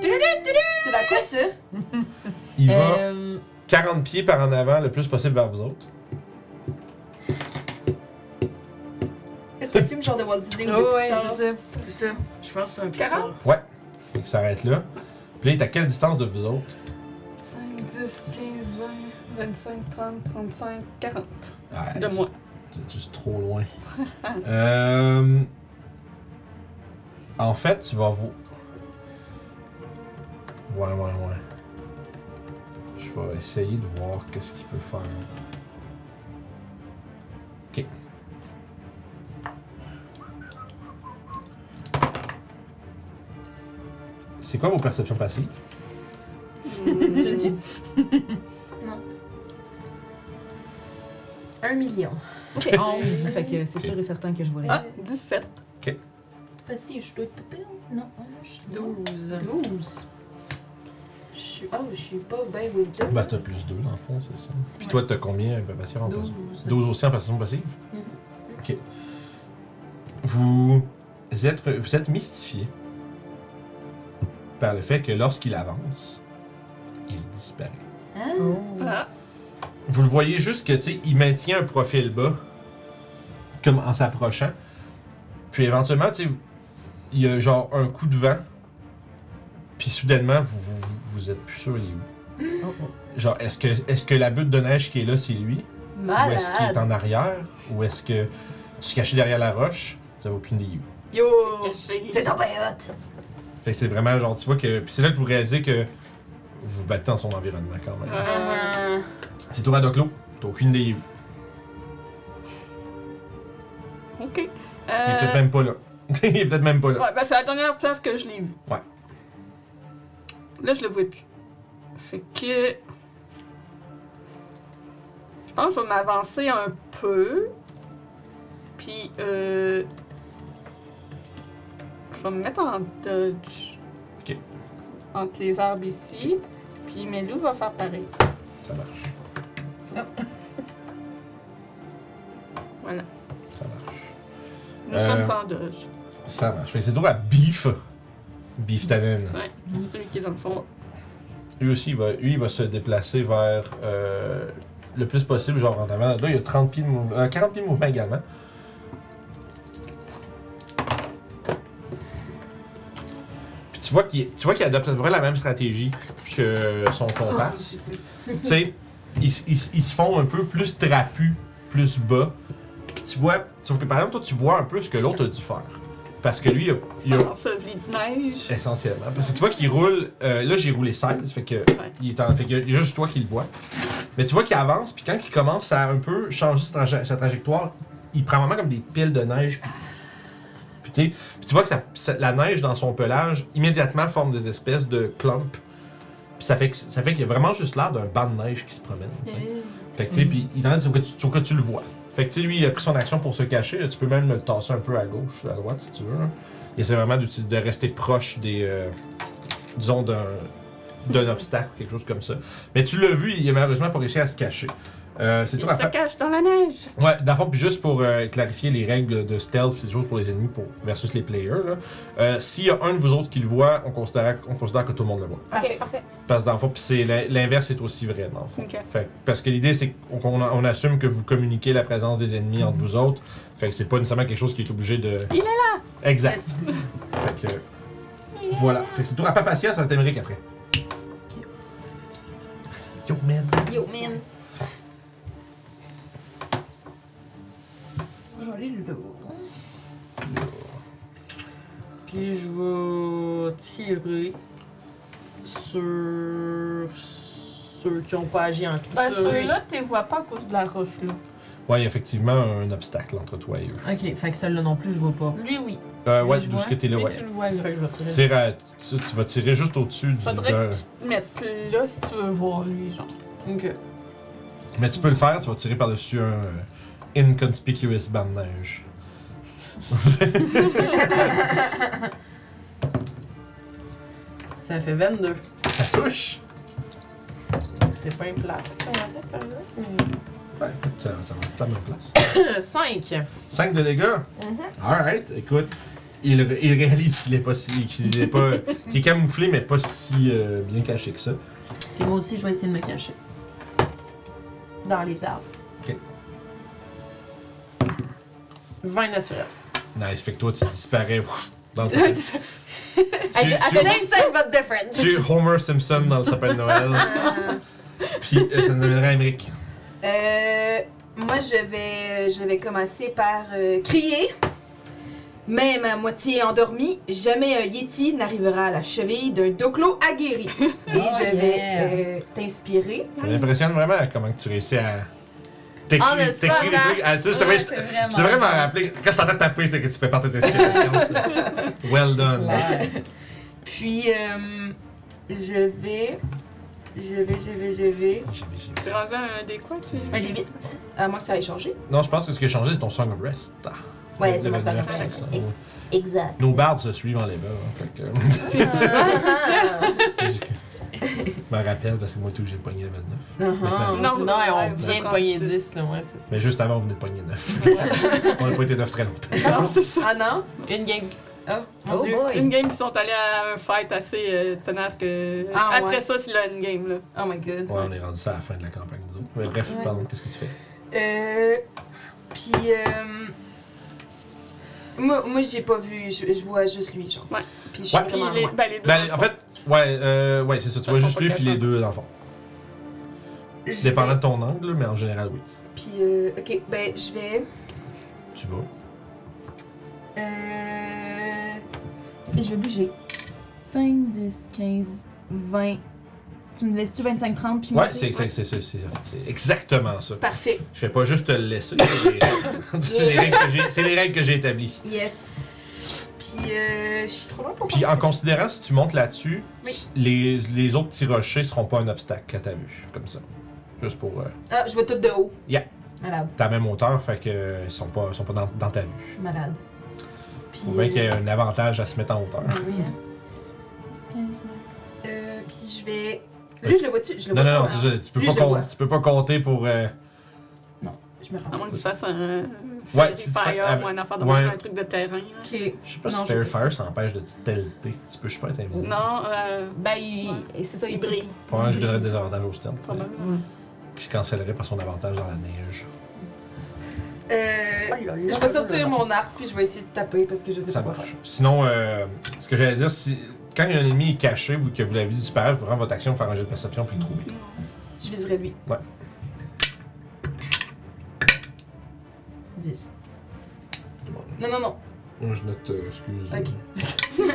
Speaker 4: C'est la quoi ça?
Speaker 1: Il va
Speaker 6: Euh,
Speaker 1: 40 pieds par en avant, le plus possible vers vous autres.
Speaker 4: Est-ce que le film genre de Walt Disney? ou de
Speaker 6: oh, ouais,
Speaker 4: Pixar?
Speaker 6: c'est ça.
Speaker 7: C'est ça. Je pense que c'est un peu
Speaker 3: 40?
Speaker 7: ça.
Speaker 1: Fait que ça arrête là. Puis là, il est à quelle distance de vous autres?
Speaker 3: 5, 10, 15, 20, 25, 30, 35, 40.
Speaker 1: Ouais,
Speaker 3: De moi.
Speaker 1: Vous êtes juste trop loin. [laughs] Euh, En fait, tu vas vous. Ouais, ouais, ouais. Je vais essayer de voir qu'est-ce qu'il peut faire. Ok. C'est quoi vos perceptions passives?
Speaker 4: Tu l'as dit?
Speaker 2: Un million.
Speaker 5: C'est 11, fait que c'est sûr et certain que je vois
Speaker 3: Ah,
Speaker 5: rien.
Speaker 3: 17.
Speaker 2: Pas si, je dois être pas
Speaker 4: hein?
Speaker 2: pire. Non, oh non, je suis
Speaker 6: 12.
Speaker 4: 12. Je suis. Oh, je suis pas bien Wilton.
Speaker 1: Bah, t'as plus 2 dans le fond, c'est ça. Puis toi, t'as combien en passive en plus? 12 aussi en perception passive? Ok. Vous êtes, vous êtes mystifié par le fait que lorsqu'il avance, il disparaît.
Speaker 3: Ah,
Speaker 1: Vous le voyez juste que, tu sais, il maintient un profil bas, comme en s'approchant. Puis éventuellement, tu sais, il y a genre un coup de vent. Puis soudainement, vous, vous, vous êtes plus sûr il est où.
Speaker 5: Oh, oh.
Speaker 1: Genre, est-ce que, est que la butte de neige qui est là, c'est lui
Speaker 3: Ah,
Speaker 1: Ou est-ce qu'il est
Speaker 4: Malade.
Speaker 1: en arrière Ou est-ce que tu te cachais derrière la roche Vous n'avez aucune idée. où.
Speaker 4: Yo!
Speaker 3: c'est caché.
Speaker 4: C'est donc bien hot!
Speaker 1: Fait que c'est vraiment genre, tu vois que. Puis c'est là que vous réalisez que vous vous battez dans son environnement quand même.
Speaker 3: Ah,
Speaker 4: Euh,
Speaker 1: C'est toi, Doclo. T'as aucune idée. où.
Speaker 3: ok. Euh,
Speaker 1: Il est peut-être même pas là. [laughs] il est peut-être même pas là.
Speaker 3: Ouais, ben c'est la dernière place que je l'ai vu.
Speaker 1: Ouais.
Speaker 3: Là, je le vois plus. Fait que. Je pense que je vais m'avancer un peu. Puis, euh. Je vais me mettre en dodge.
Speaker 1: Ok.
Speaker 3: Entre les arbres ici. Puis, mes loups va faire pareil.
Speaker 1: Ça marche.
Speaker 3: Voilà.
Speaker 1: Ça marche.
Speaker 3: Nous
Speaker 1: Euh.
Speaker 3: sommes en dodge.
Speaker 1: Ça marche. Fait que c'est toi à Beef. Beef Tannen.
Speaker 3: Celui qui est dans le fond.
Speaker 1: Lui aussi, il va, lui, il va se déplacer vers euh, le plus possible, genre en avant. Là, il y a 30 pieds de mouvement, 40 pieds de mouvement également. Puis tu vois qu'il tu vois qu'il adopte vraiment la même stratégie que son comparse. tu sais, ils, s- ils s- ils se font un peu plus trapus, plus bas. Puis tu vois, sauf que par exemple, toi, tu vois un peu ce que l'autre a dû faire. Parce que lui, il a- il
Speaker 3: Ça
Speaker 1: a,
Speaker 3: enseveli de neige.
Speaker 1: Essentiellement. Parce que tu vois qu'il roule. euh, là, j'ai roulé 16, fait que. Il est en, fait que y a juste toi qui le vois. Mais tu vois qu'il avance, puis quand il commence à un peu changer sa, traje- sa trajectoire, il prend vraiment comme des piles de neige. Puis, puis tu sais, puis tu vois que ça- ça- la neige dans son pelage immédiatement forme des espèces de clumps. Puis ça fait que- ça fait qu'il y a vraiment juste l'air d'un banc de neige qui se promène. tu sais. Fait que tu sais, puis il tente sauf que tu sauf que tu le vois. Fait que tu sais, lui, il a pris son action pour se cacher. là. Tu peux même le tasser un peu à gauche, à droite si tu veux. là. Il essaie vraiment d'uti- de rester proche des. euh, disons, d'un d'un obstacle ou quelque chose comme ça. Mais tu l'as vu, il a malheureusement pas réussi à se cacher. Euh, c'est
Speaker 3: Il
Speaker 1: toi à
Speaker 3: se
Speaker 1: faire.
Speaker 3: cache dans la neige.
Speaker 1: Ouais, dans le fond, puis juste pour euh, clarifier les règles de stealth, pis des choses pour les ennemis pour, versus les players, là. Euh, s'il y a un de vous autres qui le voit, on considère, on considère que tout le monde le voit.
Speaker 6: Ok, parfait.
Speaker 1: Parce que dans le fond, puis c'est l'in- l'inverse est aussi vrai dans le fond.
Speaker 3: Ok.
Speaker 1: Fait que- parce que l'idée, c'est qu'on qu'on- on assume que vous communiquez la présence des ennemis entre vous autres. Fait que c'est pas nécessairement quelque chose qui est obligé de.
Speaker 3: Il est
Speaker 1: là! Exact.
Speaker 4: Yes.
Speaker 1: Fait que. Voilà. Fait que c'est tour à Papacia, ça va t'aimerait après. Yo, man.
Speaker 4: Yo, man!
Speaker 8: Joli Ludo.
Speaker 6: Puis je vais tirer sur ceux qui n'ont pas agi en
Speaker 3: Ben,
Speaker 6: sur-
Speaker 3: ceux-là, tu les vois pas à cause de la roche, là.
Speaker 1: Ouais, il y a effectivement un obstacle entre toi et eux.
Speaker 6: Ok, fait que celle-là non plus, je vois pas.
Speaker 3: Lui, oui.
Speaker 1: Euh, ouais,
Speaker 6: Je
Speaker 1: d'où ce
Speaker 6: vois.
Speaker 1: que t'es là,
Speaker 3: Lui,
Speaker 1: ouais.
Speaker 3: tu le vois, là.
Speaker 6: Fait que je vais tirer.
Speaker 1: Tire à- tu, tu vas tirer juste au-dessus du.
Speaker 3: Faudrait
Speaker 1: d'un-
Speaker 3: que tu te mettes là si tu veux voir lui, genre.
Speaker 6: Ok.
Speaker 1: Mais tu peux le faire, tu vas tirer par-dessus un euh, inconspicuous band de neige.
Speaker 6: Ça fait 22.
Speaker 1: Ça touche!
Speaker 6: C'est pas un plat.
Speaker 1: Ouais, écoute, ça, ça va être à la même place.
Speaker 6: Euh, 5.
Speaker 1: 5 de dégâts?
Speaker 6: Mhm.
Speaker 1: Alright, écoute. Il, ré- il réalise qu'il est pas si. qu'il est
Speaker 6: [laughs]
Speaker 1: pas. qu'il est camouflé, mais pas si euh, bien caché que ça.
Speaker 8: Puis moi aussi, je vais essayer de me cacher.
Speaker 5: Dans les arbres.
Speaker 6: 20 naturel.
Speaker 1: Nice, fait que toi, tu disparais ouf,
Speaker 6: [laughs]
Speaker 1: dans le
Speaker 6: C'est
Speaker 1: sapin.
Speaker 6: ça.
Speaker 1: tu, tu,
Speaker 6: same, but different.
Speaker 1: tu- Homer Simpson dans le sapin de
Speaker 6: [laughs]
Speaker 1: Noël. Puis euh, ça nous amènerait à Emmerich.
Speaker 4: Euh, moi, je vais, je vais commencer par euh, crier. Même à moitié endormi, jamais un Yeti n'arrivera à la cheville d'un doclo aguerri. Et je vais
Speaker 5: yeah.
Speaker 4: euh, t'inspirer.
Speaker 1: Ça m'impressionne vraiment comment que tu réussis à. T'écris
Speaker 6: On est
Speaker 1: t'écris
Speaker 6: spot, hein?
Speaker 1: trucs. Ah, ça, je te
Speaker 5: Ouais,
Speaker 1: je-
Speaker 5: c'est
Speaker 1: je devrais m'en
Speaker 5: vraiment-
Speaker 6: [laughs]
Speaker 1: rappeler. Quand je t'entends taper, c'est que tu fais part tes inspirations. ça. well done.
Speaker 5: Ouais.
Speaker 4: Puis, euh, je vais. Je vais, je vais, je vais.
Speaker 1: J'ai- j'ai-
Speaker 3: C'est rendu un des quoi, tu sais?
Speaker 4: Un des vite. À moins que ça ait changé.
Speaker 1: Non, je pense que ce qui a changé, c'est ton Song of Rest. Ah.
Speaker 4: Ouais,
Speaker 1: De-
Speaker 4: c'est
Speaker 1: de
Speaker 4: mon Song of
Speaker 1: devenir
Speaker 4: Rest.
Speaker 1: ça,
Speaker 4: E-
Speaker 1: ouais.
Speaker 4: Exact. Ah,
Speaker 1: Nos bardes se suivent en les bas. hein, fait que- Je me rappelle parce que moi, tout, j'ai pogné level 9.
Speaker 4: Uh-huh.
Speaker 6: Non,
Speaker 3: Non,
Speaker 6: Ah. non,
Speaker 3: ouais,
Speaker 6: on
Speaker 3: vous
Speaker 6: vient de
Speaker 3: êtes
Speaker 6: pogner
Speaker 3: en
Speaker 6: 10, là, ouais, c'est ça.
Speaker 1: Mais juste avant, on venait de pogner 9. [laughs] on n'a pas été 9 très longtemps.
Speaker 3: Non, c'est ça.
Speaker 4: Ah non?
Speaker 6: Une game.
Speaker 4: Ah, mon
Speaker 6: Oh
Speaker 4: dieu.
Speaker 6: boy.
Speaker 3: Une game, ils sont allés à un fight assez euh, tenace que.
Speaker 4: Ah, ouais.
Speaker 3: Après ça, c'est là une game, là.
Speaker 4: Oh my god.
Speaker 1: Ouais, on est rendu ça à la fin de la campagne, nous autres. Mais bref,
Speaker 4: Ouais.
Speaker 1: pardon, qu'est-ce que tu fais?
Speaker 4: Euh. Puis, euh. Moi, moi j'ai pas vu. Je, je vois juste lui, genre.
Speaker 3: Ouais.
Speaker 4: Puis, je suis
Speaker 1: Ouais.
Speaker 3: Puis
Speaker 4: vraiment
Speaker 3: les,
Speaker 4: loin.
Speaker 3: ben, les deux.
Speaker 1: Ben,
Speaker 3: dans
Speaker 1: en
Speaker 3: le
Speaker 1: fait, ouais, euh, ouais c'est ça. Tu
Speaker 3: Ça
Speaker 1: vois
Speaker 3: sera
Speaker 1: juste
Speaker 3: pas
Speaker 1: lui puis
Speaker 3: cachant.
Speaker 1: les deux enfants.
Speaker 4: Je
Speaker 1: Dépendant
Speaker 4: vais-
Speaker 1: de ton angle, mais en général, oui.
Speaker 4: Puis, euh. Ok, ben, je vais.
Speaker 1: Tu vas.
Speaker 4: Euh... Je vais bouger.
Speaker 8: 5, 10, 15, 20. Tu me laisses-tu 25, 30 puis
Speaker 1: Ouais,
Speaker 8: monter?
Speaker 1: c'est exact- c'est- c'est- c'est- c'est exactement ça.
Speaker 4: Parfait.
Speaker 1: Je vais pas juste te le laisser. c'est les règles. C'est les règles que j'ai- c'est les règles que j'ai établies.
Speaker 4: Yes. Puis, euh, je suis trop loin pour
Speaker 1: Puis
Speaker 4: pas-
Speaker 1: en considérant, si tu montes là-dessus,
Speaker 4: Oui.
Speaker 1: les, les autres petits rochers seront pas un obstacle à ta vue, comme ça. Juste pour. euh,
Speaker 4: Ah, je vais tout de haut.
Speaker 1: Yeah.
Speaker 4: Malade,
Speaker 1: t'as la même hauteur, fait que euh, ils sont pas, ils sont pas dans, dans ta vue.
Speaker 4: malade. Puis,
Speaker 1: Ou bien qu'il y a un avantage à se mettre en hauteur.
Speaker 4: euh, oui, hein.
Speaker 8: 10, 15, ouais.
Speaker 4: Euh, puis je vais... Lui, je le vois-tu? Je le
Speaker 1: Non,
Speaker 4: vois
Speaker 1: non, non,
Speaker 4: pas, hein?
Speaker 1: c'est ça, tu peux,
Speaker 4: Lui,
Speaker 1: pas
Speaker 4: je le
Speaker 1: com-
Speaker 4: vois.
Speaker 1: tu peux pas compter pour. euh,
Speaker 4: Je me
Speaker 3: fond. À
Speaker 4: rends.
Speaker 3: moins que tu fasses un.
Speaker 1: Ouais, si tu fais-
Speaker 3: fire
Speaker 1: avec-
Speaker 3: ou un affaire de
Speaker 1: ouais.
Speaker 3: même, un truc de terrain. là.
Speaker 4: Ok.
Speaker 1: Je sais pas
Speaker 4: Non,
Speaker 1: si
Speaker 4: je
Speaker 1: Fair
Speaker 4: sais pas.
Speaker 1: Fire, ça empêche de te telter. Tu peux, je peux être invisible.
Speaker 3: Non, euh,
Speaker 5: Ben, il- c'est ça, il
Speaker 3: il
Speaker 5: brille.
Speaker 3: brille,
Speaker 1: Probablement que je donnerais des avantages au stealth, mais-
Speaker 3: probablement.
Speaker 1: qui se cancellerait par son avantage dans la neige.
Speaker 4: Euh, je vais sortir mon arc, puis je vais essayer de taper, parce que je sais
Speaker 1: Ça
Speaker 4: pas quoi
Speaker 1: marche. Sinon, euh, ce que j'allais dire, si, quand il y a un ennemi est caché ou que vous l'avez vu disparaître, vous prenez votre action, faire un jet de perception puis le trouver.
Speaker 4: faire. Je viserai lui.
Speaker 1: Ouais.
Speaker 4: 10. Non, non, non.
Speaker 1: Moi, je note, euh, excuse.
Speaker 4: Ok.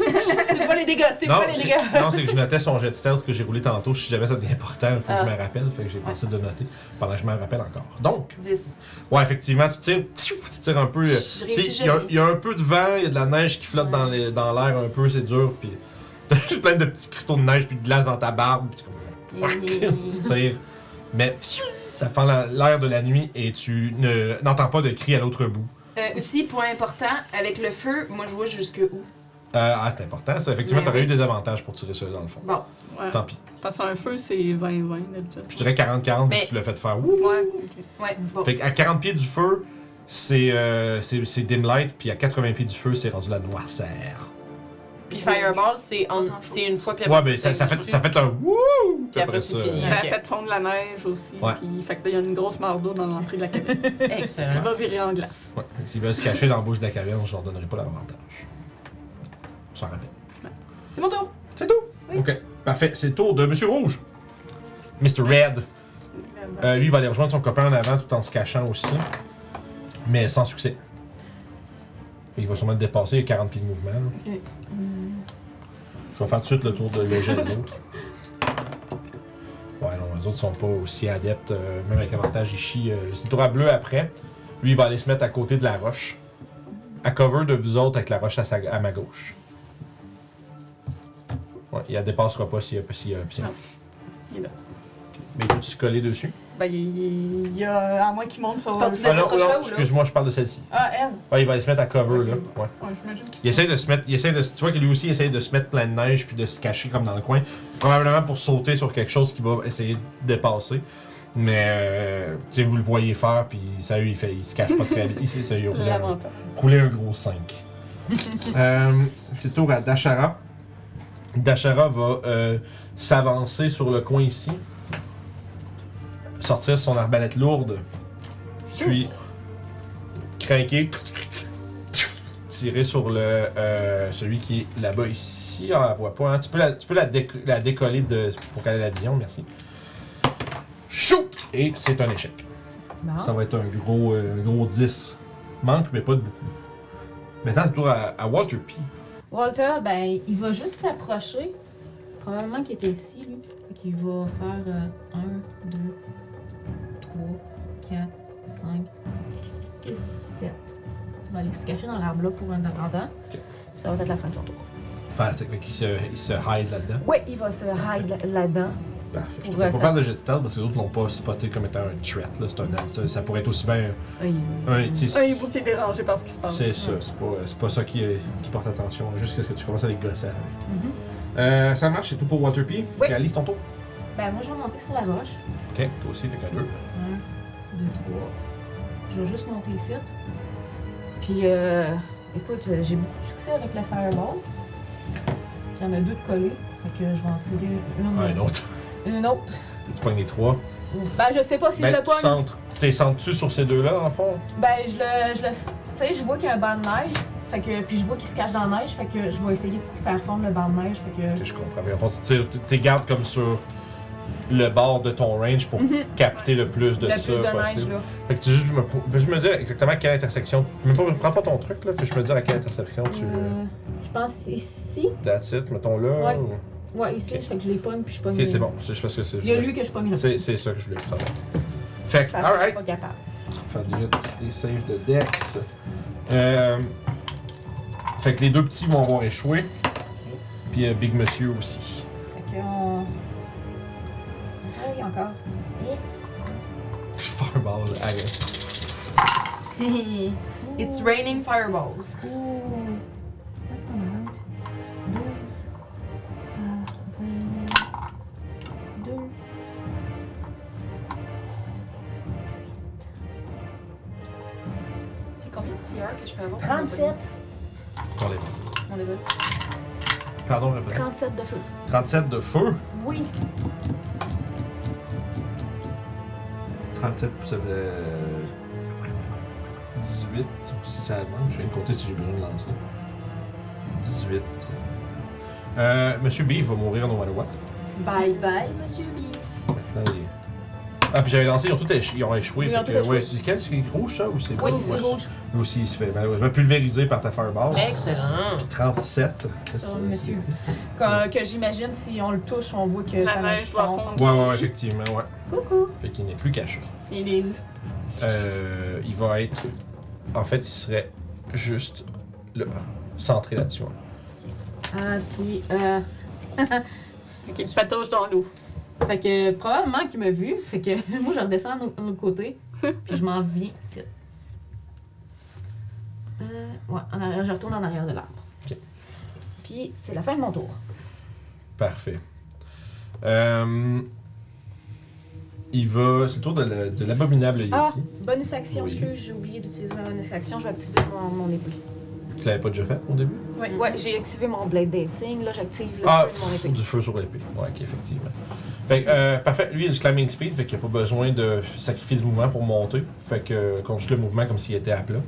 Speaker 6: C'est pas les dégâts, c'est
Speaker 1: Non,
Speaker 6: pas les
Speaker 1: c'est-
Speaker 6: dégâts.
Speaker 1: non, c'est que je notais son jet de stealth que j'ai roulé tantôt. Si jamais ça devient important, il faut que je
Speaker 4: Ah.
Speaker 1: me rappelle. Fait que j'ai pensé de le noter pendant que je me rappelle encore. Donc,
Speaker 4: 10.
Speaker 1: ouais, effectivement, tu tires, tchou, tu tires un peu. euh,
Speaker 4: Je
Speaker 1: tu sais,
Speaker 4: réussis
Speaker 1: Il y a-
Speaker 4: jamais.
Speaker 1: il y, a un peu de vent, il y a de la neige qui flotte dans les- dans l'air un peu, c'est dur. Puis [laughs] t'as juste plein de petits cristaux de neige puis de glace dans ta barbe. Puis tu- tu tires. Mais pfiou, ça fend la- l'air de la nuit et tu ne- n'entends pas de cri à l'autre bout.
Speaker 4: Euh, aussi, point important, avec le feu, moi, je vois jusque où.
Speaker 1: Euh, ah, c'est important, ça. Effectivement,
Speaker 4: Mais
Speaker 1: t'aurais
Speaker 4: oui.
Speaker 1: eu des avantages pour tirer ça dans le fond.
Speaker 4: Bon.
Speaker 3: Ouais.
Speaker 1: Tant pis.
Speaker 3: Parce qu'un feu, c'est 20-20 d'habitude.
Speaker 1: Je dirais 40-40 vu
Speaker 6: Mais-
Speaker 1: que tu l'as fait faire ouh.
Speaker 3: Ouais, ok.
Speaker 4: Ouais, bon.
Speaker 1: Fait qu'à 40 pieds du feu, c'est euh, c'est- c'est dim light, puis à 80 pieds du feu, c'est rendu la noirceur.
Speaker 6: Puis Fireball, c'est en- c'est une fois, puis
Speaker 1: Ouais,
Speaker 6: après
Speaker 1: mais ça, ça fait, ça fait un wouh! euh, Puis
Speaker 6: après, c'est fini.
Speaker 3: Ça a
Speaker 6: Ok.
Speaker 3: fait fondre la neige aussi.
Speaker 1: Ouais.
Speaker 3: Puis, fait que là, il y a une grosse mardeau dans l'entrée de la cabine qui
Speaker 6: Excellent.
Speaker 3: va virer en glace.
Speaker 1: Ouais. Fait que S'ils veulent se cacher dans la bouche de la caverne, je leur donnerai pas l'avantage. On s'en rappelle.
Speaker 4: C'est mon tour.
Speaker 1: C'est tout!
Speaker 4: Oui.
Speaker 1: Ok, parfait. C'est le tour de Monsieur Rouge. Mr. Red. Euh, lui, il va aller rejoindre son copain en avant tout en se cachant aussi. Mais sans succès. Il va sûrement le dépasser, il y a 40 pieds de mouvement. là. Je vais faire tout de suite le tour de loger les autres.
Speaker 3: [laughs]
Speaker 1: Ouais, non, les autres sont pas aussi adeptes, euh, même avec avantage, ils chient. euh, c'est le tour à bleu après. Lui, il va aller se mettre à côté de la roche. À cover de vous autres avec la roche à, sa- à ma gauche. Ouais, il la dépassera pas s'il y a pas. s'il y a- s'il y a-
Speaker 3: Ah, il est là.
Speaker 1: Mais il peut se coller dessus.
Speaker 3: Ben, il il y a. À moins qu'il monte sur.
Speaker 4: Tu parles-tu de
Speaker 1: Ah
Speaker 4: cette
Speaker 1: non,
Speaker 4: roche-là
Speaker 1: non,
Speaker 4: ou là?
Speaker 1: excuse-moi, je parle de celle-ci.
Speaker 3: Ah, elle.
Speaker 1: Ouais, il va aller se mettre à cover,
Speaker 3: Ok.
Speaker 1: là. Ouais.
Speaker 3: Ouais, j'imagine qu'il
Speaker 1: Il essaie de se mettre, il essaie de, se- tu vois que lui aussi il essaie de se mettre plein de neige puis de se cacher comme dans le coin, probablement pour sauter sur quelque chose qui va essayer de dépasser. Mais euh, tu sais, vous le voyez faire puis ça il fait, il se cache pas très bien. Ici, ça il a roulé un,
Speaker 3: L'avantage.
Speaker 1: roulé un gros 5. euh, c'est tour à Dashara. Dashara va euh, s'avancer sur le coin ici, sortir son arbalète lourde, puis craquer, tirer sur le euh, celui qui est là-bas ici. Ah, on la voit pas. hein. Tu peux, la, tu peux la, déco- la décoller de, pour qu'elle ait la vision, merci. Shoot! Et c'est un échec.
Speaker 5: Non.
Speaker 1: Ça va être un gros, euh, un gros 10. Manque, mais pas de beaucoup. Maintenant, c'est le tour à, à Walter P.
Speaker 5: Walter, ben, il va juste s'approcher. Probablement qu'il était ici, lui. Fait qu'il va faire euh, 1, 2, 3, 4, 5, 6, 7. Il va aller se cacher dans l'arbre là pour un attendant.
Speaker 1: Ok.
Speaker 5: Ça va être la fin de son tour.
Speaker 1: Fantastique. Fait qu'il se, il se hide là-dedans.
Speaker 5: Ouais, il va se hide là- là-dedans.
Speaker 1: Parfait. Je
Speaker 5: Pour
Speaker 1: ne pas
Speaker 5: ça.
Speaker 1: faire de jet de stealth parce que les autres l'ont pas spoté comme étant un threat. Là. C'est un, c'est un- ça pourrait être aussi bien
Speaker 5: Oui.
Speaker 1: un. tu sais,
Speaker 3: Un hibou qui Ah, est dérangé par ce qui se passe.
Speaker 1: C'est ça, c'est pas, c'est pas ça qui, euh, qui porte attention, là, juste qu'est-ce que tu commences à les gosser avec. Euh, ça marche, c'est tout pour Waterpie.
Speaker 5: Mm-hmm. Oui.
Speaker 1: Alice, ton tour.
Speaker 5: Ben, moi, je vais monter sur la roche.
Speaker 1: Ok, toi aussi, fait qu'à deux.
Speaker 5: Deux, trois. Je vais juste monter ici. Puis, euh, écoute, euh, j'ai beaucoup de succès avec la Fireball. J'en ai deux de collés. Fait que je vais en tirer une,
Speaker 1: Ah, et l'autre.
Speaker 5: une autre.
Speaker 1: Tu pognes les trois.
Speaker 5: Ben, je sais pas Mm. si je
Speaker 1: ben,
Speaker 5: le
Speaker 1: tu
Speaker 5: pogne.
Speaker 1: centres. T'es centres-tu sur ces deux-là, en fond?
Speaker 5: Ben, je le. Je le tu sais, je vois qu'il y a un banc de neige. Fait que, puis je vois qu'il se cache dans la neige. Fait que je vais essayer de faire fondre le banc de neige. Fait que.
Speaker 1: Ok, je comprends. bien. en fond, tu tires, tu- tes gardes comme sur le bord de ton range pour capter le plus de
Speaker 5: le
Speaker 1: ça
Speaker 5: Mhm. plus de neige,
Speaker 1: possible.
Speaker 5: là.
Speaker 1: Fait que tu juste me, je me dire exactement à quelle intersection. Même pas, prends pas ton truc, là. Fait que je me dire à quelle intersection tu.
Speaker 5: Euh, je pense ici.
Speaker 1: That's it, mettons là.
Speaker 5: Ouais.
Speaker 1: ou-
Speaker 5: Ouais, ici.
Speaker 1: Ok.
Speaker 5: Fait que je les pogne. Puis je pogne.
Speaker 1: Ok, c'est bon. C'est- Je pense que c'est.
Speaker 5: Il y a lui que je pogne là.
Speaker 1: C'est, c'est ça que je voulais savoir. Fait que,
Speaker 5: Parce que je suis
Speaker 1: alright.
Speaker 5: pas capable.
Speaker 1: Faire des, jets- des saves de Dex. Euh, fait que les deux petits vont avoir échoué. Puis euh, Big Monsieur aussi. [laughs]
Speaker 5: Fait qu'on. Oui, encore.
Speaker 1: Fireball. Allez.
Speaker 4: [laughs] It's raining fireballs.
Speaker 5: Ouh. Euh, Let's go around. 12. Euh, 22.
Speaker 4: 8. C'est combien de CR que je peux avoir? pour
Speaker 5: 37.
Speaker 1: Attendez.
Speaker 4: Mon level.
Speaker 1: Pardon, répétez.
Speaker 5: 37 de feu.
Speaker 1: 37 de feu.
Speaker 5: Oui.
Speaker 1: 37 ça fait. 18, si ça manque. Je viens de compter si j'ai besoin de lancer. 18. Euh, Monsieur B va mourir no matter what.
Speaker 4: Bye bye, monsieur B.
Speaker 1: Maintenant, il est- Ah, puis j'avais lancé, ils ont tous échoué. Ils ont échoué
Speaker 5: Ils
Speaker 1: fait
Speaker 5: ont
Speaker 1: que,
Speaker 5: tous échoué.
Speaker 1: ouais, c'est quel c'est rouge ça ou c'est
Speaker 5: Oui,
Speaker 1: bleu?
Speaker 5: c'est
Speaker 1: Ouais,
Speaker 5: rouge.
Speaker 1: Lui aussi, il se fait malheureusement pulvériser par ta fireball.
Speaker 6: Excellent.
Speaker 1: 37.
Speaker 5: Sur le monsieur. Que, que j'imagine, si on le touche, on voit que
Speaker 3: La
Speaker 5: ça
Speaker 3: neige doit
Speaker 5: fond.
Speaker 3: fondre.
Speaker 1: Ouais,
Speaker 3: sur
Speaker 1: ouais, ouais,
Speaker 3: lui.
Speaker 1: effectivement, ouais.
Speaker 5: Coucou.
Speaker 1: Fait qu'il n'est plus caché.
Speaker 3: Il est où?
Speaker 1: Euh, il va être. En fait, il serait juste là, centré là-dessus. ouais.
Speaker 5: Ah, puis, euh,
Speaker 3: Ok, il patauge dans l'eau.
Speaker 5: fait que probablement qu'il m'a vu. Fait que [laughs] moi, je redescends de l'autre côté. [laughs] puis je m'en viens ici. Euh, ouais, en arrière, je retourne en arrière de l'arbre.
Speaker 1: Ok.
Speaker 5: Puis, c'est la fin de mon tour.
Speaker 1: Parfait. Euh, il va. C'est le tour de la- de l'abominable Yeti.
Speaker 5: Ah, bonus action,
Speaker 1: Oui.
Speaker 5: excuse, j'ai oublié d'utiliser ma bonus action, je vais activer mon, mon épée.
Speaker 1: Tu l'avais pas déjà fait au début?
Speaker 5: Ouais, j'ai activé mon blade dancing, là j'active le
Speaker 1: Ah,
Speaker 5: feu de mon épée.
Speaker 1: du feu sur l'épée. Ouais, ok, effectivement. Fait que, euh, parfait. Lui, il a du climbing speed, fait qu'il n'a pas besoin de sacrifier du mouvement pour monter. Fait que, euh, conduit le mouvement comme s'il était à plat.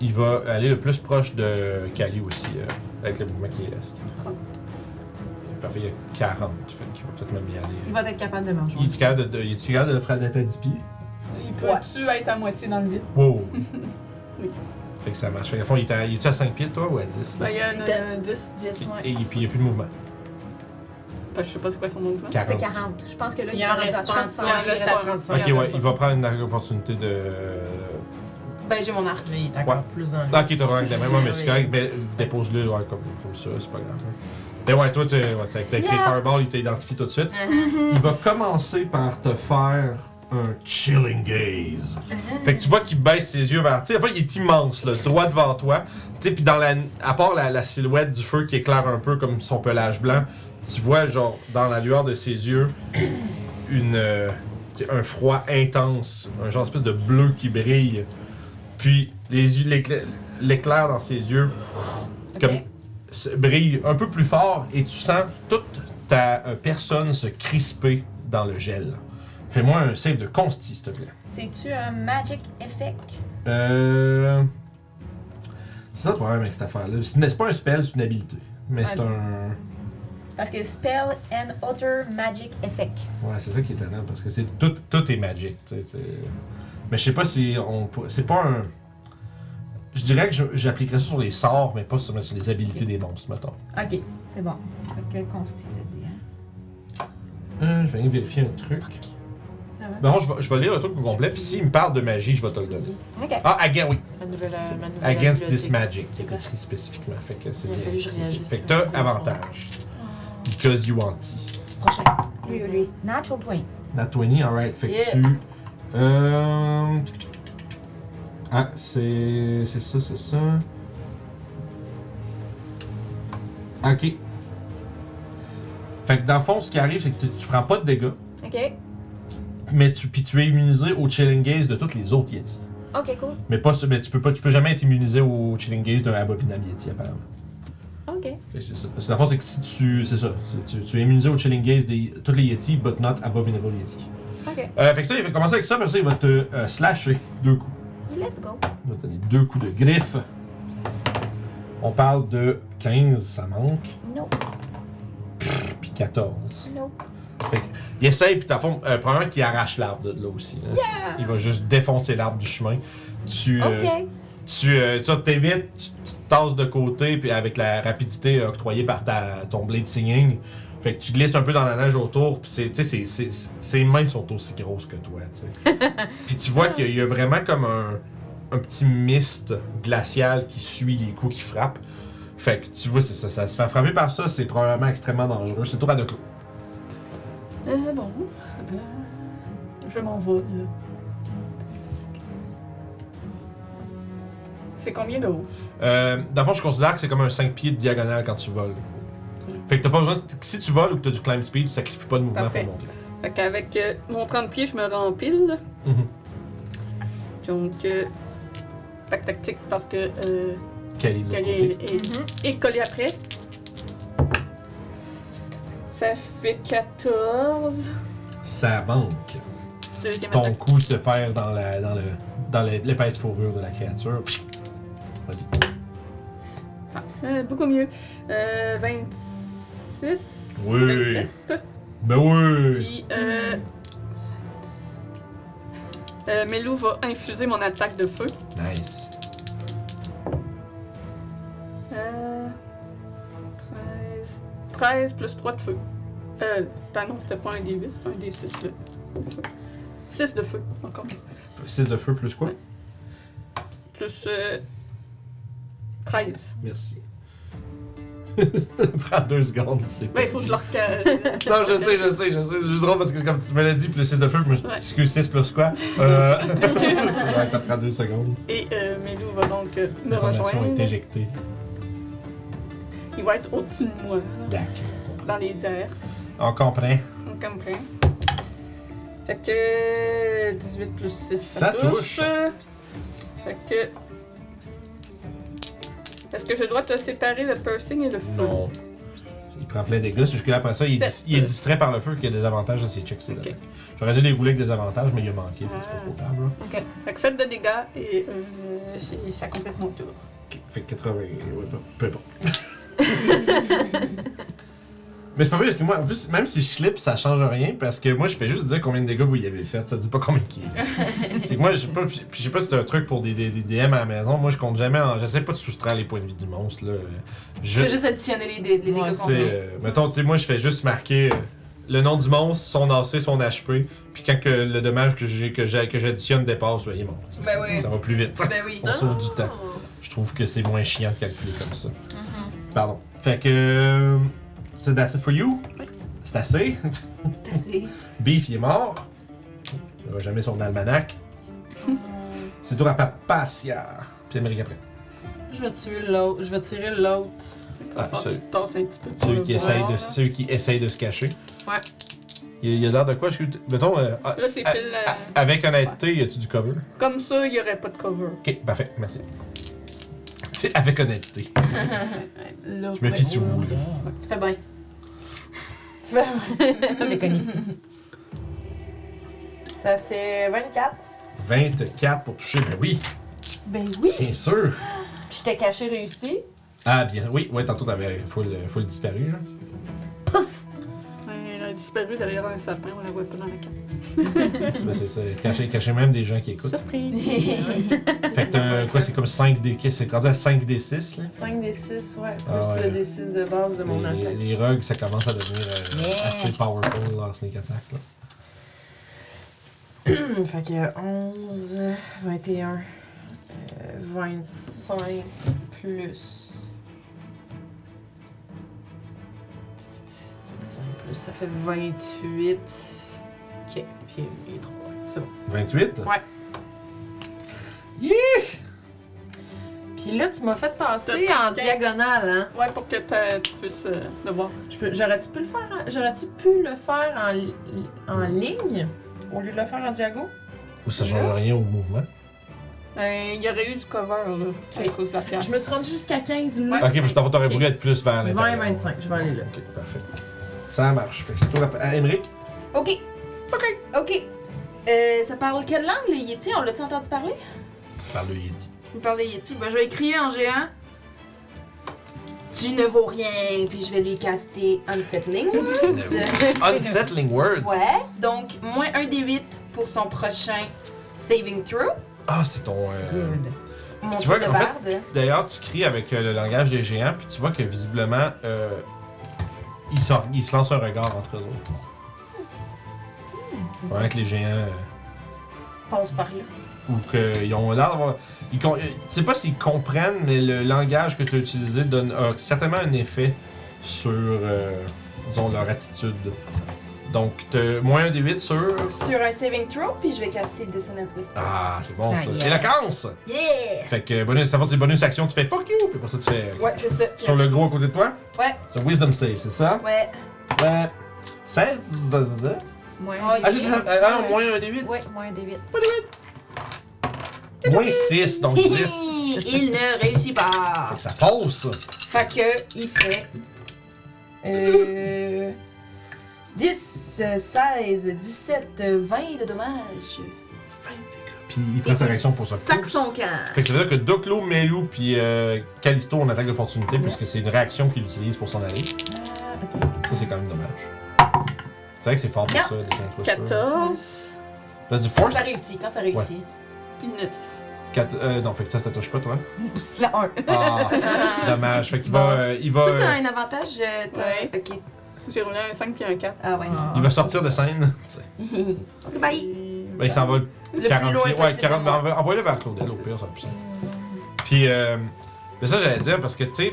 Speaker 1: Il va aller le plus proche de Kali aussi, euh, avec le mouvement qui reste. Parfait, il y a 40, fait qu'il va peut-être même y
Speaker 5: Il
Speaker 1: aller.
Speaker 5: va être capable de me
Speaker 1: Il
Speaker 5: rejoindre.
Speaker 1: est capable de, de, il est-tu capable de faire d'être à
Speaker 5: [laughs]
Speaker 1: 10 pieds?
Speaker 3: Il peut-tu être à moitié dans le vide?
Speaker 1: Wow!
Speaker 3: Oui.
Speaker 1: Fait que ça marche. Fait que, au fond, il est à, il est-tu à 5 pieds, toi, ou à 10?
Speaker 3: Ben, il y a une,
Speaker 4: Peut-être.
Speaker 3: euh, 10.
Speaker 4: 10, ouais.
Speaker 1: Et, puis, il n'y a plus de mouvement.
Speaker 3: Ben, je sais pas c'est quoi son mouvement.
Speaker 1: 40.
Speaker 5: C'est 40. Je pense que là,
Speaker 6: Il en
Speaker 5: va
Speaker 6: reste
Speaker 5: rentrer.
Speaker 6: un,
Speaker 5: Je pense
Speaker 6: il
Speaker 5: qu'il
Speaker 6: en reste à 35.
Speaker 1: Ok, ouais, il va prendre une opportunité de.
Speaker 4: Ben, j'ai mon arc.
Speaker 6: Mais il est encore
Speaker 1: Ouais.
Speaker 6: plus en
Speaker 1: Ah, ok, t'as vraiment la même, ouais, mais c'est
Speaker 6: Oui.
Speaker 1: correct. Ben, dépose-le ouais, comme, comme ça, c'est pas grave. Mais Ben ouais, toi, t'es, ouais, t'es- t'es- tes
Speaker 5: Yeah.
Speaker 1: fireballs, il t'a identifié tout de suite. Il va commencer par te faire un chilling gaze. Fait que tu vois qu'il baisse ses yeux vers. Tu sais, en fait, il est immense, là, droit devant toi. Tu sais, puis dans la. À part la, la silhouette du feu qui éclaire un peu comme son pelage blanc, tu vois, genre, dans la lueur de ses yeux, une. euh, tu sais, un froid intense, un genre d'espèce de bleu qui brille. Puis les yeux, l'éclair, l'éclair dans ses yeux comme, se- brille un peu plus fort et tu sens toute ta euh, personne se crisper dans le gel. Fais-moi un save de consti, s'il te plaît.
Speaker 5: C'est-tu un magic effect?
Speaker 1: Euh... C'est ça le problème avec cette affaire-là. Ce n'est c'est pas un spell, c'est une habilité. Mais c'est
Speaker 5: Ah.
Speaker 1: un...
Speaker 5: Parce que spell and other magic effect.
Speaker 1: Ouais, c'est ça qui est étonnant, parce que c'est tout, tout est magique. tu sais, c'est- Mais je sais pas si on. pour- C'est pas un. Je dirais que je- j'appliquerais ça sur les sorts, mais pas sur, sur les habilités des monstres, mettons.
Speaker 5: Ok, c'est bon. Fait que consti, t'as dit. hein?
Speaker 1: Hum, Euh, je vais aller vérifier un truc.
Speaker 4: Ça
Speaker 5: vraiment.
Speaker 1: Non, je vais, je vais lire le truc au complet, puis s'il me parle de magie, je vais te le donner.
Speaker 5: Ok.
Speaker 1: Ah, again, oui.
Speaker 6: Ma nouvelle, euh, ma nouvelle
Speaker 1: Against this
Speaker 6: bibliothèque.
Speaker 1: magic, qui est écrit spécifiquement. Fait que c'est
Speaker 6: Il a
Speaker 1: bien.
Speaker 6: fallu que je
Speaker 1: c'est- c'est-
Speaker 6: réagisse.
Speaker 1: Fait que t'as avantage. Because you anti.
Speaker 5: Prochain.
Speaker 7: Lui ou lui.
Speaker 5: Natural 20.
Speaker 1: Nat 20, alright. Fait que
Speaker 2: Yeah.
Speaker 1: tu. Euh... Ah, c'est. C'est ça, c'est ça. Ok. Fait que dans le fond, ce qui arrive, c'est que tu, tu prends pas de dégâts,
Speaker 5: Ok.
Speaker 1: mais tu, puis tu es immunisé au chilling gaze de toutes les autres Yeti.
Speaker 5: Ok, cool.
Speaker 1: Mais pas, ce- mais tu peux pas, tu peux jamais être immunisé au chilling gaze d'un abominable Yeti, apparemment.
Speaker 5: Ok.
Speaker 1: Fait que c'est ça. Parce que dans le fond, c'est que si tu. C'est ça. C'est- Tu, tu es immunisé au chilling gaze des tous les Yeti, but not abominable Yeti.
Speaker 5: Ok.
Speaker 1: Euh, fait que ça, il va commencer avec ça, parce que ça, il va te euh, slasher deux coups.
Speaker 5: Let's go.
Speaker 1: Il va te donner deux coups de griffe. On parle de 15, ça manque,
Speaker 5: No,
Speaker 1: puis 14.
Speaker 5: no.
Speaker 1: Il essaye, puis t'as fond, euh, probablement qu'il arrache l'arbre de là aussi. là. Il va juste défoncer l'arbre du chemin. Tu, euh,
Speaker 5: Ok.
Speaker 1: tu, euh, tu t'évites, tu, tu te tasses de côté, puis avec la rapidité octroyée par ta, ton blade singing, fait que tu glisses un peu dans la neige autour, puis c'est, tu sais, c'est- c'est- c'est- ses mains sont aussi grosses que toi, tu sais. puis tu vois qu'il y a vraiment comme un, un petit mist glacial qui suit les coups qui frappent. Fait que tu vois, c'est ça, ça se fait frapper par ça, c'est probablement extrêmement dangereux. C'est toi à deux coups.
Speaker 3: Euh, bon. Euh, je m'envole. C'est combien de haut?
Speaker 1: Euh, dans le fond, je considère que c'est comme un 5 pieds de diagonale quand tu voles. Fait que t'as pas besoin. Si tu voles ou que t'as du climb speed, tu sacrifies pas de mouvement
Speaker 3: Parfait.
Speaker 1: pour monter.
Speaker 3: Fait qu'avec euh, mon 30 pieds, je me rends en pile.
Speaker 1: Mhm.
Speaker 3: Donc, euh, tac tactique parce que euh,
Speaker 1: Cali de l'autre
Speaker 3: Kali
Speaker 1: côté.
Speaker 3: est, est- est collé après. Ça fait 14.
Speaker 1: Ça manque.
Speaker 3: Deuxième
Speaker 1: Ton
Speaker 3: attaque.
Speaker 1: coup se perd dans la dans le dans le- l'épaisse fourrure de la créature. Vas-y.
Speaker 3: Ah, euh, beaucoup mieux. Euh, 26.
Speaker 1: Oui.
Speaker 3: 27.
Speaker 1: Ben oui!
Speaker 3: Puis, euh, euh, Melou va infuser mon attaque de feu.
Speaker 1: Nice.
Speaker 3: Euh, 13, 13 plus 3 de feu. Euh, ben non, c'était pas un D8, c'était un D6 de feu. 6 de feu, encore.
Speaker 1: 6 de feu plus quoi?
Speaker 3: Plus euh, 13.
Speaker 1: Merci. [laughs] Prends deux secondes, c'est
Speaker 3: Ben, il faut que je leur...
Speaker 1: [laughs]
Speaker 3: ca-
Speaker 1: Non, je sais, je sais, je sais. C'est juste drôle parce que comme tu me l'as dit, plus 6 de feu, je me suis
Speaker 3: Ouais.
Speaker 1: dit que 6 plus quoi?
Speaker 3: [laughs]
Speaker 1: Euh... [laughs] ouais, ça prend deux secondes.
Speaker 3: Et euh, Melou va donc euh, me
Speaker 1: L'information est
Speaker 3: rejoindre.
Speaker 1: éjectée.
Speaker 3: Il va être au-dessus de moi, hein,
Speaker 1: D'accord,
Speaker 3: dans les airs.
Speaker 1: on comprend. On comprend.
Speaker 3: On comprend. Fait que 18 plus 6,
Speaker 1: Ça
Speaker 3: ça,
Speaker 1: touche.
Speaker 3: touche. Fait que. Est-ce que je dois te séparer le piercing et le feu?
Speaker 1: Non. Il prend plein de dégâts, c'est juste qu'après ça, il, est dis-
Speaker 3: Sept.
Speaker 1: il est distrait par le feu qu'il y a des avantages à ses checks. c'est
Speaker 3: Ok.
Speaker 1: dommage. J'aurais dû les rouler avec des avantages, mais il a manqué, fait que c'est
Speaker 3: Ah.
Speaker 1: pas probable. là.
Speaker 3: Fait que 7 de dégâts et euh, j'ai- ça complète mon tour.
Speaker 1: Ok, Fait que 80, ouais, peu- peu importe. [laughs] mais c'est pas vrai, parce que moi, en plus, même si je slip, ça change rien, parce que moi, je fais juste dire combien de dégâts vous y avez fait, ça dit pas combien qu'il
Speaker 3: [laughs]
Speaker 1: est. c'est que moi, je sais pas, puis je sais pas si c'est un truc pour des, des, des DM à la maison, moi, je compte jamais, en- j'essaie pas de soustraire les points de vie du monstre, là. Je-
Speaker 4: Je vais juste additionner les, dé- les
Speaker 6: Ouais,
Speaker 4: dégâts qu'on
Speaker 1: Tu sais,
Speaker 4: fait.
Speaker 1: euh, mettons, tu sais, moi, je fais juste marquer euh, le nom du monstre, son AC, son HP, puis quand que le dommage que j'ai que j'ai- que j'additionne dépasse, soyez mon.
Speaker 4: Ben oui.
Speaker 1: Ça va plus
Speaker 4: [laughs]
Speaker 1: vite.
Speaker 4: Ben oui.
Speaker 1: On sauve du temps. Je trouve que c'est moins chiant de calculer comme ça. Pardon. Fait que. euh, C'est that's it for you. C'est assez. [laughs]
Speaker 4: C'est assez.
Speaker 1: Beef, il est mort. Il n'aura jamais son
Speaker 4: [laughs]
Speaker 1: almanach. c'est tour à Papacia. Puis Amérique après.
Speaker 6: Je vais tuer l'autre. Je vais tirer l'autre.
Speaker 1: Ah,
Speaker 3: Faut que
Speaker 1: c'est-
Speaker 3: tu te tasses un petit peu pour
Speaker 1: Ceux
Speaker 3: le
Speaker 1: qui,
Speaker 3: voir,
Speaker 1: essayent de,
Speaker 3: là.
Speaker 1: ceux qui essayent de se cacher.
Speaker 6: Ouais.
Speaker 1: Il il y a l'air de quoi? Est-ce que- Mettons, euh, ah,
Speaker 3: Là, c'est
Speaker 1: ah,
Speaker 3: pile. euh,
Speaker 1: Ah, Avec honnêteté, y a-tu du cover?
Speaker 3: Comme ça, il n'y aurait pas de cover.
Speaker 1: Ok, parfait, merci. [laughs] C'est avec
Speaker 3: [laughs]
Speaker 1: honnêteté.
Speaker 6: L'autre.
Speaker 1: Je me fie sur vous, là.
Speaker 4: Tu fais bien.
Speaker 6: Ça fait 24.
Speaker 1: 24 pour toucher, ben oui,
Speaker 6: Ben oui.
Speaker 1: bien sûr.
Speaker 6: Puis j'étais caché réussi.
Speaker 1: Ah, bien, oui, ouais, tantôt t'avais full, full disparu, là.
Speaker 3: Ouais, Elle a disparu derrière un sapin, on la voit pas dans la carte.
Speaker 1: Tu vois, c'est ça, cacher, cacher même des gens qui écoutent.
Speaker 3: Surprise!
Speaker 1: Fait que t'as, quoi, c'est comme 5 d c'est rendu à 5 d 6, là.
Speaker 6: 5 des 6, ouais. Plus
Speaker 1: Ah ouais.
Speaker 6: le D6 de base de mon
Speaker 1: Les, les,
Speaker 6: attaque.
Speaker 1: les rogues, ça commence à devenir euh, assez powerful, leur sneak attack, là.
Speaker 6: Hmm, fait que 11, 21, euh, 25 euh, plus. 25 plus, ça fait 28. Ok, puis il est 3. C'est bon.
Speaker 1: 28?
Speaker 6: Puis là, tu m'as fait tasser
Speaker 3: T'as
Speaker 6: en
Speaker 3: quin-
Speaker 6: diagonale, hein?
Speaker 3: Ouais, pour que t'a- tu puisses euh, le voir.
Speaker 6: Je peux- J'aurais-tu pu le faire en- J'aurais-tu pu le faire en, li- en ligne au lieu de le faire en diago?
Speaker 1: Ou ça change rien au mouvement?
Speaker 3: Euh, Il y aurait eu du cover, là, à cause de la pierre.
Speaker 8: Je me suis rendue jusqu'à 15 là.
Speaker 3: Ouais.
Speaker 1: Ok, parce que t'aurais
Speaker 8: Ok.
Speaker 1: voulu être plus vers
Speaker 8: 20,
Speaker 1: l'intérieur.
Speaker 8: 25, je vais aller là.
Speaker 1: Ok, parfait. Ça marche. Fait que c'est toi, euh, à Emmerich.
Speaker 4: Ok. Ok. Ok. Euh, ça parle quelle langue, les Yétis? On l'a-tu entendu parler?
Speaker 1: Par le Yeti.
Speaker 4: Il parle des Yétis. Ben, je vais crier en géant. Tu ne vaux rien, puis je vais lui caster
Speaker 1: [laughs]
Speaker 4: Unsettling.
Speaker 1: Unsettling words.
Speaker 4: Ouais. Donc, moins un des 8 pour son prochain Saving Throw.
Speaker 1: Ah, c'est ton. euh,
Speaker 4: Mon
Speaker 1: Tu vois
Speaker 4: tour de
Speaker 1: qu'en fait-
Speaker 4: barde.
Speaker 1: D'ailleurs, tu cries avec euh, le langage des géants, puis tu vois que visiblement, euh, ils, s'en- ils se lancent un regard entre eux autres. Pendant que les géants. euh,
Speaker 4: Pense par là.
Speaker 1: ou qu'ils ont l'air d'avoir. Ils con- euh, Je sais pas s'ils comprennent, mais le langage que tu as utilisé donne a certainement un effet sur, euh, disons, leur attitude. Donc, t'as moins un des 8 sur.
Speaker 4: Sur un Saving Throw, puis je vais caster Dissonant Whispers.
Speaker 1: Ah, c'est bon ça.
Speaker 6: Ah, yeah.
Speaker 1: Éloquence!
Speaker 4: Yeah!
Speaker 1: Fait que bonus, ça va, c'est bonus action, tu fais fuck you! Puis pour ça, tu fais.
Speaker 4: Ouais, c'est ça.
Speaker 1: Sur le gros à côté de toi?
Speaker 4: Ouais.
Speaker 1: Sur Wisdom Save, c'est ça?
Speaker 4: Ouais.
Speaker 1: Ouais. 16?
Speaker 5: Moins
Speaker 4: Ah,
Speaker 5: un
Speaker 1: Ah,
Speaker 5: des
Speaker 1: j'ai
Speaker 4: c'est-
Speaker 1: dit ça- euh, ah non, moins un des 8?
Speaker 5: 8. Ouais, moins un des 8.
Speaker 1: Moins 6, donc
Speaker 4: [laughs]
Speaker 1: 10.
Speaker 4: [laughs] Il ne réussit pas.
Speaker 1: Fait que ça passe!
Speaker 4: Fait que, il fait. Euh. [laughs] 10, euh, 16, 17, euh, 20 de dommages.
Speaker 1: Puis il prend sa
Speaker 4: Et
Speaker 1: réaction pour ça.
Speaker 4: Sac son camp.
Speaker 1: Fait que ça veut dire que Doclo, Melou puis euh, Callisto ont attaque d'opportunité puisque c'est une réaction qu'il utilise pour s'en aller.
Speaker 5: Ah,
Speaker 1: Ça c'est quand même dommage. C'est vrai que c'est fort pour
Speaker 3: Quatre.
Speaker 1: ça, des Saint Whisper.
Speaker 3: 14,
Speaker 1: Parce que du
Speaker 4: Quand
Speaker 1: force.
Speaker 4: ça réussit, quand ça réussit.
Speaker 3: puis 9.
Speaker 1: quatre- euh, non, fait que ça ça touche pas toi.
Speaker 5: La 1.
Speaker 1: Ah,
Speaker 4: Ah.
Speaker 1: dommage. Fait qu'il va, euh, il va,
Speaker 4: Toi, t'as
Speaker 1: euh,
Speaker 4: un avantage. euh, t'as-
Speaker 3: Ouais.
Speaker 4: Ok.
Speaker 3: J'ai roulé un 5 puis un 4.
Speaker 4: Ah ouais.
Speaker 1: il va sortir de scène. tu sais.
Speaker 4: Ok, bye.
Speaker 1: ben, il s'en va
Speaker 4: Le
Speaker 1: 40
Speaker 4: plus loin
Speaker 1: pieds.
Speaker 4: possible.
Speaker 1: Ouais, 40
Speaker 4: de moi.
Speaker 1: ben, envoie- envoie-le vers Claudel au pire, ça plus simple. Puis, euh, mais ça j'allais dire parce que tu sais,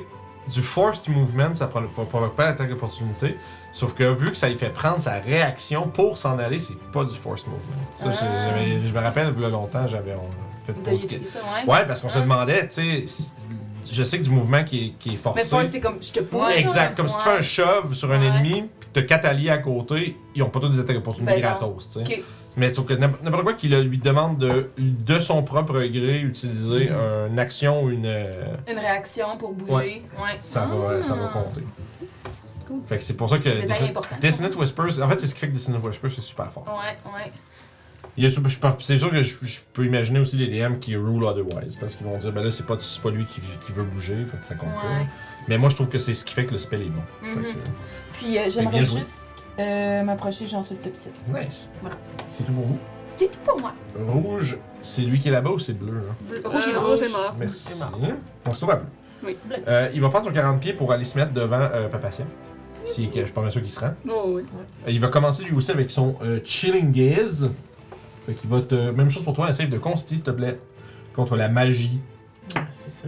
Speaker 1: du forced movement, ça pro- pro- provoque pas l'attaque d'opportunité. Sauf que vu que ça lui fait prendre sa réaction pour s'en aller, c'est pas du forced movement. Ça, c'est-
Speaker 4: Ah.
Speaker 1: j'avais- je me rappelle, il y a longtemps, j'avais on fait
Speaker 4: Vous
Speaker 1: pause
Speaker 4: aviez
Speaker 1: kit.
Speaker 4: checké ça, ouais.
Speaker 1: Ouais, parce qu'on se
Speaker 4: Ah.
Speaker 1: demandait, tu sais, si- je sais que du mouvement qui est, qui est
Speaker 4: Mais
Speaker 1: forcé.
Speaker 4: pour c'est comme je te pousse.
Speaker 1: exact, comme si tu fais un shove sur un
Speaker 4: Ouais.
Speaker 1: ennemi, puis que t'as quatre alliés à côté, ils ont pas tous des attaques d'opportunité
Speaker 4: Ben non.
Speaker 1: gratos, tu sais.
Speaker 4: Ok.
Speaker 1: Mais sauf que n'imp- n'importe quoi qui le- lui demande de, de son propre gré utiliser
Speaker 4: Mm.
Speaker 1: une action ou une. euh,
Speaker 4: Une réaction pour bouger. Ouais. Ah.
Speaker 1: ça, va, ça va compter. Fait que c'est pour ça que.
Speaker 4: Détail
Speaker 1: Dissonant-
Speaker 4: important.
Speaker 1: Dissonant Whispers, en fait, c'est ce qui fait que Dissonant Whispers, c'est super fort.
Speaker 4: Ouais, ouais.
Speaker 1: Il y a sou- je suis pas- C'est sûr que je, je peux imaginer aussi les DM qui rule otherwise, parce qu'ils vont dire, ben là, c'est pas, c'est pas lui qui, qui veut bouger, fait que ça compte
Speaker 4: Ouais.
Speaker 1: pas. Mais moi, je trouve que c'est ce qui fait que le spell est bon.
Speaker 4: Mhm.
Speaker 1: Fait que,
Speaker 8: Puis euh,
Speaker 1: bien
Speaker 8: j'aimerais
Speaker 1: joué.
Speaker 8: juste euh, m'approcher, j'en suis le petit.
Speaker 1: nice.
Speaker 4: Voilà.
Speaker 1: C'est tout pour vous.
Speaker 4: C'est tout pour moi.
Speaker 1: Rouge, c'est lui qui est là-bas ou c'est bleu, là?
Speaker 4: Rouge et
Speaker 3: Euh,
Speaker 4: rouge.
Speaker 3: est mort.
Speaker 1: Merci.
Speaker 6: C'est mort.
Speaker 1: On se trouve à bleu.
Speaker 3: Oui.
Speaker 1: Euh, il va prendre son 40 pieds pour aller se mettre devant euh, Papatien. Si, que- je suis pas bien sûr qu'il se rend. Euh,
Speaker 3: Oh, oui.
Speaker 1: il va commencer lui aussi avec son euh, Chilling Gaze. Fait qu'il va te. Même chose pour toi, un save de Consti, s'il te plaît. Contre la magie.
Speaker 6: Ah, c'est ça.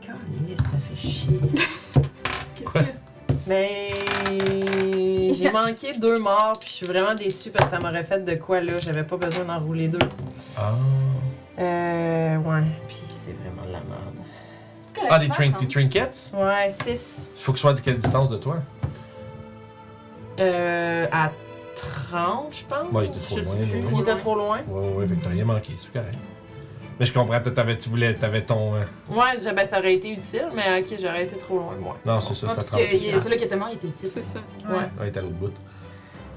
Speaker 6: Calisse, ça fait [laughs] chier.
Speaker 4: Qu'est-ce
Speaker 1: Quoi?
Speaker 4: que.
Speaker 6: Mais Ben, j'ai manqué deux morts, puis je suis vraiment déçue parce que ça m'aurait fait de quoi là. J'avais pas besoin d'en rouler deux.
Speaker 1: Ah.
Speaker 6: Euh, ouais. Puis c'est vraiment de la merde.
Speaker 1: Ah, des, trin- des trinkets
Speaker 6: Ouais, 6.
Speaker 1: Faut que ce soit de quelle distance de toi
Speaker 6: Euh, à 30, je pense.
Speaker 1: Ouais, il était trop
Speaker 6: Je sais
Speaker 1: loin,
Speaker 6: plus.
Speaker 1: il est
Speaker 6: Il
Speaker 1: trop
Speaker 6: était trop loin.
Speaker 1: Ouais, ouais, ouais, fait que t'as rien manqué, c'est correct. Mais je comprends, t'avais, tu voulais, t'avais ton. euh,
Speaker 6: Ouais, je- ben, ça aurait été utile, mais ok, j'aurais été trop loin, moi.
Speaker 1: Non, c'est ça, c'est
Speaker 4: Ah,
Speaker 1: à
Speaker 4: parce
Speaker 1: 30.
Speaker 4: que il y a- celui qui était mort, il était ici.
Speaker 3: C'est ça.
Speaker 6: Ouais.
Speaker 1: Ouais, t'es à l'autre bout.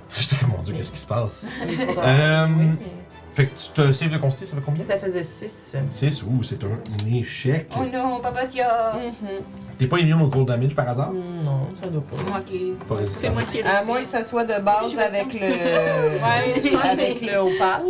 Speaker 1: [laughs] J'étais comme, mon dieu, qu'est-ce qui se passe
Speaker 6: Il faudra-
Speaker 1: Euh,
Speaker 6: Oui, mais-
Speaker 1: Fait que tu te save de Consti, ça fait combien
Speaker 6: Ça faisait 6.
Speaker 1: 6, ouh, c'est un échec.
Speaker 4: Oh non, papa Tia!
Speaker 6: Mm-hmm.
Speaker 1: T'es pas immune au cold damage par hasard?
Speaker 6: Ah. Non, ça doit pas.
Speaker 4: Moi qui. Ah,
Speaker 1: Pas
Speaker 3: C'est
Speaker 1: résistant.
Speaker 3: moi qui ai
Speaker 6: À
Speaker 3: réussi.
Speaker 6: moins que ça soit de
Speaker 4: Si,
Speaker 6: base
Speaker 4: je
Speaker 6: avec [laughs] le.
Speaker 5: Ouais, je pense que
Speaker 6: avec le opal.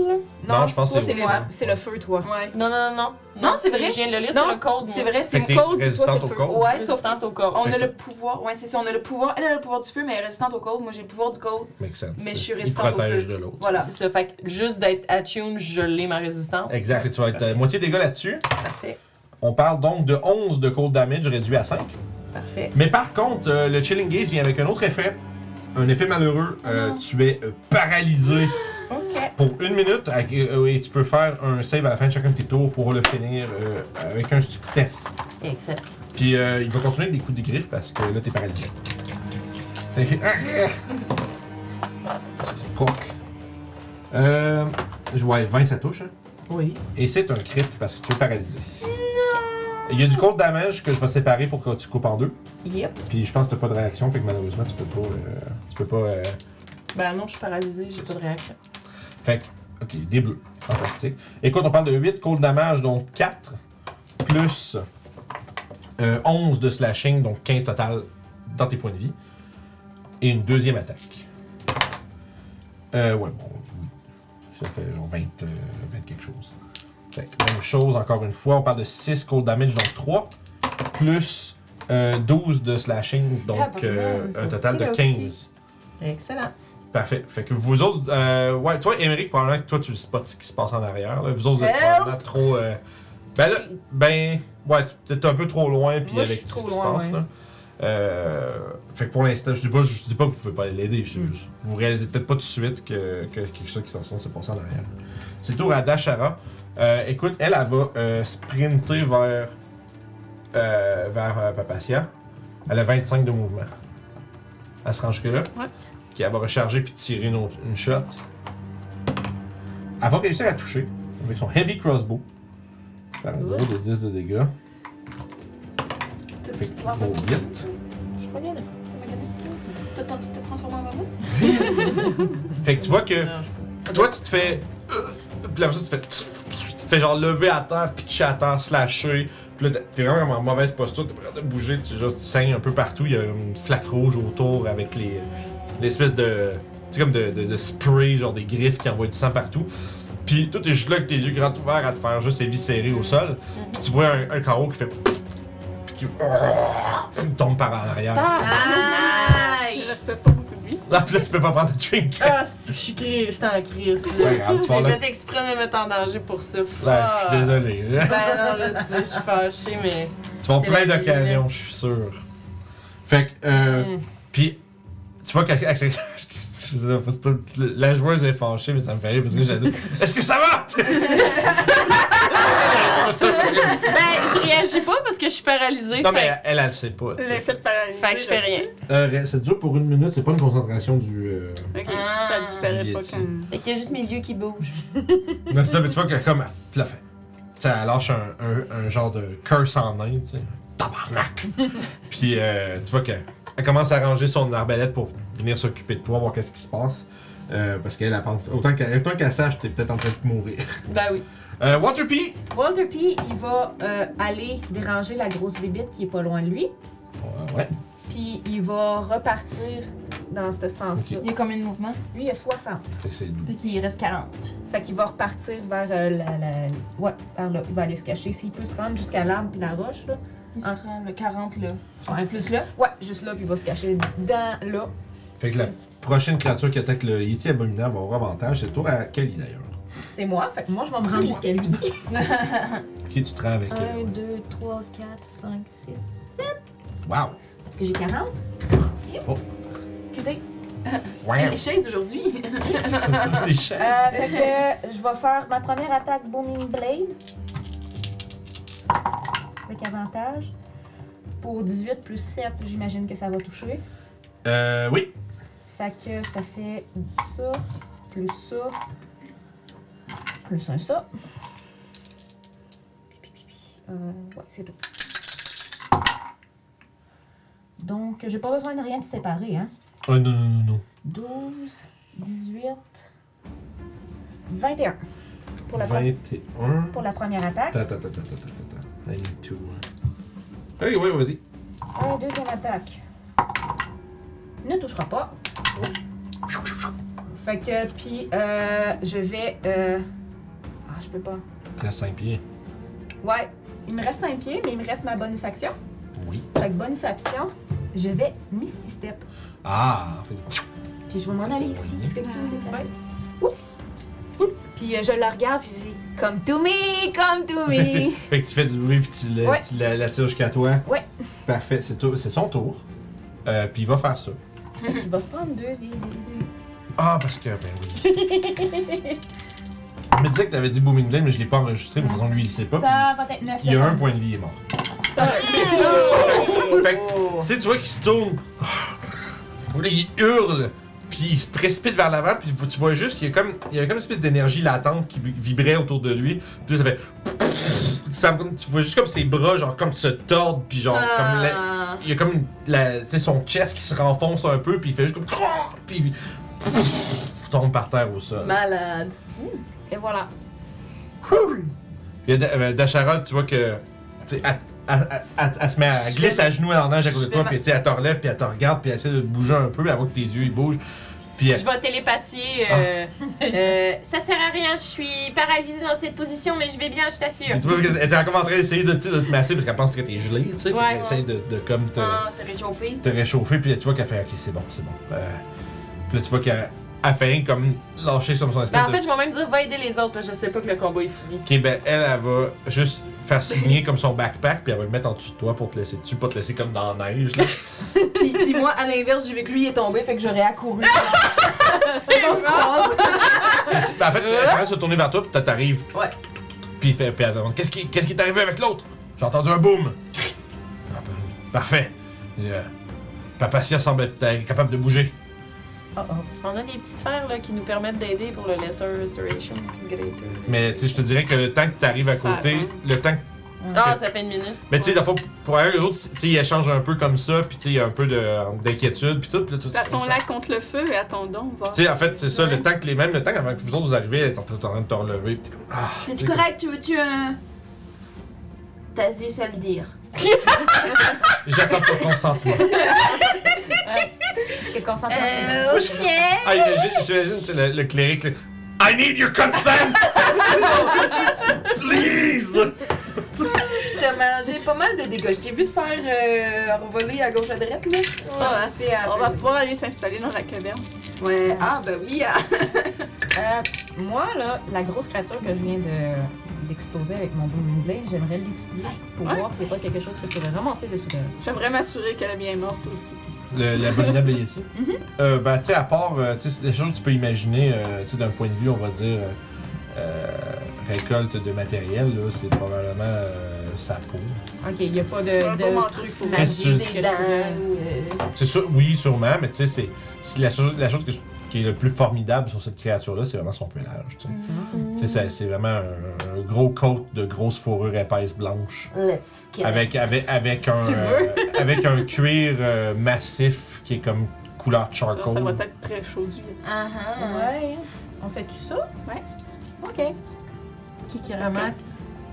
Speaker 1: Non, je pense que c'est
Speaker 5: c'est
Speaker 1: moi.
Speaker 5: moi. C'est le feu, toi.
Speaker 4: Ouais.
Speaker 6: Non, non, non, non.
Speaker 4: Non, c'est vrai.
Speaker 6: Je viens de le lire,
Speaker 4: Non,
Speaker 6: c'est Oh, le code.
Speaker 4: C'est vrai, c'est
Speaker 1: Fait que t'es
Speaker 6: cold, toi,
Speaker 1: résistante
Speaker 6: c'est
Speaker 1: au
Speaker 6: feu.
Speaker 1: cold.
Speaker 4: Ouais, sauf
Speaker 6: Résistante au corps.
Speaker 4: on
Speaker 1: Fait
Speaker 4: a
Speaker 1: que ça-
Speaker 4: le pouvoir. Ouais, c'est ça, on a le pouvoir. Elle a le pouvoir du feu, mais elle est résistante au cold. Moi, j'ai le pouvoir du cold.
Speaker 1: Make sense.
Speaker 4: Mais je suis
Speaker 1: Il
Speaker 4: résistante au
Speaker 1: protège
Speaker 4: feu.
Speaker 1: de l'autre.
Speaker 4: Voilà.
Speaker 6: C'est ça, fait que juste d'être attuned, je l'ai ma résistance.
Speaker 1: Exact. Fait que tu vas être euh, moitié dégâts là-dessus.
Speaker 6: Parfait,
Speaker 1: On parle donc de 11 de cold damage réduit à 5.
Speaker 6: parfait.
Speaker 1: Mais par contre, euh, le Chilling Gaze vient avec un autre effet. Un effet malheureux. Euh, tu es euh, paralysé
Speaker 7: Ok.
Speaker 1: pour une minute avec- euh, et tu peux faire un save à la fin de chacun de tes tours pour le finir euh, avec un succès.
Speaker 6: Excellent.
Speaker 1: Puis euh, il va continuer avec des coups de griffes parce que là, t'es paralysé. T'es- ah! Ça, C'est coque. Euh, je vois 20, ça touche. hein.
Speaker 6: Oui.
Speaker 1: Et c'est un crit parce que tu es paralysé. Il y a du compte damage que je vais séparer pour que tu coupes en deux.
Speaker 6: Yep.
Speaker 1: Puis je pense que t'as pas de réaction, fait que malheureusement tu peux pas. euh, tu peux pas. euh,
Speaker 6: Ben non, je suis paralysée, j'ai pas de réaction.
Speaker 1: Fait que. Ok, des bleus. Fantastique. Écoute, on parle de 8 compte damage, donc 4 plus euh, 11 de slashing, donc 15 total dans tes points de vie. Et une deuxième attaque. Euh, ouais, bon, oui. Ça fait genre 20, euh, 20 quelque chose. Fait que même chose, encore une fois, on parle de 6 cold damage, donc 3, plus euh, 12 de slashing, donc euh, un total de 15.
Speaker 6: Excellent.
Speaker 1: Parfait. Fait que vous autres, euh, ouais, toi, Émeric, probablement que toi, tu spots ce qui se passe en arrière. là. Vous autres, vous êtes probablement trop. euh, Ben là, ben, ouais, tu- t'es un peu trop loin, puis
Speaker 6: Moi, je
Speaker 1: avec
Speaker 6: suis
Speaker 1: tout ce
Speaker 6: trop
Speaker 1: qui se
Speaker 6: loin,
Speaker 1: passe.
Speaker 6: ouais.
Speaker 1: Là. Euh, fait que pour l'instant, je dis pas, je dis pas que vous pouvez pas l'aider.
Speaker 6: Hmm.
Speaker 1: c'est juste- Vous réalisez peut-être pas tout de suite que, que quelque chose qui s'en sort se passe en arrière. C'est tour à Dashara. Euh, écoute, elle, elle va euh, sprinter vers, euh, vers euh, Papacia. Elle a 25 de mouvement. Elle se rend jusque-là.
Speaker 3: Ouais.
Speaker 1: Puis elle va recharger puis tirer une, autre- une shot. Elle va réussir à toucher avec son heavy crossbow. Faire un gros de 10 de dégâts. Fait que gros vite.
Speaker 6: Je regarde.
Speaker 4: T'as tenté de te transformer en mammouth?
Speaker 1: Fait que tu vois que
Speaker 6: Non, je-
Speaker 1: toi tu te fais. euh, Puis après ça, tu te fais. Tu te fais genre lever à terre, pitcher à terre, slasher. Puis là, t'es vraiment en mauvaise posture, t'es pas capable de bouger, tu, juste, tu saignes un peu partout. Il y a une flaque rouge autour avec les. L'espèce de. Tu sais, comme de, de- de spray, genre des griffes qui envoient du sang partout. Puis toi, t'es juste là avec tes yeux grands ouverts à te faire juste éviscérer au sol. Puis tu vois un, un carreau qui fait. Puis qui. puis tombe par en arrière.
Speaker 3: Je respecte pas beaucoup de vie.
Speaker 1: Là, puis là, tu peux pas prendre de drink.
Speaker 6: Ah, c'est que je suis cri- j'étais en crise.
Speaker 1: Ouais,
Speaker 6: là.
Speaker 1: grave, tu vas
Speaker 6: J'ai
Speaker 1: là.
Speaker 6: fait exprès de me mettre en danger pour ça.
Speaker 1: Ouais,
Speaker 6: Ah.
Speaker 1: je suis désolé.
Speaker 6: Ben non, je sais, je suis fâchée, mais.
Speaker 1: Tu vas avoir
Speaker 6: C'est
Speaker 1: plein
Speaker 6: la vie,
Speaker 1: d'occasions, je suis sûr. Fait que, euh,
Speaker 6: Hmm.
Speaker 1: puis, tu [laughs] vois qu'elle- elle- excusez-moi, parce que la joueuse est fâchée, mais ça me fait rire parce que
Speaker 6: [laughs]
Speaker 1: j'ai dit Est-ce que ça va
Speaker 6: Ben, je réagis pas parce que je suis paralysée.
Speaker 1: Non, mais
Speaker 6: fait...
Speaker 1: elle, elle le sait pas. tu sais.
Speaker 3: L'effet de paralysie.
Speaker 6: fait que je fais rien.
Speaker 1: Euh, ça dure pour une minute, c'est pas une concentration du. euh,
Speaker 3: Ok,
Speaker 4: Ah.
Speaker 3: ça disparaît pas
Speaker 1: Juliette.
Speaker 3: quand.
Speaker 6: Fait qu'il y a juste mes yeux qui bougent.
Speaker 1: Non, c'est ça, mais tu vois que comme. elle- Puis la fin. Tu sais, elle lâche un, un- un genre de curse en main, tu sais.
Speaker 4: [laughs]
Speaker 1: Tabarnak! Puis euh, tu vois que elle commence à ranger son arbalète pour venir s'occuper de toi, voir qu'est-ce qui se passe. Euh, parce qu'elle elle pense. Autant qu'elle autant qu'elle sache, t'es peut-être en train de mourir. [laughs]
Speaker 6: Ben oui.
Speaker 1: Euh, Water Pea!
Speaker 5: Walter P, il va euh, aller déranger la grosse bébite qui est pas loin de lui.
Speaker 1: Ouais, ouais.
Speaker 5: Puis il va repartir dans ce sens-là.
Speaker 8: Il y a combien de mouvements?
Speaker 5: Lui, il a 60.
Speaker 1: Fait que c'est doux.
Speaker 8: Fait qu'il reste 40.
Speaker 5: Fait qu'il va repartir vers euh, la, la- Ouais, vers là. Il va aller se cacher. S'il peut se rendre jusqu'à l'arbre puis la roche, là.
Speaker 8: Il
Speaker 5: Ah.
Speaker 8: sera le 40 là.
Speaker 5: Ouais.
Speaker 8: Plus là?
Speaker 5: Ouais, juste là, puis il va se cacher dans là.
Speaker 1: Fait que la prochaine créature qui attaque le Yeti abominable va avoir avantage. C'est le tour à Kali d'ailleurs.
Speaker 5: C'est moi. Fait que moi, je vais me rendre jusqu'à lui.
Speaker 1: Qui tu te rends avec.
Speaker 5: 1,
Speaker 1: euh, ouais.
Speaker 5: 2, 3, 4, 5, 6, 7.
Speaker 1: Wow!
Speaker 5: Est-ce que j'ai 40?
Speaker 1: Oh.
Speaker 5: Excusez.
Speaker 4: Elle
Speaker 1: Wow!
Speaker 4: les chaises aujourd'hui.
Speaker 1: [laughs]
Speaker 4: [laughs]
Speaker 1: C'est des chaises.
Speaker 5: Euh, fait que [laughs] je vais faire ma première attaque Booming Blade. Avec avantage. Pour 18 plus 7, j'imagine que ça va toucher.
Speaker 1: Euh, oui.
Speaker 5: Fait que ça fait ça, plus ça, plus un ça. Pi, pi, pi, pi. Euh, ouais, c'est tout. Donc, j'ai pas besoin de rien de séparer, hein.
Speaker 1: Oh non, non, non, non.
Speaker 5: 12, 18, 21. Pour la, pre-
Speaker 1: 21.
Speaker 5: pour la première attaque.
Speaker 1: Attends, attends, attends, attends, attends, attends. I need to. euh, Ok, ouais, vas-y.
Speaker 5: Euh, deuxième attaque. Ne touchera pas. Fait que, puis, euh, je vais. euh, Ah, je peux pas.
Speaker 1: T'es à 5 pieds.
Speaker 5: Ouais. Il me reste 5 pieds, mais il me reste ma bonus action.
Speaker 1: Oui.
Speaker 5: Fait que bonus action, je vais Misty Step.
Speaker 1: Ah!
Speaker 5: Puis je vais m'en aller ici.
Speaker 1: Oui.
Speaker 5: Est-ce que tu peux me déplacer? Oups. Oups. Puis euh, je la regarde, puis je dis Come to me, come to me.
Speaker 1: [laughs] fait que tu fais du bruit puis tu la-
Speaker 5: Ouais.
Speaker 1: tu la la tires jusqu'à toi.
Speaker 5: Ouais.
Speaker 1: Parfait, c'est tout- c'est son tour. Euh, puis il va faire ça.
Speaker 5: il va se prendre deux, les- les- les-
Speaker 1: Ah, parce que, ben oui. je me disais que t'avais dit Booming Blade, mais je l'ai pas enregistré, mais de toute façon, lui, il sait pas.
Speaker 5: Ça va être neuf.
Speaker 1: Il a
Speaker 5: de
Speaker 1: un
Speaker 5: temps.
Speaker 1: point de vie, il est mort. Fait que-
Speaker 6: Oh.
Speaker 1: Tu sais, tu vois qu'il se tourne. Puis là, il hurle. Puis il se précipite vers l'avant. Puis vous- tu vois juste qu'il y a comme, il y a comme une espèce d'énergie latente qui vibrait autour de lui. Puis là, ça fait. [laughs] ça- comme- tu vois juste comme ses bras, genre, comme se tordent. Puis genre,
Speaker 6: Ah.
Speaker 1: comme la- il y a comme une- la, tu sais, son chest qui se renfonce un peu. Puis il fait juste comme. [laughs] Puis. il tombe par terre au sol.
Speaker 4: Malade.
Speaker 5: Et voilà.
Speaker 1: Cool! Il y a Da- euh, Dashara, tu vois que. Tu sais, elle, elle- elle- elle- elle se met à glisse à genoux en neige à côté de toi, puis tu sais, elle te relève, puis elle te regarde, puis elle essaie de te bouger un peu, elle voit que tes yeux ils bougent. Puis elle.
Speaker 7: Je vais télépathier. euh,
Speaker 1: Ah.
Speaker 7: euh, ça sert à rien, je suis paralysée dans cette position, mais je vais bien, je t'assure.
Speaker 1: puis Tu vois qu'elle était encore en train d'essayer de, tu sais, de te masser parce qu'elle pense que t'es gelé, tu sais.
Speaker 7: Ouais,
Speaker 1: puis elle
Speaker 7: ouais.
Speaker 1: essaie de, de comme te,
Speaker 4: Ah, t'as réchauffé.
Speaker 1: te réchauffer, puis là, tu vois qu'elle fait Ok, c'est bon, c'est bon. Euh, puis là, tu vois qu'elle elle fait comme lâcher sur son espèce
Speaker 6: Ben, en
Speaker 1: de
Speaker 6: fait, je vais même dire va aider les autres parce que je sais pas que le combat est fini.
Speaker 1: Ok, ben elle, elle va juste faire signer comme son backpack, puis elle va le mettre en dessous de toi pour te laisser dessus, pas te laisser comme dans la neige. Là.
Speaker 4: Puis, puis moi, à l'inverse, j'ai vu que lui il est tombé, fait que j'aurais accouru. [laughs] on se croise.
Speaker 1: C'est- ben, en fait, elle commence à se tourner vers toi, puis t'arrives.
Speaker 4: Ouais.
Speaker 1: Puis, il fait, puis elle demande Qu'est-ce qui, qu'est-ce qui est arrivé avec l'autre J'ai entendu un boom. Ah, ben, parfait. Je, Papacia semble être euh, capable de bouger.
Speaker 5: Oh oh.
Speaker 6: On a des petites sphères là, qui nous permettent d'aider pour le Lesser Restoration Greater.
Speaker 1: Mais tu sais, je te dirais que le temps que t'arrives à
Speaker 6: Ça
Speaker 1: côté,
Speaker 6: arrive.
Speaker 1: le temps que
Speaker 6: Ah, ça fait une minute.
Speaker 1: Mais tu sais, dans le fond, pour elle, l'autre, tu sais, il échange un peu comme ça, puis tu sais, il y a un peu de- d'inquiétude, puis tout. Puis là, tout
Speaker 3: De toute façon,
Speaker 1: ça-
Speaker 3: là, contre le feu, et attendons, on va.
Speaker 1: Tu sais, en fait, c'est ça, le temps que les mêmes, le temps avant que vous autres vous arrivez, elle est en train en train de te relever, pis t'es comme, ah.
Speaker 2: T'es-tu
Speaker 1: tu sais,
Speaker 2: correct? Tu veux-tu un. T'as dû ça le dire.
Speaker 1: J'attends ton consentement.
Speaker 5: Parce que concentration.
Speaker 1: Ah, j'imagine, j'imagine, tu sais, le, le cléric, le, I need your consent! Please!
Speaker 4: Puis t'as mangé pas mal de dégâts. Je t'ai vu te faire euh, revoler à gauche à droite, là.
Speaker 3: Ah,
Speaker 4: J'ai fait à-
Speaker 3: On va pouvoir aller s'installer dans la caverne.
Speaker 4: Ouais. Ah, ben oui. ah.
Speaker 5: Euh, moi, là, la grosse créature que je viens de d'exploser avec mon booming blade, j'aimerais l'étudier pour
Speaker 3: Ouais.
Speaker 5: voir s'il n'y a pas quelque chose que je pourrais ramasser dessus d'elle.
Speaker 3: J'aimerais m'assurer qu'elle est bien morte aussi.
Speaker 1: Le- L'abominable Yeti. euh, ben, tu sais, à part, euh, tu sais, les choses que tu peux imaginer, euh, tu sais, d'un point de vue, on va dire, euh, euh, récolte de matériel, là, c'est probablement euh, sa peau.
Speaker 5: Ok, il n'y a pas de,
Speaker 3: Un bon
Speaker 5: de
Speaker 3: truc,
Speaker 5: truc
Speaker 3: faut
Speaker 5: magique
Speaker 1: Qu'est-ce que tu-
Speaker 5: que je pourrais-
Speaker 4: euh,
Speaker 1: C'est sûr, oui, sûrement, mais tu sais, c'est- c'est la chose, la chose que je- qui est le plus formidable sur cette créature-là, c'est vraiment son pelage. tu sais. Tu sais, c'est- c'est vraiment un, un gros coat de grosse fourrure épaisse blanche.
Speaker 7: Let's get it.
Speaker 1: Avec, avec, avec, un, euh, avec un cuir euh, massif qui est comme couleur
Speaker 3: Ça, ça
Speaker 1: charcoal.
Speaker 3: va être très chaud du lit.
Speaker 5: Ouais. On fait tout ça?
Speaker 3: Ouais.
Speaker 5: Ok.
Speaker 6: Qui qui ramasse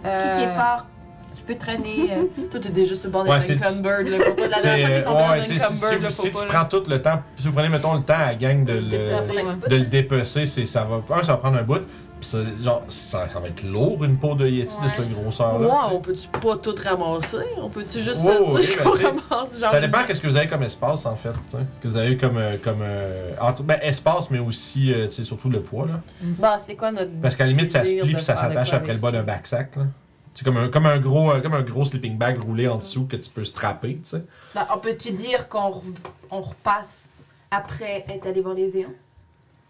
Speaker 5: Euh,
Speaker 6: Qui qui est fort Je peux traîner. [laughs] euh, Toi, t'es déjà sur le bord
Speaker 1: Ouais,
Speaker 6: d'un
Speaker 1: c'est-
Speaker 6: cumbered, là. Faut pas de la
Speaker 1: C'est-
Speaker 6: dernière fois, t'es tombé
Speaker 1: ouais,
Speaker 6: dans
Speaker 1: tu sais,
Speaker 6: une
Speaker 1: si, si
Speaker 6: cumbered,
Speaker 1: vous-
Speaker 6: là. Faut
Speaker 1: si tu
Speaker 6: pas. là.
Speaker 1: prends tout le temps, si vous prenez, mettons, le temps à la gang de
Speaker 5: Ben,
Speaker 1: le,
Speaker 3: Ça, ouais.
Speaker 1: de le dépecer, c'est, ça va, un, ça va prendre un bout, puis ça, genre, ça, ça va être lourd une peau de Yeti de cette grosseur-là. tu sais.
Speaker 6: Wow, on peut-tu pas tout ramasser? On peut-tu juste se
Speaker 1: Wow,
Speaker 6: dire
Speaker 1: ok,
Speaker 6: qu'on
Speaker 1: ben, tu sais,
Speaker 6: ramasse genre.
Speaker 1: Ça dépend qu'est-ce que vous avez comme espace en fait, tu sais. que vous avez comme euh, comme euh, entre- ben, espace mais aussi euh, tu sais, surtout le poids là.
Speaker 6: Bah, c'est quoi notre.
Speaker 1: Parce qu'à la limite ça se
Speaker 6: Désir
Speaker 1: plie
Speaker 6: de
Speaker 1: puis ça
Speaker 6: faire de
Speaker 1: s'attache
Speaker 6: quoi
Speaker 1: après le
Speaker 6: avec
Speaker 1: bas
Speaker 6: ça.
Speaker 1: d'un backsack là. C'est comme un comme un gros euh, comme un gros sleeping bag roulé en dessous que tu peux strapper, tu sais.
Speaker 4: Ben, on peut-tu dire qu'on re- on repasse après être allé voir les éons?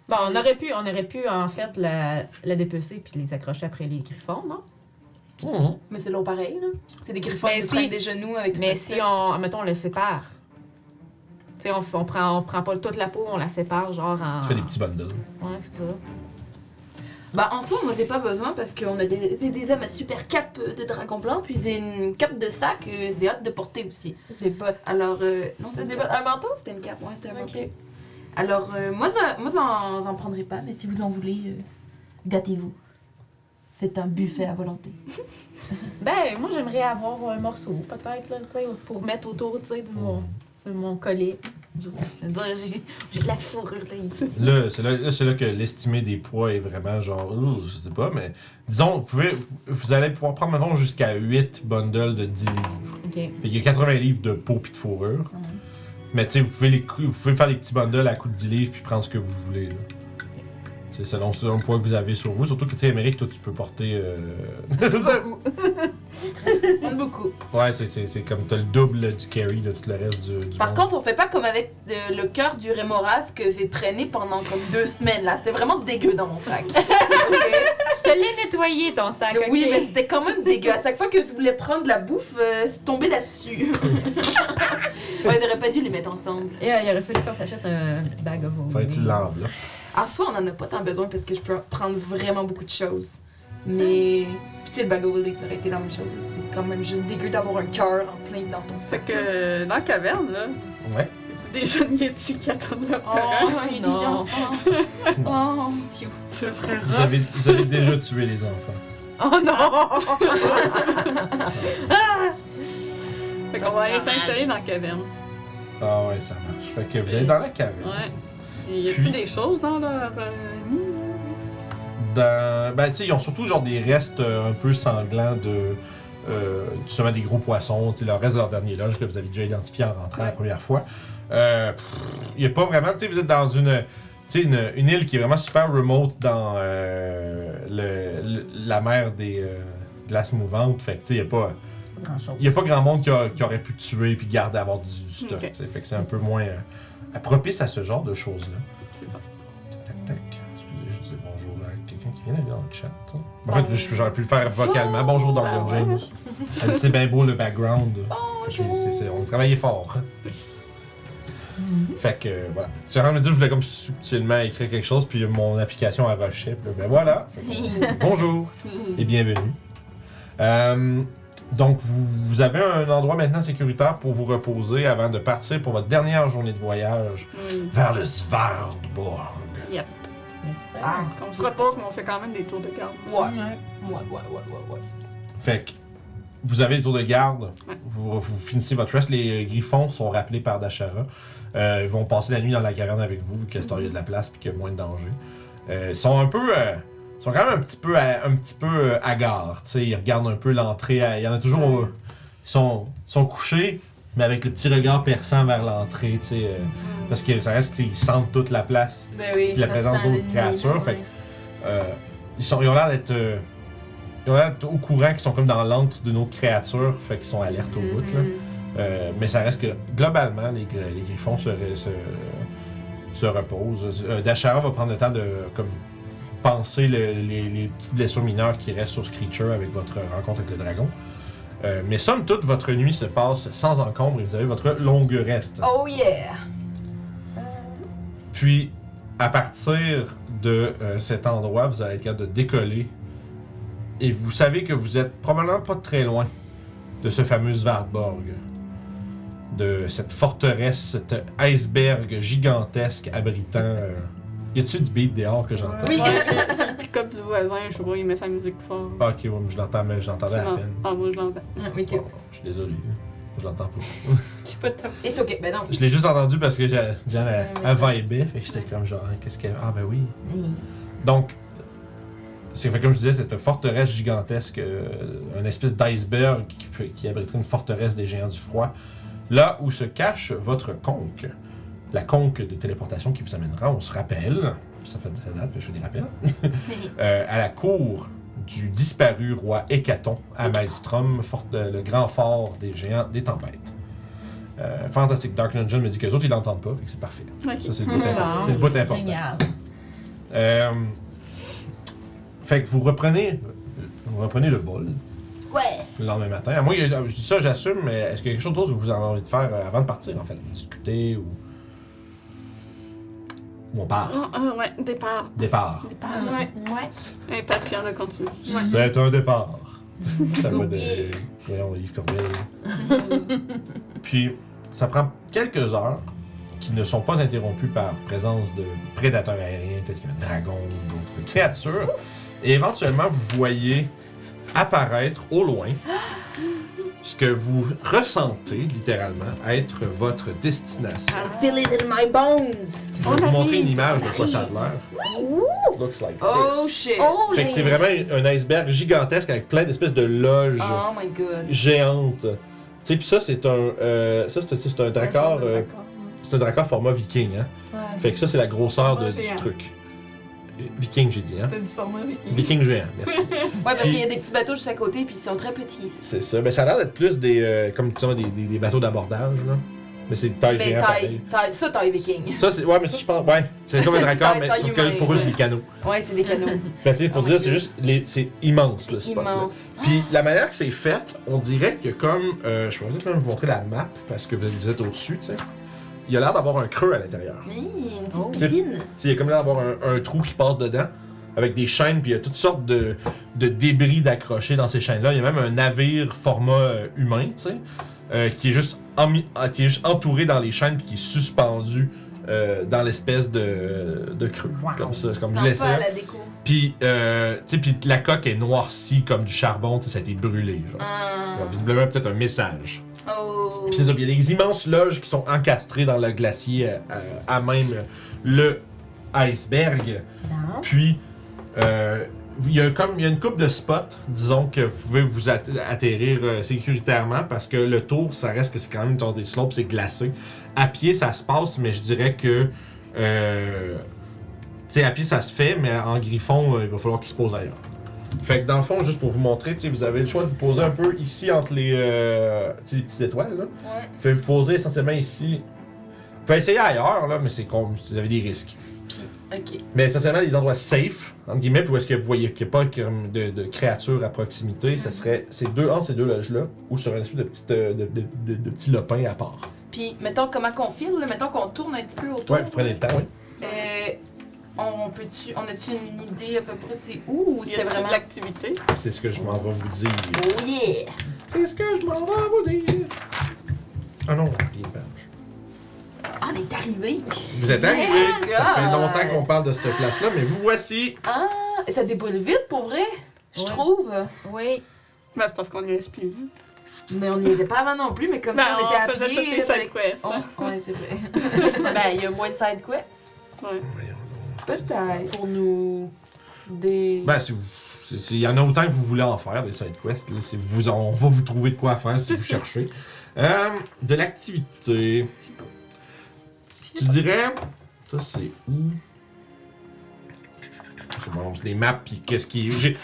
Speaker 5: Bon, on aurait pu, on aurait pu en fait la, la dépecer puis les accrocher après les griffons, non?
Speaker 4: Mais c'est l'eau pareil, là. C'est des griffons
Speaker 5: Mais
Speaker 4: qui se
Speaker 5: Ben, si-
Speaker 4: traînent des genoux avec tout
Speaker 5: Mais
Speaker 4: le
Speaker 5: si
Speaker 4: sac.
Speaker 5: on, mettons, on le sépare. Tu sais, on, f- on prend, on prend pas toute la peau, on la sépare genre en.
Speaker 1: Tu fais des petits bundles.
Speaker 5: Ouais, c'est ça.
Speaker 4: Bah, en soi, on n'en a pas besoin parce qu'on a des, des, des hommes à super cape euh, de dragon blanc, puis c'est une cape de sac, euh, c'est hâte de porter aussi. Des bottes. Alors, euh, non, c'est
Speaker 6: C'est
Speaker 4: des
Speaker 6: des-
Speaker 4: bottes.
Speaker 6: Un manteau?
Speaker 4: C'était une cape, ouais, c'était un
Speaker 6: Ok.
Speaker 4: manteau. Alors, euh, moi, ça- moi j'en j'en prendrai pas, mais si vous en voulez, euh, gâtez-vous. C'est un buffet à volonté.
Speaker 5: Ben, moi, j'aimerais avoir un morceau, peut-être, là, tu sais, pour mettre autour, tu sais, de mon, de mon collet.
Speaker 7: Je veux dire, j'ai- j'ai de la fourrure là ici.
Speaker 1: Là, c'est là, là, c'est là que l'estimé des poids est vraiment genre, Ouh, je sais pas, mais disons, vous, pouvez, vous allez pouvoir prendre, mettons, jusqu'à 8 bundles de 10 livres.
Speaker 5: [laughs] Ok.
Speaker 1: Fait qu'il y a 80 livres de peau puis de fourrure.
Speaker 6: Mhm.
Speaker 1: Mais tu sais, vous, pouvez les cou- vous pouvez faire les petits bundles à coup de 10 livres puis prendre ce que vous voulez. là. C'est selon, selon le poids que vous avez sur vous. Surtout que tu sais, Émeric, toi, tu peux porter. euh, [laughs]
Speaker 4: Prendre beaucoup.
Speaker 1: ouais, c'est, c'est, c'est comme t'as le double du carry de tout le reste du. du
Speaker 4: Par
Speaker 1: monde.
Speaker 4: contre, on fait pas comme avec euh, le cœur du Rémoraz que j'ai traîné pendant comme deux semaines là. C'était vraiment dégueu dans mon [laughs] sac. Ok?
Speaker 5: Je te l'ai nettoyé ton sac. ok?
Speaker 4: Oui, mais c'était quand même dégueu. À chaque fois que je voulais prendre de la bouffe, euh, c'est tombé là-dessus. ouais, on aurait pas dû les mettre ensemble.
Speaker 5: Et, euh, il aurait fallu qu'on s'achète un bag of holding.
Speaker 1: Fait que tu l'enveloppes.
Speaker 4: En soi, on en a pas tant besoin parce que je peux prendre vraiment beaucoup de choses. Mais. Puis tu sais, le bag of holding, ça aurait été la même chose. C'est quand même juste dégueu d'avoir un cœur en plein dans ton
Speaker 3: C'est
Speaker 4: sac.
Speaker 3: que euh, dans la caverne, là,
Speaker 1: Ouais.
Speaker 3: y a des jeunes Yeti qui attendent leurs
Speaker 4: Oh,
Speaker 3: parents.
Speaker 4: il y a des gens. Oh, phew.
Speaker 6: [laughs] Ce serait
Speaker 1: Vous avez, vous avez déjà tué les enfants.
Speaker 6: Oh non!
Speaker 3: [laughs]
Speaker 6: [laughs]
Speaker 3: Fait qu'on va aller
Speaker 7: Dommage.
Speaker 3: s'installer dans la caverne.
Speaker 1: Ah ouais, ça marche. Fait que vous allez dans la caverne.
Speaker 3: Ouais. Et y
Speaker 1: Puis-
Speaker 3: a-t-il des choses dans leur euh, nid?
Speaker 1: dans- Ben, tu sais, ils ont surtout genre des restes euh, un peu sanglants de. Euh, justement des gros poissons, tu sais, le reste de leur dernier loge que vous avez déjà identifié en rentrant la première fois. Euh, pff, Il n'y a pas vraiment. Tu sais, vous êtes dans une. Tu sais, une, une île qui est vraiment super remote dans euh, le- le- la mer des euh, glaces mouvantes. Fait que, tu sais, il n'y a pas. Il y a pas grand monde qui, a- qui aurait pu tuer puis garder avoir du, du stock.
Speaker 3: Ok.
Speaker 1: tu sais. Fait que c'est un peu moins euh, propice à ce genre de choses-là.
Speaker 3: C'est bon.
Speaker 1: Tac, tac. Excusez, je disais bonjour à quelqu'un qui vient d'aller dans le chat. ça. En fait, je- j'aurais pu le faire vocalement. Bonjour, Dr.
Speaker 4: Bah ouais.
Speaker 1: James. Elle dit, c'est bien beau le background. Fait que je lui ai dit, c'est- c'est- on travaillait fort.
Speaker 3: Mm-hmm.
Speaker 1: Fait que euh, voilà. J'ai envie de dire, je voulais comme subtilement écrire quelque chose, puis mon application a rushé. Puis là, ben voilà. Fait que, bonjour
Speaker 3: [laughs]
Speaker 1: et bienvenue. Euh, donc, vous, vous avez un endroit maintenant sécuritaire pour vous reposer avant de partir pour votre dernière journée de voyage
Speaker 3: Hmm.
Speaker 1: vers le Svardborg. Ah.
Speaker 3: On se repose, mais on fait quand même des tours de garde.
Speaker 4: Ouais. Ouais, ouais, ouais, ouais, ouais.
Speaker 1: Fait que vous avez les tours de garde, vous, vous finissez votre reste. Les euh, griffons sont rappelés par Dachara. Euh, ils vont passer la nuit dans la caverne avec vous, vu que c'est il y a de la place et qu'il y a moins de danger. Euh, ils sont un peu. euh, ils sont quand même un petit peu, à- un petit peu euh, hagards. tu sais, Ils regardent un peu l'entrée. à- Il y en a toujours. euh, ils, sont, ils sont couchés, mais avec le petit regard perçant vers l'entrée. tu sais, euh, parce que ça reste qu'ils sentent toute la place.
Speaker 4: Ben oui,
Speaker 1: Puis la
Speaker 4: ça
Speaker 1: présence
Speaker 4: sent
Speaker 1: d'autres
Speaker 4: l'ennemi,
Speaker 1: créatures,
Speaker 4: ouais.
Speaker 1: fait Euh, ils, sont, ils ont l'air d'être. euh, ils ont l'air d'être au courant qu'ils sont comme dans l'antre d'une autre créature, fait qu'ils sont alertes au bout. Là.
Speaker 4: Mhm.
Speaker 1: Euh, mais ça reste que, globalement, les, gr- les griffons se, re- se, se reposent. Euh, Dachara va prendre le temps de comme, penser le- les, les petites blessures mineures qui restent sur ce creature avec votre rencontre avec le dragon. Euh, mais somme toute, votre nuit se passe sans encombre et vous avez votre longue reste.
Speaker 4: Oh yeah!
Speaker 1: Puis, à partir de euh, cet endroit, vous allez être capable de décoller. Et vous savez que vous êtes probablement pas très loin de ce fameux Svartborg. De cette forteresse, cet iceberg gigantesque abritant. euh, Y a-tu du beat dehors que j'entends?
Speaker 4: Oui.
Speaker 3: [laughs] Ouais, c'est c'est le pick-up du voisin, je vois, il met sa musique fort.
Speaker 1: Ah, ok, ouais, mais je l'entends, mais je l'entendais à
Speaker 3: Tu l'en-
Speaker 1: peine.
Speaker 3: Ah, moi je l'entends.
Speaker 4: Mm, Mais t'es.
Speaker 1: Bon, je suis désolé. hein. Je l'entends pas.
Speaker 4: It's ok, ben non.
Speaker 1: Je l'ai juste entendu parce que Jeanne, elle, elle vibait, fait que j'étais comme genre, qu'est-ce qu'elle. Ah, ben oui. Donc, c'est fait comme je disais, cette forteresse gigantesque, euh, une espèce d'iceberg qui, peut- qui abriterait une forteresse des géants du froid, là où se cache votre conque. La conque de téléportation qui vous amènera, on se rappelle, ça fait ça date, fait que je fais des rappels, [laughs] euh, à la cour du disparu roi Hécaton à Maelstrom, fort- euh, le grand fort des géants des tempêtes. Euh, Fantastic Dark Dungeon me dit que les autres ils l'entendent pas, fait que c'est parfait. Ça,
Speaker 3: Ok.
Speaker 1: c'est le bout important. C'est le bout important.
Speaker 5: Génial.
Speaker 1: Euh, fait que vous reprenez, vous reprenez le vol. Le lendemain matin. Moi, je dis ça, j'assume, mais est-ce qu'il y a quelque chose d'autre que vous avez envie de faire euh, avant de partir, en fait Discuter ou. Ou on part.
Speaker 3: Ah, ah, ouais, départ.
Speaker 1: Départ.
Speaker 3: Départ. Ouais.
Speaker 7: Ouais.
Speaker 3: Impatient de continuer.
Speaker 1: C'est un départ. Ça va de. Voyons, Yves Corbeil. Puis, ça prend quelques heures qui ne sont pas interrompues par présence de prédateurs aériens tels que dragons ou d'autres créatures. Et éventuellement, vous voyez apparaître au loin ce que vous ressentez, littéralement, être votre destination.
Speaker 2: I feel it in my bones.
Speaker 1: Je vais vous montrer une image de quoi ça a l'air. It Looks like
Speaker 4: Oh
Speaker 1: this.
Speaker 4: shit!
Speaker 2: Oh,
Speaker 1: Fait que c'est vraiment un iceberg gigantesque avec plein d'espèces de loges
Speaker 4: Oh my god!
Speaker 1: géantes. Tu sais, puis ça, c'est un, euh, ça, c'est- c'est un dracard, euh, c'est un dracard format viking, hein.
Speaker 8: Ouais.
Speaker 1: Fait que ça, c'est la grosseur de-
Speaker 8: Format
Speaker 1: du
Speaker 8: géant.
Speaker 1: truc. Viking, j'ai dit, hein.
Speaker 8: T'as du format viking.
Speaker 1: Viking géant, merci.
Speaker 4: Ouais, parce qu'il y a des petits bateaux juste à côté, puis ils sont très petits.
Speaker 1: C'est ça. Mais ça a l'air d'être plus des, euh, comme tu sais, des, des- des bateaux d'abordage, là. Mais c'est taille
Speaker 4: Mais
Speaker 1: géant
Speaker 4: Ben, taille,
Speaker 1: pareil.
Speaker 4: taille, ça, taille viking.
Speaker 1: Ça, c'est, ouais, mais ça, je pense, ouais, c'est comme un dracard,
Speaker 4: Taille-
Speaker 1: mais
Speaker 4: taille
Speaker 1: sauf que
Speaker 4: humaine,
Speaker 1: pour eux, c'est
Speaker 4: ouais.
Speaker 1: des canaux.
Speaker 4: Ouais,
Speaker 1: [laughs]
Speaker 4: c'est des canaux.
Speaker 1: Mais tu sais, pour
Speaker 4: Oh my
Speaker 1: dire, c'est
Speaker 4: God.
Speaker 1: juste, les- c'est immense,
Speaker 4: C'est
Speaker 1: le spot. là.
Speaker 4: immense.
Speaker 1: Puis la manière que c'est fait, on dirait que comme, euh, je vais peut-être même vous montrer la map, parce que vous, vous êtes au-dessus, tu sais. Il a l'air d'avoir un creux à l'intérieur.
Speaker 4: Hi, une petite
Speaker 5: Oh.
Speaker 4: piscine.
Speaker 1: Tu sais, il y a comme l'air d'avoir un, un trou qui passe dedans, avec des chaînes, puis il y a toutes sortes de, de débris d'accrochés dans ces chaînes-là. Il y a même un navire format euh, humain, tu sais, euh, qui, est juste emmi- ah, qui est juste entouré dans les chaînes, puis qui est suspendu euh, dans l'espèce de, de creux,
Speaker 5: Wow.
Speaker 1: comme ça, comme je
Speaker 4: Sympa
Speaker 1: laissais.
Speaker 4: la déco.
Speaker 1: Puis, euh, tu sais, puis la coque est noircie comme du charbon, tu sais, ça a été brûlé, genre.
Speaker 4: Ah.
Speaker 1: Alors, visiblement, peut-être un message.
Speaker 4: Oh.
Speaker 1: Puis c'est ça, puis il y a des immenses loges qui sont encastrées dans le glacier euh, à, à même le iceberg.
Speaker 5: Mhm.
Speaker 1: Puis euh, il y a comme il y a une coupe de spots, disons que vous pouvez vous atte- atterrir euh, sécuritairement parce que le tour, ça reste que c'est quand même dans des slopes, c'est glacé. À pied, ça se passe, mais je dirais que euh, tu sais, à pied, ça se fait, mais en griffon, euh, il va falloir qu'il se pose ailleurs. Fait que dans le fond, juste pour vous montrer, tu sais, vous avez le choix de vous poser un peu ici entre les, euh, tu sais, les petites étoiles. Là.
Speaker 4: Ouais.
Speaker 1: Fait que vous poser essentiellement ici. Vous pouvez essayer ailleurs, là, mais c'est con, vous avez des risques.
Speaker 4: Ok.
Speaker 1: Mais essentiellement, les endroits safe, entre guillemets, puis où est-ce que vous voyez qu'il n'y a pas comme de, de créatures à proximité, ça serait ces deux, entre ces deux loges-là, ou sur un espèce de petit, euh, de, de, de- de petit lopin à part.
Speaker 4: Puis, mettons, comment qu'on file, là? mettons qu'on tourne un petit peu autour.
Speaker 1: Ouais, vous prenez le temps, oui.
Speaker 4: Euh, on peut-tu, on a-tu une idée à peu près c'est où ou
Speaker 3: Il y a
Speaker 4: c'était vraiment.
Speaker 3: de l'activité.
Speaker 1: C'est ce que je m'en vais vous dire.
Speaker 4: Oh yeah!
Speaker 1: C'est ce que je m'en vais vous dire. Ah non, il y a une page.
Speaker 4: Ah, on est arrivé!
Speaker 1: Vous êtes arrivés! Ça fait
Speaker 4: God!
Speaker 1: longtemps qu'on parle de cette place-là, mais vous voici.
Speaker 4: Ah, ça déboule vite pour vrai, je
Speaker 5: Ouais.
Speaker 4: trouve.
Speaker 5: Oui.
Speaker 3: Ben, c'est parce qu'on n'y reste plus.
Speaker 4: Mais on n'y était pas avant non plus, mais comme
Speaker 3: Ben,
Speaker 4: ça, on,
Speaker 3: on,
Speaker 4: était à
Speaker 3: faisait
Speaker 4: pied,
Speaker 3: toutes les
Speaker 4: fallait-
Speaker 3: side quests. hein.
Speaker 4: on- Ouais, c'est
Speaker 3: [laughs]
Speaker 4: vrai.
Speaker 6: [laughs] ben, il y a moins de side quests
Speaker 3: Ouais.
Speaker 4: Peut-être.
Speaker 6: pour nous. Des.
Speaker 1: Ben, si vous. c'est- c'est- Il y en a autant que vous voulez en faire, des side quests. là. C'est- vous, on va vous trouver de quoi faire si
Speaker 4: [laughs]
Speaker 1: vous cherchez. Euh, de l'activité. Tu dirais. Ça, c'est où C'est bon, c'est les maps, puis qu'est-ce qui.
Speaker 4: [laughs]
Speaker 1: j'ai-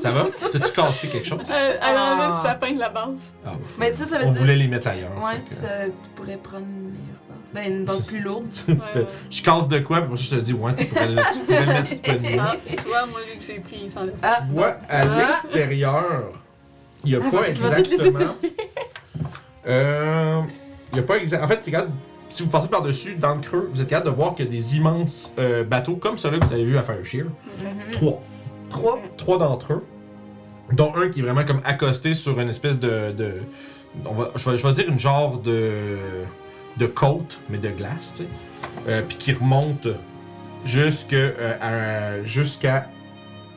Speaker 1: ça va T'as-tu cassé quelque
Speaker 4: Oh.
Speaker 1: chose
Speaker 3: Euh, elle a enlevé
Speaker 5: Ah.
Speaker 3: le sapin de la base.
Speaker 1: Ah,
Speaker 4: Mais ça, ça veut
Speaker 1: On
Speaker 4: dire.
Speaker 1: voulait les mettre ailleurs.
Speaker 4: Ouais,
Speaker 1: fait que-
Speaker 4: ça, tu pourrais prendre une meilleure base. Ben, une base plus lourde.
Speaker 1: [laughs] tu fais,
Speaker 3: Ouais, ouais.
Speaker 1: Je casse de quoi, puis après ça, je te dis, ouais, tu pourrais le, tu pourrais le mettre si tu
Speaker 4: [laughs]
Speaker 1: peux le mettre.
Speaker 3: Ah, tu vois, moi, lui que j'ai pris, il s'enlève.
Speaker 4: Ah,
Speaker 1: Tu vois, à
Speaker 4: Ah.
Speaker 1: l'extérieur, il n'y a pas
Speaker 6: Ah, tu vas tout laisser
Speaker 1: exactement. Euh, Il n'y a pas exactement. En fait, c'est capable- Si vous passez par-dessus, dans le creux, vous êtes capable de voir qu'il y a des immenses euh, bateaux comme ceux-là que vous avez vu à Fire Shield.
Speaker 4: Mhm.
Speaker 1: Trois.
Speaker 4: Trois.
Speaker 1: Trois d'entre eux. Dont un qui est vraiment comme accosté sur une espèce de. de- on va, je, vais, je vais dire une genre de. de côte, mais de glace, tu sais. Euh, Puis qui remonte jusque, euh, à- jusqu'à.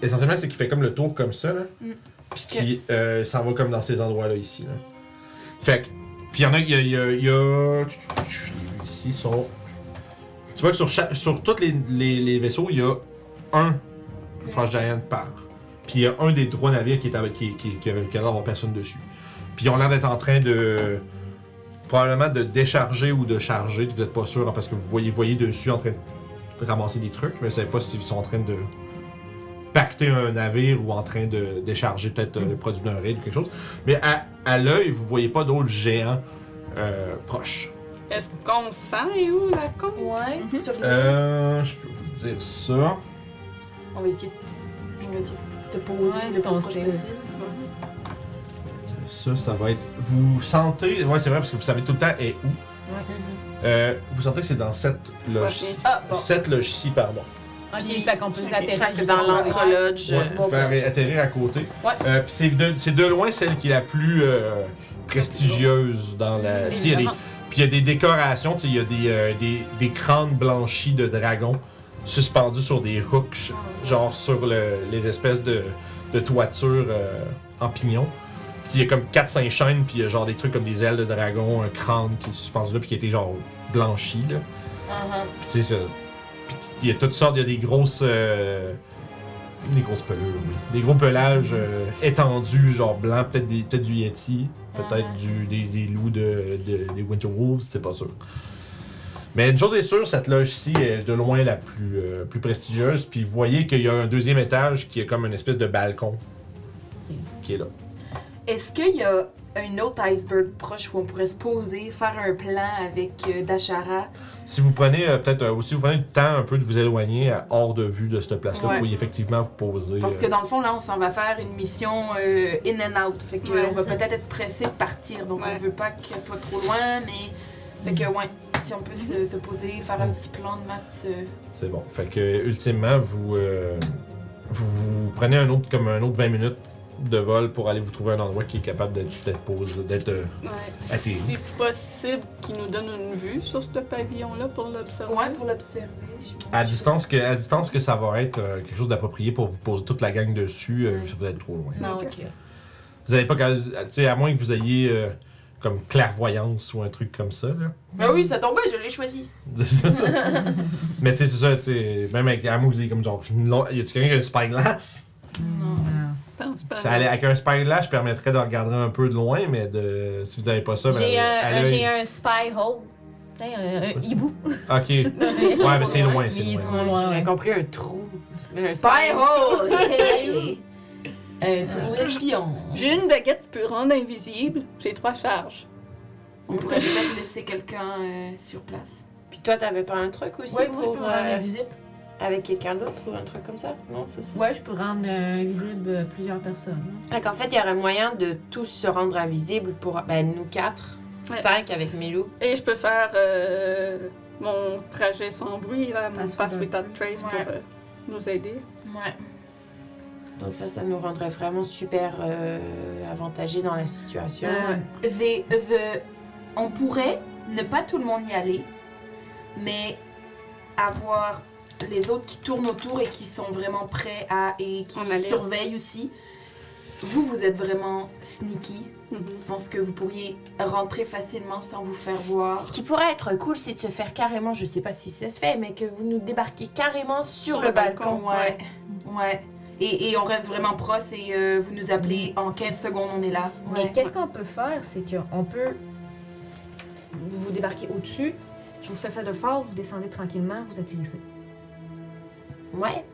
Speaker 1: Essentiellement, c'est qu'il fait comme le tour comme ça, là.
Speaker 4: Mm.
Speaker 1: Puis qui euh, s'en va comme dans ces endroits-là ici, là. Fait que. Puis il y en a. Il y a. il y a- il y a- je l'ai vu ici, sont. Tu vois que sur, chaque- sur tous les, les- les vaisseaux, il y a un Flash Giant par. Puis il y a un des trois navires qui, est avec, qui, qui, qui, qui a l'air d'avoir personne dessus. Puis ils ont l'air d'être en train de. Probablement de décharger ou de charger, vous n'êtes pas sûr, hein, parce que vous voyez, voyez dessus en train de ramasser des trucs, mais vous savez pas s'ils sont en train de pacter un navire ou en train de décharger peut-être euh, le produit d'un raid ou quelque chose. Mais à, à l'œil, vous voyez pas d'autres géants euh, proches.
Speaker 3: Est-ce qu'on sent et où la con?
Speaker 4: Ouais,
Speaker 5: Mhm.
Speaker 4: sur l'île.
Speaker 1: Euh, je peux vous dire ça.
Speaker 4: On va essayer de. On va essayer de te poser
Speaker 5: Ouais,
Speaker 4: le plus
Speaker 5: ça, on
Speaker 4: proche
Speaker 5: sait.
Speaker 4: possible.
Speaker 1: Ça, ça va être. Vous sentez. Ouais, c'est vrai, parce que vous savez tout le temps est où. Euh, vous sentez que c'est dans cette loge.
Speaker 4: Ah, bon.
Speaker 1: Cette loge-ci, pardon.
Speaker 5: Ok,
Speaker 4: Puis-
Speaker 5: fait qu'on peut
Speaker 4: Fait
Speaker 5: s'atterrir
Speaker 4: que
Speaker 5: juste
Speaker 4: dans
Speaker 5: en bas.
Speaker 4: l'entre-
Speaker 6: Lodge.
Speaker 1: Ouais,
Speaker 4: bon,
Speaker 1: faire atterrir à côté.
Speaker 4: Ouais.
Speaker 1: Euh, Puis c'est de, c'est de loin celle qui est la plus euh, prestigieuse dans la. Tu sais, il y a des-
Speaker 3: Évidemment.
Speaker 1: Puis il y a des décorations, tu sais, il y a des, euh, des, des crânes blanchis de dragons suspendus sur des hooks, genre sur le- les espèces de, de toitures euh, en pignon. il y a comme 4-5 chaînes, puis il y a genre des trucs comme des ailes de dragon, un crâne qui est suspendu là, puis qui a été genre blanchi. Là. Puis tu sais, ça- puis il y a toutes sortes, il y a des grosses. euh, des grosses pelures, oui. Des gros pelages euh, étendus, genre blanc, peut-être des- peut-être du Yeti, peut-être du- des, des loups de, de- des Winter Wolves, c'est pas sûr. Mais une chose est sûre, cette loge-ci est de loin la plus, euh, plus prestigieuse. Puis vous voyez qu'il y a un deuxième étage qui est comme une espèce de balcon qui est là.
Speaker 4: Est-ce qu'il y a un autre iceberg proche où on pourrait se poser, faire un plan avec euh, Dashara?
Speaker 1: Si vous prenez euh, peut-être euh, aussi, vous prenez le temps un peu de vous éloigner à- hors de vue de cette place-là,
Speaker 4: Ouais.
Speaker 1: vous pouvez effectivement vous poser.
Speaker 4: Parce
Speaker 1: euh,
Speaker 4: que dans le fond, là, on s'en va faire une mission euh, in and out. Fait que
Speaker 3: Ouais.
Speaker 4: on va peut-être être pressé de partir. Donc
Speaker 3: Ouais.
Speaker 4: on veut pas qu'elle soit trop loin, mais. Fait que, ouais, si on peut se, se poser, faire un petit plan de maths. euh,
Speaker 1: C'est bon. Fait que ultimement, vous, euh, vous vous prenez un autre comme un autre 20 minutes de vol pour aller vous trouver un endroit qui est capable d'être d'être posé, d'être euh,
Speaker 3: Ouais.
Speaker 1: Atterri.
Speaker 3: C'est possible qu'il nous donne une vue sur ce pavillon-là pour l'observer.
Speaker 4: Ouais, pour l'observer. je-
Speaker 1: à
Speaker 4: je-
Speaker 1: distance que à distance que ça va être euh, quelque chose d'approprié pour vous poser toute la gang dessus euh,
Speaker 4: Ouais.
Speaker 1: si vous êtes trop loin.
Speaker 4: Non, ok.
Speaker 5: Mm.
Speaker 1: Vous avez pas qu'à- tu sais à moins que vous ayez euh, comme clairvoyance ou un truc comme ça là. [laughs]
Speaker 4: Ben oui, ça tombait, je l'ai choisi.
Speaker 1: C'est ça. Mais tu sais, c'est ça, tu sais, même avec la musique, comme genre, une longue- y a-tu quelqu'un qui a un spyglass?
Speaker 3: Je pense
Speaker 5: Euh,
Speaker 3: pas.
Speaker 1: Ça, allait- avec un spyglass, je permettrais de regarder un peu de loin, mais de, si vous avez pas ça, ben,
Speaker 5: J'ai
Speaker 1: à
Speaker 5: un, euh,
Speaker 1: l'œil-
Speaker 5: j'ai un spy hole. Putain, un, un hibou. [laughs]
Speaker 1: Ok. Ouais, mais c'est loin, c'est
Speaker 5: Mais il est
Speaker 1: loin.
Speaker 5: trop loin.
Speaker 6: J'ai
Speaker 5: ouais.
Speaker 6: compris un trou. Un
Speaker 4: Spy [laughs] euh, hole! Hey! Un trou
Speaker 3: Ah.
Speaker 4: espion.
Speaker 3: J'ai une baguette pour rendre invisible. J'ai trois charges.
Speaker 4: On pourrait peut-être laisser quelqu'un euh, sur place.
Speaker 6: Puis toi, t'avais pas un truc aussi
Speaker 5: Ouais, moi, je
Speaker 6: pour.
Speaker 5: peux me rendre
Speaker 6: euh,
Speaker 5: invisible.
Speaker 6: avec quelqu'un d'autre ou un truc comme ça? Non, c'est ça.
Speaker 5: Ouais, je peux rendre euh, invisible euh, plusieurs personnes.
Speaker 6: Fait qu'en fait, il y aurait moyen de tous se rendre invisibles pour ben, nous quatre,
Speaker 3: Ouais.
Speaker 6: cinq avec Milou.
Speaker 3: Et je peux faire euh, mon trajet sans bruit, là, mon
Speaker 5: Pass
Speaker 3: pass
Speaker 5: without-
Speaker 3: without trace
Speaker 4: Ouais.
Speaker 3: pour euh, nous aider.
Speaker 4: Ouais.
Speaker 6: Donc ça, ça nous rendrait vraiment super euh, avantagés dans la situation.
Speaker 5: Euh,
Speaker 4: The, the- On pourrait ne pas tout le monde y aller, mais avoir les autres qui tournent autour et qui sont vraiment prêts à. et qui
Speaker 3: En alerte.
Speaker 4: surveillent aussi. Vous, vous êtes vraiment sneaky.
Speaker 3: Mhm.
Speaker 4: Je pense que vous pourriez rentrer facilement sans vous faire voir.
Speaker 6: Ce qui pourrait être cool, c'est de se faire carrément, je sais pas si ça se fait, mais que vous nous débarquiez carrément sur,
Speaker 3: Sur
Speaker 6: le,
Speaker 3: le
Speaker 6: balcon.
Speaker 4: Ouais. Ouais. Et, et on reste vraiment proche et euh, vous nous appelez en 15 secondes, on est là.
Speaker 5: Mais qu'est-ce qu'on peut faire, c'est qu'on peut vous vous débarquez au-dessus, je vous fais faire de fort, vous descendez tranquillement, vous atterrissez.
Speaker 6: Ouais.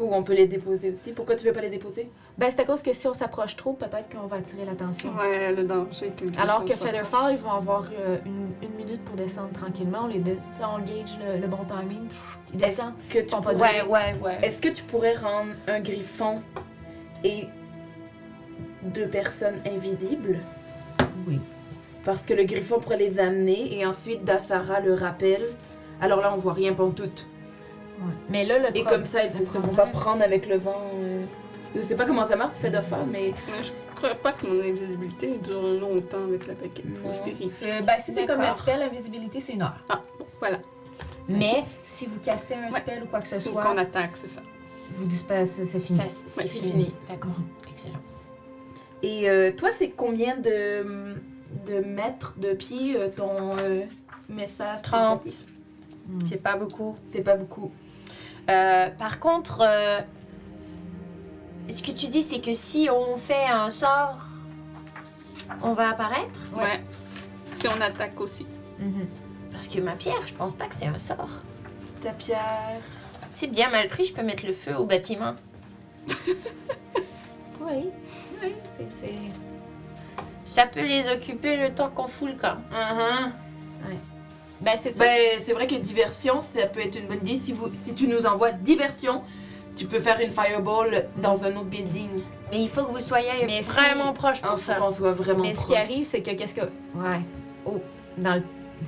Speaker 4: Ou on peut les déposer aussi. Pourquoi tu veux pas les déposer
Speaker 5: Ben, c'est à cause que si on s'approche trop, peut-être qu'on va attirer l'attention.
Speaker 3: Ouais, le danger. que-
Speaker 5: Alors que
Speaker 3: ça-
Speaker 5: Featherfall, ils vont avoir euh, une, une minute pour descendre tranquillement. On les dé- t'sais, on gauge le, le bon timing. pff, Ils
Speaker 4: Est-ce
Speaker 5: descendent.
Speaker 4: Que tu
Speaker 5: Ils sont pas
Speaker 4: pourrais-
Speaker 6: Ouais, ouais, ouais.
Speaker 4: Est-ce que tu pourrais rendre un griffon et deux personnes invisibles
Speaker 5: Oui.
Speaker 4: Parce que le griffon pourrait les amener et ensuite Dasara le rappelle. Alors là, on voit rien pantoute.
Speaker 5: Ouais. Mais là, le
Speaker 4: Et
Speaker 5: pro-
Speaker 4: comme ça, ils
Speaker 5: le
Speaker 4: ne se font
Speaker 5: problème,
Speaker 4: pas prendre avec le vent. euh. Je sais pas comment ça marche, fait de faire, mais.
Speaker 3: Mais je crois pas que mon invisibilité dure longtemps avec la baguette. Faut que je
Speaker 4: Non.
Speaker 3: vérifie.
Speaker 5: c'est- Ben, si c'est comme un
Speaker 6: D'accord.
Speaker 5: spell, la visibilité, c'est une heure.
Speaker 3: Ah, bon, voilà.
Speaker 5: Mais si vous castez un
Speaker 3: Ouais.
Speaker 5: spell ou quoi que ce
Speaker 3: Faut
Speaker 5: soit,
Speaker 3: qu'on attaque, c'est ça.
Speaker 5: vous disparaissez, c'est fini.
Speaker 6: Ça, c'est
Speaker 3: Ouais,
Speaker 4: c'est
Speaker 6: fini.
Speaker 4: fini.
Speaker 6: D'accord. Excellent.
Speaker 4: Et euh, toi, c'est combien de, de mètres de pied euh, ton euh, message
Speaker 6: 30.
Speaker 5: Hmm.
Speaker 6: C'est pas beaucoup.
Speaker 4: C'est pas beaucoup.
Speaker 6: Euh, par contre, euh, ce que tu dis, c'est que si on fait un sort, on va apparaître.
Speaker 3: Ouais. Si on attaque aussi.
Speaker 5: Mhm.
Speaker 6: Parce que ma pierre, je pense pas que c'est un sort.
Speaker 4: Ta pierre.
Speaker 6: C'est bien mal pris, je peux mettre le feu au bâtiment. oui, oui, c'est- c'est. Ça peut les occuper le temps qu'on fout le camp.
Speaker 4: Uhum.
Speaker 5: Ben, c'est ça.
Speaker 4: Uh-huh. Ben, c'est vrai que diversion, ça peut être une bonne idée. Si, vous, si tu nous envoies diversion, tu peux faire une fireball dans un autre building.
Speaker 6: Mais il faut que vous soyez
Speaker 5: Mais
Speaker 6: vraiment
Speaker 5: si-
Speaker 6: proche
Speaker 4: Il
Speaker 6: pour
Speaker 4: faut
Speaker 6: ça.
Speaker 4: qu'on soit vraiment
Speaker 5: Mais ce qui
Speaker 4: proche.
Speaker 5: arrive, c'est que qu'est-ce que. Ouais. Oh, dans le,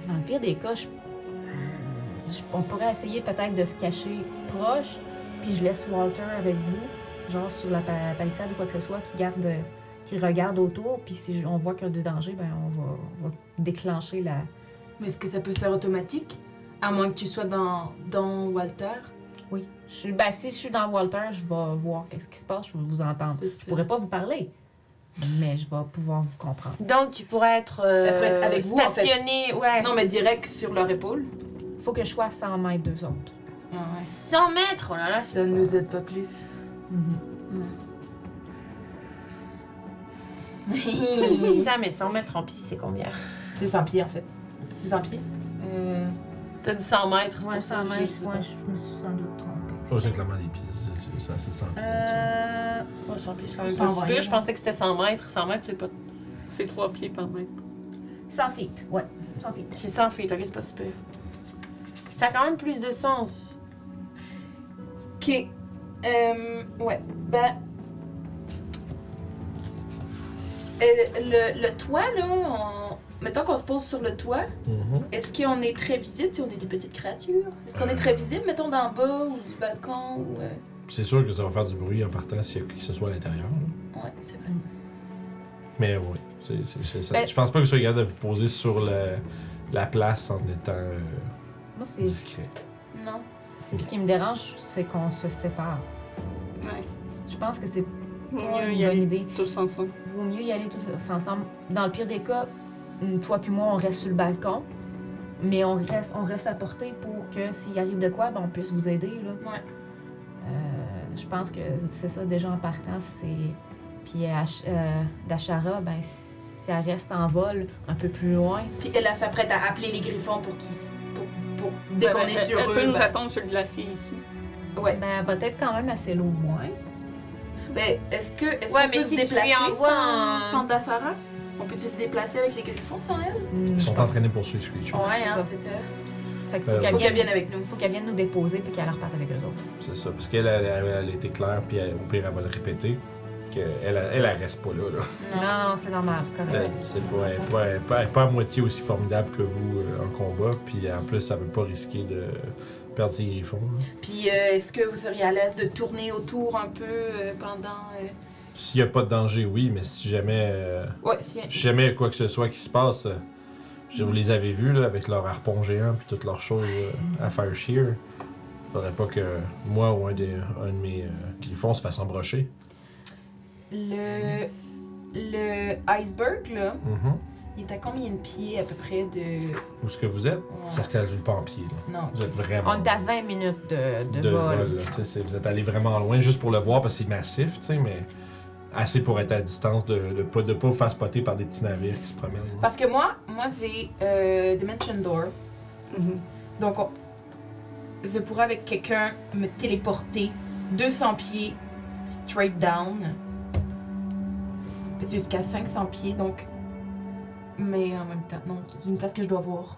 Speaker 5: dans le pire des cas, je- je- on pourrait essayer peut-être de se cacher proche, puis je laisse Walter avec vous, genre sur la pa- palissade ou quoi que ce soit, qui garde, qui regarde autour, puis si je- on voit qu'il y a du danger, ben on va, on va déclencher la.
Speaker 4: Mais est-ce que ça peut se faire automatique À moins que tu sois dans, dans Walter.
Speaker 5: Oui. Je, suis- ben, si je suis dans Walter, je vais voir qu'est-ce qui se passe, je vais vous entendre. Je pourrais pas vous parler, mais je vais pouvoir vous comprendre.
Speaker 6: Donc, tu pourrais être, euh,
Speaker 4: Ça pourrait être avec vous, en fait.
Speaker 6: stationné, ouais.
Speaker 4: Non, mais direct sur leur épaule.
Speaker 5: Faut que je sois à 100 mètres d'eux autres.
Speaker 4: Ouais, ouais.
Speaker 6: 100 mètres, oh là là, c'est
Speaker 9: Ça ne nous aide pas plus.
Speaker 6: ça, mais 100 mètres en piste, c'est combien?
Speaker 9: C'est 100 pieds en fait. C'est 100 pieds?
Speaker 5: Euh,
Speaker 6: T'as dit 100 mètres, c'est
Speaker 5: ouais,
Speaker 6: pour ça
Speaker 5: 100
Speaker 6: que je
Speaker 5: mètres,
Speaker 6: sais
Speaker 5: ouais,
Speaker 6: pas.
Speaker 5: je me suis sans doute trompée.
Speaker 1: Oh, c'est clairement des pieds. c'est- c'est- C'est c'est sans pieds.
Speaker 5: Euh,
Speaker 6: Oh, 100 pieds, c'est quand même
Speaker 5: 100
Speaker 6: pas si pire. Je
Speaker 5: ouais.
Speaker 6: pensais que c'était 100 mètres. 100 mètres, c'est pas...
Speaker 3: C'est trois pieds par mètre.
Speaker 5: 100 feet, ouais, 100 feet.
Speaker 6: C'est 100 feet, ok, c'est pas si pire. Ça a quand même plus de sens.
Speaker 4: Ok. Euh, ouais. Ben. Euh, le, le toit, là, on- mettons qu'on se pose sur le toit,
Speaker 1: Mhm.
Speaker 4: est-ce qu'on est très visible si on est des petites créatures? Est-ce qu'on est très visible, mettons, d'en bas ou du balcon? Ou, euh,
Speaker 1: C'est sûr que ça va faire du bruit en partant s'il y a qui que ce soit à l'intérieur. là.
Speaker 4: Ouais, c'est vrai.
Speaker 1: Mais oui, c'est c'est- c'est ça.
Speaker 4: Ben-
Speaker 1: Je pense pas que vous soyez capable de vous poser sur le- la place en étant euh,
Speaker 5: Moi, c'est
Speaker 1: discret.
Speaker 4: Non.
Speaker 5: c'est ce qui me dérange, c'est qu'on se sépare.
Speaker 3: Ouais.
Speaker 5: Je pense que c'est
Speaker 3: Vaut
Speaker 5: pas
Speaker 3: mieux
Speaker 5: une
Speaker 3: y
Speaker 5: bonne
Speaker 3: aller
Speaker 5: idée.
Speaker 3: tous ensemble.
Speaker 5: Vaut mieux y aller tous ensemble. Dans le pire des cas, toi puis moi, on reste sur le balcon, mais on reste, on reste à portée pour que s'il arrive de quoi, ben, on puisse vous aider. Là.
Speaker 4: Ouais.
Speaker 5: Euh, je pense que c'est ça, déjà en partant, c'est. Puis à Ch- euh, Dachara, ben, si elle reste en vol un peu plus loin,
Speaker 4: Puis elle a fait prête à appeler les griffons pour qu'ils. Pour, pour, dès
Speaker 3: Ben,
Speaker 4: qu'on
Speaker 3: elle-
Speaker 4: est sur
Speaker 3: Elle
Speaker 4: eux.
Speaker 3: peut nous
Speaker 4: ben-
Speaker 3: attendre sur le glacier ici.
Speaker 4: ouais.
Speaker 5: ben, elle va être quand même assez loin.
Speaker 4: Ben, est-ce que. Est
Speaker 6: Ouais,
Speaker 4: qu'on
Speaker 6: mais
Speaker 4: peut
Speaker 6: si
Speaker 4: se
Speaker 6: tu
Speaker 4: déplacer
Speaker 6: lui envoies
Speaker 4: sans-
Speaker 6: un-
Speaker 4: sans Daffara? On peut se déplacer avec les griffons sans elle?
Speaker 5: Hmm,
Speaker 1: Ils
Speaker 5: je
Speaker 1: sont
Speaker 5: pense-
Speaker 1: entraînés pour suivre ce Screech.
Speaker 4: Ouais,
Speaker 5: c'est
Speaker 4: hein,
Speaker 5: ça.
Speaker 4: c'est ça.
Speaker 5: Fait qu'il
Speaker 1: Euh,
Speaker 5: faut qu'elle
Speaker 4: Faut qu'elle
Speaker 5: vienne,
Speaker 4: vienne avec nous.
Speaker 5: faut qu'elle vienne nous déposer puis qu'elle reparte avec eux autres.
Speaker 1: C'est ça. Parce qu'elle, elle, elle, elle était claire, puis elle- au pire, elle va le répéter. qu'elle elle, elle, elle reste pas là. là.
Speaker 5: Non, non, c'est normal, c'est
Speaker 1: Elle,
Speaker 5: correct.
Speaker 1: c'est pas, elle est pas, elle est pas- elle est pas à moitié aussi formidable que vous euh, en combat, puis en plus, ça veut pas risquer de perdre ses hein. griffons. là.
Speaker 4: Puis euh, est-ce que vous seriez à l'aise de tourner autour un peu euh, pendant. euh,
Speaker 1: S'il y a pas de danger, oui, mais si jamais. euh,
Speaker 4: Ouais, si.
Speaker 1: Si jamais quoi que ce soit qui se passe, euh, je vous les avais vus là, avec leur harpon géant puis toutes leurs choses euh, à faire shear. Faudrait pas que moi ou un, des, un de mes euh, griffons se fasse embrocher.
Speaker 4: Le. Le iceberg, là, il est à combien de pieds à peu près de.
Speaker 1: Où ce que vous êtes,
Speaker 4: Ouais.
Speaker 1: ça se calcule pas en pied. là.
Speaker 4: Non.
Speaker 1: Vous êtes vraiment.
Speaker 5: On est à 20 minutes de, de
Speaker 1: de
Speaker 5: vol.
Speaker 1: vol, là. Tu sais, c'est- vous êtes allé vraiment loin juste pour le voir parce que c'est massif, tu sais, mais assez pour être à distance de ne pas, de pas vous faire spotter par des petits navires qui se promènent. là.
Speaker 4: Parce que moi, moi j'ai euh, Dimension Door. Mhm. Donc, on- je pourrais avec quelqu'un me téléporter 200 pieds straight down jusqu'à 500 pieds. Donc, mais en même temps, non, c'est une place que je dois voir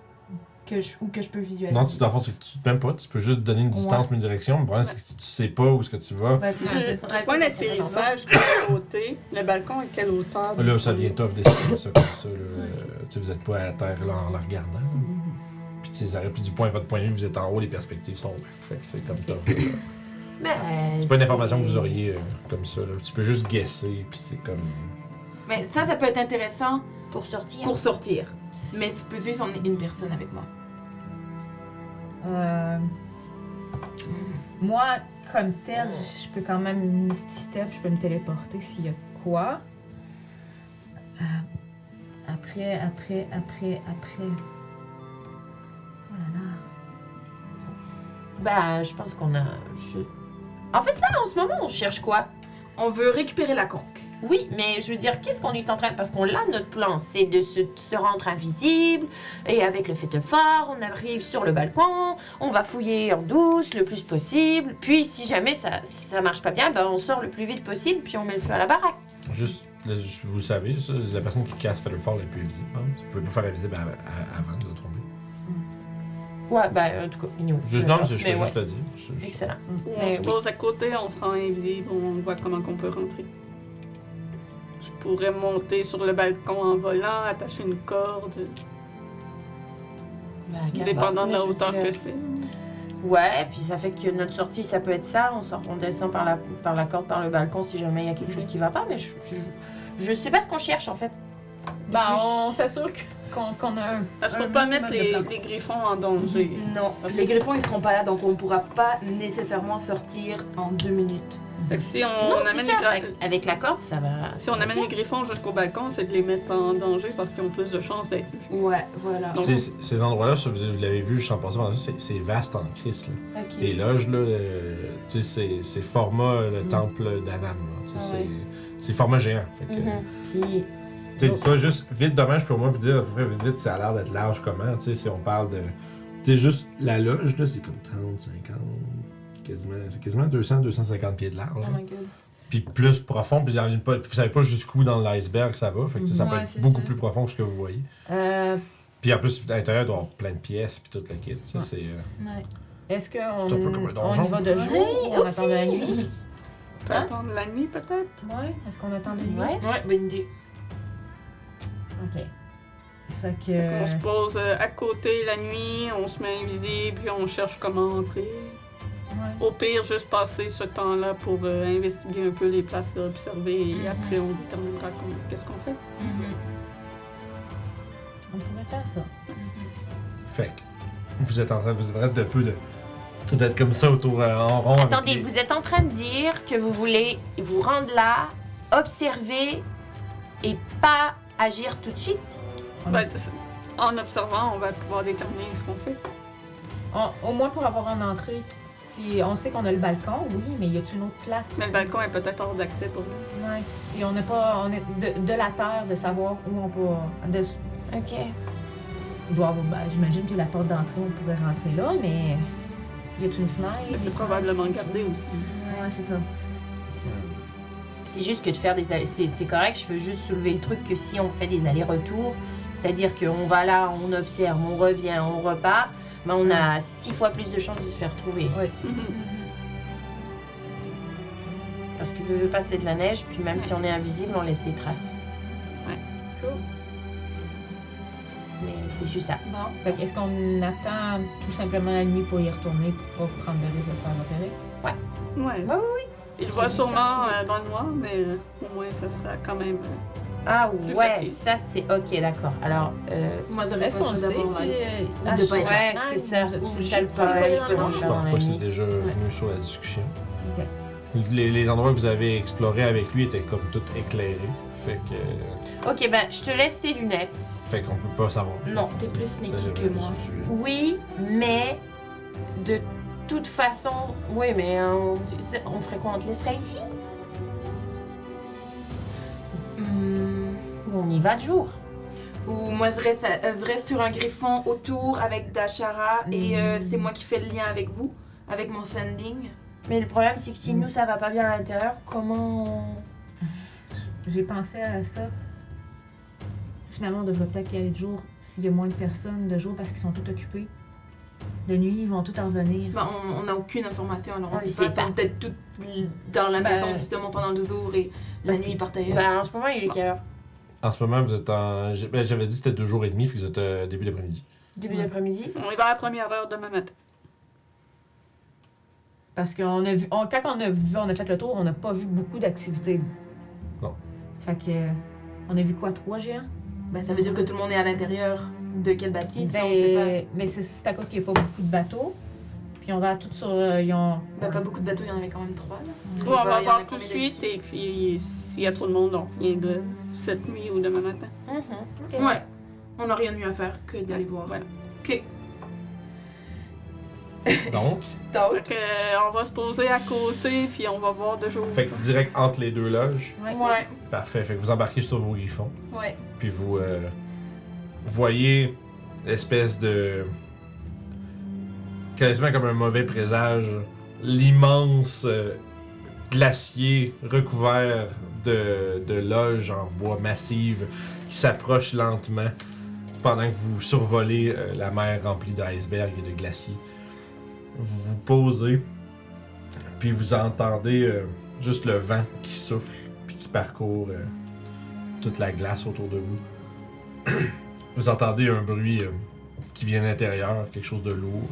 Speaker 4: que je, ou que je peux visualiser.
Speaker 1: Non, tu, dans le fond, c'est que tu même pas. Tu peux juste donner une distance, mais une direction. Mais le problème, c'est que si tu sais pas où est-ce que tu vas,
Speaker 4: Ben, c'est-
Speaker 3: Tu-
Speaker 4: c'est-
Speaker 3: Tu vois l'atterrissage de quel côté, le balcon à quelle hauteur.
Speaker 1: Là, ça vient tough d'estimer ça comme ça. Là. Euh, tu sais, vous êtes pas à terre là, en la regardant.
Speaker 6: Mm-hmm.
Speaker 1: Puis tu sais, ça aurait plus du point, votre point de vue, vous êtes en haut, les perspectives sont back. Fait que c'est comme tough. là.
Speaker 6: euh,
Speaker 1: C'est pas une information que vous auriez euh, comme ça. Là. Tu peux juste guesser, puis c'est comme...
Speaker 4: Mais ça, ça peut être intéressant
Speaker 6: Pour sortir.
Speaker 4: pour sortir. Mais tu peux juste emmener une personne avec moi.
Speaker 5: Euh, moi, comme tel, je peux quand même Misty Step, je peux me téléporter s'il y a quoi. Euh, après, après, après, après. Oh là là.
Speaker 4: Euh,
Speaker 6: Bah, je pense qu'on a. je- En fait, là, en ce moment, on cherche quoi
Speaker 4: On veut récupérer la conque.
Speaker 6: Oui, mais je veux dire, qu'est-ce qu'on est en train. Parce qu'on l'a notre plan, c'est de se, se rendre invisible, et avec le fête fort, on arrive sur le balcon, on va fouiller en douce le plus possible, puis si jamais ça, si ça marche pas bien, ben on sort le plus vite possible, puis on met le feu à la baraque.
Speaker 1: Juste, là, je- vous le savez, ça, la personne qui casse fait le fort est plus invisible. hein. Vous pouvez pas faire invisible à- à- avant de le tromper.
Speaker 6: Ouais, ben, en tout cas, ignorons.
Speaker 1: Juste, non, mais c'est- je peux
Speaker 6: Mais ouais,
Speaker 1: juste le dire. Je- je-
Speaker 6: Excellent.
Speaker 3: On
Speaker 6: Mais
Speaker 3: se
Speaker 6: oui.
Speaker 3: pose à côté, on se rend invisible, on voit comment qu'on peut rentrer. Je pourrais monter sur le balcon en volant, attacher une corde,
Speaker 6: Ben, regarde,
Speaker 3: dépendant de
Speaker 6: mais
Speaker 3: la
Speaker 6: je
Speaker 3: hauteur
Speaker 6: dirais-
Speaker 3: que c'est.
Speaker 6: Ouais, puis ça fait que notre sortie, ça peut être ça. On sort, on descend par la, par la corde, par le balcon si jamais il y a quelque chose qui va pas. Mais je, je, je sais pas ce qu'on cherche en fait.
Speaker 5: Ben,
Speaker 6: Plus-
Speaker 5: on s'assure que- qu'on qu'on a un.
Speaker 3: Parce
Speaker 5: un
Speaker 3: qu'on peut pas mettre
Speaker 5: minimum
Speaker 3: les,
Speaker 5: de plan.
Speaker 3: les griffons en danger.
Speaker 6: Mm.
Speaker 4: Non,
Speaker 3: Parce que-
Speaker 4: les griffons ils seront pas là donc on pourra pas nécessairement sortir en deux minutes.
Speaker 3: Fait que si on,
Speaker 6: Non, c'est
Speaker 3: amène,
Speaker 6: ça,
Speaker 3: les gra-
Speaker 6: avec, avec la corde, ça va.
Speaker 3: si on amène les griffons jusqu'au balcon, c'est de les mettre en danger parce qu'ils ont plus de chances d'être vus.
Speaker 4: Ouais, voilà.
Speaker 3: Donc,
Speaker 1: Tu sais, ces endroits-là, ça, vous, vous l'avez vu juste en passant par là, c'est c'est vaste en Christ. là.
Speaker 4: Ok.
Speaker 1: Les loges, là, euh, tu sais, c'est- c'est format euh, le temple d'Anam. là. Tu sais,
Speaker 4: Ah
Speaker 1: c'est-
Speaker 4: ouais.
Speaker 1: C'est format géant. Fait
Speaker 3: Mhm.
Speaker 1: que,
Speaker 6: Mm-hmm.
Speaker 5: Puis,
Speaker 1: Tu sais, dis-toi juste vite dommage pour moi vous dire à peu près vite vite ça a l'air d'être large comment, tu sais, si on parle de. Tu sais, juste la loge, là, c'est comme 30, 50, quasiment. C'est quasiment 200, 250 pieds de large.
Speaker 4: Oh
Speaker 1: là.
Speaker 4: my god.
Speaker 1: Puis plus profond, puis j'en viens pas- vous savez pas jusqu'où dans l'iceberg ça va. Fait que tu sais, ça
Speaker 10: Mhm.
Speaker 1: peut
Speaker 10: Ouais,
Speaker 1: être
Speaker 10: c'est
Speaker 1: beaucoup
Speaker 10: ça.
Speaker 1: plus profond que ce que vous voyez.
Speaker 5: euh,
Speaker 1: Puis en plus, à l'intérieur, il doit y avoir plein de pièces, puis toute la kit. Ça,
Speaker 5: Ouais.
Speaker 1: c'est. euh,
Speaker 5: est-ce qu'on
Speaker 1: C'est un peu comme un donjon.
Speaker 5: on y va de jour ou on attend de la nuit?
Speaker 3: on peut attendre la nuit peut-être.
Speaker 5: Ouais, est-ce qu'on attend de la nuit?
Speaker 6: Ouais.
Speaker 4: Ouais, bonne idée.
Speaker 5: Ok. Fait
Speaker 3: On se
Speaker 5: que.
Speaker 3: pose euh, à côté la nuit, on se met invisible, puis on cherche comment entrer.
Speaker 5: Ouais.
Speaker 3: Au pire, juste passer ce temps-là pour euh, investiguer un peu les places à observer et après on déterminera qu'on- qu'est-ce qu'on fait.
Speaker 5: On pourrait faire ça.
Speaker 1: Fait que vous êtes en train, vous êtes en train de peu de. Tout être comme ça autour euh, en rond. avec
Speaker 6: Attendez,
Speaker 1: les-
Speaker 6: vous êtes en train de dire que vous voulez vous rendre là, observer et pas agir tout de suite?
Speaker 5: On-
Speaker 3: Ben, c'est- en observant, on va pouvoir déterminer ce qu'on fait.
Speaker 5: on- Ah, au moins pour avoir une entrée. Si on sait qu'on a le balcon, oui, mais y a-t-il une autre place?
Speaker 3: Mais le balcon est peut-être hors d'accès pour nous.
Speaker 5: Ouais. Si on n'a pas. On est de, de la terre, de savoir où on peut. de-
Speaker 6: Ok.
Speaker 5: il doit y avoir- ben, J'imagine que la porte d'entrée, on pourrait rentrer là, mais. Y a-t-il une fenêtre?
Speaker 3: Mais c'est
Speaker 5: Des-
Speaker 3: probablement gardé aussi. [laughs]
Speaker 5: Ouais, c'est ça.
Speaker 6: C'est juste que de faire des allers- c'est c'est correct, je veux juste soulever le truc que si on fait des allers-retours, c'est-à-dire qu'on va là, on observe, on revient, on repart, mais on a six fois plus de chances de se faire trouver. Parce que veut, veut pas, c'est de la neige, puis même si on est invisible, on laisse des traces.
Speaker 3: Ouais.
Speaker 5: Cool.
Speaker 6: Mais c'est juste ça.
Speaker 4: Bon.
Speaker 5: Fait que est-ce qu'on attend tout simplement la nuit pour y retourner pour pas prendre de risques de se faire repérer?
Speaker 3: Ouais.
Speaker 6: Ah
Speaker 3: Il voit sûrement euh, dans le noir, mais euh, au moins ça sera quand même. euh,
Speaker 6: Ah
Speaker 3: Plus
Speaker 6: ouais,
Speaker 3: facile.
Speaker 6: ça c'est ok, d'accord. Alors, euh,
Speaker 4: Moi, j'aurais
Speaker 5: Est-ce
Speaker 4: pas
Speaker 5: qu'on
Speaker 4: dit
Speaker 5: sait si.
Speaker 4: d'abord, ouais.
Speaker 5: la
Speaker 4: de pas être
Speaker 5: chaîne-
Speaker 6: ouais, c'est ça,
Speaker 5: ou-
Speaker 6: c'est ça le
Speaker 5: ou-
Speaker 6: problème.
Speaker 5: ou-
Speaker 6: selon
Speaker 1: Je
Speaker 6: moi, dans
Speaker 1: pense
Speaker 6: la
Speaker 1: pas que
Speaker 6: nuit.
Speaker 1: c'est déjà venu sur la discussion.
Speaker 5: Ok.
Speaker 1: Les, les endroits que vous avez explorés avec lui étaient comme tout éclairés. Fait que.
Speaker 6: Ok, ben je te laisse tes lunettes.
Speaker 1: Fait qu'on peut pas savoir.
Speaker 4: Non, t'es plus
Speaker 1: Ça,
Speaker 4: sneaky
Speaker 1: j'avais
Speaker 4: que
Speaker 1: vu
Speaker 4: moi.
Speaker 1: ce sujet.
Speaker 6: Oui, mais de toute façon, oui, mais on, on ferait quoi On te laisserait ici
Speaker 4: Hmm.
Speaker 6: Ou on y va de jour
Speaker 4: Ou moi, je reste, à- je reste sur un griffon autour avec Dashara et euh, c'est moi qui fais le lien avec vous, avec mon sending.
Speaker 6: Mais le problème, c'est que si nous ça va pas bien à l'intérieur, comment on-
Speaker 5: J'ai pensé à ça. Finalement, on devrait peut-être y aller de jour s'il y a moins de personnes de jour parce qu'ils sont tous occupés. De nuit, ils vont tous en revenir.
Speaker 4: Ben, on n'a aucune information, alors on
Speaker 6: On
Speaker 5: Ah,
Speaker 4: sait,
Speaker 6: sait
Speaker 4: pas. Ils sont peut-être toutes dans la
Speaker 5: Ben,
Speaker 4: maison justement pendant deux jours et la
Speaker 5: parce ben,
Speaker 4: nuit ils partent ailleurs.
Speaker 6: Bah en ce moment, il est quelle heure
Speaker 1: En ce moment, vous êtes en. j'ai- ben, J'avais dit que c'était deux jours et demi, fait que vous êtes euh, début d'après-midi.
Speaker 6: Début d'après-midi
Speaker 3: On y va à la première heure demain matin.
Speaker 5: Parce qu'on a vu, on- quand on a vu, on a fait le tour, on n'a pas vu beaucoup d'activités.
Speaker 1: Non.
Speaker 5: Fait que, euh, on a vu quoi, trois géants?
Speaker 4: Ben, ça veut dire que tout le monde est à l'intérieur de quel bâtisse, ça, on sait
Speaker 5: Ben, mais c'est- c'est à cause qu'il n'y a pas beaucoup de bateaux. Puis on va toutes sur, euh, ils ont-
Speaker 4: pas. Ben, pas beaucoup de bateaux, il y en avait quand même trois. Là.
Speaker 3: Ou on
Speaker 4: Il y en a
Speaker 3: va voir tout
Speaker 4: combien
Speaker 3: de suite et puis s'il y a trop de monde, on revient de cette nuit ou demain matin.
Speaker 6: Mm-hmm.
Speaker 4: d'habitude? Ouais, on n'a rien de mieux à faire que d'aller voir.
Speaker 3: Voilà.
Speaker 4: Ok,
Speaker 1: Donc,
Speaker 4: donc.
Speaker 3: Donc euh, on va se poser à côté puis on va voir de jour.
Speaker 1: fait que direct entre les deux loges.
Speaker 4: Ouais,
Speaker 1: Parfait. Fait que vous embarquez sur vos griffons.
Speaker 4: ouais.
Speaker 1: Puis vous euh, voyez l'espèce de. quasiment comme un mauvais présage, l'immense euh, glacier recouvert de, de loges en bois massive qui s'approche lentement pendant que vous survolez euh, la mer remplie d'icebergs et de glaciers. Vous vous posez, puis vous entendez euh, juste le vent qui souffle, puis qui parcourt. euh, toute la glace autour de vous. [clears throat] vous entendez un bruit euh, qui vient de l'intérieur, quelque chose de lourd.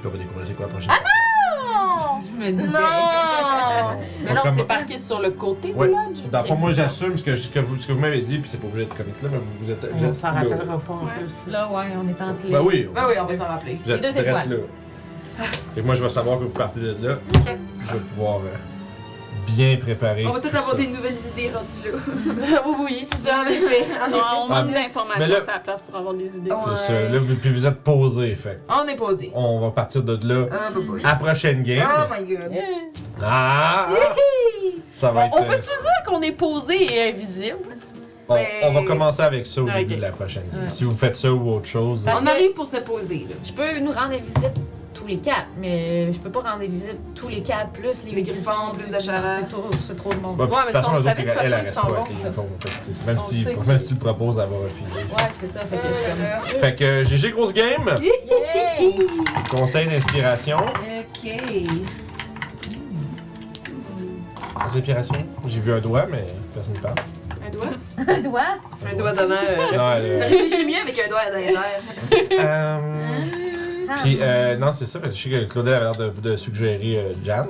Speaker 1: Puis on va découvrir c'est quoi la prochaine. Ah
Speaker 5: Je me disais-
Speaker 4: Non!
Speaker 6: Oh! Mais non, c'est parqué sur le côté
Speaker 1: Ouais.
Speaker 6: du lodge.
Speaker 1: Dans le fond, moi j'assume ce que, ce que vous, ce que vous m'avez dit, puis c'est pas obligé de comique là, mais vous êtes. vous
Speaker 6: On
Speaker 1: êtes
Speaker 6: s'en
Speaker 1: là.
Speaker 6: rappellera pas en
Speaker 3: Ouais.
Speaker 6: plus.
Speaker 5: Là, ouais, on est entre les.
Speaker 1: Ben oui,
Speaker 4: Ben oui, on va s'en rappeler.
Speaker 1: vous êtes
Speaker 5: Les deux
Speaker 1: drette
Speaker 5: étoiles.
Speaker 1: là. Fait que moi, je vais savoir que vous partez de là. Je vais pouvoir euh, bien préparer.
Speaker 4: On va peut-être
Speaker 1: tout
Speaker 4: avoir
Speaker 1: ça.
Speaker 4: des nouvelles idées rendues là.
Speaker 7: oui, oui, c'est ça, en effet. En
Speaker 3: Non,
Speaker 7: effet.
Speaker 3: on manque
Speaker 1: Ah. Mais
Speaker 3: d'informations
Speaker 1: là-
Speaker 3: sur la place pour avoir des idées.
Speaker 4: Ah
Speaker 1: C'est
Speaker 4: ouais.
Speaker 1: ça. Là, vous- puis vous êtes posé, fait.
Speaker 4: On est posé.
Speaker 1: On va partir de là.
Speaker 4: Ah,
Speaker 5: ben,
Speaker 4: bah, bah.
Speaker 1: À la prochaine
Speaker 4: Oh
Speaker 1: game.
Speaker 4: my
Speaker 5: Euh,
Speaker 4: god.
Speaker 1: Ah! Ça va être.
Speaker 6: On
Speaker 1: euh,
Speaker 6: peut-tu dire qu'on est posé et invisible?
Speaker 1: on,
Speaker 4: Mais-
Speaker 1: on va commencer avec ça au
Speaker 6: Ah,
Speaker 1: début
Speaker 6: ok.
Speaker 1: de la prochaine game.
Speaker 6: Ouais.
Speaker 1: Si vous faites ça ou autre chose.
Speaker 5: Parce
Speaker 4: On
Speaker 5: que-
Speaker 4: arrive pour se poser là.
Speaker 5: Je peux nous rendre invisibles tous les quatre, mais je peux pas rendre invisibles tous les quatre, plus les,
Speaker 4: Les griffons, plus de charades.
Speaker 5: C'est trop, c'est trop de monde.
Speaker 1: Bah,
Speaker 6: Ouais, mais si on
Speaker 1: eux
Speaker 6: le
Speaker 1: autres,
Speaker 6: savait,
Speaker 1: elle,
Speaker 6: de toute façon,
Speaker 1: elle
Speaker 6: ils
Speaker 1: reste
Speaker 6: s'en
Speaker 1: pas
Speaker 6: vont,
Speaker 1: avec les
Speaker 6: ça.
Speaker 1: griffons, fait que, tu sais, Même
Speaker 6: On
Speaker 1: si,
Speaker 6: sait.
Speaker 1: même si tu le proposes, elle va refuser.
Speaker 5: Ouais, c'est ça, fait que je suis
Speaker 4: Euh, là.
Speaker 1: Fait que euh, GG grosse game,
Speaker 5: comme...
Speaker 4: Euh.
Speaker 5: Yay!
Speaker 1: conseil d'inspiration.
Speaker 4: Ok.
Speaker 1: Conseil d'inspiration. J'ai vu un doigt, mais personne ne parle.
Speaker 4: Un doigt?
Speaker 5: Un doigt?
Speaker 6: Un euh, doigt d'honneur.
Speaker 1: Non,
Speaker 4: Ça
Speaker 1: elle,
Speaker 4: réfléchit mieux avec un doigt dans les
Speaker 1: [laughs]
Speaker 4: airs.
Speaker 1: euh,
Speaker 5: Ah.
Speaker 1: Puis, euh, non, c'est ça. Fait que je sais que Claudel avait l'air de, de suggérer euh, Jan.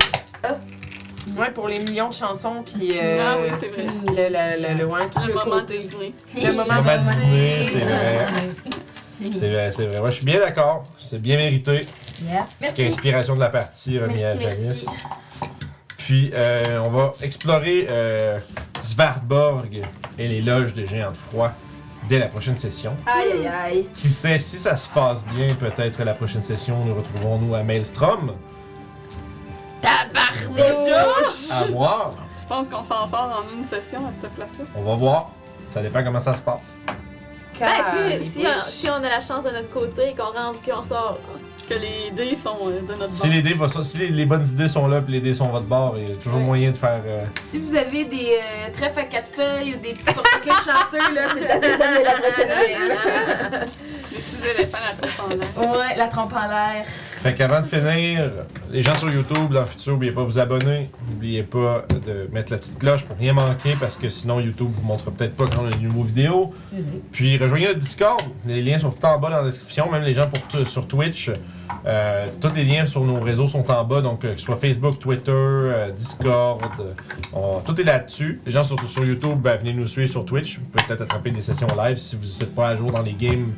Speaker 6: Ouais, pour les millions de chansons, puis. euh,
Speaker 3: Ah oui, c'est vrai.
Speaker 6: puis Le, le, le, le, ouais, tout
Speaker 3: Le
Speaker 6: le
Speaker 3: moment
Speaker 6: côté.
Speaker 3: Disney.
Speaker 6: Le moment
Speaker 1: Moment
Speaker 6: Disney.
Speaker 1: Disney, c'est vrai. C'est vrai, c'est vrai. Moi, je suis bien d'accord. C'est bien mérité.
Speaker 5: Yes.
Speaker 1: Inspiration de la partie remis à
Speaker 4: Merci,
Speaker 1: Janice.
Speaker 4: merci.
Speaker 1: Puis, euh, on va explorer euh, Svartborg et les loges des géants de froid dès la prochaine session.
Speaker 4: Aïe, aïe, aïe.
Speaker 1: Qui sait, si ça se passe bien, peut-être la prochaine session, nous retrouvons-nous à Maelstrom. À voir.
Speaker 3: Tu penses qu'on s'en sort en une session à cette place-là?
Speaker 1: On va voir. Ça dépend comment ça se passe.
Speaker 5: Ben,
Speaker 6: Car-
Speaker 5: si,
Speaker 4: Ah,
Speaker 5: si, on, si on a la chance de notre côté et qu'on rentre qu'on sort.
Speaker 3: Que les dés sont euh, de notre
Speaker 1: Si,
Speaker 3: bord.
Speaker 1: les, dés va- si les, les bonnes idées sont là puis les dés sont à votre bord, il y a toujours
Speaker 5: Ouais.
Speaker 1: moyen de faire. euh,
Speaker 4: Si vous avez des euh, trèfles à quatre feuilles ou des petits porte-clés chanceux, là, c'est peut-être les amis de la prochaine game.
Speaker 3: Les petits éléphants à tête en l'air.
Speaker 4: Ouais, la trompe en l'air.
Speaker 1: Fait qu'avant de finir, les gens sur YouTube, dans le futur, n'oubliez pas de vous abonner. N'oubliez pas de mettre la petite cloche pour rien manquer parce que sinon YouTube vous montre peut-être pas quand on a une nouvelle vidéo. Puis rejoignez le Discord. Les liens sont tout en bas dans la description. Même les gens pour t- sur Twitch, euh, tous les liens sur nos réseaux sont en bas. Donc euh, que ce soit Facebook, Twitter, euh, Discord, euh, on- tout est là-dessus. Les gens sur, sur YouTube, ben, venez nous suivre sur Twitch. Vous pouvez peut-être attraper des sessions live si vous n'êtes pas à jour dans les games.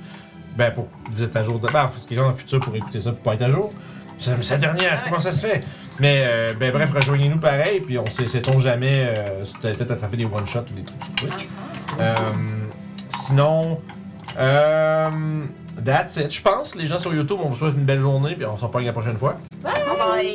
Speaker 1: Ben, pour, vous êtes à jour de. Ben, quelqu'un dans le futur pour écouter ça, pour pas être à jour. C'est c'est la dernière, comment ça se fait? Mais euh, ben, bref, rejoignez-nous pareil, puis on sait, sait-on jamais, euh, si t'as peut-être attrapé des one-shots ou des trucs sur Twitch. Euh, sinon, euh, that's it. Je pense, les gens sur YouTube, on vous souhaite une belle journée, puis on s'en parle la prochaine fois.
Speaker 4: Bye bye.